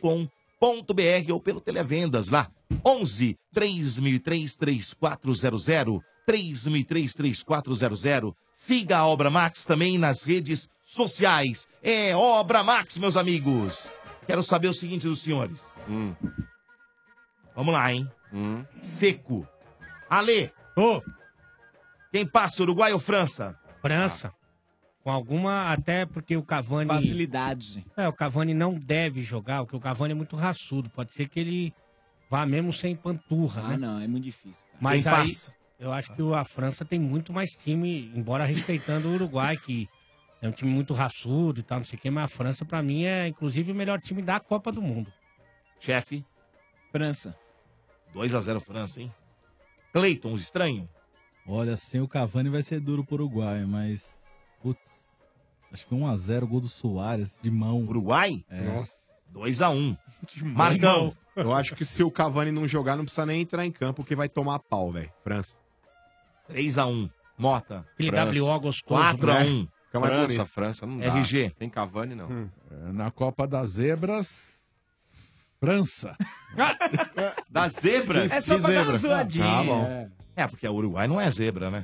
[SPEAKER 6] obramax.com.br ou pelo Televendas lá. 11 3003 3400 3003 3400. Siga a Obra Max também nas redes sociais. É obra Max, meus amigos. Quero saber o seguinte dos senhores.
[SPEAKER 11] hum.
[SPEAKER 6] Vamos lá, hein?
[SPEAKER 17] Hum.
[SPEAKER 6] Seco. Ale. Quem passa, Uruguai ou França?
[SPEAKER 13] França. Com alguma, até porque o Cavani. Facilidade. É, o Cavani não deve jogar, porque o Cavani é muito raçudo. Pode ser que ele vá mesmo sem panturra.
[SPEAKER 26] Ah,
[SPEAKER 13] né?
[SPEAKER 26] não, é muito difícil. cara.
[SPEAKER 13] Mas
[SPEAKER 26] Quem
[SPEAKER 13] aí,
[SPEAKER 26] passa?
[SPEAKER 13] eu acho que o- a França tem muito mais time, embora respeitando o Uruguai, que é um time muito raçudo e tal, não sei o quê, mas a França, pra mim, é inclusive o melhor time da Copa do Mundo.
[SPEAKER 6] Chefe?
[SPEAKER 26] França.
[SPEAKER 6] 2 a 0 França, hein? Cleiton, os estranho?
[SPEAKER 11] Olha, sem o Cavani vai ser duro pro Uruguai, mas. Putz. Acho que 1x0 gol do Soares, de mão.
[SPEAKER 6] Uruguai?
[SPEAKER 11] É.
[SPEAKER 17] né? Nossa.
[SPEAKER 6] 2x1.
[SPEAKER 17] Marcão. Eu acho que se o Cavani não jogar, não precisa nem entrar em campo, que vai tomar pau, velho. França.
[SPEAKER 6] 3x1. Mota.
[SPEAKER 17] Aquele
[SPEAKER 6] França.
[SPEAKER 17] WO gostoso,
[SPEAKER 6] 4 a 1.
[SPEAKER 17] né? Fica mais
[SPEAKER 14] França,
[SPEAKER 17] bonito.
[SPEAKER 14] França, não dá.
[SPEAKER 6] RG.
[SPEAKER 14] Tem Cavani, não.
[SPEAKER 21] Hum, Na Copa das Zebras, França.
[SPEAKER 6] Da zebra?
[SPEAKER 21] É só pra dar uma zoadinha.
[SPEAKER 17] Ah,
[SPEAKER 6] Tá bom. É, porque o Uruguai não é zebra,
[SPEAKER 21] (laughs)
[SPEAKER 6] né?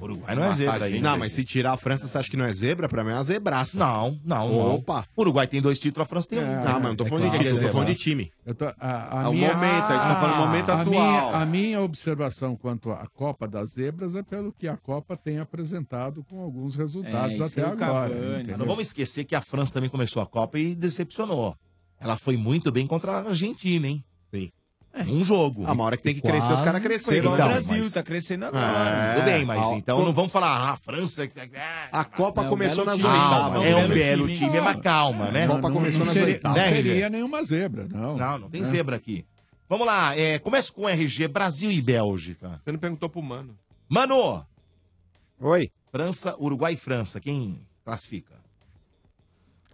[SPEAKER 6] O Uruguai não é
[SPEAKER 17] Matar
[SPEAKER 6] zebra
[SPEAKER 17] gente.
[SPEAKER 6] ainda.
[SPEAKER 17] Não, mas se tirar a França, você acha que não é zebra? Pra mim é uma zebraça.
[SPEAKER 6] Não, não, não.
[SPEAKER 17] Opa.
[SPEAKER 6] O Uruguai tem dois títulos, a França tem um.
[SPEAKER 17] Não, mas não tô
[SPEAKER 6] É
[SPEAKER 17] falando de
[SPEAKER 6] claro.
[SPEAKER 17] título, tô falando de
[SPEAKER 6] Zebra.
[SPEAKER 17] time.
[SPEAKER 21] Eu tô- a, a
[SPEAKER 6] É o
[SPEAKER 21] minha, Ah,
[SPEAKER 6] momento, a gente tá falando do momento
[SPEAKER 21] a
[SPEAKER 6] atual.
[SPEAKER 21] Minha, a minha observação quanto à Copa das Zebras é pelo que a Copa tem apresentado com alguns resultados até agora. entendeu?
[SPEAKER 6] Mas Não vamos esquecer que a França também começou a Copa e decepcionou. Ela foi muito bem contra a Argentina, hein?
[SPEAKER 17] Sim.
[SPEAKER 6] Um jogo.
[SPEAKER 17] Ah, uma hora que tem que crescer, os caras cresceram.
[SPEAKER 6] Então,
[SPEAKER 15] né?
[SPEAKER 17] O Brasil
[SPEAKER 6] mas-
[SPEAKER 17] tá
[SPEAKER 26] crescendo
[SPEAKER 17] agora.
[SPEAKER 6] É, Tudo bem, mas
[SPEAKER 17] Ah,
[SPEAKER 6] então
[SPEAKER 17] o-
[SPEAKER 6] não vamos falar, ah, a França.
[SPEAKER 17] A Copa
[SPEAKER 6] É um
[SPEAKER 17] começou
[SPEAKER 6] belo
[SPEAKER 17] nas
[SPEAKER 6] time.
[SPEAKER 17] oitavas.
[SPEAKER 6] É
[SPEAKER 15] né?
[SPEAKER 6] um belo time, mas calma, né?
[SPEAKER 21] Não, não- não seria, não seria nenhuma zebra, não.
[SPEAKER 6] Não, não tem
[SPEAKER 21] Né, É.
[SPEAKER 6] zebra aqui. Vamos lá, é, começa com RG, Brasil e Bélgica. Você não perguntou pro Mano. Mano!
[SPEAKER 18] Oi.
[SPEAKER 6] França, Uruguai e França, quem classifica?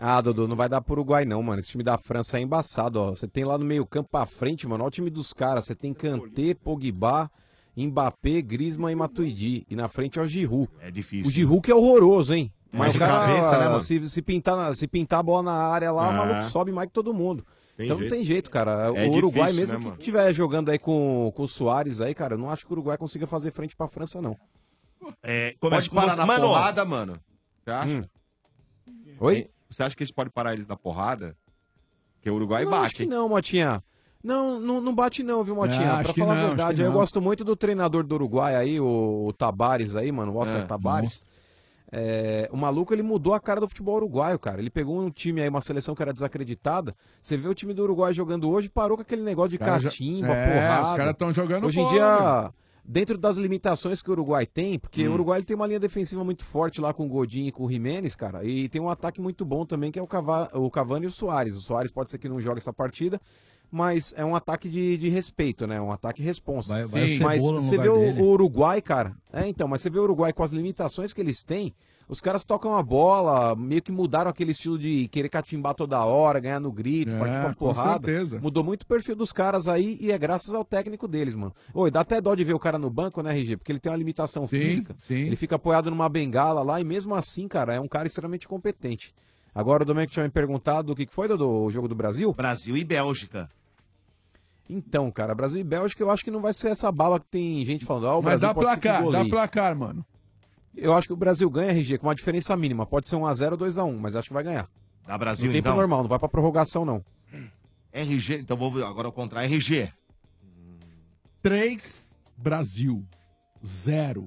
[SPEAKER 18] Ah, Dodô, não vai dar pro Uruguai não, mano. Esse time da França é embaçado, ó. Você tem lá no meio campo pra frente, mano. Olha o time dos caras. Você tem Kanté, Pogba, Mbappé, Griezmann e Matuidi. E na frente é o Giroud.
[SPEAKER 6] É difícil.
[SPEAKER 18] O Giroud que é horroroso, hein? Mas
[SPEAKER 17] de
[SPEAKER 18] o cara,
[SPEAKER 17] cabeça, né, mano?
[SPEAKER 18] se, se pintar, na- se pintar a bola na área lá, o
[SPEAKER 17] É.
[SPEAKER 18] maluco sobe mais que todo mundo.
[SPEAKER 17] Tem
[SPEAKER 18] então
[SPEAKER 17] jeito.
[SPEAKER 18] não tem jeito, cara.
[SPEAKER 17] É
[SPEAKER 18] o Uruguai,
[SPEAKER 17] difícil, né,
[SPEAKER 18] mesmo
[SPEAKER 17] mano?
[SPEAKER 18] que estiver jogando aí com, com o Soares aí, cara, eu não acho que o Uruguai consiga fazer frente pra França, não.
[SPEAKER 6] É,
[SPEAKER 18] começa
[SPEAKER 14] Pode
[SPEAKER 18] com
[SPEAKER 14] parar
[SPEAKER 18] você-
[SPEAKER 14] na
[SPEAKER 18] Mano.
[SPEAKER 14] porrada, mano? Você acha?
[SPEAKER 18] Oi?
[SPEAKER 14] Você acha que eles podem parar eles na porrada? Porque o Uruguai
[SPEAKER 18] não, Acho
[SPEAKER 14] bate,
[SPEAKER 18] que
[SPEAKER 14] hein?
[SPEAKER 18] não, Motinha. Não, não, não bate não, viu,
[SPEAKER 17] Ah,
[SPEAKER 14] É,
[SPEAKER 18] Motinha?
[SPEAKER 14] acho
[SPEAKER 18] pra
[SPEAKER 14] que não,
[SPEAKER 18] falar a
[SPEAKER 14] acho que
[SPEAKER 18] verdade, eu
[SPEAKER 14] não.
[SPEAKER 18] gosto muito do treinador do Uruguai aí, o, o Tabares aí, mano, o Oscar
[SPEAKER 14] É.
[SPEAKER 18] Tabares. É, o maluco, ele mudou a cara do futebol uruguaio, cara. Ele pegou um time aí, uma seleção que era desacreditada. Você vê o time do Uruguai jogando hoje, parou com aquele negócio de
[SPEAKER 21] Cara, já-
[SPEAKER 18] catimba,
[SPEAKER 21] É,
[SPEAKER 18] porrada.
[SPEAKER 21] os caras tão jogando
[SPEAKER 18] Hoje em
[SPEAKER 21] bola,
[SPEAKER 18] dia,
[SPEAKER 21] meu.
[SPEAKER 18] dentro das limitações que o Uruguai tem, porque
[SPEAKER 11] Hum.
[SPEAKER 18] o Uruguai ele tem uma linha defensiva muito forte lá com o Godinho e com o Jimenez, cara, e tem um ataque muito bom também que é o, Cava- o Cavani e o Soares. O Soares pode ser que não jogue essa partida, mas é um ataque de, de respeito, né? Um ataque responsa.
[SPEAKER 11] vai o Sim.
[SPEAKER 18] mas
[SPEAKER 11] Cebola no
[SPEAKER 18] você vê
[SPEAKER 11] lugar
[SPEAKER 18] o,
[SPEAKER 11] dele.
[SPEAKER 18] o Uruguai, cara. É, então, mas você vê o Uruguai com as limitações que eles têm, os caras tocam a bola, meio que mudaram aquele estilo de querer catimbar toda hora, ganhar no grito,
[SPEAKER 21] É,
[SPEAKER 18] partir pra
[SPEAKER 21] com
[SPEAKER 18] porrada.
[SPEAKER 21] certeza.
[SPEAKER 18] Mudou muito o perfil dos caras aí e é graças ao técnico deles, mano. Oi, dá até dó de ver o cara no banco, né, RG? Porque ele tem uma limitação física. Ele fica apoiado numa bengala lá e mesmo assim, cara, é um cara extremamente competente. Agora o Domenico tinha me perguntado o que que foi do jogo do Brasil?
[SPEAKER 6] Brasil e Bélgica.
[SPEAKER 18] Então, cara, Brasil e Bélgica, eu acho que não vai ser essa bala que tem gente falando. Ah, o
[SPEAKER 21] Mas
[SPEAKER 18] Brasil
[SPEAKER 21] dá
[SPEAKER 18] pode ser que
[SPEAKER 21] placar, dá
[SPEAKER 18] goleie.
[SPEAKER 21] placar, mano.
[SPEAKER 18] Eu acho que o Brasil ganha, RG, com uma diferença mínima. Pode ser 1x0 ou 2x1, mas acho que vai ganhar.
[SPEAKER 6] Da Brasil,
[SPEAKER 18] no tempo
[SPEAKER 6] então?
[SPEAKER 18] normal, não vai pra prorrogação, não.
[SPEAKER 6] RG, então vou agora ao contrário, RG.
[SPEAKER 21] 3 Brasil, 0.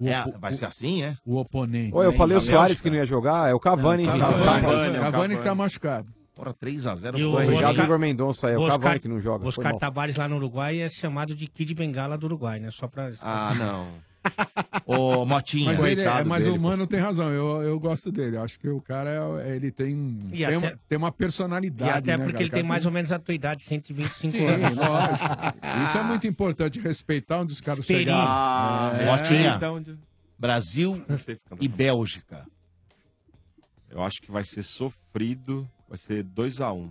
[SPEAKER 6] É, vai ser assim, é?
[SPEAKER 21] O oponente.
[SPEAKER 18] Ou eu falei o
[SPEAKER 6] Bélgica.
[SPEAKER 18] Soares que não ia jogar, é o Cavani,
[SPEAKER 21] Não,
[SPEAKER 18] hein,
[SPEAKER 21] Cavani,
[SPEAKER 18] gente?
[SPEAKER 21] Cavani,
[SPEAKER 18] Cavani,
[SPEAKER 21] Cavani, que tá machucado.
[SPEAKER 6] Bora 3x0
[SPEAKER 13] E o
[SPEAKER 18] Obrigado,
[SPEAKER 13] Oscar-
[SPEAKER 18] Igor Mendonça, é o
[SPEAKER 13] Oscar-
[SPEAKER 18] Cavani que não joga. foi
[SPEAKER 13] Oscar
[SPEAKER 18] mal.
[SPEAKER 13] Tabares lá no Uruguai é chamado de Kid Bengala do Uruguai, né? Só pra.
[SPEAKER 14] Ah, não.
[SPEAKER 6] Ô, Motinha.
[SPEAKER 21] Mas, ele, é, mas o Mano tem razão, eu, eu gosto dele. Eu acho que o cara, é- ele tem, um-
[SPEAKER 13] E
[SPEAKER 21] tem,
[SPEAKER 13] até-
[SPEAKER 21] uma, tem uma
[SPEAKER 13] E
[SPEAKER 21] personalidade.
[SPEAKER 13] até
[SPEAKER 21] né,
[SPEAKER 13] porque
[SPEAKER 21] cara?
[SPEAKER 13] ele
[SPEAKER 21] O cara
[SPEAKER 13] tem mais ou menos a tua idade, 125
[SPEAKER 21] Sim,
[SPEAKER 13] anos.
[SPEAKER 21] lógico.
[SPEAKER 6] (laughs)
[SPEAKER 21] Isso é muito importante, respeitar onde os caras
[SPEAKER 13] Experiente.
[SPEAKER 21] chegaram.
[SPEAKER 13] Ah,
[SPEAKER 21] É.
[SPEAKER 6] Motinha.
[SPEAKER 21] Então,
[SPEAKER 6] Brasil e Bélgica.
[SPEAKER 14] Eu acho que vai ser sofrido. Vai ser 2x1.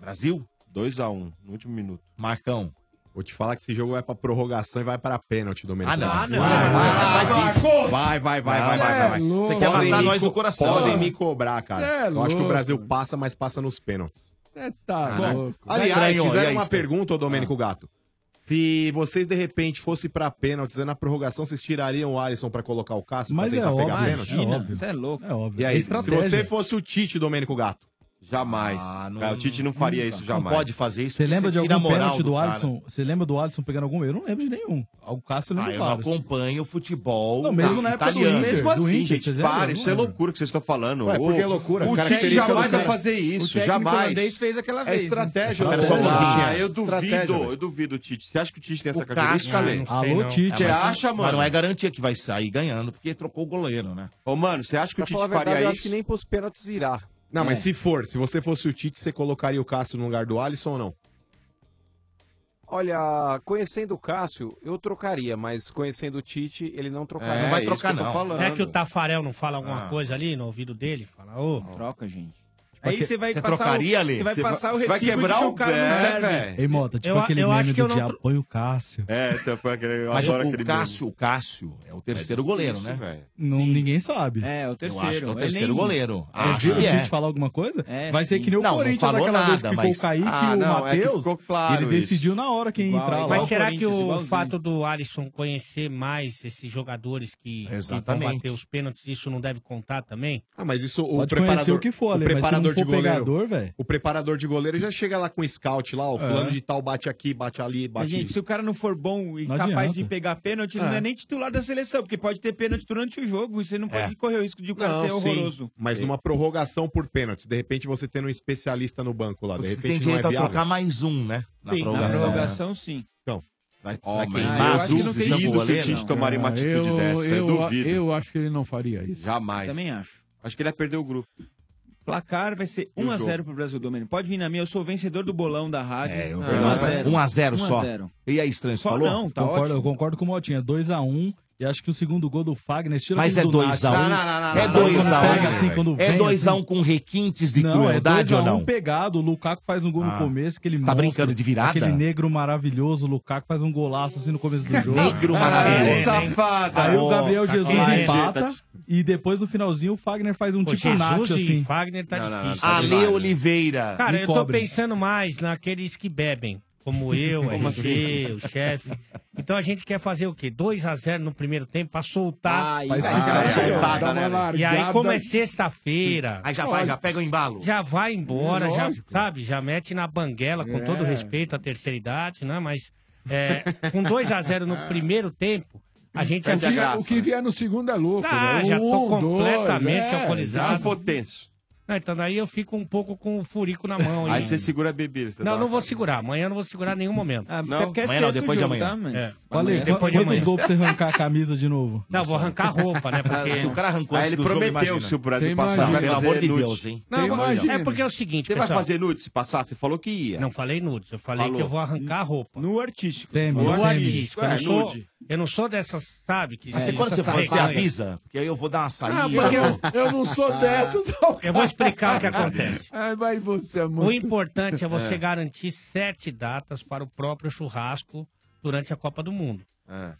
[SPEAKER 6] Brasil?
[SPEAKER 14] 2x1, no último minuto.
[SPEAKER 6] Marcão.
[SPEAKER 17] Vou te falar que esse jogo vai pra prorrogação e vai pra pênalti do
[SPEAKER 14] Ah, não. Ah, não.
[SPEAKER 17] Vai, vai,
[SPEAKER 14] Ah,
[SPEAKER 17] vai,
[SPEAKER 14] faz isso.
[SPEAKER 17] Vai, vai, vai,
[SPEAKER 14] Não,
[SPEAKER 17] vai, vai,
[SPEAKER 14] é
[SPEAKER 17] vai.
[SPEAKER 14] louco. Você quer
[SPEAKER 17] Podem
[SPEAKER 14] matar
[SPEAKER 17] me
[SPEAKER 14] nós
[SPEAKER 17] co-
[SPEAKER 14] do coração.
[SPEAKER 17] Podem me cobrar, cara.
[SPEAKER 14] Você é
[SPEAKER 17] Eu acho que
[SPEAKER 14] louco.
[SPEAKER 17] o Brasil passa, mas passa nos pênaltis.
[SPEAKER 21] É, tá.
[SPEAKER 17] Caraca.
[SPEAKER 21] louco.
[SPEAKER 17] Aliás,
[SPEAKER 21] Estranho,
[SPEAKER 17] fizeram
[SPEAKER 21] e aí,
[SPEAKER 17] uma
[SPEAKER 21] Estranho?
[SPEAKER 17] pergunta, ô Domênico Gato. Se vocês, de repente, fossem pra pênaltis, aí na prorrogação, vocês tirariam o Alisson pra colocar o Cássio
[SPEAKER 11] Mas
[SPEAKER 17] pra
[SPEAKER 11] é
[SPEAKER 17] tentar
[SPEAKER 11] óbvio,
[SPEAKER 17] pegar pênalti?
[SPEAKER 11] imagina. Você é louco. É óbvio.
[SPEAKER 17] E
[SPEAKER 11] É
[SPEAKER 17] aí, se
[SPEAKER 11] estratégia.
[SPEAKER 17] você fosse o Tite, Domênico Gato?
[SPEAKER 14] Jamais. Cara, o Tite não faria isso jamais.
[SPEAKER 11] Você lembra de algum pênalti do,
[SPEAKER 14] cara.
[SPEAKER 11] Alisson? Você lembra do Alisson pegando algum? Eu não lembro de nenhum. O Cássio lembra
[SPEAKER 6] Ah, eu não acompanho o futebol
[SPEAKER 11] Não, mesmo na época do
[SPEAKER 6] italiano.
[SPEAKER 11] Inter,
[SPEAKER 6] mesmo
[SPEAKER 11] do
[SPEAKER 6] assim,
[SPEAKER 11] Inter,
[SPEAKER 6] gente,
[SPEAKER 11] vocês lembram?
[SPEAKER 6] para,
[SPEAKER 11] Eu
[SPEAKER 6] isso
[SPEAKER 11] não
[SPEAKER 6] é
[SPEAKER 11] lembro.
[SPEAKER 6] loucura que vocês estão falando.
[SPEAKER 14] Ué, porque
[SPEAKER 6] O-
[SPEAKER 14] é loucura,
[SPEAKER 6] O Tite
[SPEAKER 14] característica do
[SPEAKER 6] jamais vai
[SPEAKER 14] cara.
[SPEAKER 6] fazer
[SPEAKER 14] O
[SPEAKER 6] isso,
[SPEAKER 14] técnico
[SPEAKER 6] jamais.
[SPEAKER 14] holandês fez aquela
[SPEAKER 6] É
[SPEAKER 14] vez, né?
[SPEAKER 6] estratégia.
[SPEAKER 14] Pera
[SPEAKER 6] do
[SPEAKER 14] só um
[SPEAKER 6] Ronaldo.
[SPEAKER 14] pouquinho.
[SPEAKER 6] Ah,
[SPEAKER 14] eu duvido,
[SPEAKER 6] velho.
[SPEAKER 14] eu duvido, Tite. Você acha que o Tite tem essa
[SPEAKER 6] O Cássio,
[SPEAKER 14] característica?
[SPEAKER 6] né?
[SPEAKER 14] Você acha, mano?
[SPEAKER 6] Mas não é garantia que vai sair ganhando, porque trocou o goleiro, né?
[SPEAKER 14] Ô, mano, você acha
[SPEAKER 6] que
[SPEAKER 18] Pra falar a verdade, eu acho que nem pros pênaltis irá.
[SPEAKER 17] Não, mas
[SPEAKER 18] É.
[SPEAKER 17] se for, se você fosse o Tite, você colocaria o Cássio no lugar do Alisson ou não?
[SPEAKER 18] Olha, conhecendo o Cássio, eu trocaria, mas conhecendo o Tite, ele não trocaria.
[SPEAKER 6] não vai trocar, não.
[SPEAKER 13] É que o Tafarel não fala alguma
[SPEAKER 18] Ah.
[SPEAKER 13] coisa ali no ouvido dele? Fala, ô. Troca, gente.
[SPEAKER 15] Aí você vai passar o, Você vai passar o recibo de que o cara não serve.
[SPEAKER 11] Ei, Mota, tipo
[SPEAKER 15] Eu-
[SPEAKER 11] aquele
[SPEAKER 15] eu
[SPEAKER 11] meme
[SPEAKER 15] acho que
[SPEAKER 11] do
[SPEAKER 15] eu não
[SPEAKER 11] Diabo, põe o Cássio.
[SPEAKER 14] É, então foi aquele.
[SPEAKER 6] Mas
[SPEAKER 14] adoro
[SPEAKER 6] o
[SPEAKER 14] aquele
[SPEAKER 6] Cássio, o Cássio é o terceiro
[SPEAKER 11] É
[SPEAKER 6] goleiro,
[SPEAKER 11] difícil,
[SPEAKER 6] né?
[SPEAKER 11] Não, ninguém sabe.
[SPEAKER 6] É, o terceiro. Eu acho que é o Ele terceiro nem- goleiro.
[SPEAKER 11] É,
[SPEAKER 6] Acho
[SPEAKER 11] se o
[SPEAKER 6] que
[SPEAKER 11] Tite
[SPEAKER 6] é.
[SPEAKER 11] falar alguma coisa,
[SPEAKER 6] É,
[SPEAKER 11] vai ser
[SPEAKER 6] sim.
[SPEAKER 11] que nem o
[SPEAKER 6] Não, não
[SPEAKER 11] Corinthians
[SPEAKER 6] falou
[SPEAKER 11] naquela vez que
[SPEAKER 6] nada,
[SPEAKER 11] ficou
[SPEAKER 6] mas-
[SPEAKER 11] o Kaique
[SPEAKER 6] Ah,
[SPEAKER 11] e o
[SPEAKER 6] não, é que
[SPEAKER 11] Matheus.
[SPEAKER 6] ficou claro
[SPEAKER 11] ele
[SPEAKER 6] isso.
[SPEAKER 11] decidiu na hora quem ia entrar lá.
[SPEAKER 13] Mas será que o fato do Alisson conhecer mais esses jogadores que, que vão
[SPEAKER 17] Exatamente.
[SPEAKER 13] bater os pênaltis, isso não deve contar também?
[SPEAKER 17] Ah, mas isso o
[SPEAKER 13] Pode conhecer
[SPEAKER 17] preparador
[SPEAKER 13] o que for, Ale,
[SPEAKER 17] o
[SPEAKER 13] mas se
[SPEAKER 17] preparador
[SPEAKER 13] não for
[SPEAKER 17] de goleiro,
[SPEAKER 11] pegador, velho.
[SPEAKER 17] O preparador de goleiro já chega lá com o scout lá, o fulano
[SPEAKER 15] É.
[SPEAKER 17] de tal bate aqui, bate ali,
[SPEAKER 15] Mas,
[SPEAKER 17] bate.
[SPEAKER 15] gente, se o cara não for bom e
[SPEAKER 17] Não
[SPEAKER 15] capaz
[SPEAKER 17] adianta.
[SPEAKER 15] de pegar pênalti, ele não
[SPEAKER 17] É.
[SPEAKER 15] é nem titular da seleção, porque pode ter pênalti durante o jogo e você não pode correr o risco de o cara ser
[SPEAKER 17] sim,
[SPEAKER 15] horroroso.
[SPEAKER 17] Mas numa prorrogação por pênalti, de repente você tendo um especialista no banco lá, de
[SPEAKER 6] Porque você tem
[SPEAKER 17] repente não
[SPEAKER 6] direito
[SPEAKER 17] é
[SPEAKER 6] a
[SPEAKER 17] viável.
[SPEAKER 6] trocar mais um, né? Na
[SPEAKER 17] Sim, na
[SPEAKER 6] prorrogação.
[SPEAKER 17] prorrogação,
[SPEAKER 6] né?
[SPEAKER 15] sim.
[SPEAKER 17] Então,
[SPEAKER 6] vai,
[SPEAKER 14] Ó,
[SPEAKER 6] vai
[SPEAKER 14] mas-
[SPEAKER 6] queimar
[SPEAKER 14] Ah, eu
[SPEAKER 6] as
[SPEAKER 14] acho que não
[SPEAKER 6] luzes,
[SPEAKER 14] tem
[SPEAKER 6] o
[SPEAKER 14] jeito que o
[SPEAKER 6] goleiro?
[SPEAKER 14] Tite tomaria uma
[SPEAKER 21] Ah,
[SPEAKER 14] atitude
[SPEAKER 21] eu,
[SPEAKER 14] dessa, eu
[SPEAKER 21] eu,
[SPEAKER 14] duvido.
[SPEAKER 21] eu acho que ele não faria isso.
[SPEAKER 14] Jamais.
[SPEAKER 15] Também acho.
[SPEAKER 14] Acho que ele ia perder o grupo.
[SPEAKER 15] Placar vai ser
[SPEAKER 14] E o
[SPEAKER 15] 1x0
[SPEAKER 14] jogo?
[SPEAKER 15] pro Brasil Domênio. Pode vir na minha, eu sou o vencedor do bolão da rádio. É, eu
[SPEAKER 11] Ah,
[SPEAKER 6] 1x0 só.
[SPEAKER 15] 1x0.
[SPEAKER 6] E aí, estranho, você
[SPEAKER 15] Só
[SPEAKER 6] falou?
[SPEAKER 15] não,
[SPEAKER 6] tá
[SPEAKER 11] Um concordo,
[SPEAKER 6] ótimo.
[SPEAKER 11] eu concordo com o Motinha. 2x1. e acho que o segundo gol do Fagner tira
[SPEAKER 6] Mas é
[SPEAKER 11] aquele do
[SPEAKER 6] 2x1.
[SPEAKER 11] Nath,
[SPEAKER 6] Não,
[SPEAKER 11] né?
[SPEAKER 6] não, não, não. É
[SPEAKER 11] Sabe quando
[SPEAKER 6] 2x1,
[SPEAKER 11] pega,
[SPEAKER 6] velho.
[SPEAKER 11] assim, quando
[SPEAKER 6] É
[SPEAKER 11] vem,
[SPEAKER 6] 2x1
[SPEAKER 11] assim?
[SPEAKER 6] com requintes de
[SPEAKER 11] Não,
[SPEAKER 6] crueldade
[SPEAKER 11] é 2x1
[SPEAKER 6] ou não?
[SPEAKER 11] pegado, o Lukaku faz um gol
[SPEAKER 6] Ah.
[SPEAKER 11] no começo, aquele
[SPEAKER 6] Você tá
[SPEAKER 11] monstro,
[SPEAKER 6] brincando de virada?
[SPEAKER 11] Aquele negro maravilhoso, o Lukaku faz um golaço assim no começo do jogo. é,
[SPEAKER 6] Negro maravilhoso.
[SPEAKER 11] Aí o Gabriel
[SPEAKER 6] Tá
[SPEAKER 11] Jesus
[SPEAKER 6] com
[SPEAKER 11] empata
[SPEAKER 6] jeito,
[SPEAKER 11] e depois no finalzinho o Fagner faz um
[SPEAKER 13] Pô,
[SPEAKER 11] tipo
[SPEAKER 13] Jesus
[SPEAKER 11] Nath
[SPEAKER 13] e
[SPEAKER 11] assim.
[SPEAKER 13] Fagner tá difícil.
[SPEAKER 6] Ale Oliveira.
[SPEAKER 13] Cara,
[SPEAKER 11] E
[SPEAKER 13] eu
[SPEAKER 11] cobre.
[SPEAKER 13] tô pensando mais naqueles que bebem,
[SPEAKER 6] (laughs)
[SPEAKER 13] como eu,
[SPEAKER 11] Como
[SPEAKER 13] RG,
[SPEAKER 11] assim?
[SPEAKER 13] o chefe. Então a gente quer fazer o quê? 2x0 no primeiro tempo pra soltar.
[SPEAKER 15] Ai,
[SPEAKER 6] Faz ai, que Ah, já ai, soltada, ai, dá uma né?
[SPEAKER 13] E aí,
[SPEAKER 6] largada.
[SPEAKER 13] como é sexta-feira.
[SPEAKER 6] Aí já vai, já pega o embalo.
[SPEAKER 13] Já vai embora, já,
[SPEAKER 6] Lógico.
[SPEAKER 13] sabe? Já mete na banguela, com
[SPEAKER 6] É.
[SPEAKER 13] todo respeito à terceira idade, né? Mas é, com 2x0 no primeiro tempo, a gente já
[SPEAKER 21] o, que,
[SPEAKER 13] fica.
[SPEAKER 21] o que vier no segundo é louco.
[SPEAKER 13] Ah,
[SPEAKER 21] né?
[SPEAKER 13] já tô
[SPEAKER 21] Um, dois,
[SPEAKER 13] completamente
[SPEAKER 21] é.
[SPEAKER 13] alcoolizado.
[SPEAKER 14] tenso.
[SPEAKER 13] Não, então daí eu fico um pouco com o furico na mão.
[SPEAKER 14] Aí
[SPEAKER 13] hein?
[SPEAKER 14] você segura a bebida. você dá
[SPEAKER 13] Não,
[SPEAKER 14] uma-
[SPEAKER 13] não vou segurar. Amanhã eu não vou segurar em nenhum momento.
[SPEAKER 14] Não? até porque é Amanhã não, sexta o depois de jogo, amanhã. tá, mas-
[SPEAKER 13] É.
[SPEAKER 11] Olha,
[SPEAKER 13] Amanhã, depois de
[SPEAKER 11] quantos
[SPEAKER 13] amanhã.
[SPEAKER 11] gols pra você arrancar a camisa de novo?
[SPEAKER 13] Não, vou arrancar a roupa, né? Porque...
[SPEAKER 6] Se o cara arrancou
[SPEAKER 14] Ah, ele prometeu se o Brasil passar. vai
[SPEAKER 6] Pelo
[SPEAKER 14] fazer
[SPEAKER 6] amor de
[SPEAKER 14] nudes.
[SPEAKER 6] Deus, hein?
[SPEAKER 13] Não, vou- é porque é o seguinte,
[SPEAKER 14] Você vai
[SPEAKER 13] pessoal.
[SPEAKER 14] fazer nude se passar? Você falou que ia.
[SPEAKER 13] Não falei nudes, eu falei que eu vou arrancar a roupa.
[SPEAKER 15] No artístico.
[SPEAKER 13] No
[SPEAKER 14] Semi.
[SPEAKER 13] artístico. Eu
[SPEAKER 14] É,
[SPEAKER 13] não, sou,
[SPEAKER 14] nude.
[SPEAKER 13] eu não sou dessas, sabe? Que
[SPEAKER 6] Mas você,
[SPEAKER 13] que
[SPEAKER 6] quando você
[SPEAKER 13] essas
[SPEAKER 6] for, você
[SPEAKER 13] arreganhas.
[SPEAKER 6] avisa, porque aí eu vou dar uma saída.
[SPEAKER 13] Não, Ah, porque eu- eu não sou dessas,
[SPEAKER 21] (laughs)
[SPEAKER 13] Eu vou explicar o que acontece.
[SPEAKER 21] Ai, mas você é muito...
[SPEAKER 13] O importante é você
[SPEAKER 21] É.
[SPEAKER 13] garantir sete datas para o próprio churrasco durante a Copa do Mundo.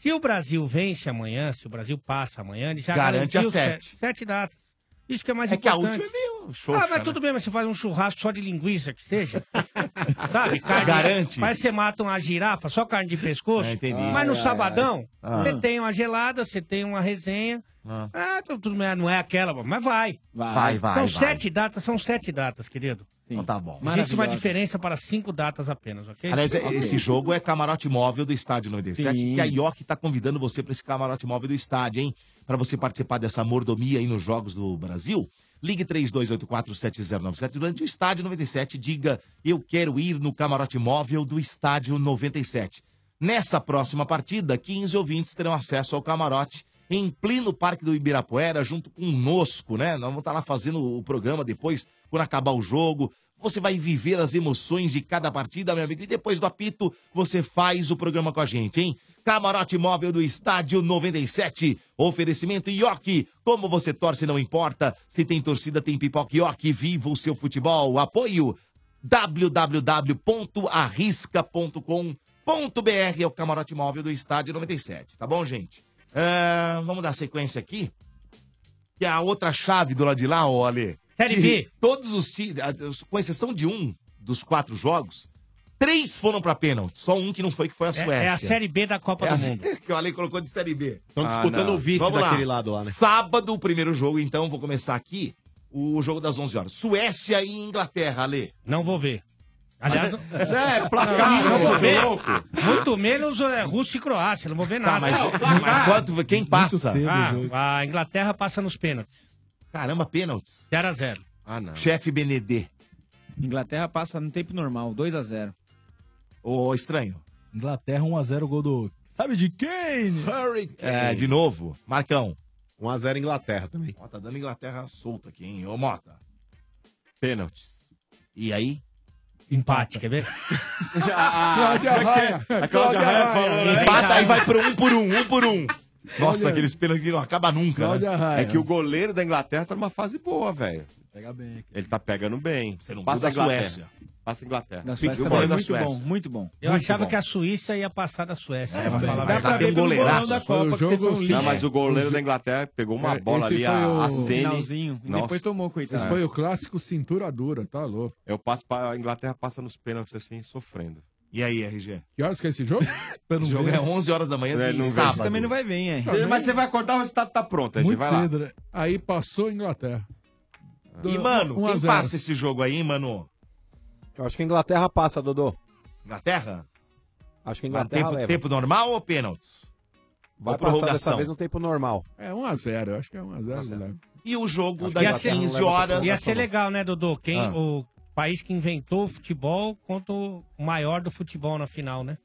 [SPEAKER 13] Se o Brasil vence amanhã, se o Brasil passa amanhã, ele já
[SPEAKER 6] Garante
[SPEAKER 13] garantiu
[SPEAKER 6] as sete.
[SPEAKER 13] Sete, sete datas. Isso que é mais
[SPEAKER 6] É que a
[SPEAKER 13] importante.
[SPEAKER 6] última é meio xoxa,
[SPEAKER 13] Ah, mas
[SPEAKER 6] né?
[SPEAKER 13] tudo bem, mas você faz um churrasco só de linguiça que
[SPEAKER 6] (laughs)
[SPEAKER 13] seja. Sabe? Carne,
[SPEAKER 6] Garante.
[SPEAKER 13] Mas você mata uma girafa, só carne de pescoço.
[SPEAKER 6] É, entendi.
[SPEAKER 13] Mas no
[SPEAKER 6] Ah, é,
[SPEAKER 13] sabadão,
[SPEAKER 6] é. Ah.
[SPEAKER 13] você tem uma gelada, você tem uma resenha.
[SPEAKER 6] Ah.
[SPEAKER 13] Ah, tu- tudo bem, não é aquela, mas vai.
[SPEAKER 6] Vai, vai,
[SPEAKER 13] São
[SPEAKER 6] vai.
[SPEAKER 13] sete datas, são sete datas, querido.
[SPEAKER 6] Então tá bom.
[SPEAKER 13] Existe uma diferença para cinco datas apenas, ok?
[SPEAKER 6] Aliás, é-
[SPEAKER 13] Ok.
[SPEAKER 6] esse jogo é camarote móvel do estádio 97,
[SPEAKER 13] Sim.
[SPEAKER 6] que a IOC tá convidando você para esse camarote móvel do estádio, hein? Para você participar dessa mordomia aí nos Jogos do Brasil. Ligue 32847097 durante o estádio 97, diga: "Eu quero ir no camarote móvel do estádio 97". Nessa próxima partida, 15 ouvintes terão acesso ao camarote em pleno Parque do Ibirapuera, junto com o Nosco, né? Nós vamos estar lá fazendo o programa depois, quando acabar o jogo. Você vai viver as emoções de cada partida, meu amigo. E depois do apito, você faz o programa com a gente, hein? Camarote móvel do Estádio 97. Oferecimento Ioki. Como você torce, não importa. Se tem torcida, tem pipoca Ioki. Viva o seu futebol. Apoio www.arrisca.com.br é o camarote móvel do Estádio 97, tá bom, gente? Ah, vamos dar sequência aqui. Que a outra chave do lado de lá, olha.
[SPEAKER 13] Série
[SPEAKER 6] que
[SPEAKER 13] B.
[SPEAKER 6] Todos os times, com exceção de um dos quatro jogos, Três foram pra pênalti, só um que não foi, que foi a Suécia.
[SPEAKER 13] É, é a Série B da Copa
[SPEAKER 6] É a
[SPEAKER 13] do
[SPEAKER 6] sé-
[SPEAKER 13] Mundo.
[SPEAKER 6] (laughs) Que o Ale colocou de Ah, Série B.
[SPEAKER 14] Ah,
[SPEAKER 13] Tão disputando o vice daquele lado lá, né?
[SPEAKER 6] Sábado, o primeiro jogo, então, vou começar aqui. O jogo das 11 horas. Suécia e Inglaterra, Ale.
[SPEAKER 13] Não vou ver. Aliás, não-
[SPEAKER 6] é, placar,
[SPEAKER 13] Não, não vou
[SPEAKER 6] ô,
[SPEAKER 13] ver.
[SPEAKER 6] louco.
[SPEAKER 13] Muito menos é, Rússia e Croácia, não vou ver nada.
[SPEAKER 6] Tá, mas-
[SPEAKER 13] Não,
[SPEAKER 6] mas
[SPEAKER 13] ah,
[SPEAKER 6] quanto- quem passa? cedo o
[SPEAKER 13] Ah,
[SPEAKER 6] jogo.
[SPEAKER 13] a Inglaterra passa nos pênaltis.
[SPEAKER 6] Caramba, pênaltis.
[SPEAKER 13] 0 a 0
[SPEAKER 6] Ah, não. Chefe Benedê.
[SPEAKER 26] Inglaterra passa no tempo normal, 2x0.
[SPEAKER 6] Ô, estranho.
[SPEAKER 11] Inglaterra 1x0, gol do. Sabe de quem? Hurricane.
[SPEAKER 6] É, de novo. Marcão.
[SPEAKER 17] 1x0 Inglaterra também.
[SPEAKER 6] Ó, tá dando Inglaterra solta aqui, hein? Ô, Mota. Pênaltis. E aí?
[SPEAKER 13] Empate, quer ver?
[SPEAKER 6] Cláudia
[SPEAKER 3] como é que é?
[SPEAKER 6] Raia.
[SPEAKER 3] A Cláudia Raia falou, né?
[SPEAKER 6] Empata aí vai por um, por um, um por um. Nossa,
[SPEAKER 14] Olha.
[SPEAKER 6] aqueles pênaltis que não acaba nunca, né?
[SPEAKER 14] É que o goleiro da Inglaterra tá numa fase boa, velho.
[SPEAKER 11] Pega bem.
[SPEAKER 14] Ele tá pegando bem. Você
[SPEAKER 6] não
[SPEAKER 14] Passa
[SPEAKER 6] viu da
[SPEAKER 14] Inglaterra.
[SPEAKER 6] Suécia.
[SPEAKER 14] Passa a Inglaterra.
[SPEAKER 6] Da
[SPEAKER 14] Fica
[SPEAKER 6] Suécia
[SPEAKER 14] o
[SPEAKER 6] também,
[SPEAKER 14] goleiro da
[SPEAKER 6] muito
[SPEAKER 14] Suécia.
[SPEAKER 6] bom, É,
[SPEAKER 26] Muito bom.
[SPEAKER 13] Eu
[SPEAKER 14] Muito
[SPEAKER 13] achava
[SPEAKER 14] bom.
[SPEAKER 13] que a Suíça ia passar da Suécia. pra
[SPEAKER 14] mas-
[SPEAKER 13] falar a
[SPEAKER 14] mas lá
[SPEAKER 13] verdade.
[SPEAKER 14] tem um goleiraço.
[SPEAKER 13] Foi um o jogo-
[SPEAKER 14] Não, mas o goleiro da Inglaterra pegou uma
[SPEAKER 21] É,
[SPEAKER 14] bola
[SPEAKER 21] esse
[SPEAKER 14] ali,
[SPEAKER 21] foi
[SPEAKER 14] a,
[SPEAKER 21] o-
[SPEAKER 14] a Sene.
[SPEAKER 21] Finalzinho,
[SPEAKER 26] e depois tomou, coitado.
[SPEAKER 21] Esse
[SPEAKER 14] É.
[SPEAKER 21] foi o clássico cintura dura, tá louco.
[SPEAKER 14] Eu passo pra, a Inglaterra passa nos pênaltis assim, sofrendo.
[SPEAKER 6] E aí, RG?
[SPEAKER 21] Que horas que é
[SPEAKER 14] (laughs)
[SPEAKER 21] esse jogo?
[SPEAKER 6] O jogo é 11 horas da manhã,
[SPEAKER 14] É,
[SPEAKER 6] tem
[SPEAKER 14] não vejo.
[SPEAKER 6] sábado.
[SPEAKER 14] Você também não vai é.
[SPEAKER 26] ver, hein?
[SPEAKER 14] Mas você vai acordar, o resultado tá pronto, RG.
[SPEAKER 21] Muito
[SPEAKER 14] Vai lá.
[SPEAKER 21] cedo, né? Aí passou a Inglaterra.
[SPEAKER 6] E,
[SPEAKER 21] Do-
[SPEAKER 6] mano,
[SPEAKER 21] 1 a
[SPEAKER 6] quem
[SPEAKER 21] 0.
[SPEAKER 6] passa esse jogo aí, hein, mano?
[SPEAKER 18] Eu acho que a Inglaterra passa, Dodô.
[SPEAKER 6] Inglaterra?
[SPEAKER 18] Acho que a
[SPEAKER 6] Mas
[SPEAKER 18] Inglaterra
[SPEAKER 6] Tempo,
[SPEAKER 18] leva.
[SPEAKER 6] tempo normal ou pênaltis?
[SPEAKER 18] Vai
[SPEAKER 6] ou
[SPEAKER 18] passar dessa
[SPEAKER 6] prorrogação?
[SPEAKER 18] vez no tempo normal.
[SPEAKER 21] É 1x0, eu acho que é
[SPEAKER 6] Tá
[SPEAKER 21] 1x0.
[SPEAKER 6] E o jogo
[SPEAKER 13] Ia
[SPEAKER 6] das
[SPEAKER 13] ser-
[SPEAKER 6] 15 horas.
[SPEAKER 13] Ia ser legal, né, Dodô? Quem,
[SPEAKER 6] Ah.
[SPEAKER 13] O país que inventou o futebol contra o maior do futebol na final, né?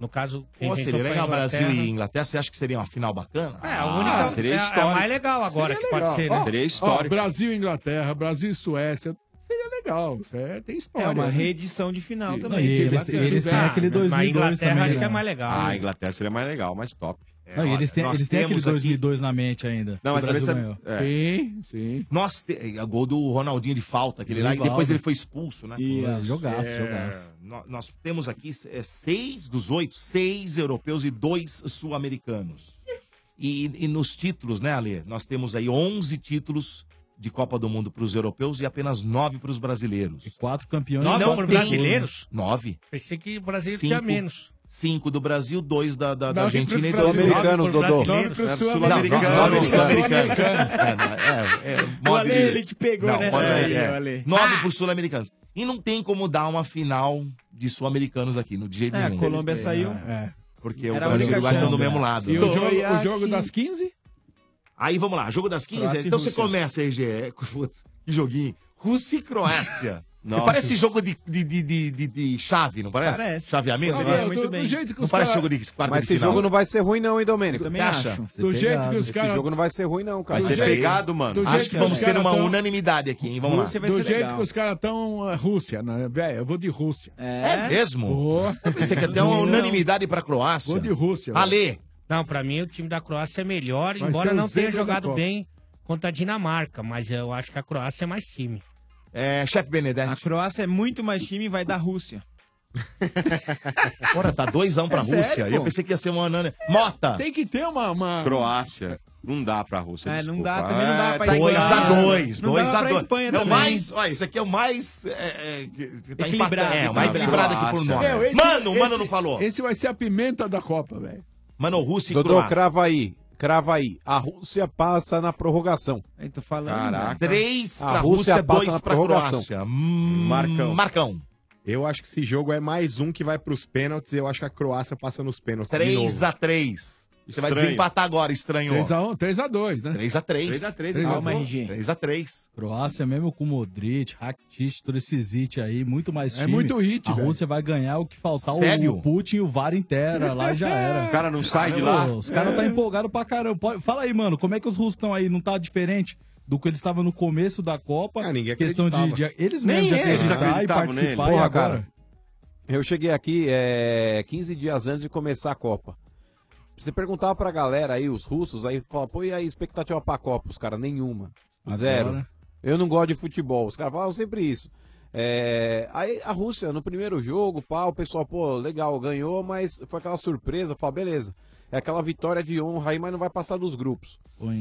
[SPEAKER 13] No caso, quem
[SPEAKER 6] Pô,
[SPEAKER 13] inventou
[SPEAKER 6] seria
[SPEAKER 13] foi a
[SPEAKER 6] legal Brasil
[SPEAKER 13] Inglaterra.
[SPEAKER 6] e Inglaterra. Você acha que seria uma final bacana?
[SPEAKER 13] É, a única- Ah, seria é a- é a histórico. mais legal agora que pode ser, né? Seria histórico.
[SPEAKER 21] Brasil e Inglaterra, Brasil e Suécia. Seria legal. Isso é- tem história.
[SPEAKER 26] É uma
[SPEAKER 21] né?
[SPEAKER 26] reedição de final
[SPEAKER 21] E-
[SPEAKER 26] também.
[SPEAKER 21] e eles- eles
[SPEAKER 15] Ah,
[SPEAKER 21] têm aquele
[SPEAKER 26] mas a
[SPEAKER 21] 2002
[SPEAKER 26] Inglaterra
[SPEAKER 21] também,
[SPEAKER 26] acho
[SPEAKER 21] né?
[SPEAKER 26] que é mais legal.
[SPEAKER 14] Ah,
[SPEAKER 26] né?
[SPEAKER 14] a Inglaterra seria mais legal, mais top.
[SPEAKER 11] Não, e eles têm,
[SPEAKER 14] É, Nós
[SPEAKER 11] eles têm aquele
[SPEAKER 14] temos aqui-
[SPEAKER 11] 2002 na mente ainda.
[SPEAKER 14] Não,
[SPEAKER 11] que
[SPEAKER 14] mas
[SPEAKER 11] o Brasil
[SPEAKER 14] também
[SPEAKER 11] ganhou.
[SPEAKER 14] você- é.
[SPEAKER 21] Sim, sim.
[SPEAKER 6] Nossa, te- é o gol do Ronaldinho de falta, aquele lá, e
[SPEAKER 11] Rivaldo.
[SPEAKER 6] depois ele foi expulso, né?
[SPEAKER 11] E, é, jogaço,
[SPEAKER 6] É,
[SPEAKER 11] jogaço.
[SPEAKER 6] nó- Nós temos aqui é, seis dos oito, seis europeus e dois sul-americanos. E, e nos títulos, né, Ale? Nós temos aí 11 títulos de Copa do Mundo para os europeus e apenas nove para os brasileiros. E
[SPEAKER 11] quatro campeões.
[SPEAKER 13] Nove pro brasileiros?
[SPEAKER 6] Nove.
[SPEAKER 13] Pensei que o Brasil
[SPEAKER 6] Cinco.
[SPEAKER 13] tinha menos.
[SPEAKER 6] Cinco do Brasil, dois da, da, da
[SPEAKER 13] Nove
[SPEAKER 6] Argentina e
[SPEAKER 13] pros
[SPEAKER 6] dois do-
[SPEAKER 13] brasileiros,
[SPEAKER 6] Nove pros
[SPEAKER 13] Dodô. Nove pros
[SPEAKER 6] brasileiros.
[SPEAKER 13] sul-americanos.
[SPEAKER 6] Não, nove pros
[SPEAKER 13] Nove
[SPEAKER 6] sul-americanos.
[SPEAKER 13] pros sul-americanos.
[SPEAKER 6] É, é, é,
[SPEAKER 13] O
[SPEAKER 6] modo
[SPEAKER 13] Ale,
[SPEAKER 6] de-
[SPEAKER 13] ele te pegou
[SPEAKER 6] Não,
[SPEAKER 13] nessa
[SPEAKER 6] modo de-
[SPEAKER 13] aí,
[SPEAKER 6] é.
[SPEAKER 13] o Ale.
[SPEAKER 6] Nove pros sul-americanos. E não tem como dar uma final de sul-americanos aqui, no dia
[SPEAKER 26] É, a
[SPEAKER 6] nenhum.
[SPEAKER 26] Colômbia saiu.
[SPEAKER 21] É.
[SPEAKER 6] Porque
[SPEAKER 26] Era
[SPEAKER 6] o
[SPEAKER 26] a
[SPEAKER 6] Brasil e o
[SPEAKER 26] única
[SPEAKER 6] Uruguai estão do
[SPEAKER 26] chance,
[SPEAKER 6] mesmo
[SPEAKER 26] né?
[SPEAKER 6] lado.
[SPEAKER 21] E o jogo, o jogo das 15?
[SPEAKER 6] Aí vamos lá, jogo das 15?
[SPEAKER 21] Croácia e
[SPEAKER 6] então você
[SPEAKER 21] Rússia.
[SPEAKER 6] começa, RG. É, putz, Que joguinho. Rússia e Croácia.
[SPEAKER 14] Nossa.
[SPEAKER 6] Parece jogo de, de, de, de, de- de chave, não parece?
[SPEAKER 18] Parece.
[SPEAKER 6] Chaveamento?
[SPEAKER 18] Olha,
[SPEAKER 6] né?
[SPEAKER 18] do- do jeito que
[SPEAKER 6] não
[SPEAKER 18] os
[SPEAKER 6] parece
[SPEAKER 18] cara-
[SPEAKER 6] jogo de quarta
[SPEAKER 18] Mas
[SPEAKER 6] de
[SPEAKER 18] esse
[SPEAKER 6] final.
[SPEAKER 18] jogo não vai ser ruim, não, hein, Domênico?
[SPEAKER 6] Também
[SPEAKER 18] Você
[SPEAKER 6] acho.
[SPEAKER 18] Do jeito que os caras. Esse jogo não vai ser ruim, não, cara. Vai ser pegado, mano.
[SPEAKER 6] Acho que vamos ter uma unanimidade aqui, hein? Vamos lá.
[SPEAKER 21] Do jeito que os caras estão. Rússia, né? Velho, eu vou de Rússia.
[SPEAKER 6] É mesmo? Eu pensei que até uma
[SPEAKER 13] Não.
[SPEAKER 6] unanimidade pra Croácia.
[SPEAKER 13] Gol de
[SPEAKER 21] Rússia.
[SPEAKER 6] Ale.
[SPEAKER 13] Não, pra mim o time da Croácia é melhor,
[SPEAKER 6] Vai
[SPEAKER 13] embora
[SPEAKER 6] ser o
[SPEAKER 13] não tenha
[SPEAKER 6] zebra da
[SPEAKER 13] jogado
[SPEAKER 6] Copa.
[SPEAKER 13] bem contra a Dinamarca, mas eu acho que a Croácia é mais time.
[SPEAKER 6] É, chefe Benedetti.
[SPEAKER 26] A Croácia é muito mais time e vai dar Rússia.
[SPEAKER 6] Ora, tá doisão pra
[SPEAKER 26] É sério,
[SPEAKER 6] Rússia.
[SPEAKER 26] pô.
[SPEAKER 6] eu pensei que ia ser uma unanimidade. Mota.
[SPEAKER 21] Tem que ter uma. uma...
[SPEAKER 14] Croácia. Não dá pra Rússia.
[SPEAKER 26] É, não dá,
[SPEAKER 14] desculpa.
[SPEAKER 26] também não dá
[SPEAKER 14] É,
[SPEAKER 26] pra
[SPEAKER 14] tá
[SPEAKER 26] Espanha.
[SPEAKER 6] 2 a 2
[SPEAKER 26] Não
[SPEAKER 6] 2
[SPEAKER 26] dava
[SPEAKER 6] a
[SPEAKER 26] pra
[SPEAKER 6] 2
[SPEAKER 26] Espanha
[SPEAKER 6] É o
[SPEAKER 26] também.
[SPEAKER 6] mais. Olha, esse aqui é o mais. É, é, que- que tá
[SPEAKER 26] Equilibrado.
[SPEAKER 6] empatado. É, o mais
[SPEAKER 26] Não,
[SPEAKER 6] equilibrado aqui por
[SPEAKER 26] Croácia.
[SPEAKER 6] nome.
[SPEAKER 26] Meu, esse-
[SPEAKER 6] mano, o mano
[SPEAKER 21] esse-
[SPEAKER 6] não falou.
[SPEAKER 21] Esse vai ser a pimenta da Copa, velho.
[SPEAKER 6] Mano, Rússia e
[SPEAKER 18] Dodô,
[SPEAKER 6] Croácia.
[SPEAKER 18] crava aí. Crava aí. A Rússia passa na prorrogação.
[SPEAKER 26] Aí tô falando.
[SPEAKER 18] Caraca.
[SPEAKER 6] Três
[SPEAKER 18] A
[SPEAKER 6] pra
[SPEAKER 18] Rússia
[SPEAKER 6] Rússia,
[SPEAKER 18] passa
[SPEAKER 6] dois
[SPEAKER 18] na
[SPEAKER 6] pra
[SPEAKER 18] prorrogação.
[SPEAKER 6] Croácia.
[SPEAKER 17] Hum. Marcão.
[SPEAKER 6] Marcão.
[SPEAKER 17] Eu acho que esse jogo é mais um que vai pros pênaltis. Eu acho que a Croácia passa nos pênaltis.
[SPEAKER 6] 3 a 3 Você vai desempatar agora, estranho.
[SPEAKER 21] 3x1, 3x2, né?
[SPEAKER 6] 3x3. 3x3,
[SPEAKER 14] tá
[SPEAKER 11] calma,
[SPEAKER 6] RG. 3x3.
[SPEAKER 11] Croácia, mesmo com Modric, Rakitic, todo esse hit aí, muito mais
[SPEAKER 21] É
[SPEAKER 11] time.
[SPEAKER 21] muito hit,
[SPEAKER 11] A
[SPEAKER 21] velho.
[SPEAKER 11] Rússia vai ganhar o que faltar
[SPEAKER 21] Sério?
[SPEAKER 11] o Putin e o VAR inteira. Lá e já era.
[SPEAKER 14] O cara não sai de
[SPEAKER 11] Ô,
[SPEAKER 14] lá?
[SPEAKER 11] Os caras tá empolgados pra caramba. Pode- Fala aí, mano, como é que os russos estão aí? Não tá diferente do que eles estavam no começo da Copa? ninguém Questão de,
[SPEAKER 18] acreditava.
[SPEAKER 11] de- Eles
[SPEAKER 18] Nem
[SPEAKER 11] mesmos de
[SPEAKER 18] eles
[SPEAKER 11] acreditar e
[SPEAKER 18] acreditavam
[SPEAKER 11] participar.
[SPEAKER 18] nele.
[SPEAKER 11] e
[SPEAKER 18] Porra,
[SPEAKER 11] agora?
[SPEAKER 18] cara. Eu cheguei aqui é, 15 dias antes de começar a Copa. Você perguntava pra galera aí, os russos, aí falava, pô, e aí, expectativa pra Copa? Os caras, nenhuma.
[SPEAKER 11] Mas
[SPEAKER 18] Zero.
[SPEAKER 11] agora-
[SPEAKER 18] Eu não gosto de futebol. Os caras falavam sempre isso. É, aí a Rússia, no primeiro jogo, pá, o pessoal, pô, legal, ganhou, mas foi aquela surpresa, fala, beleza. É aquela vitória de honra aí, mas não vai passar dos grupos.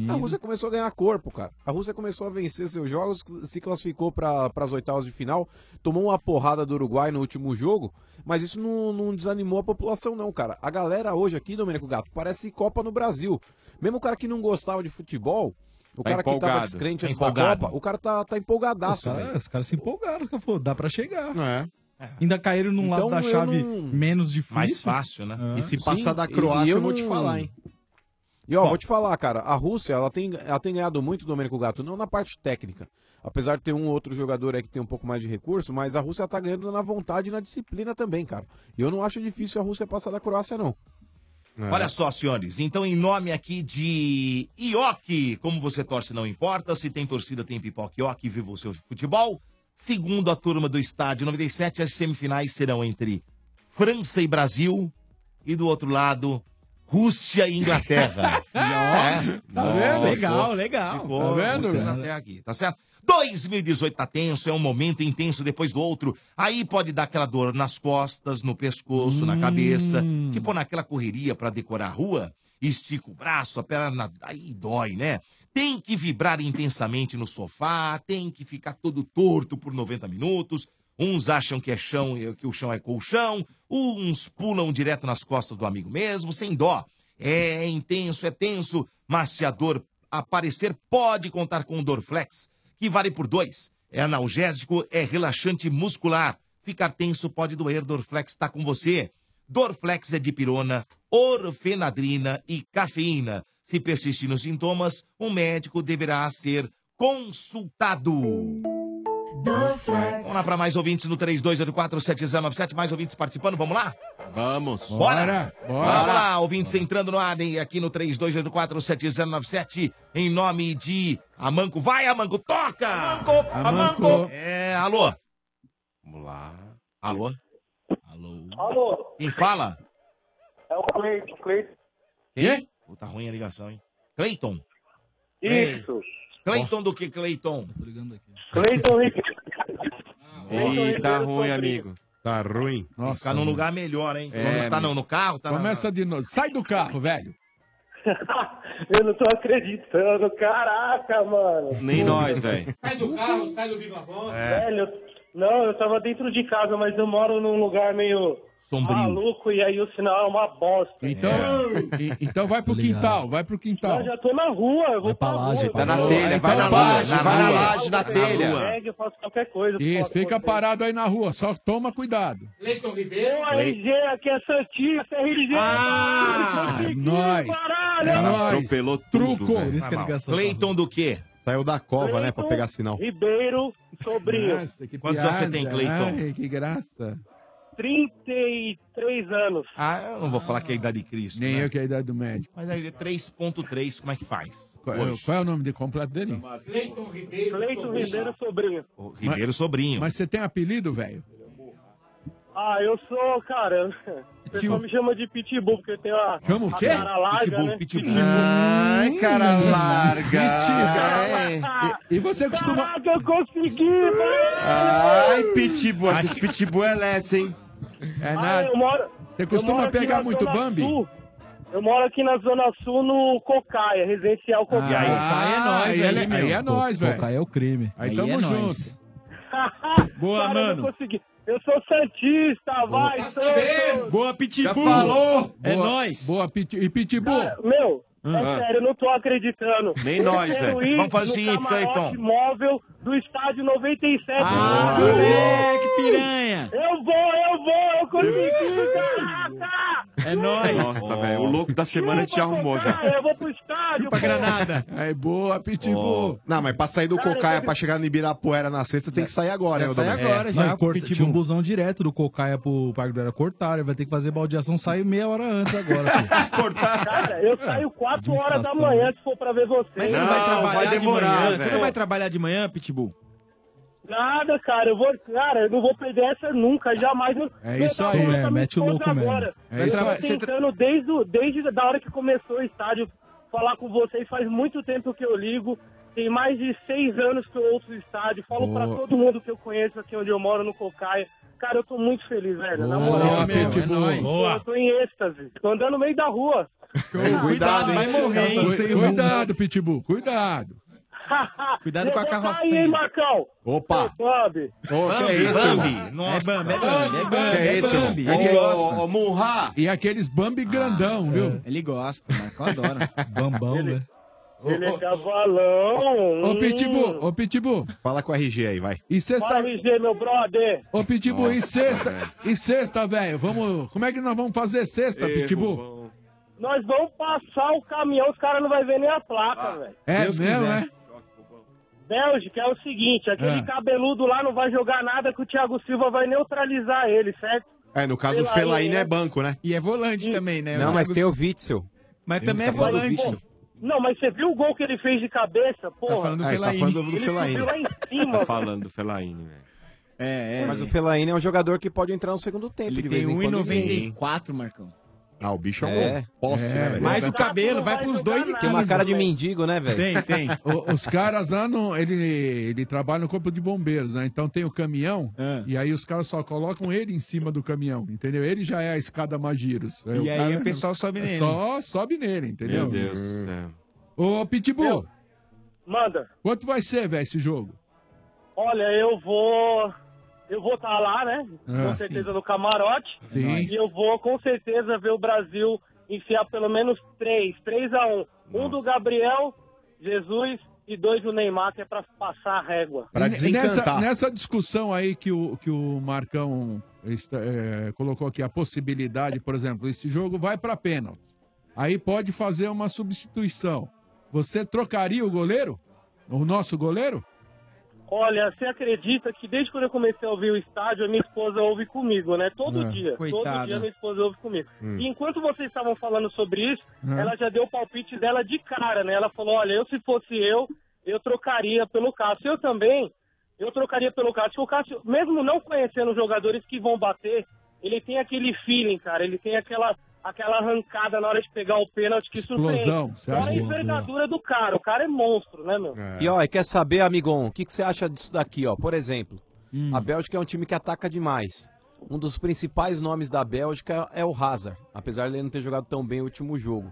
[SPEAKER 18] A Rússia começou a ganhar corpo, cara. A Rússia começou a vencer seus jogos, se classificou para as oitavas de final, tomou uma porrada do Uruguai no último jogo, mas isso não, não desanimou a população, não, cara. A galera hoje aqui, Domenico Gato, parece Copa no Brasil. Mesmo o cara que não gostava de futebol, o
[SPEAKER 22] Tá
[SPEAKER 18] cara que tava
[SPEAKER 22] empolgado.
[SPEAKER 18] descrente
[SPEAKER 22] Tá
[SPEAKER 18] antes da
[SPEAKER 22] empolgado.
[SPEAKER 18] Copa, o cara tá, tá
[SPEAKER 22] Os
[SPEAKER 18] empolgadaço, velho.
[SPEAKER 22] caras os caras se empolgaram, cara, falou, dá pra chegar.
[SPEAKER 17] É.
[SPEAKER 22] Ainda caíram num
[SPEAKER 18] Então,
[SPEAKER 22] lado da
[SPEAKER 18] eu
[SPEAKER 22] chave
[SPEAKER 18] não-
[SPEAKER 22] menos difícil.
[SPEAKER 18] Mais fácil,
[SPEAKER 6] né?
[SPEAKER 22] É.
[SPEAKER 17] E se
[SPEAKER 18] Sim, e- e não- E ó, vou te falar, cara, a Rússia, ela tem, ela tem ganhado muito, Domênico Gato, não na parte técnica. Apesar de ter um ou outro jogador aí que tem um pouco mais de recurso, mas a Rússia ela tá ganhando na vontade e na disciplina também, cara. E eu não acho difícil a Rússia passar da Croácia, não.
[SPEAKER 6] Olha só, senhores. Então, em nome aqui de IOC, como você torce, não importa. Se tem torcida, tem pipoca IOC. Viva o seu futebol. Segundo a turma do estádio 97, as semifinais serão entre França e Brasil. E do outro lado, Rússia e
[SPEAKER 15] (laughs)
[SPEAKER 6] Inglaterra. É.
[SPEAKER 15] Tá vendo? Legal, legal. Tá vendo,
[SPEAKER 6] Rússia e
[SPEAKER 15] velho?
[SPEAKER 6] Inglaterra aqui, tá certo? 2018 tá tenso, é um momento intenso depois do outro. Aí pode dar aquela dor nas costas, no pescoço, na cabeça. Tipo naquela correria pra decorar a rua, estica o braço, a perna, aí dói, né? Tem que vibrar intensamente no sofá, tem que ficar todo torto por 90 minutos. Uns acham que é chão, que o chão é colchão, uns pulam direto nas costas do amigo mesmo, sem dó. É intenso, é tenso, mas se a dor aparecer, pode contar com o Dorflex, que vale por dois. É analgésico, é relaxante muscular. Ficar tenso pode doer, Dorflex está com você. Dorflex é dipirona, orfenadrina e cafeína. Se persistirem os sintomas, um médico deverá ser consultado. Vamos lá para mais ouvintes no 32847097. Mais ouvintes participando, vamos lá?
[SPEAKER 27] Vamos.
[SPEAKER 6] Bora! Vamos lá, ouvintes entrando no ar hein, aqui no 32847097 um em nome de Amanco. Vai, Amanco, toca! Amanco!
[SPEAKER 27] Amanco.
[SPEAKER 6] É, alô? Vamos lá. Alô?
[SPEAKER 20] Alô,
[SPEAKER 6] Quem fala?
[SPEAKER 20] é o Cleiton, Cleiton.
[SPEAKER 6] Quem? Pô, tá ruim a ligação, hein? Cleiton.
[SPEAKER 20] Isso.
[SPEAKER 6] Cleiton do que, Cleiton?
[SPEAKER 20] Cleiton Rick.
[SPEAKER 14] Ih, tá ruim, amigo.
[SPEAKER 17] Tá ruim.
[SPEAKER 6] Nossa, ficar num
[SPEAKER 21] mano.
[SPEAKER 6] lugar melhor, hein?
[SPEAKER 21] É,
[SPEAKER 6] Quando você tá no,
[SPEAKER 21] amigo.
[SPEAKER 6] no carro, tá na-
[SPEAKER 21] Começa de novo. Sai do carro, velho.
[SPEAKER 20] Eu não tô acreditando, caraca, mano.
[SPEAKER 14] Nem nós, velho.
[SPEAKER 20] Sai do carro, sai do Viva Voz.
[SPEAKER 21] É,
[SPEAKER 20] Velho, não, eu tava dentro de casa, mas eu moro num lugar meio
[SPEAKER 6] Sombrio.
[SPEAKER 20] maluco e aí o sinal é uma bosta.
[SPEAKER 21] Então, e- então vai pro quintal, vai pro quintal.
[SPEAKER 20] Eu já tô na rua, eu vou pra laje, rua.
[SPEAKER 21] Tá na telha, vai na laje, vai na laje, na telha.
[SPEAKER 20] Eu faço qualquer coisa.
[SPEAKER 21] Isso, fica parado aí na rua, só toma cuidado.
[SPEAKER 20] Leiton Ribeiro. Não,
[SPEAKER 21] Lei-
[SPEAKER 20] RG, aqui é Santista, RG.
[SPEAKER 21] Ah,
[SPEAKER 20] Consegui,
[SPEAKER 21] nós.
[SPEAKER 20] Caralho.
[SPEAKER 17] É nóis.
[SPEAKER 14] Atropelou tudo,
[SPEAKER 17] Truco.
[SPEAKER 14] velho.
[SPEAKER 17] Por isso que a
[SPEAKER 14] Tá mal.
[SPEAKER 17] ligação
[SPEAKER 6] Cleiton do quê?
[SPEAKER 17] Saiu da cova, né, pra pegar sinal.
[SPEAKER 20] Ribeiro Sobrinho.
[SPEAKER 6] Quantos anos você tem, Cleiton?
[SPEAKER 21] Ai, que graça.
[SPEAKER 20] 33 anos.
[SPEAKER 6] Ah, eu não vou falar que é a idade de Cristo.
[SPEAKER 21] Nem
[SPEAKER 6] né?
[SPEAKER 21] eu que é a idade do médico.
[SPEAKER 6] Mas aí 3.3, como é que faz?
[SPEAKER 21] Qual, qual é o nome de completo dele?
[SPEAKER 20] Leiton Ribeiro Leiton Sobrinho. Ribeiro Sobrinho.
[SPEAKER 6] O Ribeiro Sobrinho.
[SPEAKER 21] Mas você tem apelido, velho?
[SPEAKER 20] Ah, eu sou, cara. O pessoal me chama de Pitbull, porque tem a,
[SPEAKER 21] Chama o
[SPEAKER 20] a
[SPEAKER 21] quê?
[SPEAKER 20] cara larga,
[SPEAKER 21] Pitbull,
[SPEAKER 20] né?
[SPEAKER 21] Pitbull.
[SPEAKER 14] Ai, cara
[SPEAKER 21] Hum. Mentira.
[SPEAKER 14] larga.
[SPEAKER 21] E, e você costuma.
[SPEAKER 20] Caraca, eu consegui,
[SPEAKER 14] Ai, Pitbull. Acho que Pitbull é lessa, hein?
[SPEAKER 21] É
[SPEAKER 20] Ah, eu moro,
[SPEAKER 21] Você
[SPEAKER 14] costuma
[SPEAKER 20] eu moro aqui
[SPEAKER 14] pegar
[SPEAKER 20] na
[SPEAKER 14] muito
[SPEAKER 20] Zona
[SPEAKER 14] Bambi?
[SPEAKER 20] Sul. Eu moro aqui na Zona Sul, no Cocaia, residencial Cocaia.
[SPEAKER 22] Ah,
[SPEAKER 21] Ah, aí é, le- aí é nós, velho.
[SPEAKER 22] Tocar é o crime.
[SPEAKER 21] Aí tamo junto.
[SPEAKER 20] (laughs)
[SPEAKER 22] Boa, mano.
[SPEAKER 20] Eu, consegui. eu sou Santista, vai, Santos.
[SPEAKER 15] Boa, Pitbull. É
[SPEAKER 21] Boa-
[SPEAKER 15] nóis.
[SPEAKER 21] Boa, Pit- e Pitbull.
[SPEAKER 20] Cara, meu, é
[SPEAKER 21] Ah.
[SPEAKER 20] sério, eu não tô acreditando.
[SPEAKER 21] Nem nós,
[SPEAKER 20] Eu quero
[SPEAKER 21] velho.
[SPEAKER 20] ir
[SPEAKER 21] Vamos fazer o
[SPEAKER 20] no
[SPEAKER 21] seguinte,
[SPEAKER 20] camarote
[SPEAKER 21] Cleiton.
[SPEAKER 20] móvel do estádio 97.
[SPEAKER 15] Ah, moleque, piranha.
[SPEAKER 20] Eu vou, eu vou, eu consegui,
[SPEAKER 24] "Ah,
[SPEAKER 20] caraca!
[SPEAKER 15] É nóis.
[SPEAKER 14] Nossa, velho, o louco da semana te arrumou já.
[SPEAKER 20] Cara, eu vou pro estádio. pô.
[SPEAKER 21] É boa, Pitbull.
[SPEAKER 17] Não, mas pra sair do
[SPEAKER 20] Cara,
[SPEAKER 17] Cocaia,
[SPEAKER 20] eu-
[SPEAKER 17] pra chegar no Ibirapuera na sexta, tem que sair agora.
[SPEAKER 22] Já
[SPEAKER 17] né,
[SPEAKER 22] sai
[SPEAKER 17] Odomiro?
[SPEAKER 22] agora, já. corta- tinha um busão direto do Cocaia pro Parque do Era cortar. Ele vai ter que fazer baldeação, sai meia hora antes (laughs) agora. pô.
[SPEAKER 20] Cara,
[SPEAKER 21] É,
[SPEAKER 20] eu saio 4 horas da
[SPEAKER 22] administração.
[SPEAKER 20] manhã se for pra ver você.
[SPEAKER 15] Mas você né? não, vai trabalhar de manhã? Você não vai trabalhar de manhã, Pitbull?
[SPEAKER 20] Nada, cara. Eu vou, cara, eu não vou perder essa nunca, jamais. Eu-
[SPEAKER 15] É
[SPEAKER 20] eu
[SPEAKER 15] isso
[SPEAKER 20] tava
[SPEAKER 15] aí,
[SPEAKER 20] falando
[SPEAKER 15] é,
[SPEAKER 20] pra minha
[SPEAKER 15] mete o
[SPEAKER 20] esposa
[SPEAKER 15] louco mesmo.
[SPEAKER 20] agora.
[SPEAKER 15] É
[SPEAKER 20] eu
[SPEAKER 15] isso
[SPEAKER 20] tava
[SPEAKER 15] aí. Você tra-
[SPEAKER 20] tentando desde, o- desde a hora que começou o estádio falar com vocês. Faz muito tempo que eu ligo. Tem mais de seis anos que eu ouço o estádio. Falo pra todo mundo que eu conheço aqui onde eu moro, no Cocaia. Cara, eu tô muito feliz, velho. na moral,
[SPEAKER 3] boa, Pitbull.
[SPEAKER 20] Eu tô-
[SPEAKER 3] Boa.
[SPEAKER 20] Eu tô em êxtase. Tô andando no meio da rua.
[SPEAKER 21] Cuidado, hein?
[SPEAKER 20] vai morrer, hein?
[SPEAKER 21] Cu-
[SPEAKER 20] (laughs)
[SPEAKER 21] Cuidado, Pitbull, cuidado.
[SPEAKER 20] Cuidado com a carroça. Aí, hein, Marcão?
[SPEAKER 21] Opa! é
[SPEAKER 20] Bob.
[SPEAKER 21] Bambi, Bambi. Nossa.
[SPEAKER 20] É Bambi, é Bambi,
[SPEAKER 21] Bambi, é
[SPEAKER 20] é
[SPEAKER 21] Bambi, é Bambi.
[SPEAKER 20] Ele
[SPEAKER 21] gosta. E aqueles Bambi grandão, viu? Ele gosta, né?
[SPEAKER 14] (laughs)
[SPEAKER 21] Marcão (laughs) adora.
[SPEAKER 22] Bambão, né?
[SPEAKER 20] Ele é cavalão.
[SPEAKER 21] Ô,
[SPEAKER 20] Hum.
[SPEAKER 21] Pitbull, ô, Pitbull.
[SPEAKER 17] Fala com a RG aí, vai.
[SPEAKER 21] E sexta...
[SPEAKER 20] Fala, RG, meu brother.
[SPEAKER 21] Ô, Pitbull, e
[SPEAKER 20] Nossa,
[SPEAKER 21] sexta? E sexta, velho? Vamos... Como é que nós vamos fazer sexta, Tá Pitbull?
[SPEAKER 20] Nós vamos passar o caminhão, os caras não vão ver nem a placa,
[SPEAKER 18] Ah,
[SPEAKER 20] velho.
[SPEAKER 21] É mesmo, né?
[SPEAKER 20] Bélgica é o seguinte, aquele
[SPEAKER 17] Ah.
[SPEAKER 20] cabeludo lá não vai jogar nada que o Thiago Silva vai neutralizar ele, certo?
[SPEAKER 17] É, no caso, o
[SPEAKER 20] Fellaini,
[SPEAKER 17] Felaína
[SPEAKER 20] né?
[SPEAKER 17] é banco, né?
[SPEAKER 20] E é volante também, né?
[SPEAKER 18] Não, mas tem o Witzel.
[SPEAKER 20] Mas
[SPEAKER 18] Tem também o é Cavalo volante. Witzel.
[SPEAKER 20] Não, mas você viu o gol que ele fez de cabeça, porra?
[SPEAKER 18] falando do Ah, ele tá Fellaini. falando do
[SPEAKER 20] ele
[SPEAKER 18] Fellaini.
[SPEAKER 20] subiu lá em cima,
[SPEAKER 14] Tá falando do Felaine, velho.
[SPEAKER 18] É, é. Mas o Fellaini é um jogador que pode entrar no segundo tempo de vez
[SPEAKER 15] um
[SPEAKER 18] em quando. ele vem.
[SPEAKER 15] Marcão.
[SPEAKER 17] Ah, o bicho
[SPEAKER 18] é um poste, né, velho?
[SPEAKER 15] Mas o cabelo vai pros dois e
[SPEAKER 18] Tem uma
[SPEAKER 15] quinze,
[SPEAKER 18] cara de
[SPEAKER 15] velho.
[SPEAKER 18] mendigo, né, velho? (laughs)
[SPEAKER 21] O- os caras lá, não, ele, ele trabalha no corpo de bombeiros, né? Então tem o caminhão, e aí os caras só colocam ele em cima do caminhão, entendeu? Ele já é a escada Magiros.
[SPEAKER 15] E aí o pessoal sobe nele.
[SPEAKER 21] É Só sobe nele, entendeu?
[SPEAKER 14] Meu Deus. do céu.
[SPEAKER 21] Ô, Pitbull.
[SPEAKER 20] Manda.
[SPEAKER 21] Quanto vai ser, velho, esse jogo?
[SPEAKER 20] Olha, eu vou. Eu vou estar lá, né?
[SPEAKER 21] Ah,
[SPEAKER 20] com certeza no camarote.
[SPEAKER 21] Sim.
[SPEAKER 20] E eu vou com certeza ver o Brasil enfiar pelo menos três, três a um. Um do Gabriel, Jesus e dois do Neymar, que é pra passar a régua.
[SPEAKER 21] E ne- Nessa, nessa discussão aí que o, que o Marcão está- é, colocou aqui, a possibilidade, por exemplo, esse jogo vai para pênalti. Aí pode fazer uma substituição. Você trocaria o goleiro? O nosso goleiro?
[SPEAKER 20] Olha, você acredita que desde quando eu comecei a ouvir o estádio, a minha esposa ouve comigo, né? Todo
[SPEAKER 21] Ah,
[SPEAKER 20] dia.
[SPEAKER 21] coitada.
[SPEAKER 20] Todo dia a minha esposa ouve comigo.
[SPEAKER 21] Hum.
[SPEAKER 20] E enquanto vocês estavam falando sobre isso,
[SPEAKER 21] Ah.
[SPEAKER 20] ela já deu o palpite dela de cara, né? Ela falou: olha, eu se fosse eu, eu trocaria pelo Cássio. Eu também, eu trocaria pelo Cássio. Porque O Cássio, mesmo não conhecendo os jogadores que vão bater, ele tem aquele feeling, cara. Ele tem aquela, aquela arrancada na hora de pegar o pênalti que
[SPEAKER 18] Explosão,
[SPEAKER 20] surpreende.
[SPEAKER 18] você acha
[SPEAKER 20] Fora a
[SPEAKER 18] que-
[SPEAKER 20] envergadura do cara. O cara é monstro, né, meu?
[SPEAKER 18] E ó, e quer saber, amigão, o que, que você acha disso daqui, ó? Por exemplo, a Bélgica é um time que ataca demais. Um dos principais nomes da Bélgica é o Hazard, apesar de ele não ter jogado tão bem o último jogo.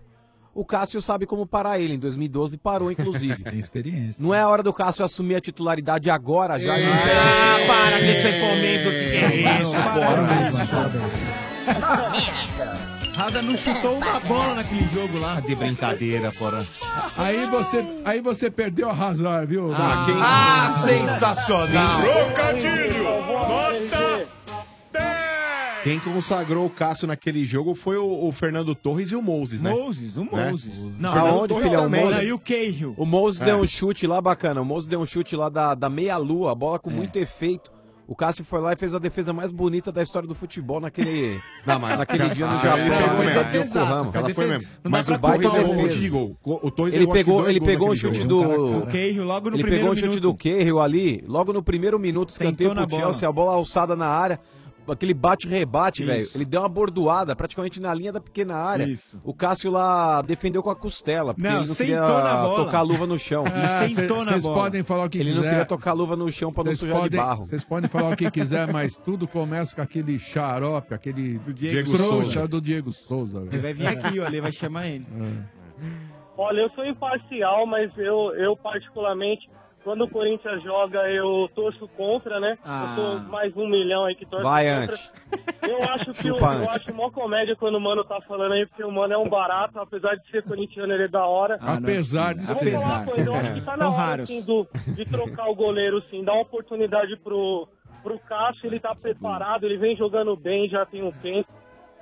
[SPEAKER 18] O Cássio sabe como parar ele, em 2012 parou, inclusive.
[SPEAKER 22] Tem experiência.
[SPEAKER 18] Não é a hora do Cássio assumir a titularidade agora, já.
[SPEAKER 3] Ah, para que você
[SPEAKER 18] comenta o que é isso,
[SPEAKER 15] Rada não chutou uma bola naquele jogo lá.
[SPEAKER 1] Tá De brincadeira, porra.
[SPEAKER 21] Aí você, aí você perdeu a razão, viu?
[SPEAKER 1] Ah,
[SPEAKER 21] Marquinhos?
[SPEAKER 1] ah, sensacional.
[SPEAKER 20] Trocadilho!
[SPEAKER 3] Nota!
[SPEAKER 17] Quem consagrou o Cássio naquele jogo foi o, o Fernando Torres e o Moses, né?
[SPEAKER 15] Moses, o
[SPEAKER 17] Moses.
[SPEAKER 18] Não, Aonde, filhão? O Moses,
[SPEAKER 15] Cahill.
[SPEAKER 18] O Moses
[SPEAKER 17] É.
[SPEAKER 18] deu um chute lá bacana. O Moses deu um chute lá da, da meia-lua, a bola com muito efeito. O Cássio foi lá e fez a defesa mais bonita da história do futebol naquele,
[SPEAKER 17] (laughs) Não, mas-
[SPEAKER 18] naquele dia no
[SPEAKER 17] Ah,
[SPEAKER 18] Japão. né?
[SPEAKER 17] ele pegou
[SPEAKER 18] Depois
[SPEAKER 17] mesmo.
[SPEAKER 18] da Kyoko
[SPEAKER 17] Defesaça,
[SPEAKER 18] Rama.
[SPEAKER 17] foi Ela foi defesa. mesmo. Não
[SPEAKER 18] Mas
[SPEAKER 17] dá
[SPEAKER 18] o
[SPEAKER 17] pra
[SPEAKER 18] baita
[SPEAKER 17] correr com
[SPEAKER 18] defesa.
[SPEAKER 17] dois gols. O Torres
[SPEAKER 18] Ele
[SPEAKER 17] levou acho que
[SPEAKER 18] pegou,
[SPEAKER 17] dois
[SPEAKER 18] ele
[SPEAKER 17] gols
[SPEAKER 18] pegou o
[SPEAKER 17] naquele
[SPEAKER 18] chute
[SPEAKER 17] jogo.
[SPEAKER 18] do...
[SPEAKER 17] Cara, cara.
[SPEAKER 15] Cahill logo no
[SPEAKER 18] ele
[SPEAKER 15] primeiro
[SPEAKER 18] pegou o chute do
[SPEAKER 15] minuto.
[SPEAKER 18] Cahill ali, logo no primeiro minuto, escanteio
[SPEAKER 15] Sentou na
[SPEAKER 18] pro Chelsea, a bola alçada na área. Aquele bate-rebate, velho. Ele deu uma bordoada praticamente na linha da pequena área.
[SPEAKER 15] Isso.
[SPEAKER 18] O Cássio lá defendeu com a costela, porque
[SPEAKER 15] Não,
[SPEAKER 18] ele não
[SPEAKER 15] sentou
[SPEAKER 18] queria
[SPEAKER 15] na bola. É,
[SPEAKER 18] tocar a luva no chão.
[SPEAKER 21] Ah, cê- Vocês podem falar o que
[SPEAKER 18] Ele
[SPEAKER 21] quiser.
[SPEAKER 18] não queria tocar a luva no chão pra não
[SPEAKER 21] Vocês
[SPEAKER 18] sujar de
[SPEAKER 21] podem-
[SPEAKER 18] barro.
[SPEAKER 21] Vocês podem falar o que quiser, mas tudo começa com aquele xarope, aquele
[SPEAKER 15] Diego
[SPEAKER 21] trouxa
[SPEAKER 15] Souza.
[SPEAKER 21] do Diego Souza. velho.
[SPEAKER 15] Ele vai vir aqui, o Ale vai chamar ele.
[SPEAKER 20] Olha, eu sou imparcial, mas eu, eu particularmente, quando o Corinthians joga, eu torço contra, né?
[SPEAKER 18] Ah.
[SPEAKER 20] Eu sou mais um milhão aí que torce
[SPEAKER 18] Vai
[SPEAKER 20] contra.
[SPEAKER 18] antes.
[SPEAKER 20] Eu acho que o,
[SPEAKER 18] Chupa
[SPEAKER 20] eu
[SPEAKER 18] antes.
[SPEAKER 20] acho mó comédia quando o Mano tá falando aí, porque o Mano é um barato, apesar de ser corintiano, ele é da hora.
[SPEAKER 21] Ah, não. Apesar de
[SPEAKER 20] Vou
[SPEAKER 21] ser.
[SPEAKER 20] falar uma coisa, eu acho que tá na
[SPEAKER 21] São
[SPEAKER 20] hora
[SPEAKER 21] raros.
[SPEAKER 20] assim, do- de trocar o goleiro, sim, dar uma oportunidade pro, pro Cássio, ele tá preparado, ele vem jogando bem, já
[SPEAKER 22] É.
[SPEAKER 20] tem um tempo.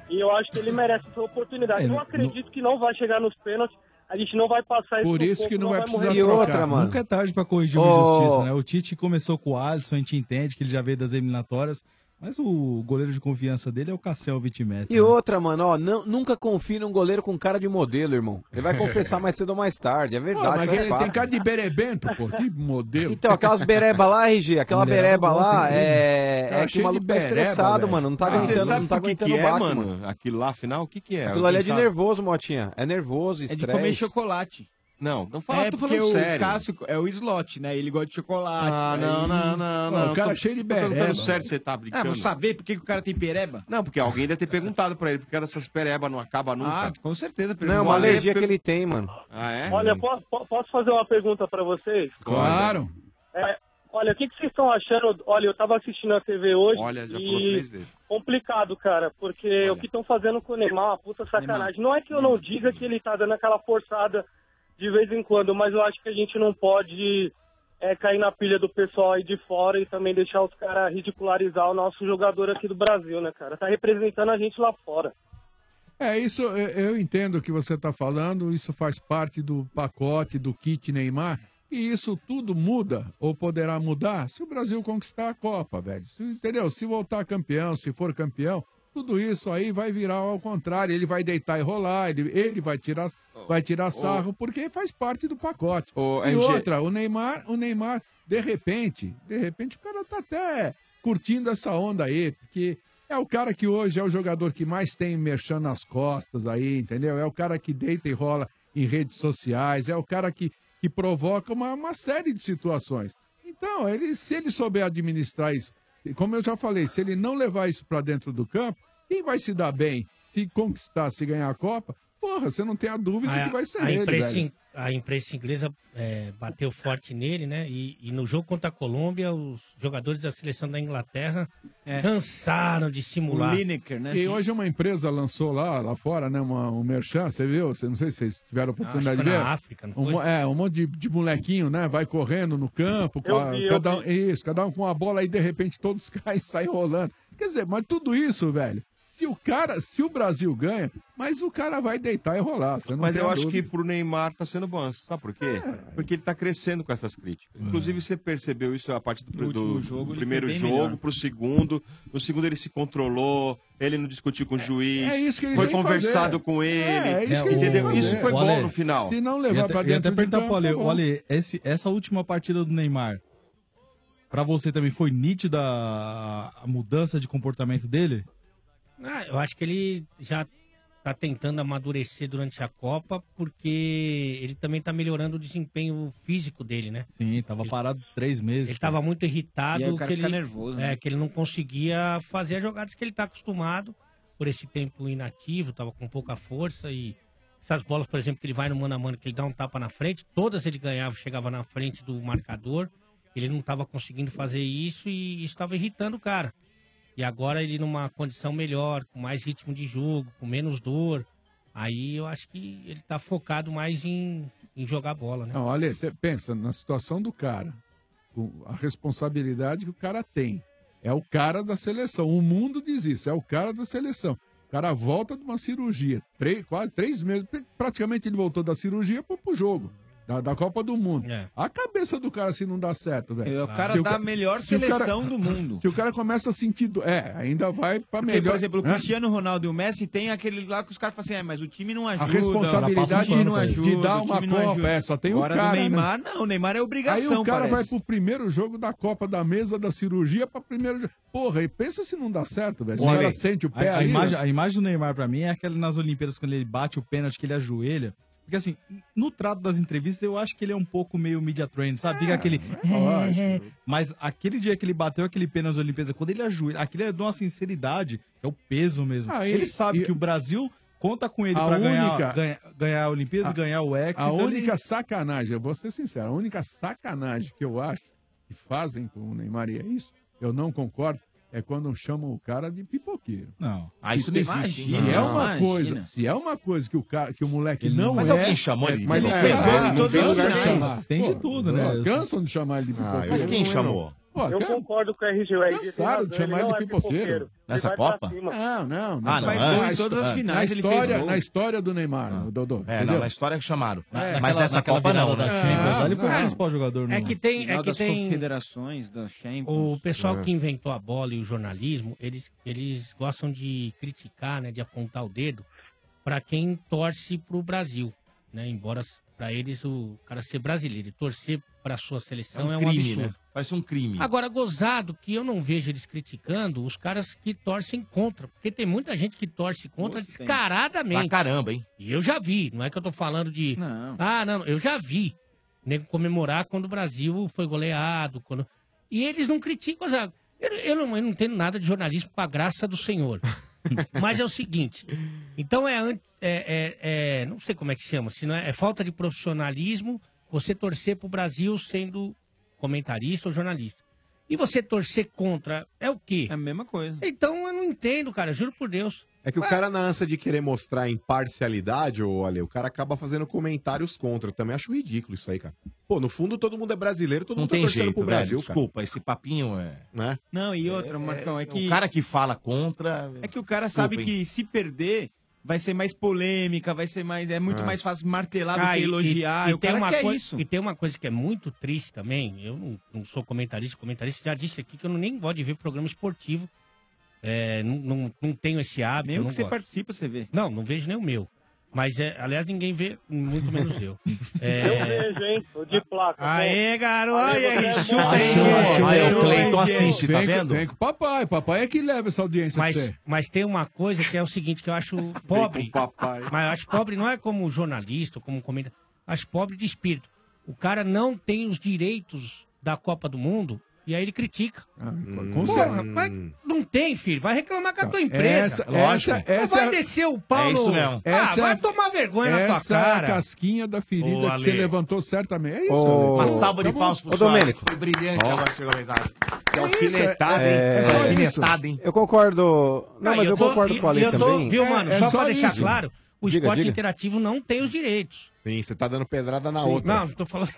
[SPEAKER 20] E eu acho que ele merece essa oportunidade.
[SPEAKER 18] É,
[SPEAKER 20] eu
[SPEAKER 18] no-
[SPEAKER 20] acredito que não vai chegar nos pênaltis. A gente não vai passar
[SPEAKER 22] Por isso
[SPEAKER 20] sufoco,
[SPEAKER 22] que não vai
[SPEAKER 20] morrer
[SPEAKER 22] precisar
[SPEAKER 20] de fome.
[SPEAKER 22] trocar. Nunca é tarde pra corrigir uma
[SPEAKER 18] Ô.
[SPEAKER 22] injustiça, né? O Tite começou com o Alisson, a gente entende que ele já veio das eliminatórias, mas o goleiro de confiança dele é o Cassel Vitimetti.
[SPEAKER 18] E outra, mano, ó, não- nunca confie num goleiro com cara de modelo, irmão. Ele
[SPEAKER 21] (laughs)
[SPEAKER 18] vai confessar mais cedo ou mais tarde, é
[SPEAKER 21] Pô,
[SPEAKER 18] verdade,
[SPEAKER 21] mas
[SPEAKER 18] isso é
[SPEAKER 21] ele
[SPEAKER 18] fato.
[SPEAKER 21] tem cara de berebento, pô. Que modelo.
[SPEAKER 18] Então, aquelas bereba lá, RG, aquela
[SPEAKER 21] Mulherada
[SPEAKER 18] bereba
[SPEAKER 21] gosta
[SPEAKER 18] lá,
[SPEAKER 21] mesmo.
[SPEAKER 18] é,
[SPEAKER 21] Cara,
[SPEAKER 18] é que
[SPEAKER 21] cheio
[SPEAKER 18] o maluco
[SPEAKER 21] de
[SPEAKER 18] tá
[SPEAKER 21] bereba,
[SPEAKER 18] estressado,
[SPEAKER 21] velho.
[SPEAKER 18] mano. Não tá
[SPEAKER 21] Ah,
[SPEAKER 14] Você
[SPEAKER 18] aguentando,
[SPEAKER 14] sabe
[SPEAKER 18] não tá
[SPEAKER 14] o que, que
[SPEAKER 18] aguentando
[SPEAKER 14] é,
[SPEAKER 18] o baque,
[SPEAKER 14] mano?
[SPEAKER 18] mano.
[SPEAKER 14] Aquilo lá, afinal, o que, que é?
[SPEAKER 18] Aquilo ali é
[SPEAKER 14] Alguém
[SPEAKER 18] de
[SPEAKER 14] sabe?
[SPEAKER 18] nervoso, Motinha. É nervoso,
[SPEAKER 15] É
[SPEAKER 18] estresse.
[SPEAKER 15] de comer chocolate.
[SPEAKER 14] Não, não (laughs) fala,
[SPEAKER 15] é
[SPEAKER 14] tô
[SPEAKER 15] porque
[SPEAKER 14] falando
[SPEAKER 15] o
[SPEAKER 14] sério.
[SPEAKER 15] Cássio é o slot, né? Ele gosta de chocolate.
[SPEAKER 14] Ah,
[SPEAKER 15] né?
[SPEAKER 14] não,
[SPEAKER 15] Ele-
[SPEAKER 14] não, não,
[SPEAKER 15] Pô,
[SPEAKER 14] não.
[SPEAKER 15] O cara é
[SPEAKER 14] Tô-
[SPEAKER 15] cheio de
[SPEAKER 14] tô perguntando
[SPEAKER 15] bereba.
[SPEAKER 14] sério se você tá brincando.
[SPEAKER 15] Ah, vou saber por que que o cara tem pereba?
[SPEAKER 14] Não, porque alguém deve ter perguntado pra ele, porque dessas pereba não acaba nunca.
[SPEAKER 15] Ah, com certeza.
[SPEAKER 18] é
[SPEAKER 14] Não, uma alergia que
[SPEAKER 18] ele tem, mano.
[SPEAKER 14] Ah, é?
[SPEAKER 20] Olha, posso, po- posso fazer uma pergunta pra vocês?
[SPEAKER 14] Claro.
[SPEAKER 20] É, olha, o que, que vocês estão achando? Olha, eu tava assistindo a TV hoje.
[SPEAKER 14] Olha, já
[SPEAKER 20] e...
[SPEAKER 14] falou três vezes.
[SPEAKER 20] Complicado, cara, porque o que estão fazendo com o Neymar é uma puta sacanagem. Não é que eu não diga que ele tá dando aquela forçada de vez em quando, mas eu acho que a gente não pode é, cair na pilha do pessoal aí de fora e também deixar os caras ridicularizar o nosso jogador aqui do Brasil, né, cara? Tá representando a gente lá fora.
[SPEAKER 21] É, isso eu- eu entendo o que você está falando, isso faz parte do pacote do kit Neymar. E isso tudo muda ou poderá mudar se o Brasil conquistar a Copa, velho. Se- Entendeu? Se voltar campeão, se for campeão, tudo isso aí vai virar ao contrário. Ele vai deitar e rolar, ele, ele vai tirar, vai tirar sarro, porque faz parte do pacote. e
[SPEAKER 14] MG.
[SPEAKER 21] outra, o Neymar, o Neymar, de repente, de repente o cara tá até curtindo essa onda aí, porque é o cara que hoje é o jogador que mais tem merchan nas costas aí, entendeu? É o cara que deita e rola em redes sociais, é o cara que, que provoca uma, uma série de situações. Então, ele, se ele souber administrar isso, e como eu já falei, se ele não levar isso pra dentro do campo, quem vai se dar bem se conquistar, se ganhar a Copa? Porra, você não tem a dúvida que vai ser
[SPEAKER 13] a
[SPEAKER 21] ele,
[SPEAKER 13] imprensa,
[SPEAKER 21] velho.
[SPEAKER 13] in- a imprensa inglesa é, bateu forte nele, né? E, e no jogo contra a Colômbia, os jogadores da seleção da Inglaterra
[SPEAKER 20] É.
[SPEAKER 13] cansaram de simular.
[SPEAKER 20] né?
[SPEAKER 14] né?
[SPEAKER 21] E hoje uma empresa lançou lá, lá fora, né, uma, um merchan, você viu? Você, não sei se vocês tiveram oportunidade
[SPEAKER 13] acho que
[SPEAKER 21] de
[SPEAKER 13] foi
[SPEAKER 21] ver.
[SPEAKER 13] na África, não
[SPEAKER 21] um,
[SPEAKER 13] foi?
[SPEAKER 21] mo- É, um monte de, de molequinho, né, vai correndo no campo,
[SPEAKER 13] Eu
[SPEAKER 21] ca-
[SPEAKER 13] vi, eu
[SPEAKER 21] cada um, isso, cada um com uma bola, aí de repente todos (laughs) caem e saem rolando. Quer dizer, mas tudo isso, velho, se o cara, se o Brasil ganha, mas o cara vai deitar e rolar, você não
[SPEAKER 14] Mas
[SPEAKER 21] tem
[SPEAKER 14] eu
[SPEAKER 21] a
[SPEAKER 14] acho que
[SPEAKER 21] dúvida. É.
[SPEAKER 14] pro Neymar tá sendo bom, sabe por quê? Porque ele tá crescendo com essas críticas. Inclusive, você percebeu isso a partir do, do- do
[SPEAKER 21] ele
[SPEAKER 14] primeiro
[SPEAKER 21] foi bem
[SPEAKER 14] jogo
[SPEAKER 21] melhor.
[SPEAKER 14] pro segundo. No segundo ele se controlou, ele não discutiu com o juiz.
[SPEAKER 21] é isso que ele
[SPEAKER 14] foi
[SPEAKER 21] vem
[SPEAKER 14] conversado
[SPEAKER 21] fazer.
[SPEAKER 14] com ele.
[SPEAKER 21] É, é isso que ele
[SPEAKER 14] entendeu?
[SPEAKER 21] vem
[SPEAKER 14] Isso
[SPEAKER 21] fazer.
[SPEAKER 14] foi
[SPEAKER 21] O
[SPEAKER 14] bom
[SPEAKER 21] Ale,
[SPEAKER 14] no final.
[SPEAKER 21] se não levar
[SPEAKER 14] E
[SPEAKER 21] pra
[SPEAKER 14] até-
[SPEAKER 21] dentro
[SPEAKER 14] e
[SPEAKER 21] de
[SPEAKER 14] até
[SPEAKER 21] campo,
[SPEAKER 14] perguntar
[SPEAKER 21] tá
[SPEAKER 14] pro Ale,
[SPEAKER 21] bom.
[SPEAKER 14] o Ale-
[SPEAKER 22] Olha, esse- essa última partida do Neymar, pra você também foi nítida a mudança de comportamento dele?
[SPEAKER 13] Ah, eu acho que ele já tá tentando amadurecer durante a Copa, porque ele também tá melhorando o desempenho físico dele, né?
[SPEAKER 22] Sim, tava parado três meses.
[SPEAKER 13] Ele tava muito irritado,
[SPEAKER 22] E aí o cara
[SPEAKER 13] que,
[SPEAKER 22] fica
[SPEAKER 13] ele,
[SPEAKER 22] nervoso, né?
[SPEAKER 13] é, que ele não conseguia fazer as jogadas que ele tá acostumado por esse tempo inativo, tava com pouca força e essas bolas, por exemplo, que ele vai no mano a mano, que ele dá um tapa na frente, todas ele ganhava, chegava na frente do marcador, ele não tava conseguindo fazer isso e isso tava irritando o cara. E agora ele numa condição melhor, com mais ritmo de jogo, com menos dor, aí eu acho que ele tá focado mais em, em jogar bola, né?
[SPEAKER 21] Não, olha, você pensa na situação do cara, com a responsabilidade que o cara tem. É o cara da seleção. O mundo diz isso, é o cara da seleção. O cara volta de uma cirurgia, três, quase três meses. pr- Praticamente ele voltou da cirurgia pro, pro jogo. Da, da Copa do Mundo. A cabeça do cara se não dá certo, velho.
[SPEAKER 15] É, o cara
[SPEAKER 21] Se
[SPEAKER 15] da
[SPEAKER 21] ca-
[SPEAKER 15] melhor
[SPEAKER 21] se o
[SPEAKER 15] seleção do mundo.
[SPEAKER 21] (laughs) Se o cara começa a sentir. do- É, ainda vai pra
[SPEAKER 15] Porque,
[SPEAKER 21] melhor.
[SPEAKER 15] por exemplo, o
[SPEAKER 21] né?
[SPEAKER 15] Cristiano Ronaldo e o Messi tem aquele lá que os caras falam assim, é, mas o time não ajuda.
[SPEAKER 21] A responsabilidade
[SPEAKER 15] o time não ajuda,
[SPEAKER 21] de dar
[SPEAKER 15] o
[SPEAKER 21] uma
[SPEAKER 15] time não
[SPEAKER 21] Copa,
[SPEAKER 15] ajuda.
[SPEAKER 21] é, só tem o
[SPEAKER 15] Agora do
[SPEAKER 21] cara, né?
[SPEAKER 15] Neymar, não, o Neymar é
[SPEAKER 21] Aí
[SPEAKER 15] obrigação,
[SPEAKER 21] o cara vai
[SPEAKER 15] parece.
[SPEAKER 21] pro primeiro jogo da Copa da mesa da cirurgia pra primeiro jogo. Porra, e pensa se não dá certo, velho. Se o
[SPEAKER 22] Olha,
[SPEAKER 21] cara sente o pé
[SPEAKER 22] a, a
[SPEAKER 21] ali. né?
[SPEAKER 22] imagem, a imagem do Neymar, pra mim, é aquela nas Olimpíadas, quando ele bate o pênalti, que ele ajoelha. Porque, assim, no trato das entrevistas, eu acho que ele é um pouco meio media trained, sabe?
[SPEAKER 21] Ah,
[SPEAKER 22] Fica aquele... Mas aquele dia que ele bateu aquele pênalti nas Olimpíadas, quando ele ajoelha, aquilo é de uma sinceridade, é o peso mesmo.
[SPEAKER 21] Ah, e-
[SPEAKER 22] ele sabe
[SPEAKER 21] e-
[SPEAKER 22] que o Brasil conta com ele
[SPEAKER 21] A
[SPEAKER 22] pra
[SPEAKER 21] única-
[SPEAKER 22] ganhar, ganha- ganhar a Olimpíadas,
[SPEAKER 21] A-
[SPEAKER 22] ganhar o Hexa.
[SPEAKER 21] A
[SPEAKER 22] então ele-
[SPEAKER 21] única sacanagem, eu vou ser sincero, a única sacanagem que eu acho que fazem com o Neymar e é isso, eu não concordo, é quando chamam o cara de pipoqueiro.
[SPEAKER 22] Não.
[SPEAKER 21] Ah,
[SPEAKER 6] isso não existe, hein?
[SPEAKER 21] Se é
[SPEAKER 6] Não,
[SPEAKER 21] uma
[SPEAKER 6] imagina.
[SPEAKER 21] coisa, se é uma coisa que o cara, que o moleque
[SPEAKER 6] Ele
[SPEAKER 21] não
[SPEAKER 6] não- Mas
[SPEAKER 21] é,
[SPEAKER 6] alguém chamou ele de
[SPEAKER 21] mas
[SPEAKER 6] pipoqueiro?
[SPEAKER 21] é,
[SPEAKER 6] Não,
[SPEAKER 21] em
[SPEAKER 6] não
[SPEAKER 21] todos
[SPEAKER 6] tem
[SPEAKER 21] os
[SPEAKER 6] lugar
[SPEAKER 21] lugares
[SPEAKER 6] de
[SPEAKER 21] chamam.
[SPEAKER 6] chamar. Tem de tudo, né?
[SPEAKER 21] pô, Cansam de chamar ele de pipoqueiro.
[SPEAKER 6] Ah, mas quem
[SPEAKER 21] Não é,
[SPEAKER 6] chamou?
[SPEAKER 21] não. Pô,
[SPEAKER 20] eu
[SPEAKER 21] cara,
[SPEAKER 20] concordo com o RG, o RG tem
[SPEAKER 21] Cansaram
[SPEAKER 20] razão,
[SPEAKER 21] de
[SPEAKER 20] ele
[SPEAKER 21] chamar
[SPEAKER 20] não
[SPEAKER 21] ele
[SPEAKER 20] é
[SPEAKER 21] de pipoqueiro.
[SPEAKER 20] pipoqueiro.
[SPEAKER 21] Nessa
[SPEAKER 20] Ele vai pra
[SPEAKER 21] Copa?
[SPEAKER 20] cima.
[SPEAKER 21] Não, não.
[SPEAKER 6] Ah, não, antes,
[SPEAKER 21] Faz dois,
[SPEAKER 6] antes.
[SPEAKER 21] na história, na história É do Neymar,
[SPEAKER 14] Ah.
[SPEAKER 21] Dodô.
[SPEAKER 6] É,
[SPEAKER 21] entendeu?
[SPEAKER 6] não, na história que chamaram.
[SPEAKER 21] É.
[SPEAKER 6] Mas
[SPEAKER 21] Naquela-
[SPEAKER 6] nessa
[SPEAKER 21] naquela
[SPEAKER 6] Copa não,
[SPEAKER 21] virada
[SPEAKER 6] né?
[SPEAKER 21] da Champions,
[SPEAKER 6] Ah,
[SPEAKER 21] ali foi o
[SPEAKER 6] não.
[SPEAKER 21] principal
[SPEAKER 22] jogador
[SPEAKER 13] É que tem,
[SPEAKER 15] Final
[SPEAKER 13] é que
[SPEAKER 15] das
[SPEAKER 13] tem
[SPEAKER 15] confederações, da Champions.
[SPEAKER 13] o pessoal
[SPEAKER 15] É.
[SPEAKER 13] que inventou a bola e o jornalismo, eles, eles gostam de criticar, né, de apontar o dedo para quem torce pro Brasil, né? Embora Pra eles, o cara ser brasileiro e torcer pra sua
[SPEAKER 14] É
[SPEAKER 13] seleção
[SPEAKER 14] um
[SPEAKER 13] é um,
[SPEAKER 14] crime,
[SPEAKER 13] absurdo. Ah.
[SPEAKER 14] né? Parece um crime.
[SPEAKER 13] Agora, gozado que eu não vejo eles criticando os caras que torcem contra. Porque tem muita gente que torce contra
[SPEAKER 14] Muito tem.
[SPEAKER 13] descaradamente.
[SPEAKER 14] Pra caramba, hein?
[SPEAKER 13] E eu já vi. Não é que eu tô falando de. Ah, não, eu já vi. Nego comemorar quando o Brasil foi goleado. quando- E eles não criticam. as- Eu, eu não, eu não entendo nada de jornalismo com a graça do (laughs) Senhor. Mas é o seguinte. Então é, an- é- é- é- Não sei como é que chama. Se não é, é falta de profissionalismo você torcer pro Brasil sendo comentarista ou jornalista. E você torcer contra é o quê? É a mesma coisa. Então eu não entendo, cara. Juro por Deus.
[SPEAKER 17] É que o cara, na ânsia de querer mostrar imparcialidade, ô, Ale, o cara acaba fazendo comentários contra. Eu também acho ridículo isso aí, cara. Pô, no fundo todo mundo é brasileiro, todo
[SPEAKER 14] Não
[SPEAKER 17] mundo tá
[SPEAKER 14] tem
[SPEAKER 17] torcendo
[SPEAKER 14] jeito,
[SPEAKER 17] pro
[SPEAKER 14] velho.
[SPEAKER 17] Brasil, cara.
[SPEAKER 14] Desculpa, esse papinho é...
[SPEAKER 17] Né?
[SPEAKER 20] Tá
[SPEAKER 15] Não, e outra, Marcão, é que.
[SPEAKER 14] O cara que fala contra...
[SPEAKER 15] É que o cara
[SPEAKER 14] Desculpa,
[SPEAKER 15] sabe
[SPEAKER 14] hein?
[SPEAKER 15] que se perder. Vai ser mais polêmica, vai ser mais. É muito
[SPEAKER 13] Ah.
[SPEAKER 15] mais fácil martelar do
[SPEAKER 13] Ah,
[SPEAKER 15] que
[SPEAKER 13] e-
[SPEAKER 15] elogiar.
[SPEAKER 13] e- e
[SPEAKER 15] o cara quer
[SPEAKER 13] coi-
[SPEAKER 15] isso.
[SPEAKER 13] E tem uma coisa que é muito triste também. Eu não, não sou comentarista, comentarista já disse aqui que eu não- nem gosto de ver programa esportivo. É, não, não, não tenho esse hábito.
[SPEAKER 15] Nem o
[SPEAKER 13] não
[SPEAKER 15] que você
[SPEAKER 13] gosto.
[SPEAKER 15] participa, você vê.
[SPEAKER 13] Não, não vejo nem o meu. Mas, é, aliás, ninguém vê, muito menos eu. É,
[SPEAKER 20] Eu vejo, hein? O de placa.
[SPEAKER 13] Aê, garoto! Aê, chupa aí,
[SPEAKER 21] Achou, achou.
[SPEAKER 18] tá
[SPEAKER 21] Vem com-
[SPEAKER 13] Vem
[SPEAKER 21] Vem com o papai. Papai é que leva essa audiência pra
[SPEAKER 13] mas,
[SPEAKER 21] você.
[SPEAKER 13] mas tem uma coisa que é o seguinte, que eu acho pobre. Mas eu acho pobre não é como jornalista, como comenta, acho pobre de espírito. O cara não tem os direitos da Copa do Mundo e aí ele critica.
[SPEAKER 21] Ah, com
[SPEAKER 13] Porra,
[SPEAKER 21] certeza.
[SPEAKER 13] mas não tem, filho. Vai reclamar com a tua
[SPEAKER 21] essa-
[SPEAKER 13] empresa.
[SPEAKER 21] Lógico. essa-
[SPEAKER 13] não vai
[SPEAKER 21] essa-
[SPEAKER 13] descer o pau
[SPEAKER 21] É isso
[SPEAKER 13] no-
[SPEAKER 21] mesmo.
[SPEAKER 13] Ah,
[SPEAKER 21] Essa-
[SPEAKER 13] vai tomar vergonha na tua
[SPEAKER 21] Essa é a
[SPEAKER 13] cara.
[SPEAKER 21] casquinha da
[SPEAKER 13] Ô,
[SPEAKER 21] ferida que
[SPEAKER 13] Ale.
[SPEAKER 21] você levantou certamente. É isso.
[SPEAKER 18] Ô,
[SPEAKER 21] Ale.
[SPEAKER 18] Uma salva de
[SPEAKER 21] Tá bom.
[SPEAKER 18] palmas pro
[SPEAKER 21] Ô,
[SPEAKER 18] senhor.
[SPEAKER 21] Domênico.
[SPEAKER 18] Foi
[SPEAKER 14] brilhante
[SPEAKER 18] Ó.
[SPEAKER 14] agora seu comentário.
[SPEAKER 13] É
[SPEAKER 14] Que
[SPEAKER 18] É alfinetada,
[SPEAKER 14] alfinetada,
[SPEAKER 18] hein?
[SPEAKER 14] hein? Que
[SPEAKER 18] alfinetada, hein? Eu concordo. Não,
[SPEAKER 13] Ah,
[SPEAKER 18] mas eu,
[SPEAKER 13] tô-
[SPEAKER 18] concordo
[SPEAKER 13] e-
[SPEAKER 18] com a lei
[SPEAKER 13] e eu tô-
[SPEAKER 18] também.
[SPEAKER 13] Viu, mano?
[SPEAKER 18] É- é
[SPEAKER 13] só, pra deixar
[SPEAKER 18] isso.
[SPEAKER 13] claro, o
[SPEAKER 18] Diga,
[SPEAKER 13] esporte
[SPEAKER 18] diga.
[SPEAKER 13] interativo não
[SPEAKER 18] é,
[SPEAKER 13] tem os direitos.
[SPEAKER 17] Sim, você tá dando pedrada na
[SPEAKER 13] Sim.
[SPEAKER 17] outra.
[SPEAKER 13] Não,
[SPEAKER 21] (laughs)
[SPEAKER 13] tô falando.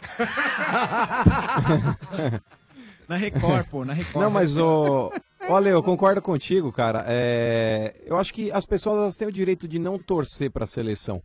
[SPEAKER 15] Na Record, pô, na Record.
[SPEAKER 18] Não, mas o. Olha, eu concordo contigo, cara. É, Eu acho que as pessoas elas têm o direito de não torcer pra seleção.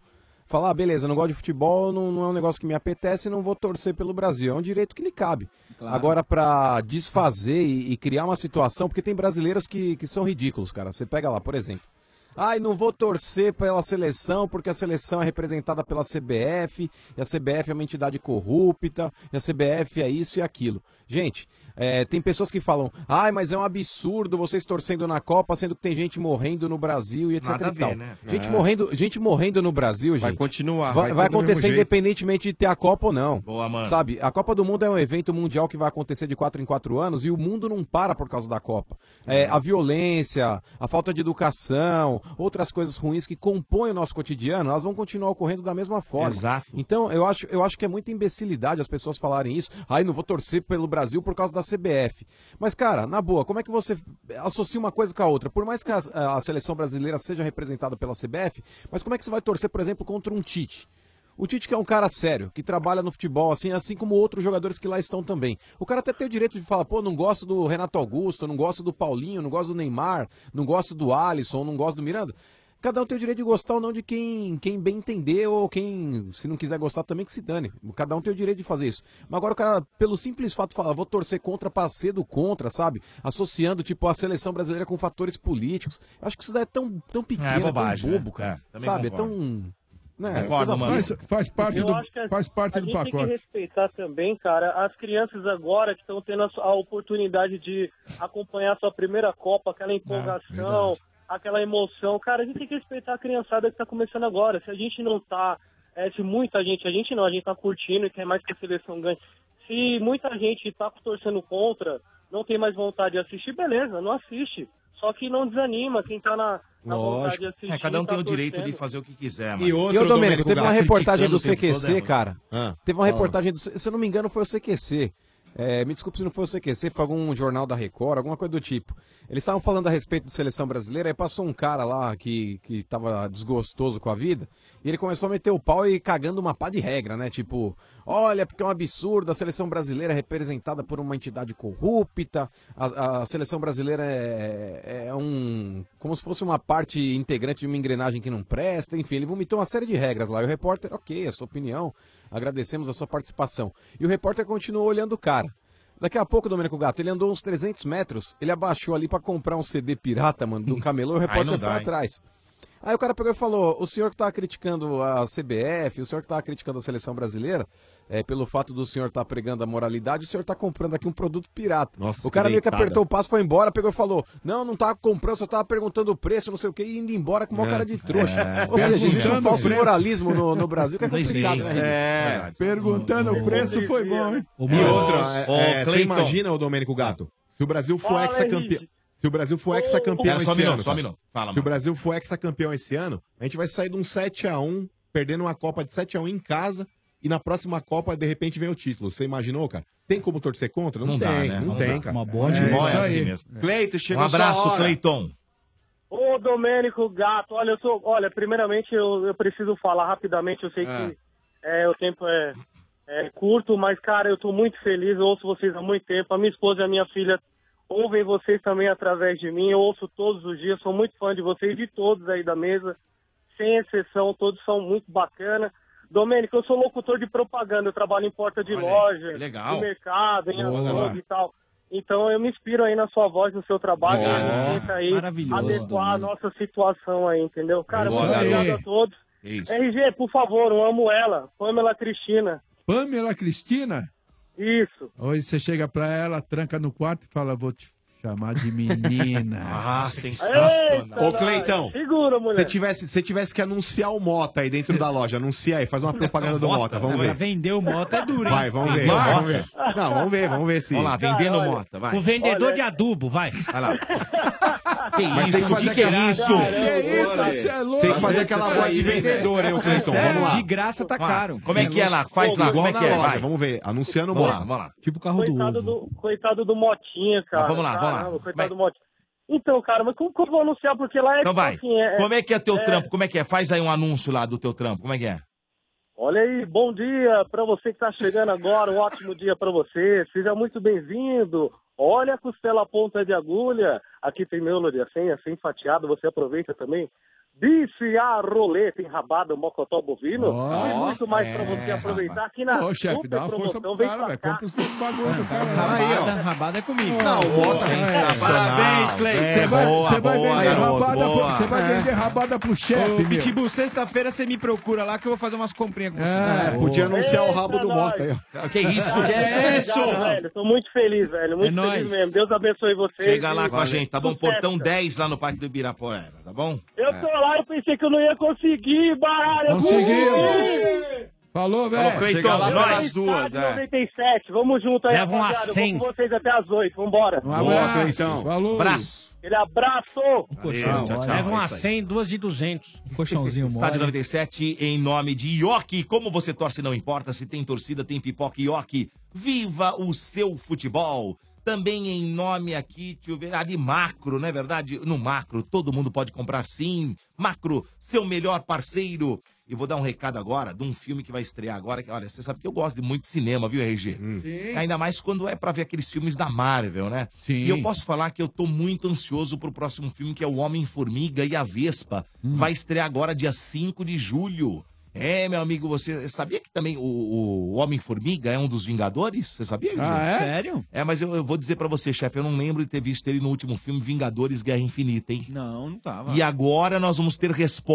[SPEAKER 18] Falar, ah, beleza, não gosto de futebol, não, não é um negócio que me apetece, não vou torcer pelo Brasil. É um direito que lhe cabe.
[SPEAKER 16] Claro.
[SPEAKER 18] Agora, pra desfazer e, e criar uma situação, porque tem brasileiros que, que são ridículos, cara. Você pega lá, por exemplo. Ai, não vou torcer pela seleção, porque a seleção é representada pela CBF, e a CBF é uma entidade corrupta, e a CBF é isso e aquilo. Gente, é, tem pessoas que falam, ai, mas é um absurdo vocês torcendo na Copa, sendo que tem gente morrendo no Brasil e etc
[SPEAKER 14] Nada a
[SPEAKER 18] e tal.
[SPEAKER 14] ver, né?
[SPEAKER 18] Gente
[SPEAKER 14] É.
[SPEAKER 18] morrendo, gente morrendo no Brasil, gente.
[SPEAKER 14] Vai continuar,
[SPEAKER 18] Vai,
[SPEAKER 14] vai ter
[SPEAKER 18] vai
[SPEAKER 14] do mesmo
[SPEAKER 18] acontecer
[SPEAKER 14] jeito.
[SPEAKER 18] independentemente de ter a Copa ou não.
[SPEAKER 14] Boa, mano.
[SPEAKER 18] Sabe, a Copa do Mundo é um evento mundial que vai acontecer de 4 em 4 anos e o mundo não para por causa da Copa. É, a violência, a falta de educação, outras coisas ruins que compõem o nosso cotidiano, elas vão continuar ocorrendo da mesma forma.
[SPEAKER 14] Exato.
[SPEAKER 18] Então, eu acho, eu acho que é muita imbecilidade as pessoas falarem isso. Ai, não vou torcer pelo Brasil por causa da CBF. Mas, cara, na boa, como é que você associa uma coisa com a outra? Por mais que a, a seleção brasileira seja representada pela CBF, mas como é que você vai torcer, por exemplo, contra um Tite? O Tite que é um cara sério, que trabalha no futebol, assim, assim como outros jogadores que lá estão também. O cara até tem o direito de falar, pô, não gosto do Renato Augusto, não gosto do Paulinho, não gosto do Neymar, não gosto do Alisson, não gosto do Miranda. Cada um tem o direito de gostar ou não de quem, quem bem entender, ou quem, se não quiser gostar também, que se dane. Cada um tem o direito de fazer isso. Mas agora o cara, pelo simples fato, fala, "Ah, vou torcer contra pra ser do contra, sabe? Associando, tipo, a seleção brasileira com fatores políticos. Eu acho que isso daí é tão, tão pequeno,
[SPEAKER 14] bobagem,
[SPEAKER 18] tão bobo,
[SPEAKER 14] né?
[SPEAKER 18] cara.
[SPEAKER 14] É, também
[SPEAKER 18] sabe?
[SPEAKER 14] concordo.
[SPEAKER 18] É tão... Né?
[SPEAKER 14] Concordo,
[SPEAKER 18] coisa
[SPEAKER 14] mano.
[SPEAKER 18] mais-
[SPEAKER 21] Faz parte
[SPEAKER 20] Eu
[SPEAKER 21] do,
[SPEAKER 20] acho que é a-
[SPEAKER 21] faz parte
[SPEAKER 20] a
[SPEAKER 21] do
[SPEAKER 20] gente tem que
[SPEAKER 21] pacote.
[SPEAKER 20] respeitar também, cara, as crianças agora que estão tendo a, su- a oportunidade de acompanhar a sua primeira Copa,
[SPEAKER 14] Ah,
[SPEAKER 20] aquela empolgação, aquela emoção. Cara, a gente tem que respeitar a criançada que está começando agora. Se a gente não tá, é, se muita gente, a gente não, a gente tá curtindo e quer mais que a seleção ganhe. Se muita gente tá torcendo contra, não tem mais vontade de assistir, beleza, não assiste. Só que não desanima quem tá na, na vontade de
[SPEAKER 14] Lógico.
[SPEAKER 20] assistir.
[SPEAKER 14] É, cada um
[SPEAKER 20] tá
[SPEAKER 14] tem o direito de
[SPEAKER 20] torcendo.
[SPEAKER 14] fazer o que quiser, mano.
[SPEAKER 18] E, outro, Domênico, teve uma
[SPEAKER 14] Gato,
[SPEAKER 18] reportagem do
[SPEAKER 14] criticando o tempo
[SPEAKER 18] CQC,
[SPEAKER 14] todo, é,
[SPEAKER 18] cara.
[SPEAKER 14] mano.
[SPEAKER 18] teve uma
[SPEAKER 14] fala.
[SPEAKER 18] reportagem do. Se eu não me engano, foi o CQC. É, me desculpe se não foi o CQC, foi algum jornal da Record, alguma coisa do tipo. Eles estavam falando a respeito de seleção brasileira, aí passou um cara lá que, que tava desgostoso com a vida, e ele começou a meter o pau e cagando uma pá de regra, né? Tipo, olha, porque é um absurdo, a seleção brasileira é representada por uma entidade corrupta, a, a seleção brasileira é, é um. como se fosse uma parte integrante de uma engrenagem que não presta, enfim, ele vomitou uma série de regras lá. E o repórter, ok, a sua opinião, agradecemos a sua participação. E o repórter continuou olhando o cara. Daqui a pouco, Domênico Gato, ele andou
[SPEAKER 14] (laughs)
[SPEAKER 18] uns 300 metros, ele abaixou ali pra comprar um CD pirata, mano, do camelô, e o
[SPEAKER 14] Aí não
[SPEAKER 18] repórter
[SPEAKER 14] dá,
[SPEAKER 18] foi
[SPEAKER 14] hein?
[SPEAKER 18] atrás. Aí o cara pegou e falou: o senhor que está criticando a CBF, o senhor que está criticando a seleção brasileira, é, pelo fato do senhor estar pregando a moralidade, o senhor está comprando aqui um produto pirata. o cara meio que
[SPEAKER 16] deitada.
[SPEAKER 18] apertou o passo, foi embora, pegou e falou: não, não estava comprando, só estava perguntando o preço, não sei o quê, e indo embora com uma
[SPEAKER 16] É.
[SPEAKER 18] cara de trouxa.
[SPEAKER 16] É.
[SPEAKER 18] Ou seja, existe um
[SPEAKER 16] Perguntando o
[SPEAKER 18] falso
[SPEAKER 16] preço.
[SPEAKER 18] moralismo no, no Brasil que é
[SPEAKER 16] Não existe,
[SPEAKER 18] complicado, né?
[SPEAKER 17] é.
[SPEAKER 18] Henrique?
[SPEAKER 17] Verdade.
[SPEAKER 21] Perguntando o preço foi bom, hein?
[SPEAKER 17] Ô,
[SPEAKER 18] E
[SPEAKER 17] mano,
[SPEAKER 18] outros?
[SPEAKER 17] é,
[SPEAKER 18] Ô,
[SPEAKER 17] é, você
[SPEAKER 18] Cleiton.
[SPEAKER 17] imagina, o Domênico Gato, se o Brasil for
[SPEAKER 6] Fala,
[SPEAKER 17] hexacampeão.
[SPEAKER 6] Henrique.
[SPEAKER 17] Se o Brasil for
[SPEAKER 6] Ô,
[SPEAKER 17] hexacampeão
[SPEAKER 6] Pera,
[SPEAKER 17] esse
[SPEAKER 6] só um minuto,
[SPEAKER 17] ano,
[SPEAKER 6] só um
[SPEAKER 17] cara,
[SPEAKER 6] minuto. Fala,
[SPEAKER 17] Se o
[SPEAKER 6] mano.
[SPEAKER 17] Brasil for hexacampeão esse ano, a gente vai sair de um 7x1, perdendo uma Copa de 7x1 em casa, e na próxima Copa, de repente, vem o título. Você imaginou, cara? Tem como torcer contra? Não,
[SPEAKER 6] Não
[SPEAKER 17] tem,
[SPEAKER 6] dá, né?
[SPEAKER 17] não,
[SPEAKER 6] Não
[SPEAKER 17] tem,
[SPEAKER 6] dá.
[SPEAKER 17] cara.
[SPEAKER 6] Uma boa de bola é
[SPEAKER 17] isso
[SPEAKER 6] assim
[SPEAKER 17] aí.
[SPEAKER 6] mesmo.
[SPEAKER 17] É.
[SPEAKER 6] Cleito, chegou
[SPEAKER 17] Um
[SPEAKER 6] sua
[SPEAKER 17] abraço,
[SPEAKER 6] hora.
[SPEAKER 17] Cleiton.
[SPEAKER 20] Ô, Domênico Gato, olha, eu sou. Olha, primeiramente eu, eu preciso falar rapidamente, eu sei que é, o tempo é, é curto, mas, cara, eu tô muito feliz, eu ouço vocês há muito tempo. A minha esposa e a minha filha ouvem vocês também através de mim, eu ouço todos os dias, sou muito fã de vocês, de todos aí da mesa, sem exceção, todos são muito bacana. Domênico, eu sou locutor de propaganda, eu trabalho em porta de loja,
[SPEAKER 6] legal.
[SPEAKER 20] de mercado, em
[SPEAKER 6] Boa.
[SPEAKER 20] açougue e tal. Então eu me inspiro aí na sua voz, no seu trabalho,
[SPEAKER 6] Boa.
[SPEAKER 20] e tenta aí
[SPEAKER 6] Maravilhoso,
[SPEAKER 20] adequar a nossa situação aí, entendeu? Cara,
[SPEAKER 6] Boa,
[SPEAKER 20] muito obrigado
[SPEAKER 6] garoto.
[SPEAKER 20] a todos.
[SPEAKER 6] Isso.
[SPEAKER 20] RG, por favor, eu amo ela, Pamela Cristina.
[SPEAKER 21] Pamela Cristina?
[SPEAKER 20] Isso.
[SPEAKER 21] Hoje você chega pra ela, tranca no quarto e fala: vou te chamar de menina.
[SPEAKER 6] ah,
[SPEAKER 17] Ô, Cleitão,
[SPEAKER 20] Segura,
[SPEAKER 17] se
[SPEAKER 6] tá
[SPEAKER 17] tivesse, se tivesse que anunciar o Mota aí dentro da loja, anuncia
[SPEAKER 6] (laughs)
[SPEAKER 17] aí, faz uma propaganda do Mota,
[SPEAKER 6] né,
[SPEAKER 17] vamos ver.
[SPEAKER 26] vender o moto é duro, hein?
[SPEAKER 17] Vai, vamos ver,
[SPEAKER 26] Vai.
[SPEAKER 17] vamos ver. Não, vamos ver, vamos ver se...
[SPEAKER 26] Vamos lá, vendendo Cara, olha, Mota,
[SPEAKER 13] O vendedor de adubo, vai.
[SPEAKER 6] Vai lá.
[SPEAKER 13] Que
[SPEAKER 17] Mas tem que
[SPEAKER 13] isso,
[SPEAKER 17] fazer
[SPEAKER 13] que que
[SPEAKER 17] aquela-
[SPEAKER 13] é isso?
[SPEAKER 17] Caramba,
[SPEAKER 13] Que isso,
[SPEAKER 17] olha.
[SPEAKER 13] você é louco.
[SPEAKER 17] Tem que fazer aquela voz de vendedor, hein, ô Cleiton? Vamos lá.
[SPEAKER 26] De graça tá caro.
[SPEAKER 17] Igual na
[SPEAKER 6] é?
[SPEAKER 17] loja,
[SPEAKER 6] Vai.
[SPEAKER 17] Vamos ver, anunciando o
[SPEAKER 6] Vamos
[SPEAKER 17] Mota.
[SPEAKER 6] lá, vamos lá.
[SPEAKER 17] Tipo o carro
[SPEAKER 20] Coitado do, coitado do Motinha, cara.
[SPEAKER 6] Mas vamos lá, vamos lá.
[SPEAKER 20] Caramba, Coitado do Motinha. Então, cara, mas como que eu vou anunciar? Porque lá é
[SPEAKER 6] Então
[SPEAKER 20] tipo
[SPEAKER 6] vai.
[SPEAKER 20] assim,
[SPEAKER 6] Como é que é teu trampo? Como é que é? Faz aí um anúncio lá do teu trampo. Como é que é?
[SPEAKER 20] Olha aí, bom dia para você que tá chegando agora, um ótimo dia para você. Seja muito bem-vindo. Olha a costela ponta de agulha. Aqui tem meu de assim, assim fatiado, você aproveita também. Bife a rolê, tem rabada, mocotó bovino. e muito mais para você aproveitar aqui na
[SPEAKER 21] é, Ô, chefe,
[SPEAKER 20] super
[SPEAKER 21] dá uma força pro
[SPEAKER 20] promoção. Vem
[SPEAKER 21] cara, velho. Compra um os bagulhos do cara. né?
[SPEAKER 26] Rabada, rabada é comigo.
[SPEAKER 21] Não, bota aí. Sensacional.
[SPEAKER 26] Parabéns, Cleiton.
[SPEAKER 21] Você vai, você vai vender rabada pro, você vai
[SPEAKER 26] É.
[SPEAKER 21] vender rabada pro chefe,
[SPEAKER 26] Ô,
[SPEAKER 21] meu.
[SPEAKER 26] Pitbull, sexta-feira você me procura lá que eu vou fazer umas comprinhas com você.
[SPEAKER 21] É, podia anunciar o rabo do Mota aí,
[SPEAKER 26] ó.
[SPEAKER 6] Que
[SPEAKER 20] Ah, obrigado, velho. Tô muito feliz, velho. Muito
[SPEAKER 6] É
[SPEAKER 20] feliz
[SPEAKER 6] nóis.
[SPEAKER 20] mesmo. Deus abençoe vocês.
[SPEAKER 6] Chega lá com a
[SPEAKER 20] Valeu.
[SPEAKER 6] gente, tá bom?
[SPEAKER 20] Sucesso,
[SPEAKER 6] Portão
[SPEAKER 20] cara.
[SPEAKER 6] 10 lá no Parque do Ibirapuera, tá bom?
[SPEAKER 20] Eu tô lá, eu pensei que eu não ia conseguir, baralho.
[SPEAKER 6] Conseguiu.
[SPEAKER 21] Falou,
[SPEAKER 6] velho. Falou, Cleiton. Nós.
[SPEAKER 20] duas,
[SPEAKER 6] é.
[SPEAKER 20] 97, vamos junto aí,
[SPEAKER 6] Leva um
[SPEAKER 20] rapaziada. Eu vou
[SPEAKER 6] acento.
[SPEAKER 20] com vocês até as 8, vambora.
[SPEAKER 6] Um Boa, abraço, Cleitão. falou. Abraço.
[SPEAKER 20] Aquele abraço.
[SPEAKER 6] Valeu, tchau, tchau.
[SPEAKER 13] Um Leva
[SPEAKER 6] É
[SPEAKER 13] uma
[SPEAKER 6] isso aí.
[SPEAKER 13] 100, duas de 200. Um colchãozinho
[SPEAKER 6] Estádio 97, em nome de Ioki. Como você torce, não importa. Se tem torcida, tem pipoca Ioki. Viva o seu futebol. Também em nome aqui, deixa eu ver, ah, de Macro, não é verdade? No Macro, todo mundo pode comprar sim. Macro, seu melhor parceiro. E vou dar um recado agora de um filme que vai estrear agora. Que, olha, você sabe que eu gosto de muito de cinema, viu, RG? Ainda mais quando é pra ver aqueles filmes da Marvel, né?
[SPEAKER 21] Sim.
[SPEAKER 6] E eu posso falar que eu tô muito ansioso pro próximo filme, que é O Homem-Formiga e a Vespa.
[SPEAKER 21] Hum.
[SPEAKER 6] Vai estrear agora, dia 5 de julho. É, meu amigo, você sabia que também o, o Homem-Formiga é um dos Vingadores? Você sabia? Gil?
[SPEAKER 21] Ah, é?
[SPEAKER 26] Sério?
[SPEAKER 6] É, mas eu, eu vou dizer pra você, chefe, eu não lembro de ter visto ele no último filme Vingadores Guerra Infinita, hein?
[SPEAKER 26] Não, não tava.
[SPEAKER 6] E agora nós vamos ter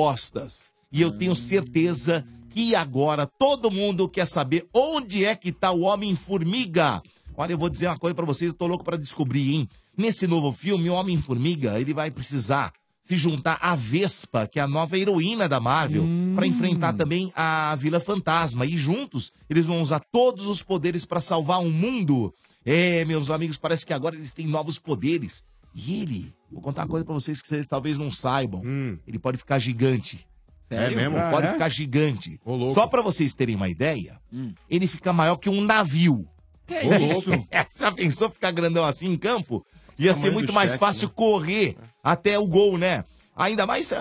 [SPEAKER 6] respostas. E eu tenho certeza que agora todo mundo quer saber onde é que tá o Homem-Formiga. Olha, eu vou dizer uma coisa pra vocês, eu tô louco pra descobrir, hein? Nesse novo filme, o Homem-Formiga, ele vai precisar se juntar à Vespa, que é a nova heroína da Marvel, pra enfrentar também a Vila Fantasma. E juntos, eles vão usar todos os poderes pra salvar o mundo. É, meus amigos, parece que agora eles têm novos poderes. E ele, vou contar uma coisa pra vocês que vocês talvez não saibam.
[SPEAKER 3] Hum.
[SPEAKER 6] Ele pode ficar gigante.
[SPEAKER 17] Sério? É mesmo?
[SPEAKER 6] Ele pode
[SPEAKER 17] Ah, é?
[SPEAKER 6] ficar gigante. Só pra vocês terem uma ideia,
[SPEAKER 11] Hum.
[SPEAKER 6] ele fica maior que um navio.
[SPEAKER 3] Que Ô, isso? louco.
[SPEAKER 6] (laughs) Já pensou ficar grandão assim em campo? Ia ser
[SPEAKER 3] Tamanho
[SPEAKER 6] muito
[SPEAKER 3] do
[SPEAKER 6] mais
[SPEAKER 3] chefe,
[SPEAKER 6] fácil correr até o gol, né? Ainda mais eh,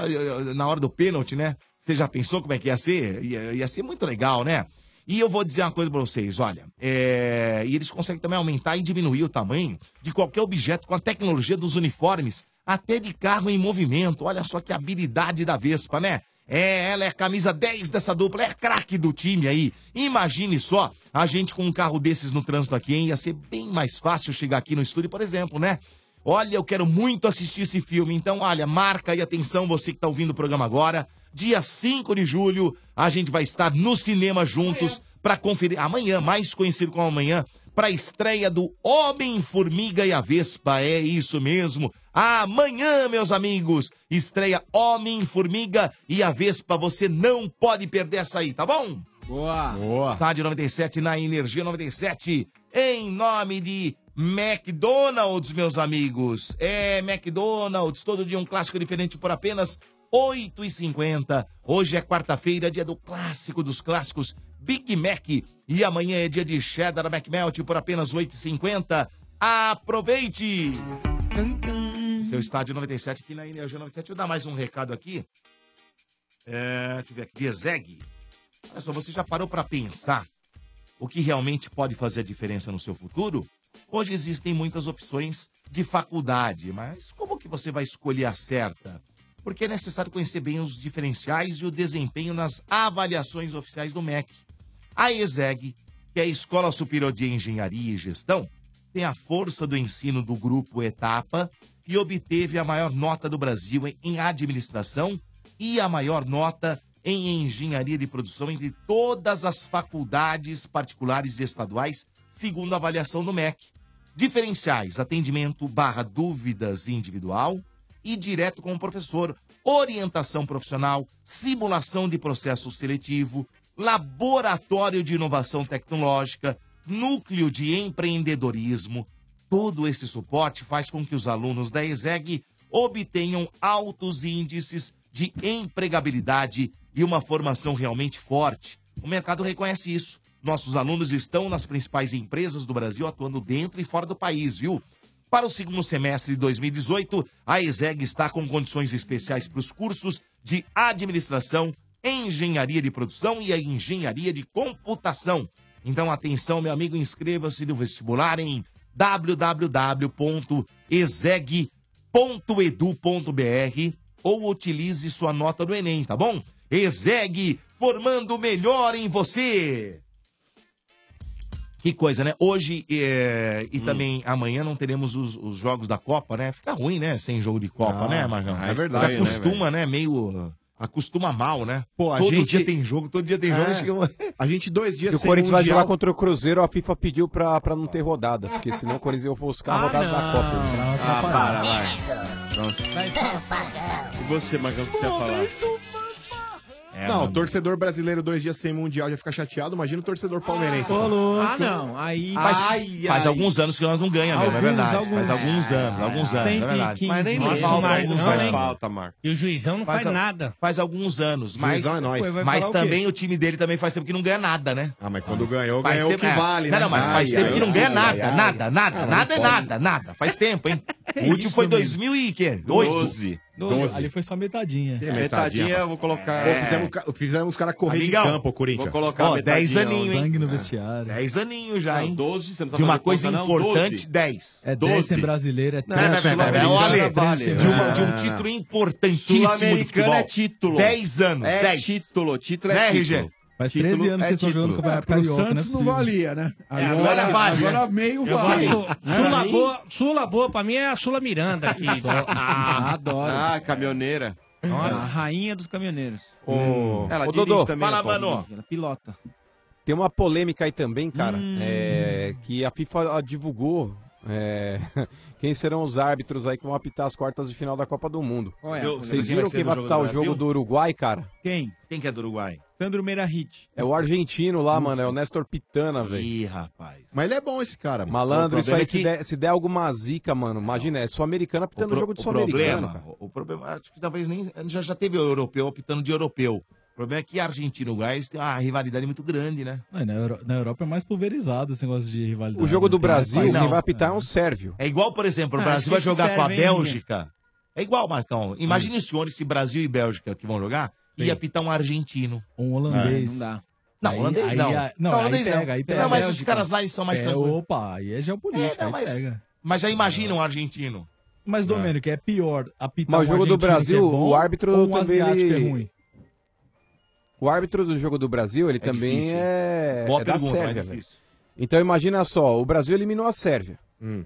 [SPEAKER 6] eh, na hora do pênalti, né? Você já pensou como é que ia ser? Ia, ia ser muito legal, né? E eu vou dizer uma coisa pra vocês, olha. eh, E eles conseguem também aumentar e diminuir o tamanho de qualquer objeto com a tecnologia dos uniformes, até de carro em movimento. Olha só que habilidade da Vespa, né? É, ela é a camisa 10 dessa dupla, é a craque do time aí. Imagine só a gente com um carro desses no trânsito aqui, hein? Ia ser bem mais fácil chegar aqui no estúdio, por exemplo, né? Olha, eu quero muito assistir esse filme. Então, olha, marca aí atenção, você que tá ouvindo o programa agora. Dia 5 de julho, a gente vai estar no cinema juntos para conferir amanhã, mais conhecido como amanhã, para a estreia do Homem Formiga e a Vespa. É isso mesmo. Amanhã, meus amigos, estreia Homem Formiga e a Vespa. Você não pode perder essa aí, tá bom? Boa. Boa. Estádio 97 na Energia 97 em nome de McDonald's, meus amigos. É, McDonald's, todo dia um clássico diferente por apenas R$ 8,50. Hoje é quarta-feira, dia do clássico dos clássicos, Big Mac. E amanhã é dia de cheddar McMelt por apenas R$ 8,50. Aproveite! Seu estádio 97 aqui na Energia 97. Deixa eu dar mais um recado aqui. É, deixa eu ver aqui. Diezeg. Olha só, você já parou pra pensar o que realmente pode fazer a diferença no seu futuro? Hoje existem muitas opções de faculdade, mas como que você vai escolher a certa? Porque é necessário conhecer bem os diferenciais e o desempenho nas avaliações oficiais do MEC. A ESEG, que é a Escola Superior de Engenharia e Gestão, tem a força do ensino do grupo Etapa e obteve a maior nota do Brasil em- em administração e a maior nota em engenharia de produção entre todas as faculdades particulares e estaduais, segundo a avaliação do MEC. Diferenciais: atendimento barra dúvidas individual e direto com o professor, orientação profissional, simulação de processo seletivo, laboratório de inovação tecnológica, núcleo de empreendedorismo. Todo esse suporte faz com que os alunos da ESEG obtenham altos índices de empregabilidade e uma formação realmente forte. O mercado reconhece isso. Nossos alunos estão nas principais empresas do Brasil, atuando dentro e fora do país, viu? Para o segundo semestre de 2018, a ESEG está com condições especiais para os cursos de administração, engenharia de produção e a engenharia de computação. Então, atenção, meu amigo, inscreva-se no vestibular em www.eseg.edu.br ou utilize sua nota do Enem, tá bom? ESEG, formando o melhor em você! Que coisa, né? Hoje é,
[SPEAKER 14] Hum.
[SPEAKER 6] e também amanhã não teremos os, os jogos da Copa, né? Fica ruim, né? Sem jogo de Copa,
[SPEAKER 14] Ah,
[SPEAKER 6] né, Marcão?
[SPEAKER 14] é verdade,
[SPEAKER 6] Já
[SPEAKER 14] né,
[SPEAKER 6] acostuma, né? Meio. Acostuma mal, né?
[SPEAKER 18] Pô, a
[SPEAKER 6] todo
[SPEAKER 18] gente-
[SPEAKER 6] dia tem jogo, todo dia tem jogo.
[SPEAKER 18] É.
[SPEAKER 6] acho que eu-
[SPEAKER 17] A gente dois
[SPEAKER 18] E o Corinthians vai jogar contra o Cruzeiro, a FIFA pediu pra, pra não ter rodada, porque senão o Corinthians ia ofuscar a rodada da Copa.
[SPEAKER 12] Ah, para, vai. Nossa. E você, Magão, o que você ia falar?
[SPEAKER 17] É, não, o torcedor brasileiro dois dias sem mundial já fica chateado. Imagina o torcedor palmeirense. cara.
[SPEAKER 15] Ah, não. Aí.
[SPEAKER 17] Faz-
[SPEAKER 15] Ai,
[SPEAKER 17] faz
[SPEAKER 6] Faz
[SPEAKER 15] ai.
[SPEAKER 6] alguns anos que nós não ganhamos, mesmo, é
[SPEAKER 15] Alguns,
[SPEAKER 6] verdade.
[SPEAKER 15] alguns.
[SPEAKER 6] Faz alguns anos, alguns anos, é verdade.
[SPEAKER 15] 115
[SPEAKER 6] Mas nem
[SPEAKER 14] Nossa,
[SPEAKER 6] falta
[SPEAKER 14] Marcão,
[SPEAKER 6] alguns
[SPEAKER 14] hein?
[SPEAKER 6] anos.
[SPEAKER 14] Falta, Marco.
[SPEAKER 13] E o juizão não faz,
[SPEAKER 6] al-
[SPEAKER 13] nada.
[SPEAKER 6] Faz alguns anos, mas,
[SPEAKER 14] Juizão é nóis. Ué, vai
[SPEAKER 6] mas
[SPEAKER 14] falar o quê?
[SPEAKER 6] também o time dele também faz tempo que não ganha nada, né?
[SPEAKER 17] Ah, mas quando ganhou,
[SPEAKER 6] Faz
[SPEAKER 17] ganhou o
[SPEAKER 6] tempo-
[SPEAKER 17] que
[SPEAKER 6] é.
[SPEAKER 17] vale,
[SPEAKER 6] Não,
[SPEAKER 17] né?
[SPEAKER 6] não, mas faz
[SPEAKER 17] Ai,
[SPEAKER 6] tempo
[SPEAKER 17] ai,
[SPEAKER 6] que não ganha
[SPEAKER 17] ai,
[SPEAKER 6] nada,
[SPEAKER 17] ai,
[SPEAKER 6] nada, nada,
[SPEAKER 17] Ah, não
[SPEAKER 6] nada é
[SPEAKER 17] pode.
[SPEAKER 6] nada, nada. Faz tempo, hein?
[SPEAKER 11] É
[SPEAKER 6] o último
[SPEAKER 11] isso,
[SPEAKER 6] foi
[SPEAKER 11] menino.
[SPEAKER 6] 2000 e é? quê?
[SPEAKER 11] Doze. Doze. Ali foi só metadinha. É.
[SPEAKER 17] É, metadinha,
[SPEAKER 14] Metadinha, eu vou colocar.
[SPEAKER 17] Pô, fizemos, ca- fizemos os caras correr
[SPEAKER 14] Amigão,
[SPEAKER 17] de campo, o Corinthians.
[SPEAKER 14] vou colocar Ó, a metadinha, 10 aninho, hein?
[SPEAKER 11] Sangue no vestiário.
[SPEAKER 6] 10 aninhos É. já, hein?
[SPEAKER 14] 12, você não tá
[SPEAKER 6] de uma
[SPEAKER 14] fazendo
[SPEAKER 6] coisa
[SPEAKER 14] conta, não?
[SPEAKER 6] importante,
[SPEAKER 14] 12.
[SPEAKER 6] 10.
[SPEAKER 11] É 10 em brasileiro, é
[SPEAKER 6] Não, não, não, não, não, não,
[SPEAKER 22] é
[SPEAKER 6] olha, de, uma- de um título importantíssimo de futebol.
[SPEAKER 14] Sul-Americano é título.
[SPEAKER 6] 10 anos,
[SPEAKER 14] É
[SPEAKER 6] 10.
[SPEAKER 14] título, título é
[SPEAKER 6] Né,
[SPEAKER 14] título.
[SPEAKER 6] RG?
[SPEAKER 11] Faz
[SPEAKER 14] Título
[SPEAKER 11] 13 anos
[SPEAKER 14] é
[SPEAKER 11] que vocês estão
[SPEAKER 14] título.
[SPEAKER 11] jogando o Campeonato
[SPEAKER 21] Pro
[SPEAKER 11] Carioca,
[SPEAKER 21] Santos não,
[SPEAKER 11] não é possível.
[SPEAKER 21] valia, né?
[SPEAKER 13] É,
[SPEAKER 21] Agora,
[SPEAKER 13] agora vale,
[SPEAKER 21] agora
[SPEAKER 13] né?
[SPEAKER 21] meio
[SPEAKER 13] Eu
[SPEAKER 21] vale.
[SPEAKER 13] gosto- Sula boa, Sula boa pra mim é a Sula Miranda aqui.
[SPEAKER 14] Ah,
[SPEAKER 15] adoro.
[SPEAKER 14] Ah, caminhoneira.
[SPEAKER 15] Nossa. A rainha dos caminhoneiros. Hum.
[SPEAKER 18] Ô,
[SPEAKER 14] Ela
[SPEAKER 18] ô
[SPEAKER 14] dirige
[SPEAKER 18] Dodô,
[SPEAKER 14] também, né, Paulo?
[SPEAKER 15] Ela pilota.
[SPEAKER 18] Tem uma polêmica aí também, cara, é, que a FIFA divulgou é, (laughs) quem serão os árbitros aí que vão apitar as quartas de final da Copa do Mundo.
[SPEAKER 15] Qual é a polêmica?
[SPEAKER 18] Vocês viram quem
[SPEAKER 15] Quem
[SPEAKER 18] vai
[SPEAKER 15] vai ser
[SPEAKER 18] apitar
[SPEAKER 15] do
[SPEAKER 18] o
[SPEAKER 15] jogo do
[SPEAKER 18] jogo do Uruguai, cara?
[SPEAKER 15] Quem?
[SPEAKER 6] Quem que é do Uruguai?
[SPEAKER 15] Sandro Meira Hit.
[SPEAKER 18] É o argentino lá, mano, é o Nestor Pitana, velho.
[SPEAKER 6] Ih, rapaz.
[SPEAKER 17] Mas ele é bom esse cara, mano.
[SPEAKER 18] Malandro,
[SPEAKER 17] O
[SPEAKER 18] isso aí,
[SPEAKER 17] problema é
[SPEAKER 18] se,
[SPEAKER 17] que-
[SPEAKER 18] der, se der alguma zica, mano, imagina, é Sul-Americana apitando o, jogo de
[SPEAKER 6] O problema,
[SPEAKER 18] Sul-Americana, cara.
[SPEAKER 6] o- o problema, acho que talvez nem. Já, já teve o europeu optando de europeu. O problema é que Argentina e Uruguai eles têm uma rivalidade muito grande, né?
[SPEAKER 11] Mas na, Euro- na Europa é mais pulverizado esse negócio de rivalidade.
[SPEAKER 6] O jogo do
[SPEAKER 11] Tem mais
[SPEAKER 6] Brasil,
[SPEAKER 11] país.
[SPEAKER 6] quem vai
[SPEAKER 18] apitar é um sérvio.
[SPEAKER 6] É igual, por exemplo, o
[SPEAKER 11] Ah,
[SPEAKER 6] Brasil vai
[SPEAKER 11] acho que
[SPEAKER 6] jogar com a
[SPEAKER 11] serve, hein,
[SPEAKER 6] Bélgica. É igual, Marcão. Imagine se o se Brasil e Bélgica que vão jogar e apitar um argentino.
[SPEAKER 11] Um holandês.
[SPEAKER 6] É, não dá. Não, holandês não.
[SPEAKER 11] aí- não,
[SPEAKER 6] Não,
[SPEAKER 11] aí
[SPEAKER 6] holandês não.
[SPEAKER 11] pega, aí pega.
[SPEAKER 6] Não, mas os caras lá, eles são mais
[SPEAKER 11] É,
[SPEAKER 6] tranquilos.
[SPEAKER 11] Opa, aí é geopolítica,
[SPEAKER 6] É, não,
[SPEAKER 11] aí
[SPEAKER 6] mas-
[SPEAKER 11] pega. Ah.
[SPEAKER 6] Mas já imagina um argentino.
[SPEAKER 11] Mas, Domênico, é pior
[SPEAKER 22] Então,
[SPEAKER 11] apitar
[SPEAKER 18] Mas o
[SPEAKER 11] um
[SPEAKER 18] jogo do
[SPEAKER 11] argentino que é
[SPEAKER 18] Brasil,
[SPEAKER 11] bom
[SPEAKER 18] o árbitro
[SPEAKER 11] ou um
[SPEAKER 18] também,
[SPEAKER 11] asiático que
[SPEAKER 18] ele-
[SPEAKER 11] é ruim?
[SPEAKER 18] O árbitro do jogo do Brasil, ele também
[SPEAKER 6] difícil.
[SPEAKER 18] é,
[SPEAKER 6] Boa
[SPEAKER 18] é da
[SPEAKER 6] pergunta, mas
[SPEAKER 18] Sérvia,
[SPEAKER 6] é
[SPEAKER 18] velho.
[SPEAKER 6] difícil.
[SPEAKER 18] Então imagina só, o Brasil eliminou a Sérvia.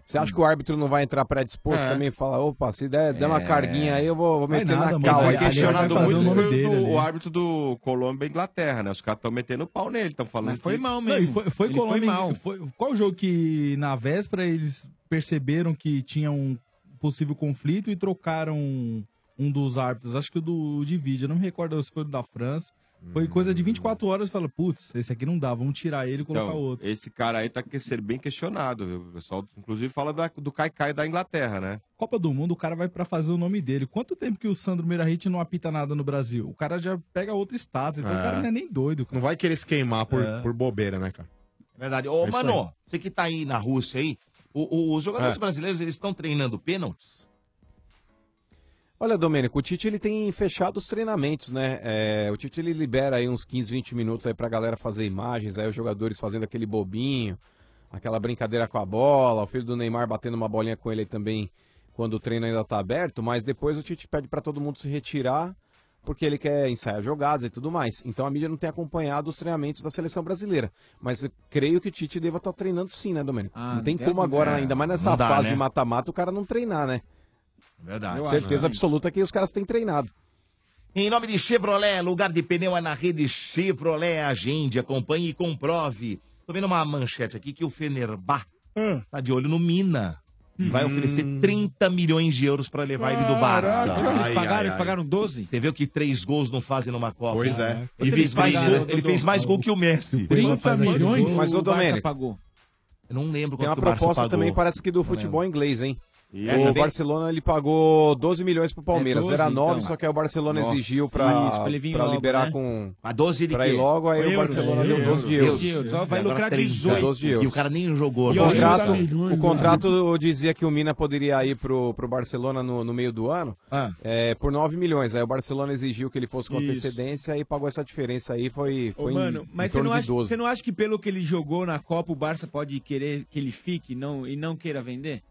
[SPEAKER 18] Você acha que o árbitro não vai entrar predisposto
[SPEAKER 14] É.
[SPEAKER 18] também e falar, opa, se der, der uma
[SPEAKER 14] É.
[SPEAKER 18] carguinha aí, eu vou, vou
[SPEAKER 14] Vai
[SPEAKER 18] meter
[SPEAKER 14] nada,
[SPEAKER 18] na
[SPEAKER 14] mano.
[SPEAKER 18] cal.
[SPEAKER 14] Aí
[SPEAKER 18] aí,
[SPEAKER 14] questionado
[SPEAKER 18] é
[SPEAKER 14] muito foi o do-
[SPEAKER 18] do-
[SPEAKER 14] o árbitro do Colômbia e Inglaterra, né? Os caras estão metendo pau nele, estão falando.
[SPEAKER 22] Mas
[SPEAKER 14] que-
[SPEAKER 22] Não, e foi, foi Colômbia. foi- qual o jogo que na véspera eles perceberam que tinha um possível conflito e trocaram um dos árbitros? Acho que o do Divide, eu não me recordo se foi o da França. Foi coisa
[SPEAKER 18] Hum.
[SPEAKER 22] de 24 horas e falaram: putz, esse aqui não dá, vamos tirar ele e colocar
[SPEAKER 14] Então,
[SPEAKER 22] outro.
[SPEAKER 14] Esse cara aí tá que ser bem questionado, viu? O pessoal, inclusive, fala da- do Caicai da Inglaterra, né?
[SPEAKER 22] Copa do Mundo, o cara vai pra fazer o nome dele. Quanto tempo que o Sandro Mirahit não apita nada no Brasil? O cara já pega outro status, então o
[SPEAKER 17] É.
[SPEAKER 22] cara não é nem doido. Cara.
[SPEAKER 17] Não vai querer se queimar por,
[SPEAKER 22] É.
[SPEAKER 17] por bobeira, né, cara?
[SPEAKER 6] Verdade.
[SPEAKER 17] É
[SPEAKER 6] Ô,
[SPEAKER 17] isso
[SPEAKER 6] mano,
[SPEAKER 17] aí.
[SPEAKER 6] você que tá aí na Rússia aí, o- o- os jogadores
[SPEAKER 18] É.
[SPEAKER 6] brasileiros, eles estão treinando pênaltis?
[SPEAKER 18] Olha, Domênico, o Tite ele tem fechado os treinamentos, né? É, o Tite ele libera aí uns 15, 20 minutos aí pra galera fazer imagens, aí os jogadores fazendo aquele bobinho, aquela brincadeira com a bola, o filho do Neymar batendo uma bolinha com ele aí também quando o treino ainda tá aberto, mas depois o Tite pede pra todo mundo se retirar porque ele quer ensaiar jogadas e tudo mais. Então a mídia não tem acompanhado os treinamentos da seleção brasileira, mas eu creio que o Tite deva estar treinando sim, né, Domênico? não tem
[SPEAKER 1] deve-
[SPEAKER 18] como agora,
[SPEAKER 1] é,
[SPEAKER 18] ainda mais nessa
[SPEAKER 1] não dá,
[SPEAKER 18] fase
[SPEAKER 1] né?
[SPEAKER 18] de mata-mata, o cara não treinar, né?
[SPEAKER 6] Verdade.
[SPEAKER 18] Certeza absoluta que os caras têm treinado.
[SPEAKER 6] Em nome de Chevrolet, lugar de pneu é na rede Chevrolet. Agende, acompanhe e comprove. Tô vendo uma manchete aqui que o Fenerbah
[SPEAKER 15] Hum.
[SPEAKER 6] tá de olho no Mina. E vai oferecer 30 milhões de euros pra levar ele do Barça.
[SPEAKER 15] Caraca, eles Ai, pagaram- ai, eles ai. pagaram
[SPEAKER 6] 12? Você viu que três gols não fazem numa Copa.
[SPEAKER 15] Pois é.
[SPEAKER 6] Né?
[SPEAKER 15] E
[SPEAKER 6] Ele, fez mais
[SPEAKER 15] pagaram,
[SPEAKER 6] gol, ele
[SPEAKER 15] Dodô.
[SPEAKER 6] fez mais gol que o Messi.
[SPEAKER 15] 30 milhões?
[SPEAKER 18] Mas, ô, Domênico,
[SPEAKER 15] pagou.
[SPEAKER 6] Eu não lembro
[SPEAKER 18] Tem
[SPEAKER 6] quanto
[SPEAKER 18] uma
[SPEAKER 6] que o Barça
[SPEAKER 18] proposta
[SPEAKER 6] pagou.
[SPEAKER 18] também, parece que do
[SPEAKER 6] Não
[SPEAKER 18] futebol inglês, hein?
[SPEAKER 6] E
[SPEAKER 18] o
[SPEAKER 6] ainda bem-
[SPEAKER 18] Barcelona ele pagou 12 milhões pro Palmeiras,
[SPEAKER 6] É 12,
[SPEAKER 18] era 9,
[SPEAKER 6] então.
[SPEAKER 18] só que aí o Barcelona
[SPEAKER 6] Nossa.
[SPEAKER 18] exigiu pra,
[SPEAKER 6] Isso, pra ele vir
[SPEAKER 18] pra
[SPEAKER 6] logo,
[SPEAKER 18] liberar
[SPEAKER 6] né?
[SPEAKER 18] com.
[SPEAKER 6] A 12 de
[SPEAKER 18] pra ir
[SPEAKER 6] quê?
[SPEAKER 18] logo, aí
[SPEAKER 6] Euros.
[SPEAKER 18] o
[SPEAKER 6] né?
[SPEAKER 18] Barcelona deu 12 de
[SPEAKER 6] Euros.
[SPEAKER 18] euros.
[SPEAKER 6] Euros. Ó, vai
[SPEAKER 18] Agora
[SPEAKER 6] lucrar
[SPEAKER 18] três,
[SPEAKER 6] 18.
[SPEAKER 18] 12 de euros.
[SPEAKER 6] E o cara nem jogou,
[SPEAKER 18] O
[SPEAKER 6] né?
[SPEAKER 18] contrato,
[SPEAKER 6] 80 milhões, né?
[SPEAKER 18] o contrato dizia que o Mina poderia ir pro, pro Barcelona no, no meio do ano
[SPEAKER 6] Ah.
[SPEAKER 18] é, por 9 milhões. Aí o Barcelona exigiu que ele fosse com
[SPEAKER 15] Isso.
[SPEAKER 18] antecedência e pagou essa diferença aí. Foi,
[SPEAKER 15] Ô,
[SPEAKER 18] foi em-
[SPEAKER 15] mano,
[SPEAKER 18] em,
[SPEAKER 15] mas você
[SPEAKER 18] torno
[SPEAKER 15] não,
[SPEAKER 18] de
[SPEAKER 15] acha,
[SPEAKER 18] 12.
[SPEAKER 15] você não acha que pelo que ele jogou na Copa, o Barça pode querer que ele fique não, e não queira vender?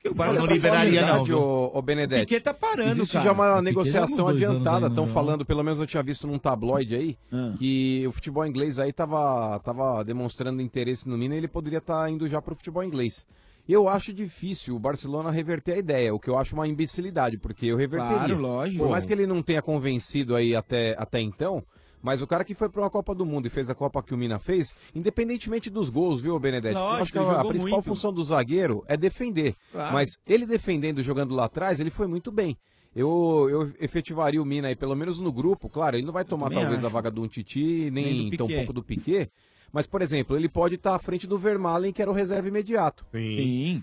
[SPEAKER 15] Porque o
[SPEAKER 18] Mas
[SPEAKER 15] Barça
[SPEAKER 18] é
[SPEAKER 15] tá
[SPEAKER 18] verdade,
[SPEAKER 15] falando, viu?
[SPEAKER 18] ô, ô Benedetti.
[SPEAKER 15] O Piquet tá parando,
[SPEAKER 18] Existe
[SPEAKER 15] cara.
[SPEAKER 18] já
[SPEAKER 15] O
[SPEAKER 18] uma
[SPEAKER 15] Piquet já
[SPEAKER 18] negociação
[SPEAKER 15] uns dois anos
[SPEAKER 18] adiantada,
[SPEAKER 15] aí, né? Ah.
[SPEAKER 18] estão
[SPEAKER 15] não.
[SPEAKER 18] falando, pelo menos eu tinha visto num tabloide aí, que o futebol inglês aí tava, tava demonstrando interesse no Mina e ele poderia estar indo já pro futebol inglês. Eu acho difícil o Barcelona reverter a ideia, o que eu acho uma imbecilidade, porque eu reverteria.
[SPEAKER 15] Claro, lógico.
[SPEAKER 18] Por mais que ele não tenha convencido aí até, até então, mas o cara que foi pra uma Copa do Mundo e fez a Copa que o Mina fez, independentemente dos gols, viu, Benedetti? Eu
[SPEAKER 15] Lógico,
[SPEAKER 18] acho que
[SPEAKER 15] ele
[SPEAKER 18] a, a
[SPEAKER 15] jogou
[SPEAKER 18] principal
[SPEAKER 15] muito.
[SPEAKER 18] função do zagueiro é defender.
[SPEAKER 15] Claro.
[SPEAKER 18] Mas ele defendendo, jogando lá atrás, ele foi muito bem. Eu, eu efetivaria o Mina aí, pelo menos no grupo, claro, ele não vai tomar
[SPEAKER 1] também
[SPEAKER 18] talvez
[SPEAKER 1] acho.
[SPEAKER 18] a vaga do Untiti, nem,
[SPEAKER 1] Nem do
[SPEAKER 18] tão
[SPEAKER 1] Piquet.
[SPEAKER 18] pouco do Piquet, mas, por exemplo, ele pode estar à frente do Vermaelen, que era o reserva imediato.
[SPEAKER 15] Sim.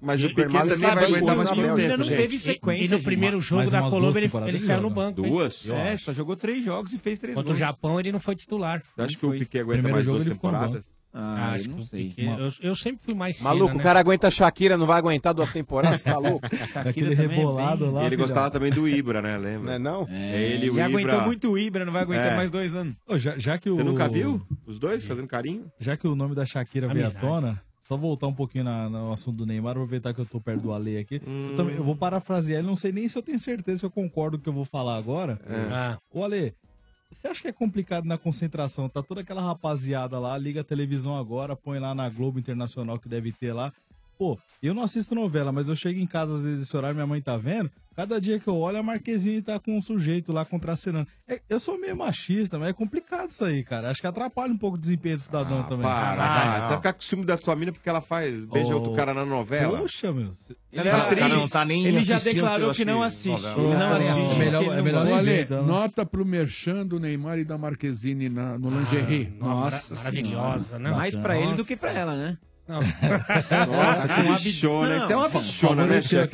[SPEAKER 14] Mas
[SPEAKER 18] E
[SPEAKER 14] o
[SPEAKER 18] o
[SPEAKER 14] Piquet
[SPEAKER 18] Vermaelen
[SPEAKER 14] também
[SPEAKER 18] sabe
[SPEAKER 14] vai
[SPEAKER 18] aí,
[SPEAKER 14] aguentar
[SPEAKER 18] o
[SPEAKER 14] mais
[SPEAKER 18] Mina
[SPEAKER 14] um tempo,
[SPEAKER 15] não
[SPEAKER 14] gente.
[SPEAKER 15] teve sequência,
[SPEAKER 13] E no primeiro jogo da Colômbia ele, ele saiu no banco. hein?
[SPEAKER 14] Duas?
[SPEAKER 15] É, só jogou três jogos e fez três
[SPEAKER 13] Contra o
[SPEAKER 15] gols.
[SPEAKER 13] Japão ele não foi titular.
[SPEAKER 14] Eu acho que o Piquet aguenta
[SPEAKER 15] Primeiro
[SPEAKER 14] mais
[SPEAKER 15] jogo
[SPEAKER 14] duas
[SPEAKER 15] ele ficou no
[SPEAKER 14] temporadas.
[SPEAKER 15] Ah,
[SPEAKER 13] um acho
[SPEAKER 15] eu não
[SPEAKER 13] que o
[SPEAKER 15] sei.
[SPEAKER 13] Piquet- Eu, eu sempre fui mais
[SPEAKER 18] Maluco,
[SPEAKER 13] cena,
[SPEAKER 18] o
[SPEAKER 13] né?
[SPEAKER 18] cara aguenta a Shakira, não vai aguentar duas temporadas, tá
[SPEAKER 14] (laughs)
[SPEAKER 18] louco?
[SPEAKER 13] Aquele também é rebolado bem- lá,
[SPEAKER 14] E ele gostava também do Ibra, né? Lembra?
[SPEAKER 18] Não
[SPEAKER 14] Ele e o
[SPEAKER 15] Já aguentou
[SPEAKER 14] Ibra.
[SPEAKER 15] muito o Ibra, não vai aguentar
[SPEAKER 14] É.
[SPEAKER 15] mais dois anos.
[SPEAKER 22] Ô, já, já que o...
[SPEAKER 14] Você nunca viu os dois fazendo carinho?
[SPEAKER 22] Já que o nome da Shakira veio à
[SPEAKER 14] Amizade.
[SPEAKER 22] tona, só voltar um pouquinho na, no assunto do Neymar, aproveitar que eu tô perto do Ale aqui. Eu, também, eu vou
[SPEAKER 14] Hum.
[SPEAKER 22] parafrasear, ele não sei nem se eu tenho certeza se eu concordo com o que eu vou falar agora.
[SPEAKER 11] É. Ah.
[SPEAKER 22] Ô Ale, você acha que é complicado na concentração? Tá toda aquela rapaziada lá, liga a televisão agora, põe lá na Globo Internacional que deve ter lá. Pô, eu não assisto novela, mas eu chego em casa às vezes esse horário, minha mãe tá vendo. Cada dia que eu olho, a Marquezine tá com um sujeito lá contracenando. É, eu sou meio machista, mas é complicado isso aí, cara. Acho que atrapalha um pouco o desempenho do cidadão também.
[SPEAKER 14] Para, para.
[SPEAKER 18] é
[SPEAKER 14] Você vai ficar com ciúme da sua mina porque ela faz, beija outro
[SPEAKER 22] Ô,
[SPEAKER 14] cara na novela?
[SPEAKER 22] Poxa, meu.
[SPEAKER 14] Ela é atriz.
[SPEAKER 21] Ele
[SPEAKER 14] já declarou que não assiste.
[SPEAKER 21] Ô,
[SPEAKER 14] Ele não assiste,
[SPEAKER 21] ô,
[SPEAKER 14] melhor- é melhor
[SPEAKER 21] ô,
[SPEAKER 14] nem
[SPEAKER 21] Ale,
[SPEAKER 14] ver, então.
[SPEAKER 21] Nota pro Merchan do Neymar e da Marquezine na, no lingerie.
[SPEAKER 13] Nossa, mara- maravilhosa, né?
[SPEAKER 15] Mais pra
[SPEAKER 13] Nossa.
[SPEAKER 15] ele do que pra ela, né? (laughs)
[SPEAKER 13] Não.
[SPEAKER 14] Nossa, que bichona. hein? Você é uma bichona, né, chefe?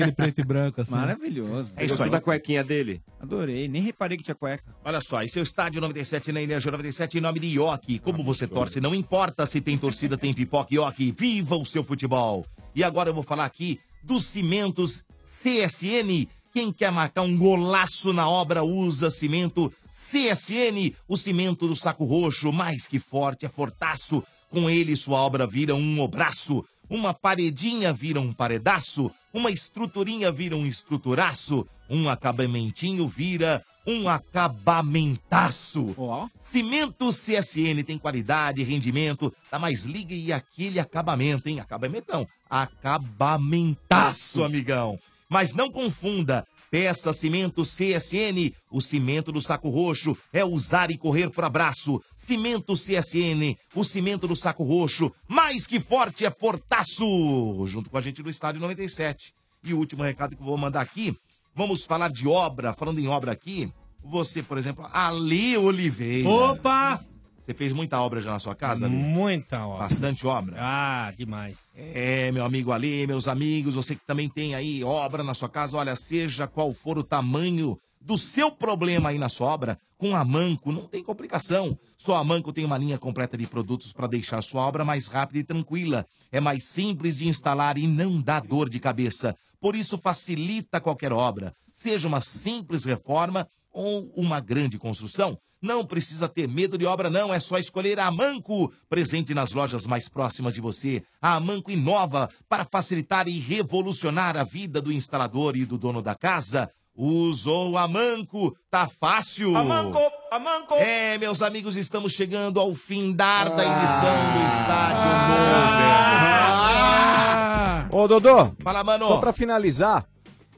[SPEAKER 15] Maravilhoso.
[SPEAKER 14] É isso aí. da cuequinha dele?
[SPEAKER 15] Adorei, nem reparei que tinha cueca.
[SPEAKER 6] Olha só, esse é o Estádio 97 na Energia 97 em nome de Ioki. Como você torce, não importa se tem torcida, tem pipoca, Ioki. Viva o seu futebol! E agora eu vou falar aqui dos cimentos CSN. Quem quer marcar um golaço na obra usa cimento CSN, o cimento do saco roxo, mais que forte, é fortaço. Com ele, sua obra vira um obraço. Uma paredinha vira um paredaço, uma estruturinha vira um estruturaço, um acabamentinho vira um acabamentaço. Cimento CSN tem qualidade, rendimento, dá mais liga e aquele acabamento, hein? Acabamentão. Acabamentaço, amigão. Mas não confunda. Peça Cimento CSN, o cimento do saco roxo é usar e correr para abraço. Cimento CSN, o cimento do saco roxo, mais que forte é fortaço. Junto com a gente do Estádio 97. E o último recado que eu vou mandar aqui, vamos falar de obra, falando em obra aqui, você, por exemplo, Ale Oliveira.
[SPEAKER 13] Opa!
[SPEAKER 6] Você fez muita obra já na sua casa, Ale?
[SPEAKER 13] Muita obra.
[SPEAKER 6] Bastante obra.
[SPEAKER 13] Ah, demais.
[SPEAKER 6] É, meu amigo Ali, meus amigos, você que também tem aí obra na sua casa, olha, seja qual for o tamanho do seu problema aí na sua obra, com a Manco não tem complicação. Só a Manco tem uma linha completa de produtos para deixar sua obra mais rápida e tranquila. É mais simples de instalar e não dá dor de cabeça. Por isso facilita qualquer obra, seja uma simples reforma ou uma grande construção. Não precisa ter medo de obra, não. É só escolher a Manco. Presente nas lojas mais próximas de você. A Manco inova para facilitar e revolucionar a vida do instalador e do dono da casa. Usou a Manco, tá fácil.
[SPEAKER 3] A Manco,
[SPEAKER 6] a Manco. É, meus amigos, estamos chegando ao findar
[SPEAKER 18] Ah.
[SPEAKER 6] da edição do Estádio
[SPEAKER 18] Ah. Ô, Dodô.
[SPEAKER 6] Fala, mano.
[SPEAKER 18] Só pra finalizar,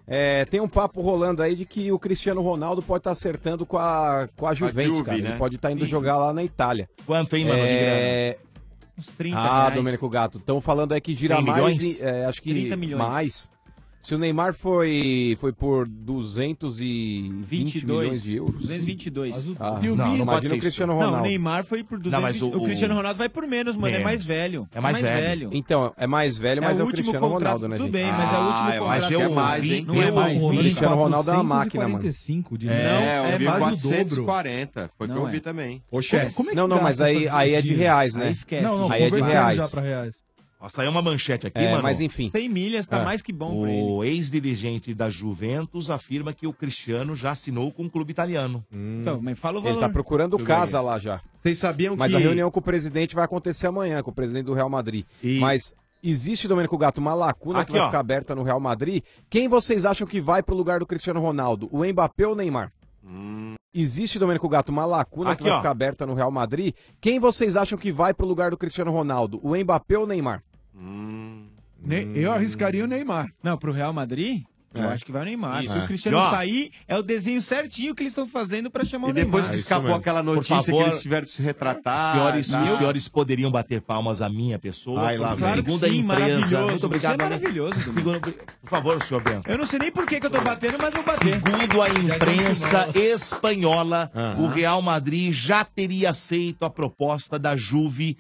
[SPEAKER 18] é, tem um papo rolando aí de que o Cristiano Ronaldo pode estar acertando com a, com a Juventus,
[SPEAKER 6] Juve,
[SPEAKER 18] cara.
[SPEAKER 6] né?
[SPEAKER 18] Ele pode estar indo jogar lá na Itália.
[SPEAKER 6] Quanto, hein, mano, de
[SPEAKER 18] É...
[SPEAKER 13] Uns
[SPEAKER 18] ah, Domênico Gato. Estão falando aí que gira
[SPEAKER 6] 100
[SPEAKER 18] mais.
[SPEAKER 6] milhões?
[SPEAKER 18] e, é, acho que
[SPEAKER 6] 30 milhões.
[SPEAKER 18] mais. Se o Neymar foi, foi por 220 milhões de euros.
[SPEAKER 15] 222.
[SPEAKER 18] Ah,
[SPEAKER 15] E o
[SPEAKER 18] não,
[SPEAKER 15] Vini-
[SPEAKER 18] não imagina o Cristiano Ronaldo.
[SPEAKER 15] Não, o Neymar foi por 200.
[SPEAKER 18] Não, mas
[SPEAKER 15] o,
[SPEAKER 18] o-
[SPEAKER 15] Cristiano Ronaldo vai por menos, mano. É mais velho.
[SPEAKER 18] Então, é mais velho, mas é, o Cristiano Ronaldo, né,
[SPEAKER 15] Tudo
[SPEAKER 18] gente?
[SPEAKER 15] bem, mas é o último contrato.
[SPEAKER 18] mas eu ouvi-
[SPEAKER 15] Não
[SPEAKER 18] eu
[SPEAKER 15] é mais.
[SPEAKER 18] ouvi-
[SPEAKER 15] Vini.
[SPEAKER 18] Cristiano Ronaldo é uma máquina, mano.
[SPEAKER 11] 45 de
[SPEAKER 18] É,
[SPEAKER 11] não,
[SPEAKER 18] eu
[SPEAKER 11] é
[SPEAKER 18] vi
[SPEAKER 11] mais o dobro.
[SPEAKER 14] 440, foi que
[SPEAKER 11] Não
[SPEAKER 14] eu vi
[SPEAKER 11] é.
[SPEAKER 14] também.
[SPEAKER 18] Ô, chefe. Não, não,
[SPEAKER 14] gasta
[SPEAKER 18] mas aí-
[SPEAKER 14] essas
[SPEAKER 18] aí é de
[SPEAKER 14] gírias?
[SPEAKER 18] reais, né?
[SPEAKER 14] Aí
[SPEAKER 18] Não, não,
[SPEAKER 14] Aí-
[SPEAKER 18] Aí é de
[SPEAKER 11] Convertendo
[SPEAKER 18] reais.
[SPEAKER 11] já pra reais.
[SPEAKER 6] Ó, saiu uma manchete aqui,
[SPEAKER 18] É,
[SPEAKER 6] mano.
[SPEAKER 18] mas enfim. Ah.
[SPEAKER 15] 100 milhas tá mais que bom pra ele.
[SPEAKER 6] O ex-dirigente da Juventus afirma que o Cristiano já assinou com o clube italiano.
[SPEAKER 15] Então, mas fala o
[SPEAKER 18] Hum. Ele tá procurando casa lá já.
[SPEAKER 17] Vocês sabiam
[SPEAKER 18] Mas
[SPEAKER 17] que-
[SPEAKER 18] a reunião com o presidente vai acontecer amanhã, com o presidente do Real Madrid. Mas existe, Domênico Gato, uma lacuna
[SPEAKER 6] Aqui,
[SPEAKER 18] que vai
[SPEAKER 6] ó.
[SPEAKER 18] ficar aberta no Real Madrid. Quem vocês acham que vai pro lugar do Cristiano Ronaldo? O Mbappé ou o Neymar? Existe, Domênico Gato, uma lacuna
[SPEAKER 6] Hum. Aqui,
[SPEAKER 18] que vai
[SPEAKER 6] ó.
[SPEAKER 18] ficar aberta no Real Madrid. Quem vocês acham que vai pro lugar do Cristiano Ronaldo? O Mbappé ou o Neymar?
[SPEAKER 21] Eu arriscaria o Neymar.
[SPEAKER 15] Não, pro Real Madrid, eu acho que vai o Neymar.
[SPEAKER 21] Isso.
[SPEAKER 15] Se
[SPEAKER 21] É.
[SPEAKER 15] o Cristiano
[SPEAKER 21] E, ó.
[SPEAKER 15] sair, é o desenho certinho que eles estão fazendo pra chamar
[SPEAKER 14] E
[SPEAKER 15] o Neymar.
[SPEAKER 21] É
[SPEAKER 14] depois que escapou aquela notícia que eles tiveram que se retratar.
[SPEAKER 6] senhores,
[SPEAKER 15] Ah,
[SPEAKER 14] tá?
[SPEAKER 6] os senhores poderiam bater palmas à minha pessoa.
[SPEAKER 14] Ai, lá
[SPEAKER 6] porque
[SPEAKER 14] vem.
[SPEAKER 6] segundo
[SPEAKER 15] Claro que
[SPEAKER 6] a
[SPEAKER 15] sim,
[SPEAKER 6] empresa.
[SPEAKER 15] maravilhoso.
[SPEAKER 6] Muito obrigado.
[SPEAKER 15] Você é
[SPEAKER 6] Ana.
[SPEAKER 15] maravilhoso,
[SPEAKER 6] Segundo- Por favor, senhor Bento.
[SPEAKER 15] Eu não sei nem por que, que eu tô batendo, mas vou bater.
[SPEAKER 6] Segundo a imprensa espanhola,
[SPEAKER 15] Ah.
[SPEAKER 6] o Real Madrid já teria aceito a proposta da Juve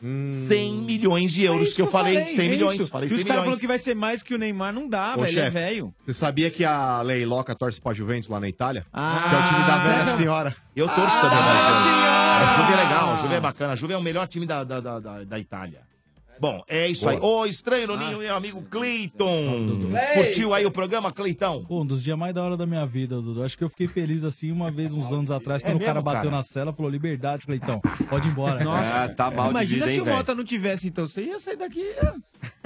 [SPEAKER 6] 100 milhões de euros, É que eu falei, 100 milhões, falei 100
[SPEAKER 15] os caras
[SPEAKER 6] milhões.
[SPEAKER 15] falaram é que vai ser mais que o Neymar, não dá,
[SPEAKER 22] Ah,
[SPEAKER 17] Ô,
[SPEAKER 15] velho. Ele é
[SPEAKER 17] chefe,
[SPEAKER 15] velho.
[SPEAKER 17] Você sabia que a Leiloca torce pra Juventus lá na Itália?
[SPEAKER 22] Ah,
[SPEAKER 17] que é o time da velha senhora.
[SPEAKER 6] Eu torço também pra Juve. A Juve é legal, a Juve é bacana, a Juve é o melhor time da, da, da, da- da Itália. Bom, é isso aí. Ô, estranho, Noninho, meu amigo Cleiton. Curtiu aí o programa, Cleitão?
[SPEAKER 11] Pô, um dos dias mais da hora da minha vida, Dudu. Acho que eu fiquei feliz assim uma vez, uns anos atrás,
[SPEAKER 15] É
[SPEAKER 11] quando o cara
[SPEAKER 15] mesmo,
[SPEAKER 11] bateu
[SPEAKER 15] cara?
[SPEAKER 11] na cela falou: liberdade, Cleitão, pode ir embora.
[SPEAKER 15] Nossa,
[SPEAKER 6] Tá
[SPEAKER 15] imagina se o
[SPEAKER 11] velho?
[SPEAKER 15] Mota não tivesse, então. Você ia sair daqui.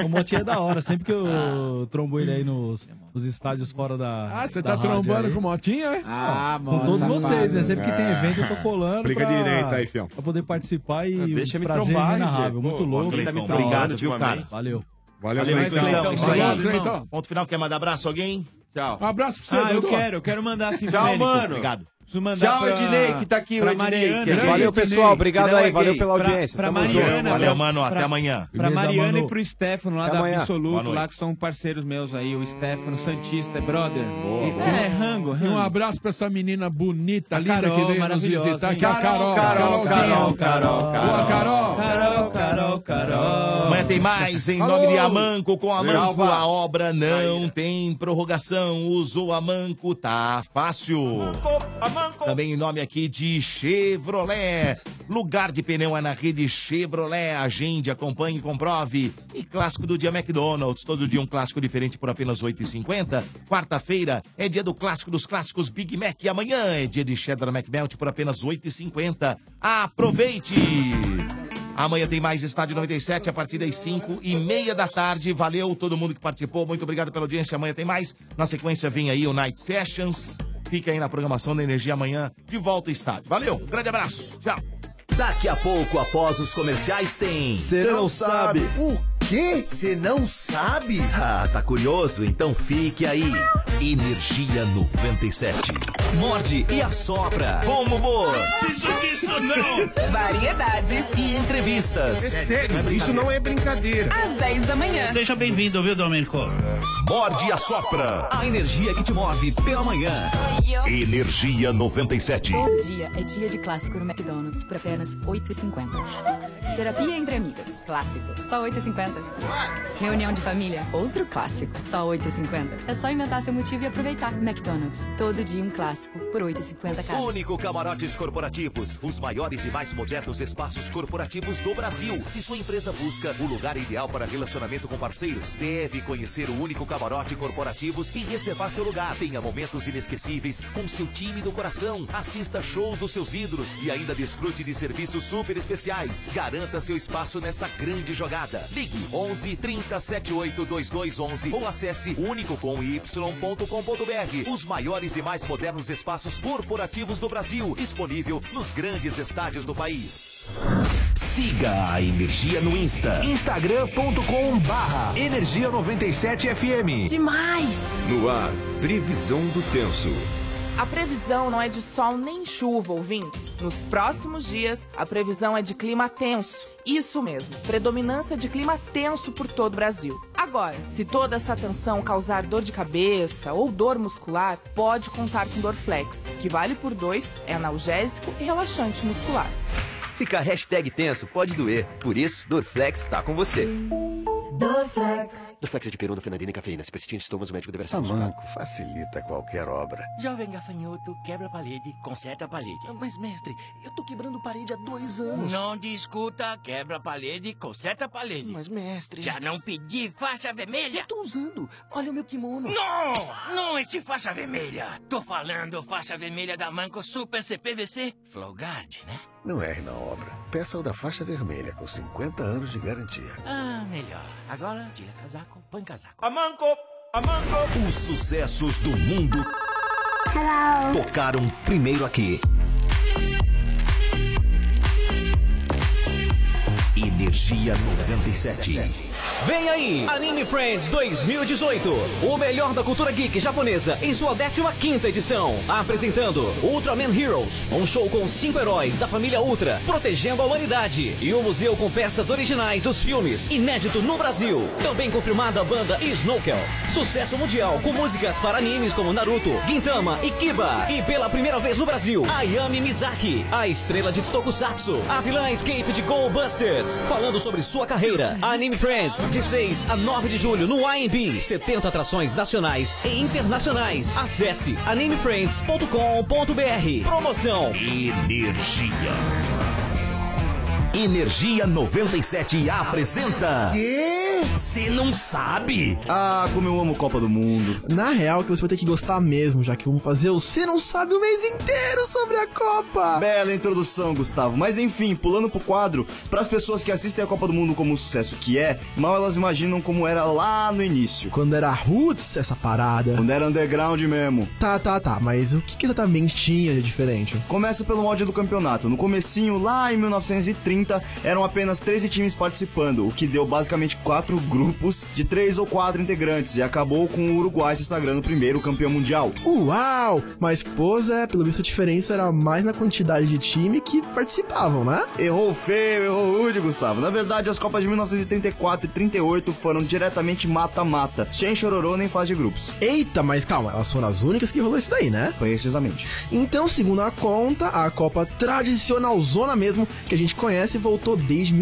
[SPEAKER 11] O Moti é da hora. Sempre que eu trombo ele aí nos, nos estádios fora da.
[SPEAKER 21] Ah, você
[SPEAKER 11] da
[SPEAKER 21] tá
[SPEAKER 11] rádio
[SPEAKER 21] trombando
[SPEAKER 11] aí.
[SPEAKER 21] com o Motinha, é?
[SPEAKER 15] Ah,
[SPEAKER 11] Com todos vocês, né? Sempre que tem evento, eu tô colando.
[SPEAKER 21] Briga
[SPEAKER 11] pra,
[SPEAKER 21] direito aí,
[SPEAKER 17] fião.
[SPEAKER 11] Pra poder participar e.
[SPEAKER 17] Deixa
[SPEAKER 11] um
[SPEAKER 17] me
[SPEAKER 11] prazer
[SPEAKER 17] trombar,
[SPEAKER 11] inenarrável.
[SPEAKER 17] gente.
[SPEAKER 11] Muito
[SPEAKER 17] Pô,
[SPEAKER 11] louco.
[SPEAKER 17] quem tá me
[SPEAKER 11] Da hora.
[SPEAKER 6] Obrigado, viu, cara?
[SPEAKER 11] Valeu.
[SPEAKER 17] Valeu,
[SPEAKER 6] Cleitão. Isso aí.
[SPEAKER 15] Obrigado, Cleitão.
[SPEAKER 6] Então, Ponto final, quer mandar abraço a alguém? Tchau.
[SPEAKER 21] Um abraço pra
[SPEAKER 15] você, Ah, eu Dudu. quero, eu quero mandar assim,
[SPEAKER 6] Tchau,
[SPEAKER 15] Domênico.
[SPEAKER 6] mano.
[SPEAKER 15] Obrigado. Preciso mandar
[SPEAKER 6] Tchau,
[SPEAKER 15] pra-
[SPEAKER 6] Ednei, que tá aqui, o
[SPEAKER 15] pra
[SPEAKER 6] Ednei.
[SPEAKER 15] Mariana, né?
[SPEAKER 6] que é
[SPEAKER 15] Valeu,
[SPEAKER 6] grande
[SPEAKER 15] pessoal,
[SPEAKER 6] Ednei,
[SPEAKER 15] obrigado
[SPEAKER 6] que não
[SPEAKER 15] aí,
[SPEAKER 6] é
[SPEAKER 15] valeu
[SPEAKER 6] gay.
[SPEAKER 15] pela audiência, Pra
[SPEAKER 6] Tamo junto.
[SPEAKER 15] Mariana,
[SPEAKER 6] Valeu,
[SPEAKER 15] pra-
[SPEAKER 6] mano. Até
[SPEAKER 15] pra-
[SPEAKER 6] amanhã.
[SPEAKER 15] Pra Mariana e pro Stefano lá
[SPEAKER 6] Até
[SPEAKER 15] da
[SPEAKER 6] amanhã. Boa
[SPEAKER 15] Absoluto,
[SPEAKER 6] noite.
[SPEAKER 15] lá que são parceiros meus aí, o Stefano Santista, é brother. E- É, rango,
[SPEAKER 21] E um
[SPEAKER 15] rango.
[SPEAKER 21] abraço pra essa menina bonita,
[SPEAKER 15] A
[SPEAKER 21] linda, que
[SPEAKER 15] Carol,
[SPEAKER 21] veio nos
[SPEAKER 15] maravilhosa,
[SPEAKER 21] visitar,
[SPEAKER 15] hein?
[SPEAKER 21] que é a Carol.
[SPEAKER 15] Carol, Carol,
[SPEAKER 21] Carolzinha.
[SPEAKER 15] Carol, Carol,
[SPEAKER 21] Boa, Carol.
[SPEAKER 15] Carol, Carol, Carol.
[SPEAKER 6] Amanhã tem mais em
[SPEAKER 15] Alô.
[SPEAKER 6] nome de Amanco. Com Amanco,
[SPEAKER 15] Alva.
[SPEAKER 6] a obra não tem prorrogação. Usou Amanco, tá fácil. Também em nome aqui de Chevrolet. Lugar de pneu é na rede Chevrolet. Agende, acompanhe e comprove. E clássico do dia McDonald's. Todo dia um clássico diferente por apenas R$ 8,50. Quarta-feira é dia do clássico dos clássicos Big Mac. E amanhã é dia de Cheddar McMelt por apenas R$ 8,50. Aproveite! Amanhã tem mais Estádio 97 a partir das 5 e meia da tarde. Valeu todo mundo que participou. Muito obrigado pela audiência. Amanhã tem mais. Na sequência vem aí o Night Sessions.
[SPEAKER 28] Fique aí na programação da Energia amanhã, de volta ao estádio. Valeu, um grande abraço, tchau.
[SPEAKER 6] Daqui a pouco, após os comerciais, tem.
[SPEAKER 28] Cê não sabe.
[SPEAKER 6] O quê? Você não sabe? Ah, tá curioso? Então fique aí. Energia 97. Morde e assopra. Bom humor.
[SPEAKER 10] disso não!
[SPEAKER 6] Variedades. E entrevistas.
[SPEAKER 19] É
[SPEAKER 1] É
[SPEAKER 10] brincadeira. Às 10 da manhã.
[SPEAKER 6] Seja bem-vindo, viu, Domenico? Morde e assopra. A energia que te move pela manhã.
[SPEAKER 29] Energia 97.
[SPEAKER 7] Todo dia é dia de clássico no McDonald's por apenas 8,50. Terapia entre amigas, clássico, só 8,50. Reunião de família, outro clássico, só 8,50. É só inventar seu motivo e aproveitar. McDonald's, todo dia um clássico por 8,50 cada.
[SPEAKER 6] Único Camarotes Corporativos, os maiores e mais modernos espaços corporativos do Brasil. Se sua empresa busca o lugar ideal para relacionamento com parceiros, deve conhecer o Único Camarote Corporativos e reservar seu lugar. Tenha momentos inesquecíveis com seu time do coração. Assista shows dos seus ídolos e ainda desfrute de serviços super especiais. Garanta seu espaço nessa grande jogada. Ligue 11 30 78 2211 ou acesse únicocomy.com.br. Os maiores e mais modernos espaços corporativos do Brasil, disponível nos grandes estádios do país. Siga a Energia no Insta. Instagram.com barra Energia 97 FM.
[SPEAKER 19] Demais!
[SPEAKER 29] No ar, previsão do tenso.
[SPEAKER 19] A previsão não é de sol nem chuva, ouvintes. Nos próximos dias, a previsão é de clima tenso. Isso mesmo, predominância de clima tenso por todo o Brasil. Agora, se toda essa tensão causar dor de cabeça ou dor muscular, pode contar com Dorflex, que vale por dois, é analgésico e relaxante muscular.
[SPEAKER 4] Ficar hashtag tenso pode doer. Por isso, Dorflex tá com você.
[SPEAKER 19] Dorflex.
[SPEAKER 4] Dorflex é de perona, fenadina e cafeína. Se persistir em sintomas, o médico deverá
[SPEAKER 1] Tamanco facilita qualquer obra.
[SPEAKER 4] Jovem gafanhoto, quebra a parede, conserta a parede. Mas, mestre, eu tô quebrando parede há dois anos.
[SPEAKER 1] Não discuta, quebra a parede, conserta a parede. Mas, mestre. Já não pedi faixa vermelha? Estou usando. Olha o meu kimono. Não! Não esse faixa vermelha. Tô falando faixa vermelha da Manco Super CPVC Flowguard, né? Não erre na obra. Peça o da faixa vermelha com 50 anos de garantia. Ah, melhor. Agora, tira casaco, põe casaco. A Manco! A Manco!
[SPEAKER 6] Os sucessos do mundo tocaram primeiro aqui. Energia 97.
[SPEAKER 4] Vem aí, Anime Friends 2018. O melhor da cultura geek japonesa em sua 15ª edição. Apresentando Ultraman Heroes, um show com cinco heróis da família Ultra, protegendo a humanidade. E um museu com peças originais dos filmes, inédito no Brasil. Também confirmada a banda Snowkel. Sucesso mundial com músicas para animes como Naruto, Gintama e Kiba. E pela primeira vez no Brasil, Ayami Mizaki, a estrela de Tokusatsu. A vilã escape de Go Busters, falando sobre sua carreira. Anime Friends, de 6 a 9 de julho no IMB. 70 atrações nacionais e internacionais. Acesse animefriends.com.br. Promoção.
[SPEAKER 6] Energia. Energia 97 apresenta.
[SPEAKER 4] Quê?
[SPEAKER 6] Você não sabe?
[SPEAKER 30] Ah, como eu amo Copa do Mundo. Na real, que você vai ter que gostar mesmo, já que vamos fazer o Você Não Sabe o mês inteiro sobre a Copa. Bela introdução, Gustavo. Mas enfim, pulando pro quadro, pras pessoas que assistem a Copa do Mundo como o sucesso que é, mal elas imaginam como era lá no início. Quando era roots essa parada. Quando era underground mesmo. Tá, tá, tá. Mas o que que exatamente tinha de diferente? Começa pelo ódio do campeonato. No comecinho, lá em 1930, eram apenas 13 times participando, o que deu basicamente quatro grupos de três ou quatro integrantes e acabou com o Uruguai se sagrando primeiro campeão mundial. Uau! Mas, pois é, pelo visto a diferença era mais na quantidade de time que participavam, né? Errou feio, errou rude, Gustavo. Na verdade, as Copas de 1934 e 38 foram diretamente mata-mata, sem chororô nem fase de grupos. Eita, mas calma, elas foram as únicas que rolou isso daí, né? Precisamente. Então, segundo a conta, a Copa tradicional zona mesmo, que a gente conhece, voltou desde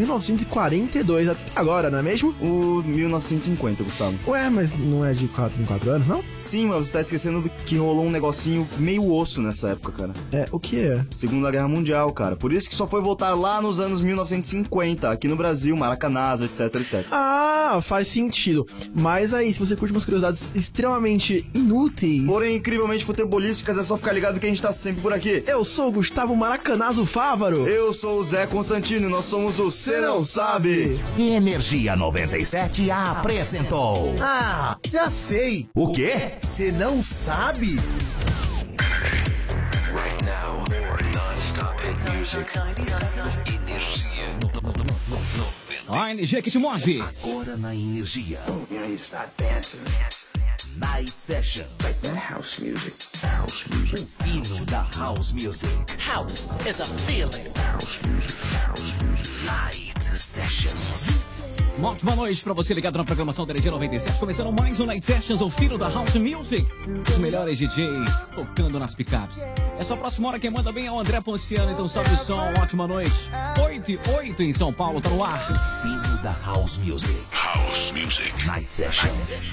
[SPEAKER 30] 1942 até agora, não é mesmo? O 1950, Gustavo. Ué, mas não é de 4 em 4 anos, não? Sim, mas você tá esquecendo do que rolou um negocinho meio osso nessa época, cara. É, o que é? Segunda Guerra Mundial, cara. Por isso que só foi voltar lá nos anos 1950, aqui no Brasil, Maracanazo, etc, etc. Ah, faz sentido. Mas aí, se você curte umas curiosidades extremamente inúteis... Porém, incrivelmente futebolísticas, é só ficar ligado que a gente tá sempre por aqui. Eu sou o Gustavo Maracanazo Fávaro. Eu sou o Zé Constantino e nós somos o Cê Não Sabe.
[SPEAKER 6] Energia 97 apresentou.
[SPEAKER 4] Ah, já sei.
[SPEAKER 6] O quê?
[SPEAKER 4] Você não sabe?
[SPEAKER 11] Música. Energia.
[SPEAKER 4] A energia que te move.
[SPEAKER 11] Agora na energia.
[SPEAKER 1] Night Sessions. house music. House music. O fino da house music.
[SPEAKER 11] House is a feeling. House music. House music. Night sessions.
[SPEAKER 4] Uma ótima noite pra você ligado na programação da Energia 97. Começando mais um Night Sessions, o filho da House Music. Os melhores DJs tocando nas picapes. Essa próxima hora quem manda bem é o André Ponciano, então sobe o som. Ótima noite. 8 e 8 em São Paulo, tá no ar.
[SPEAKER 1] Fino da house music. House music. Night Sessions.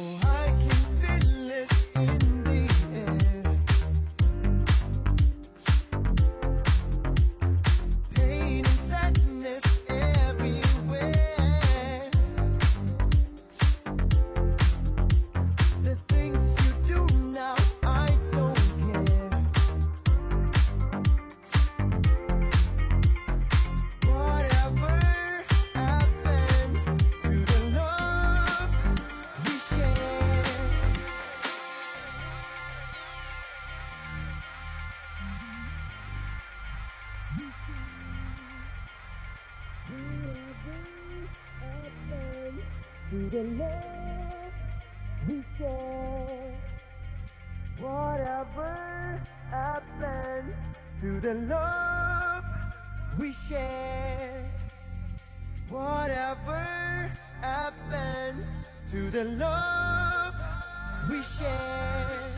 [SPEAKER 11] Oh, I can feel it in the air. Pain and sadness everywhere. The things you do now, I don't care. Whatever happened to the love we share. The love we share. Whatever happened to the love we share. Whatever happened to the love we share.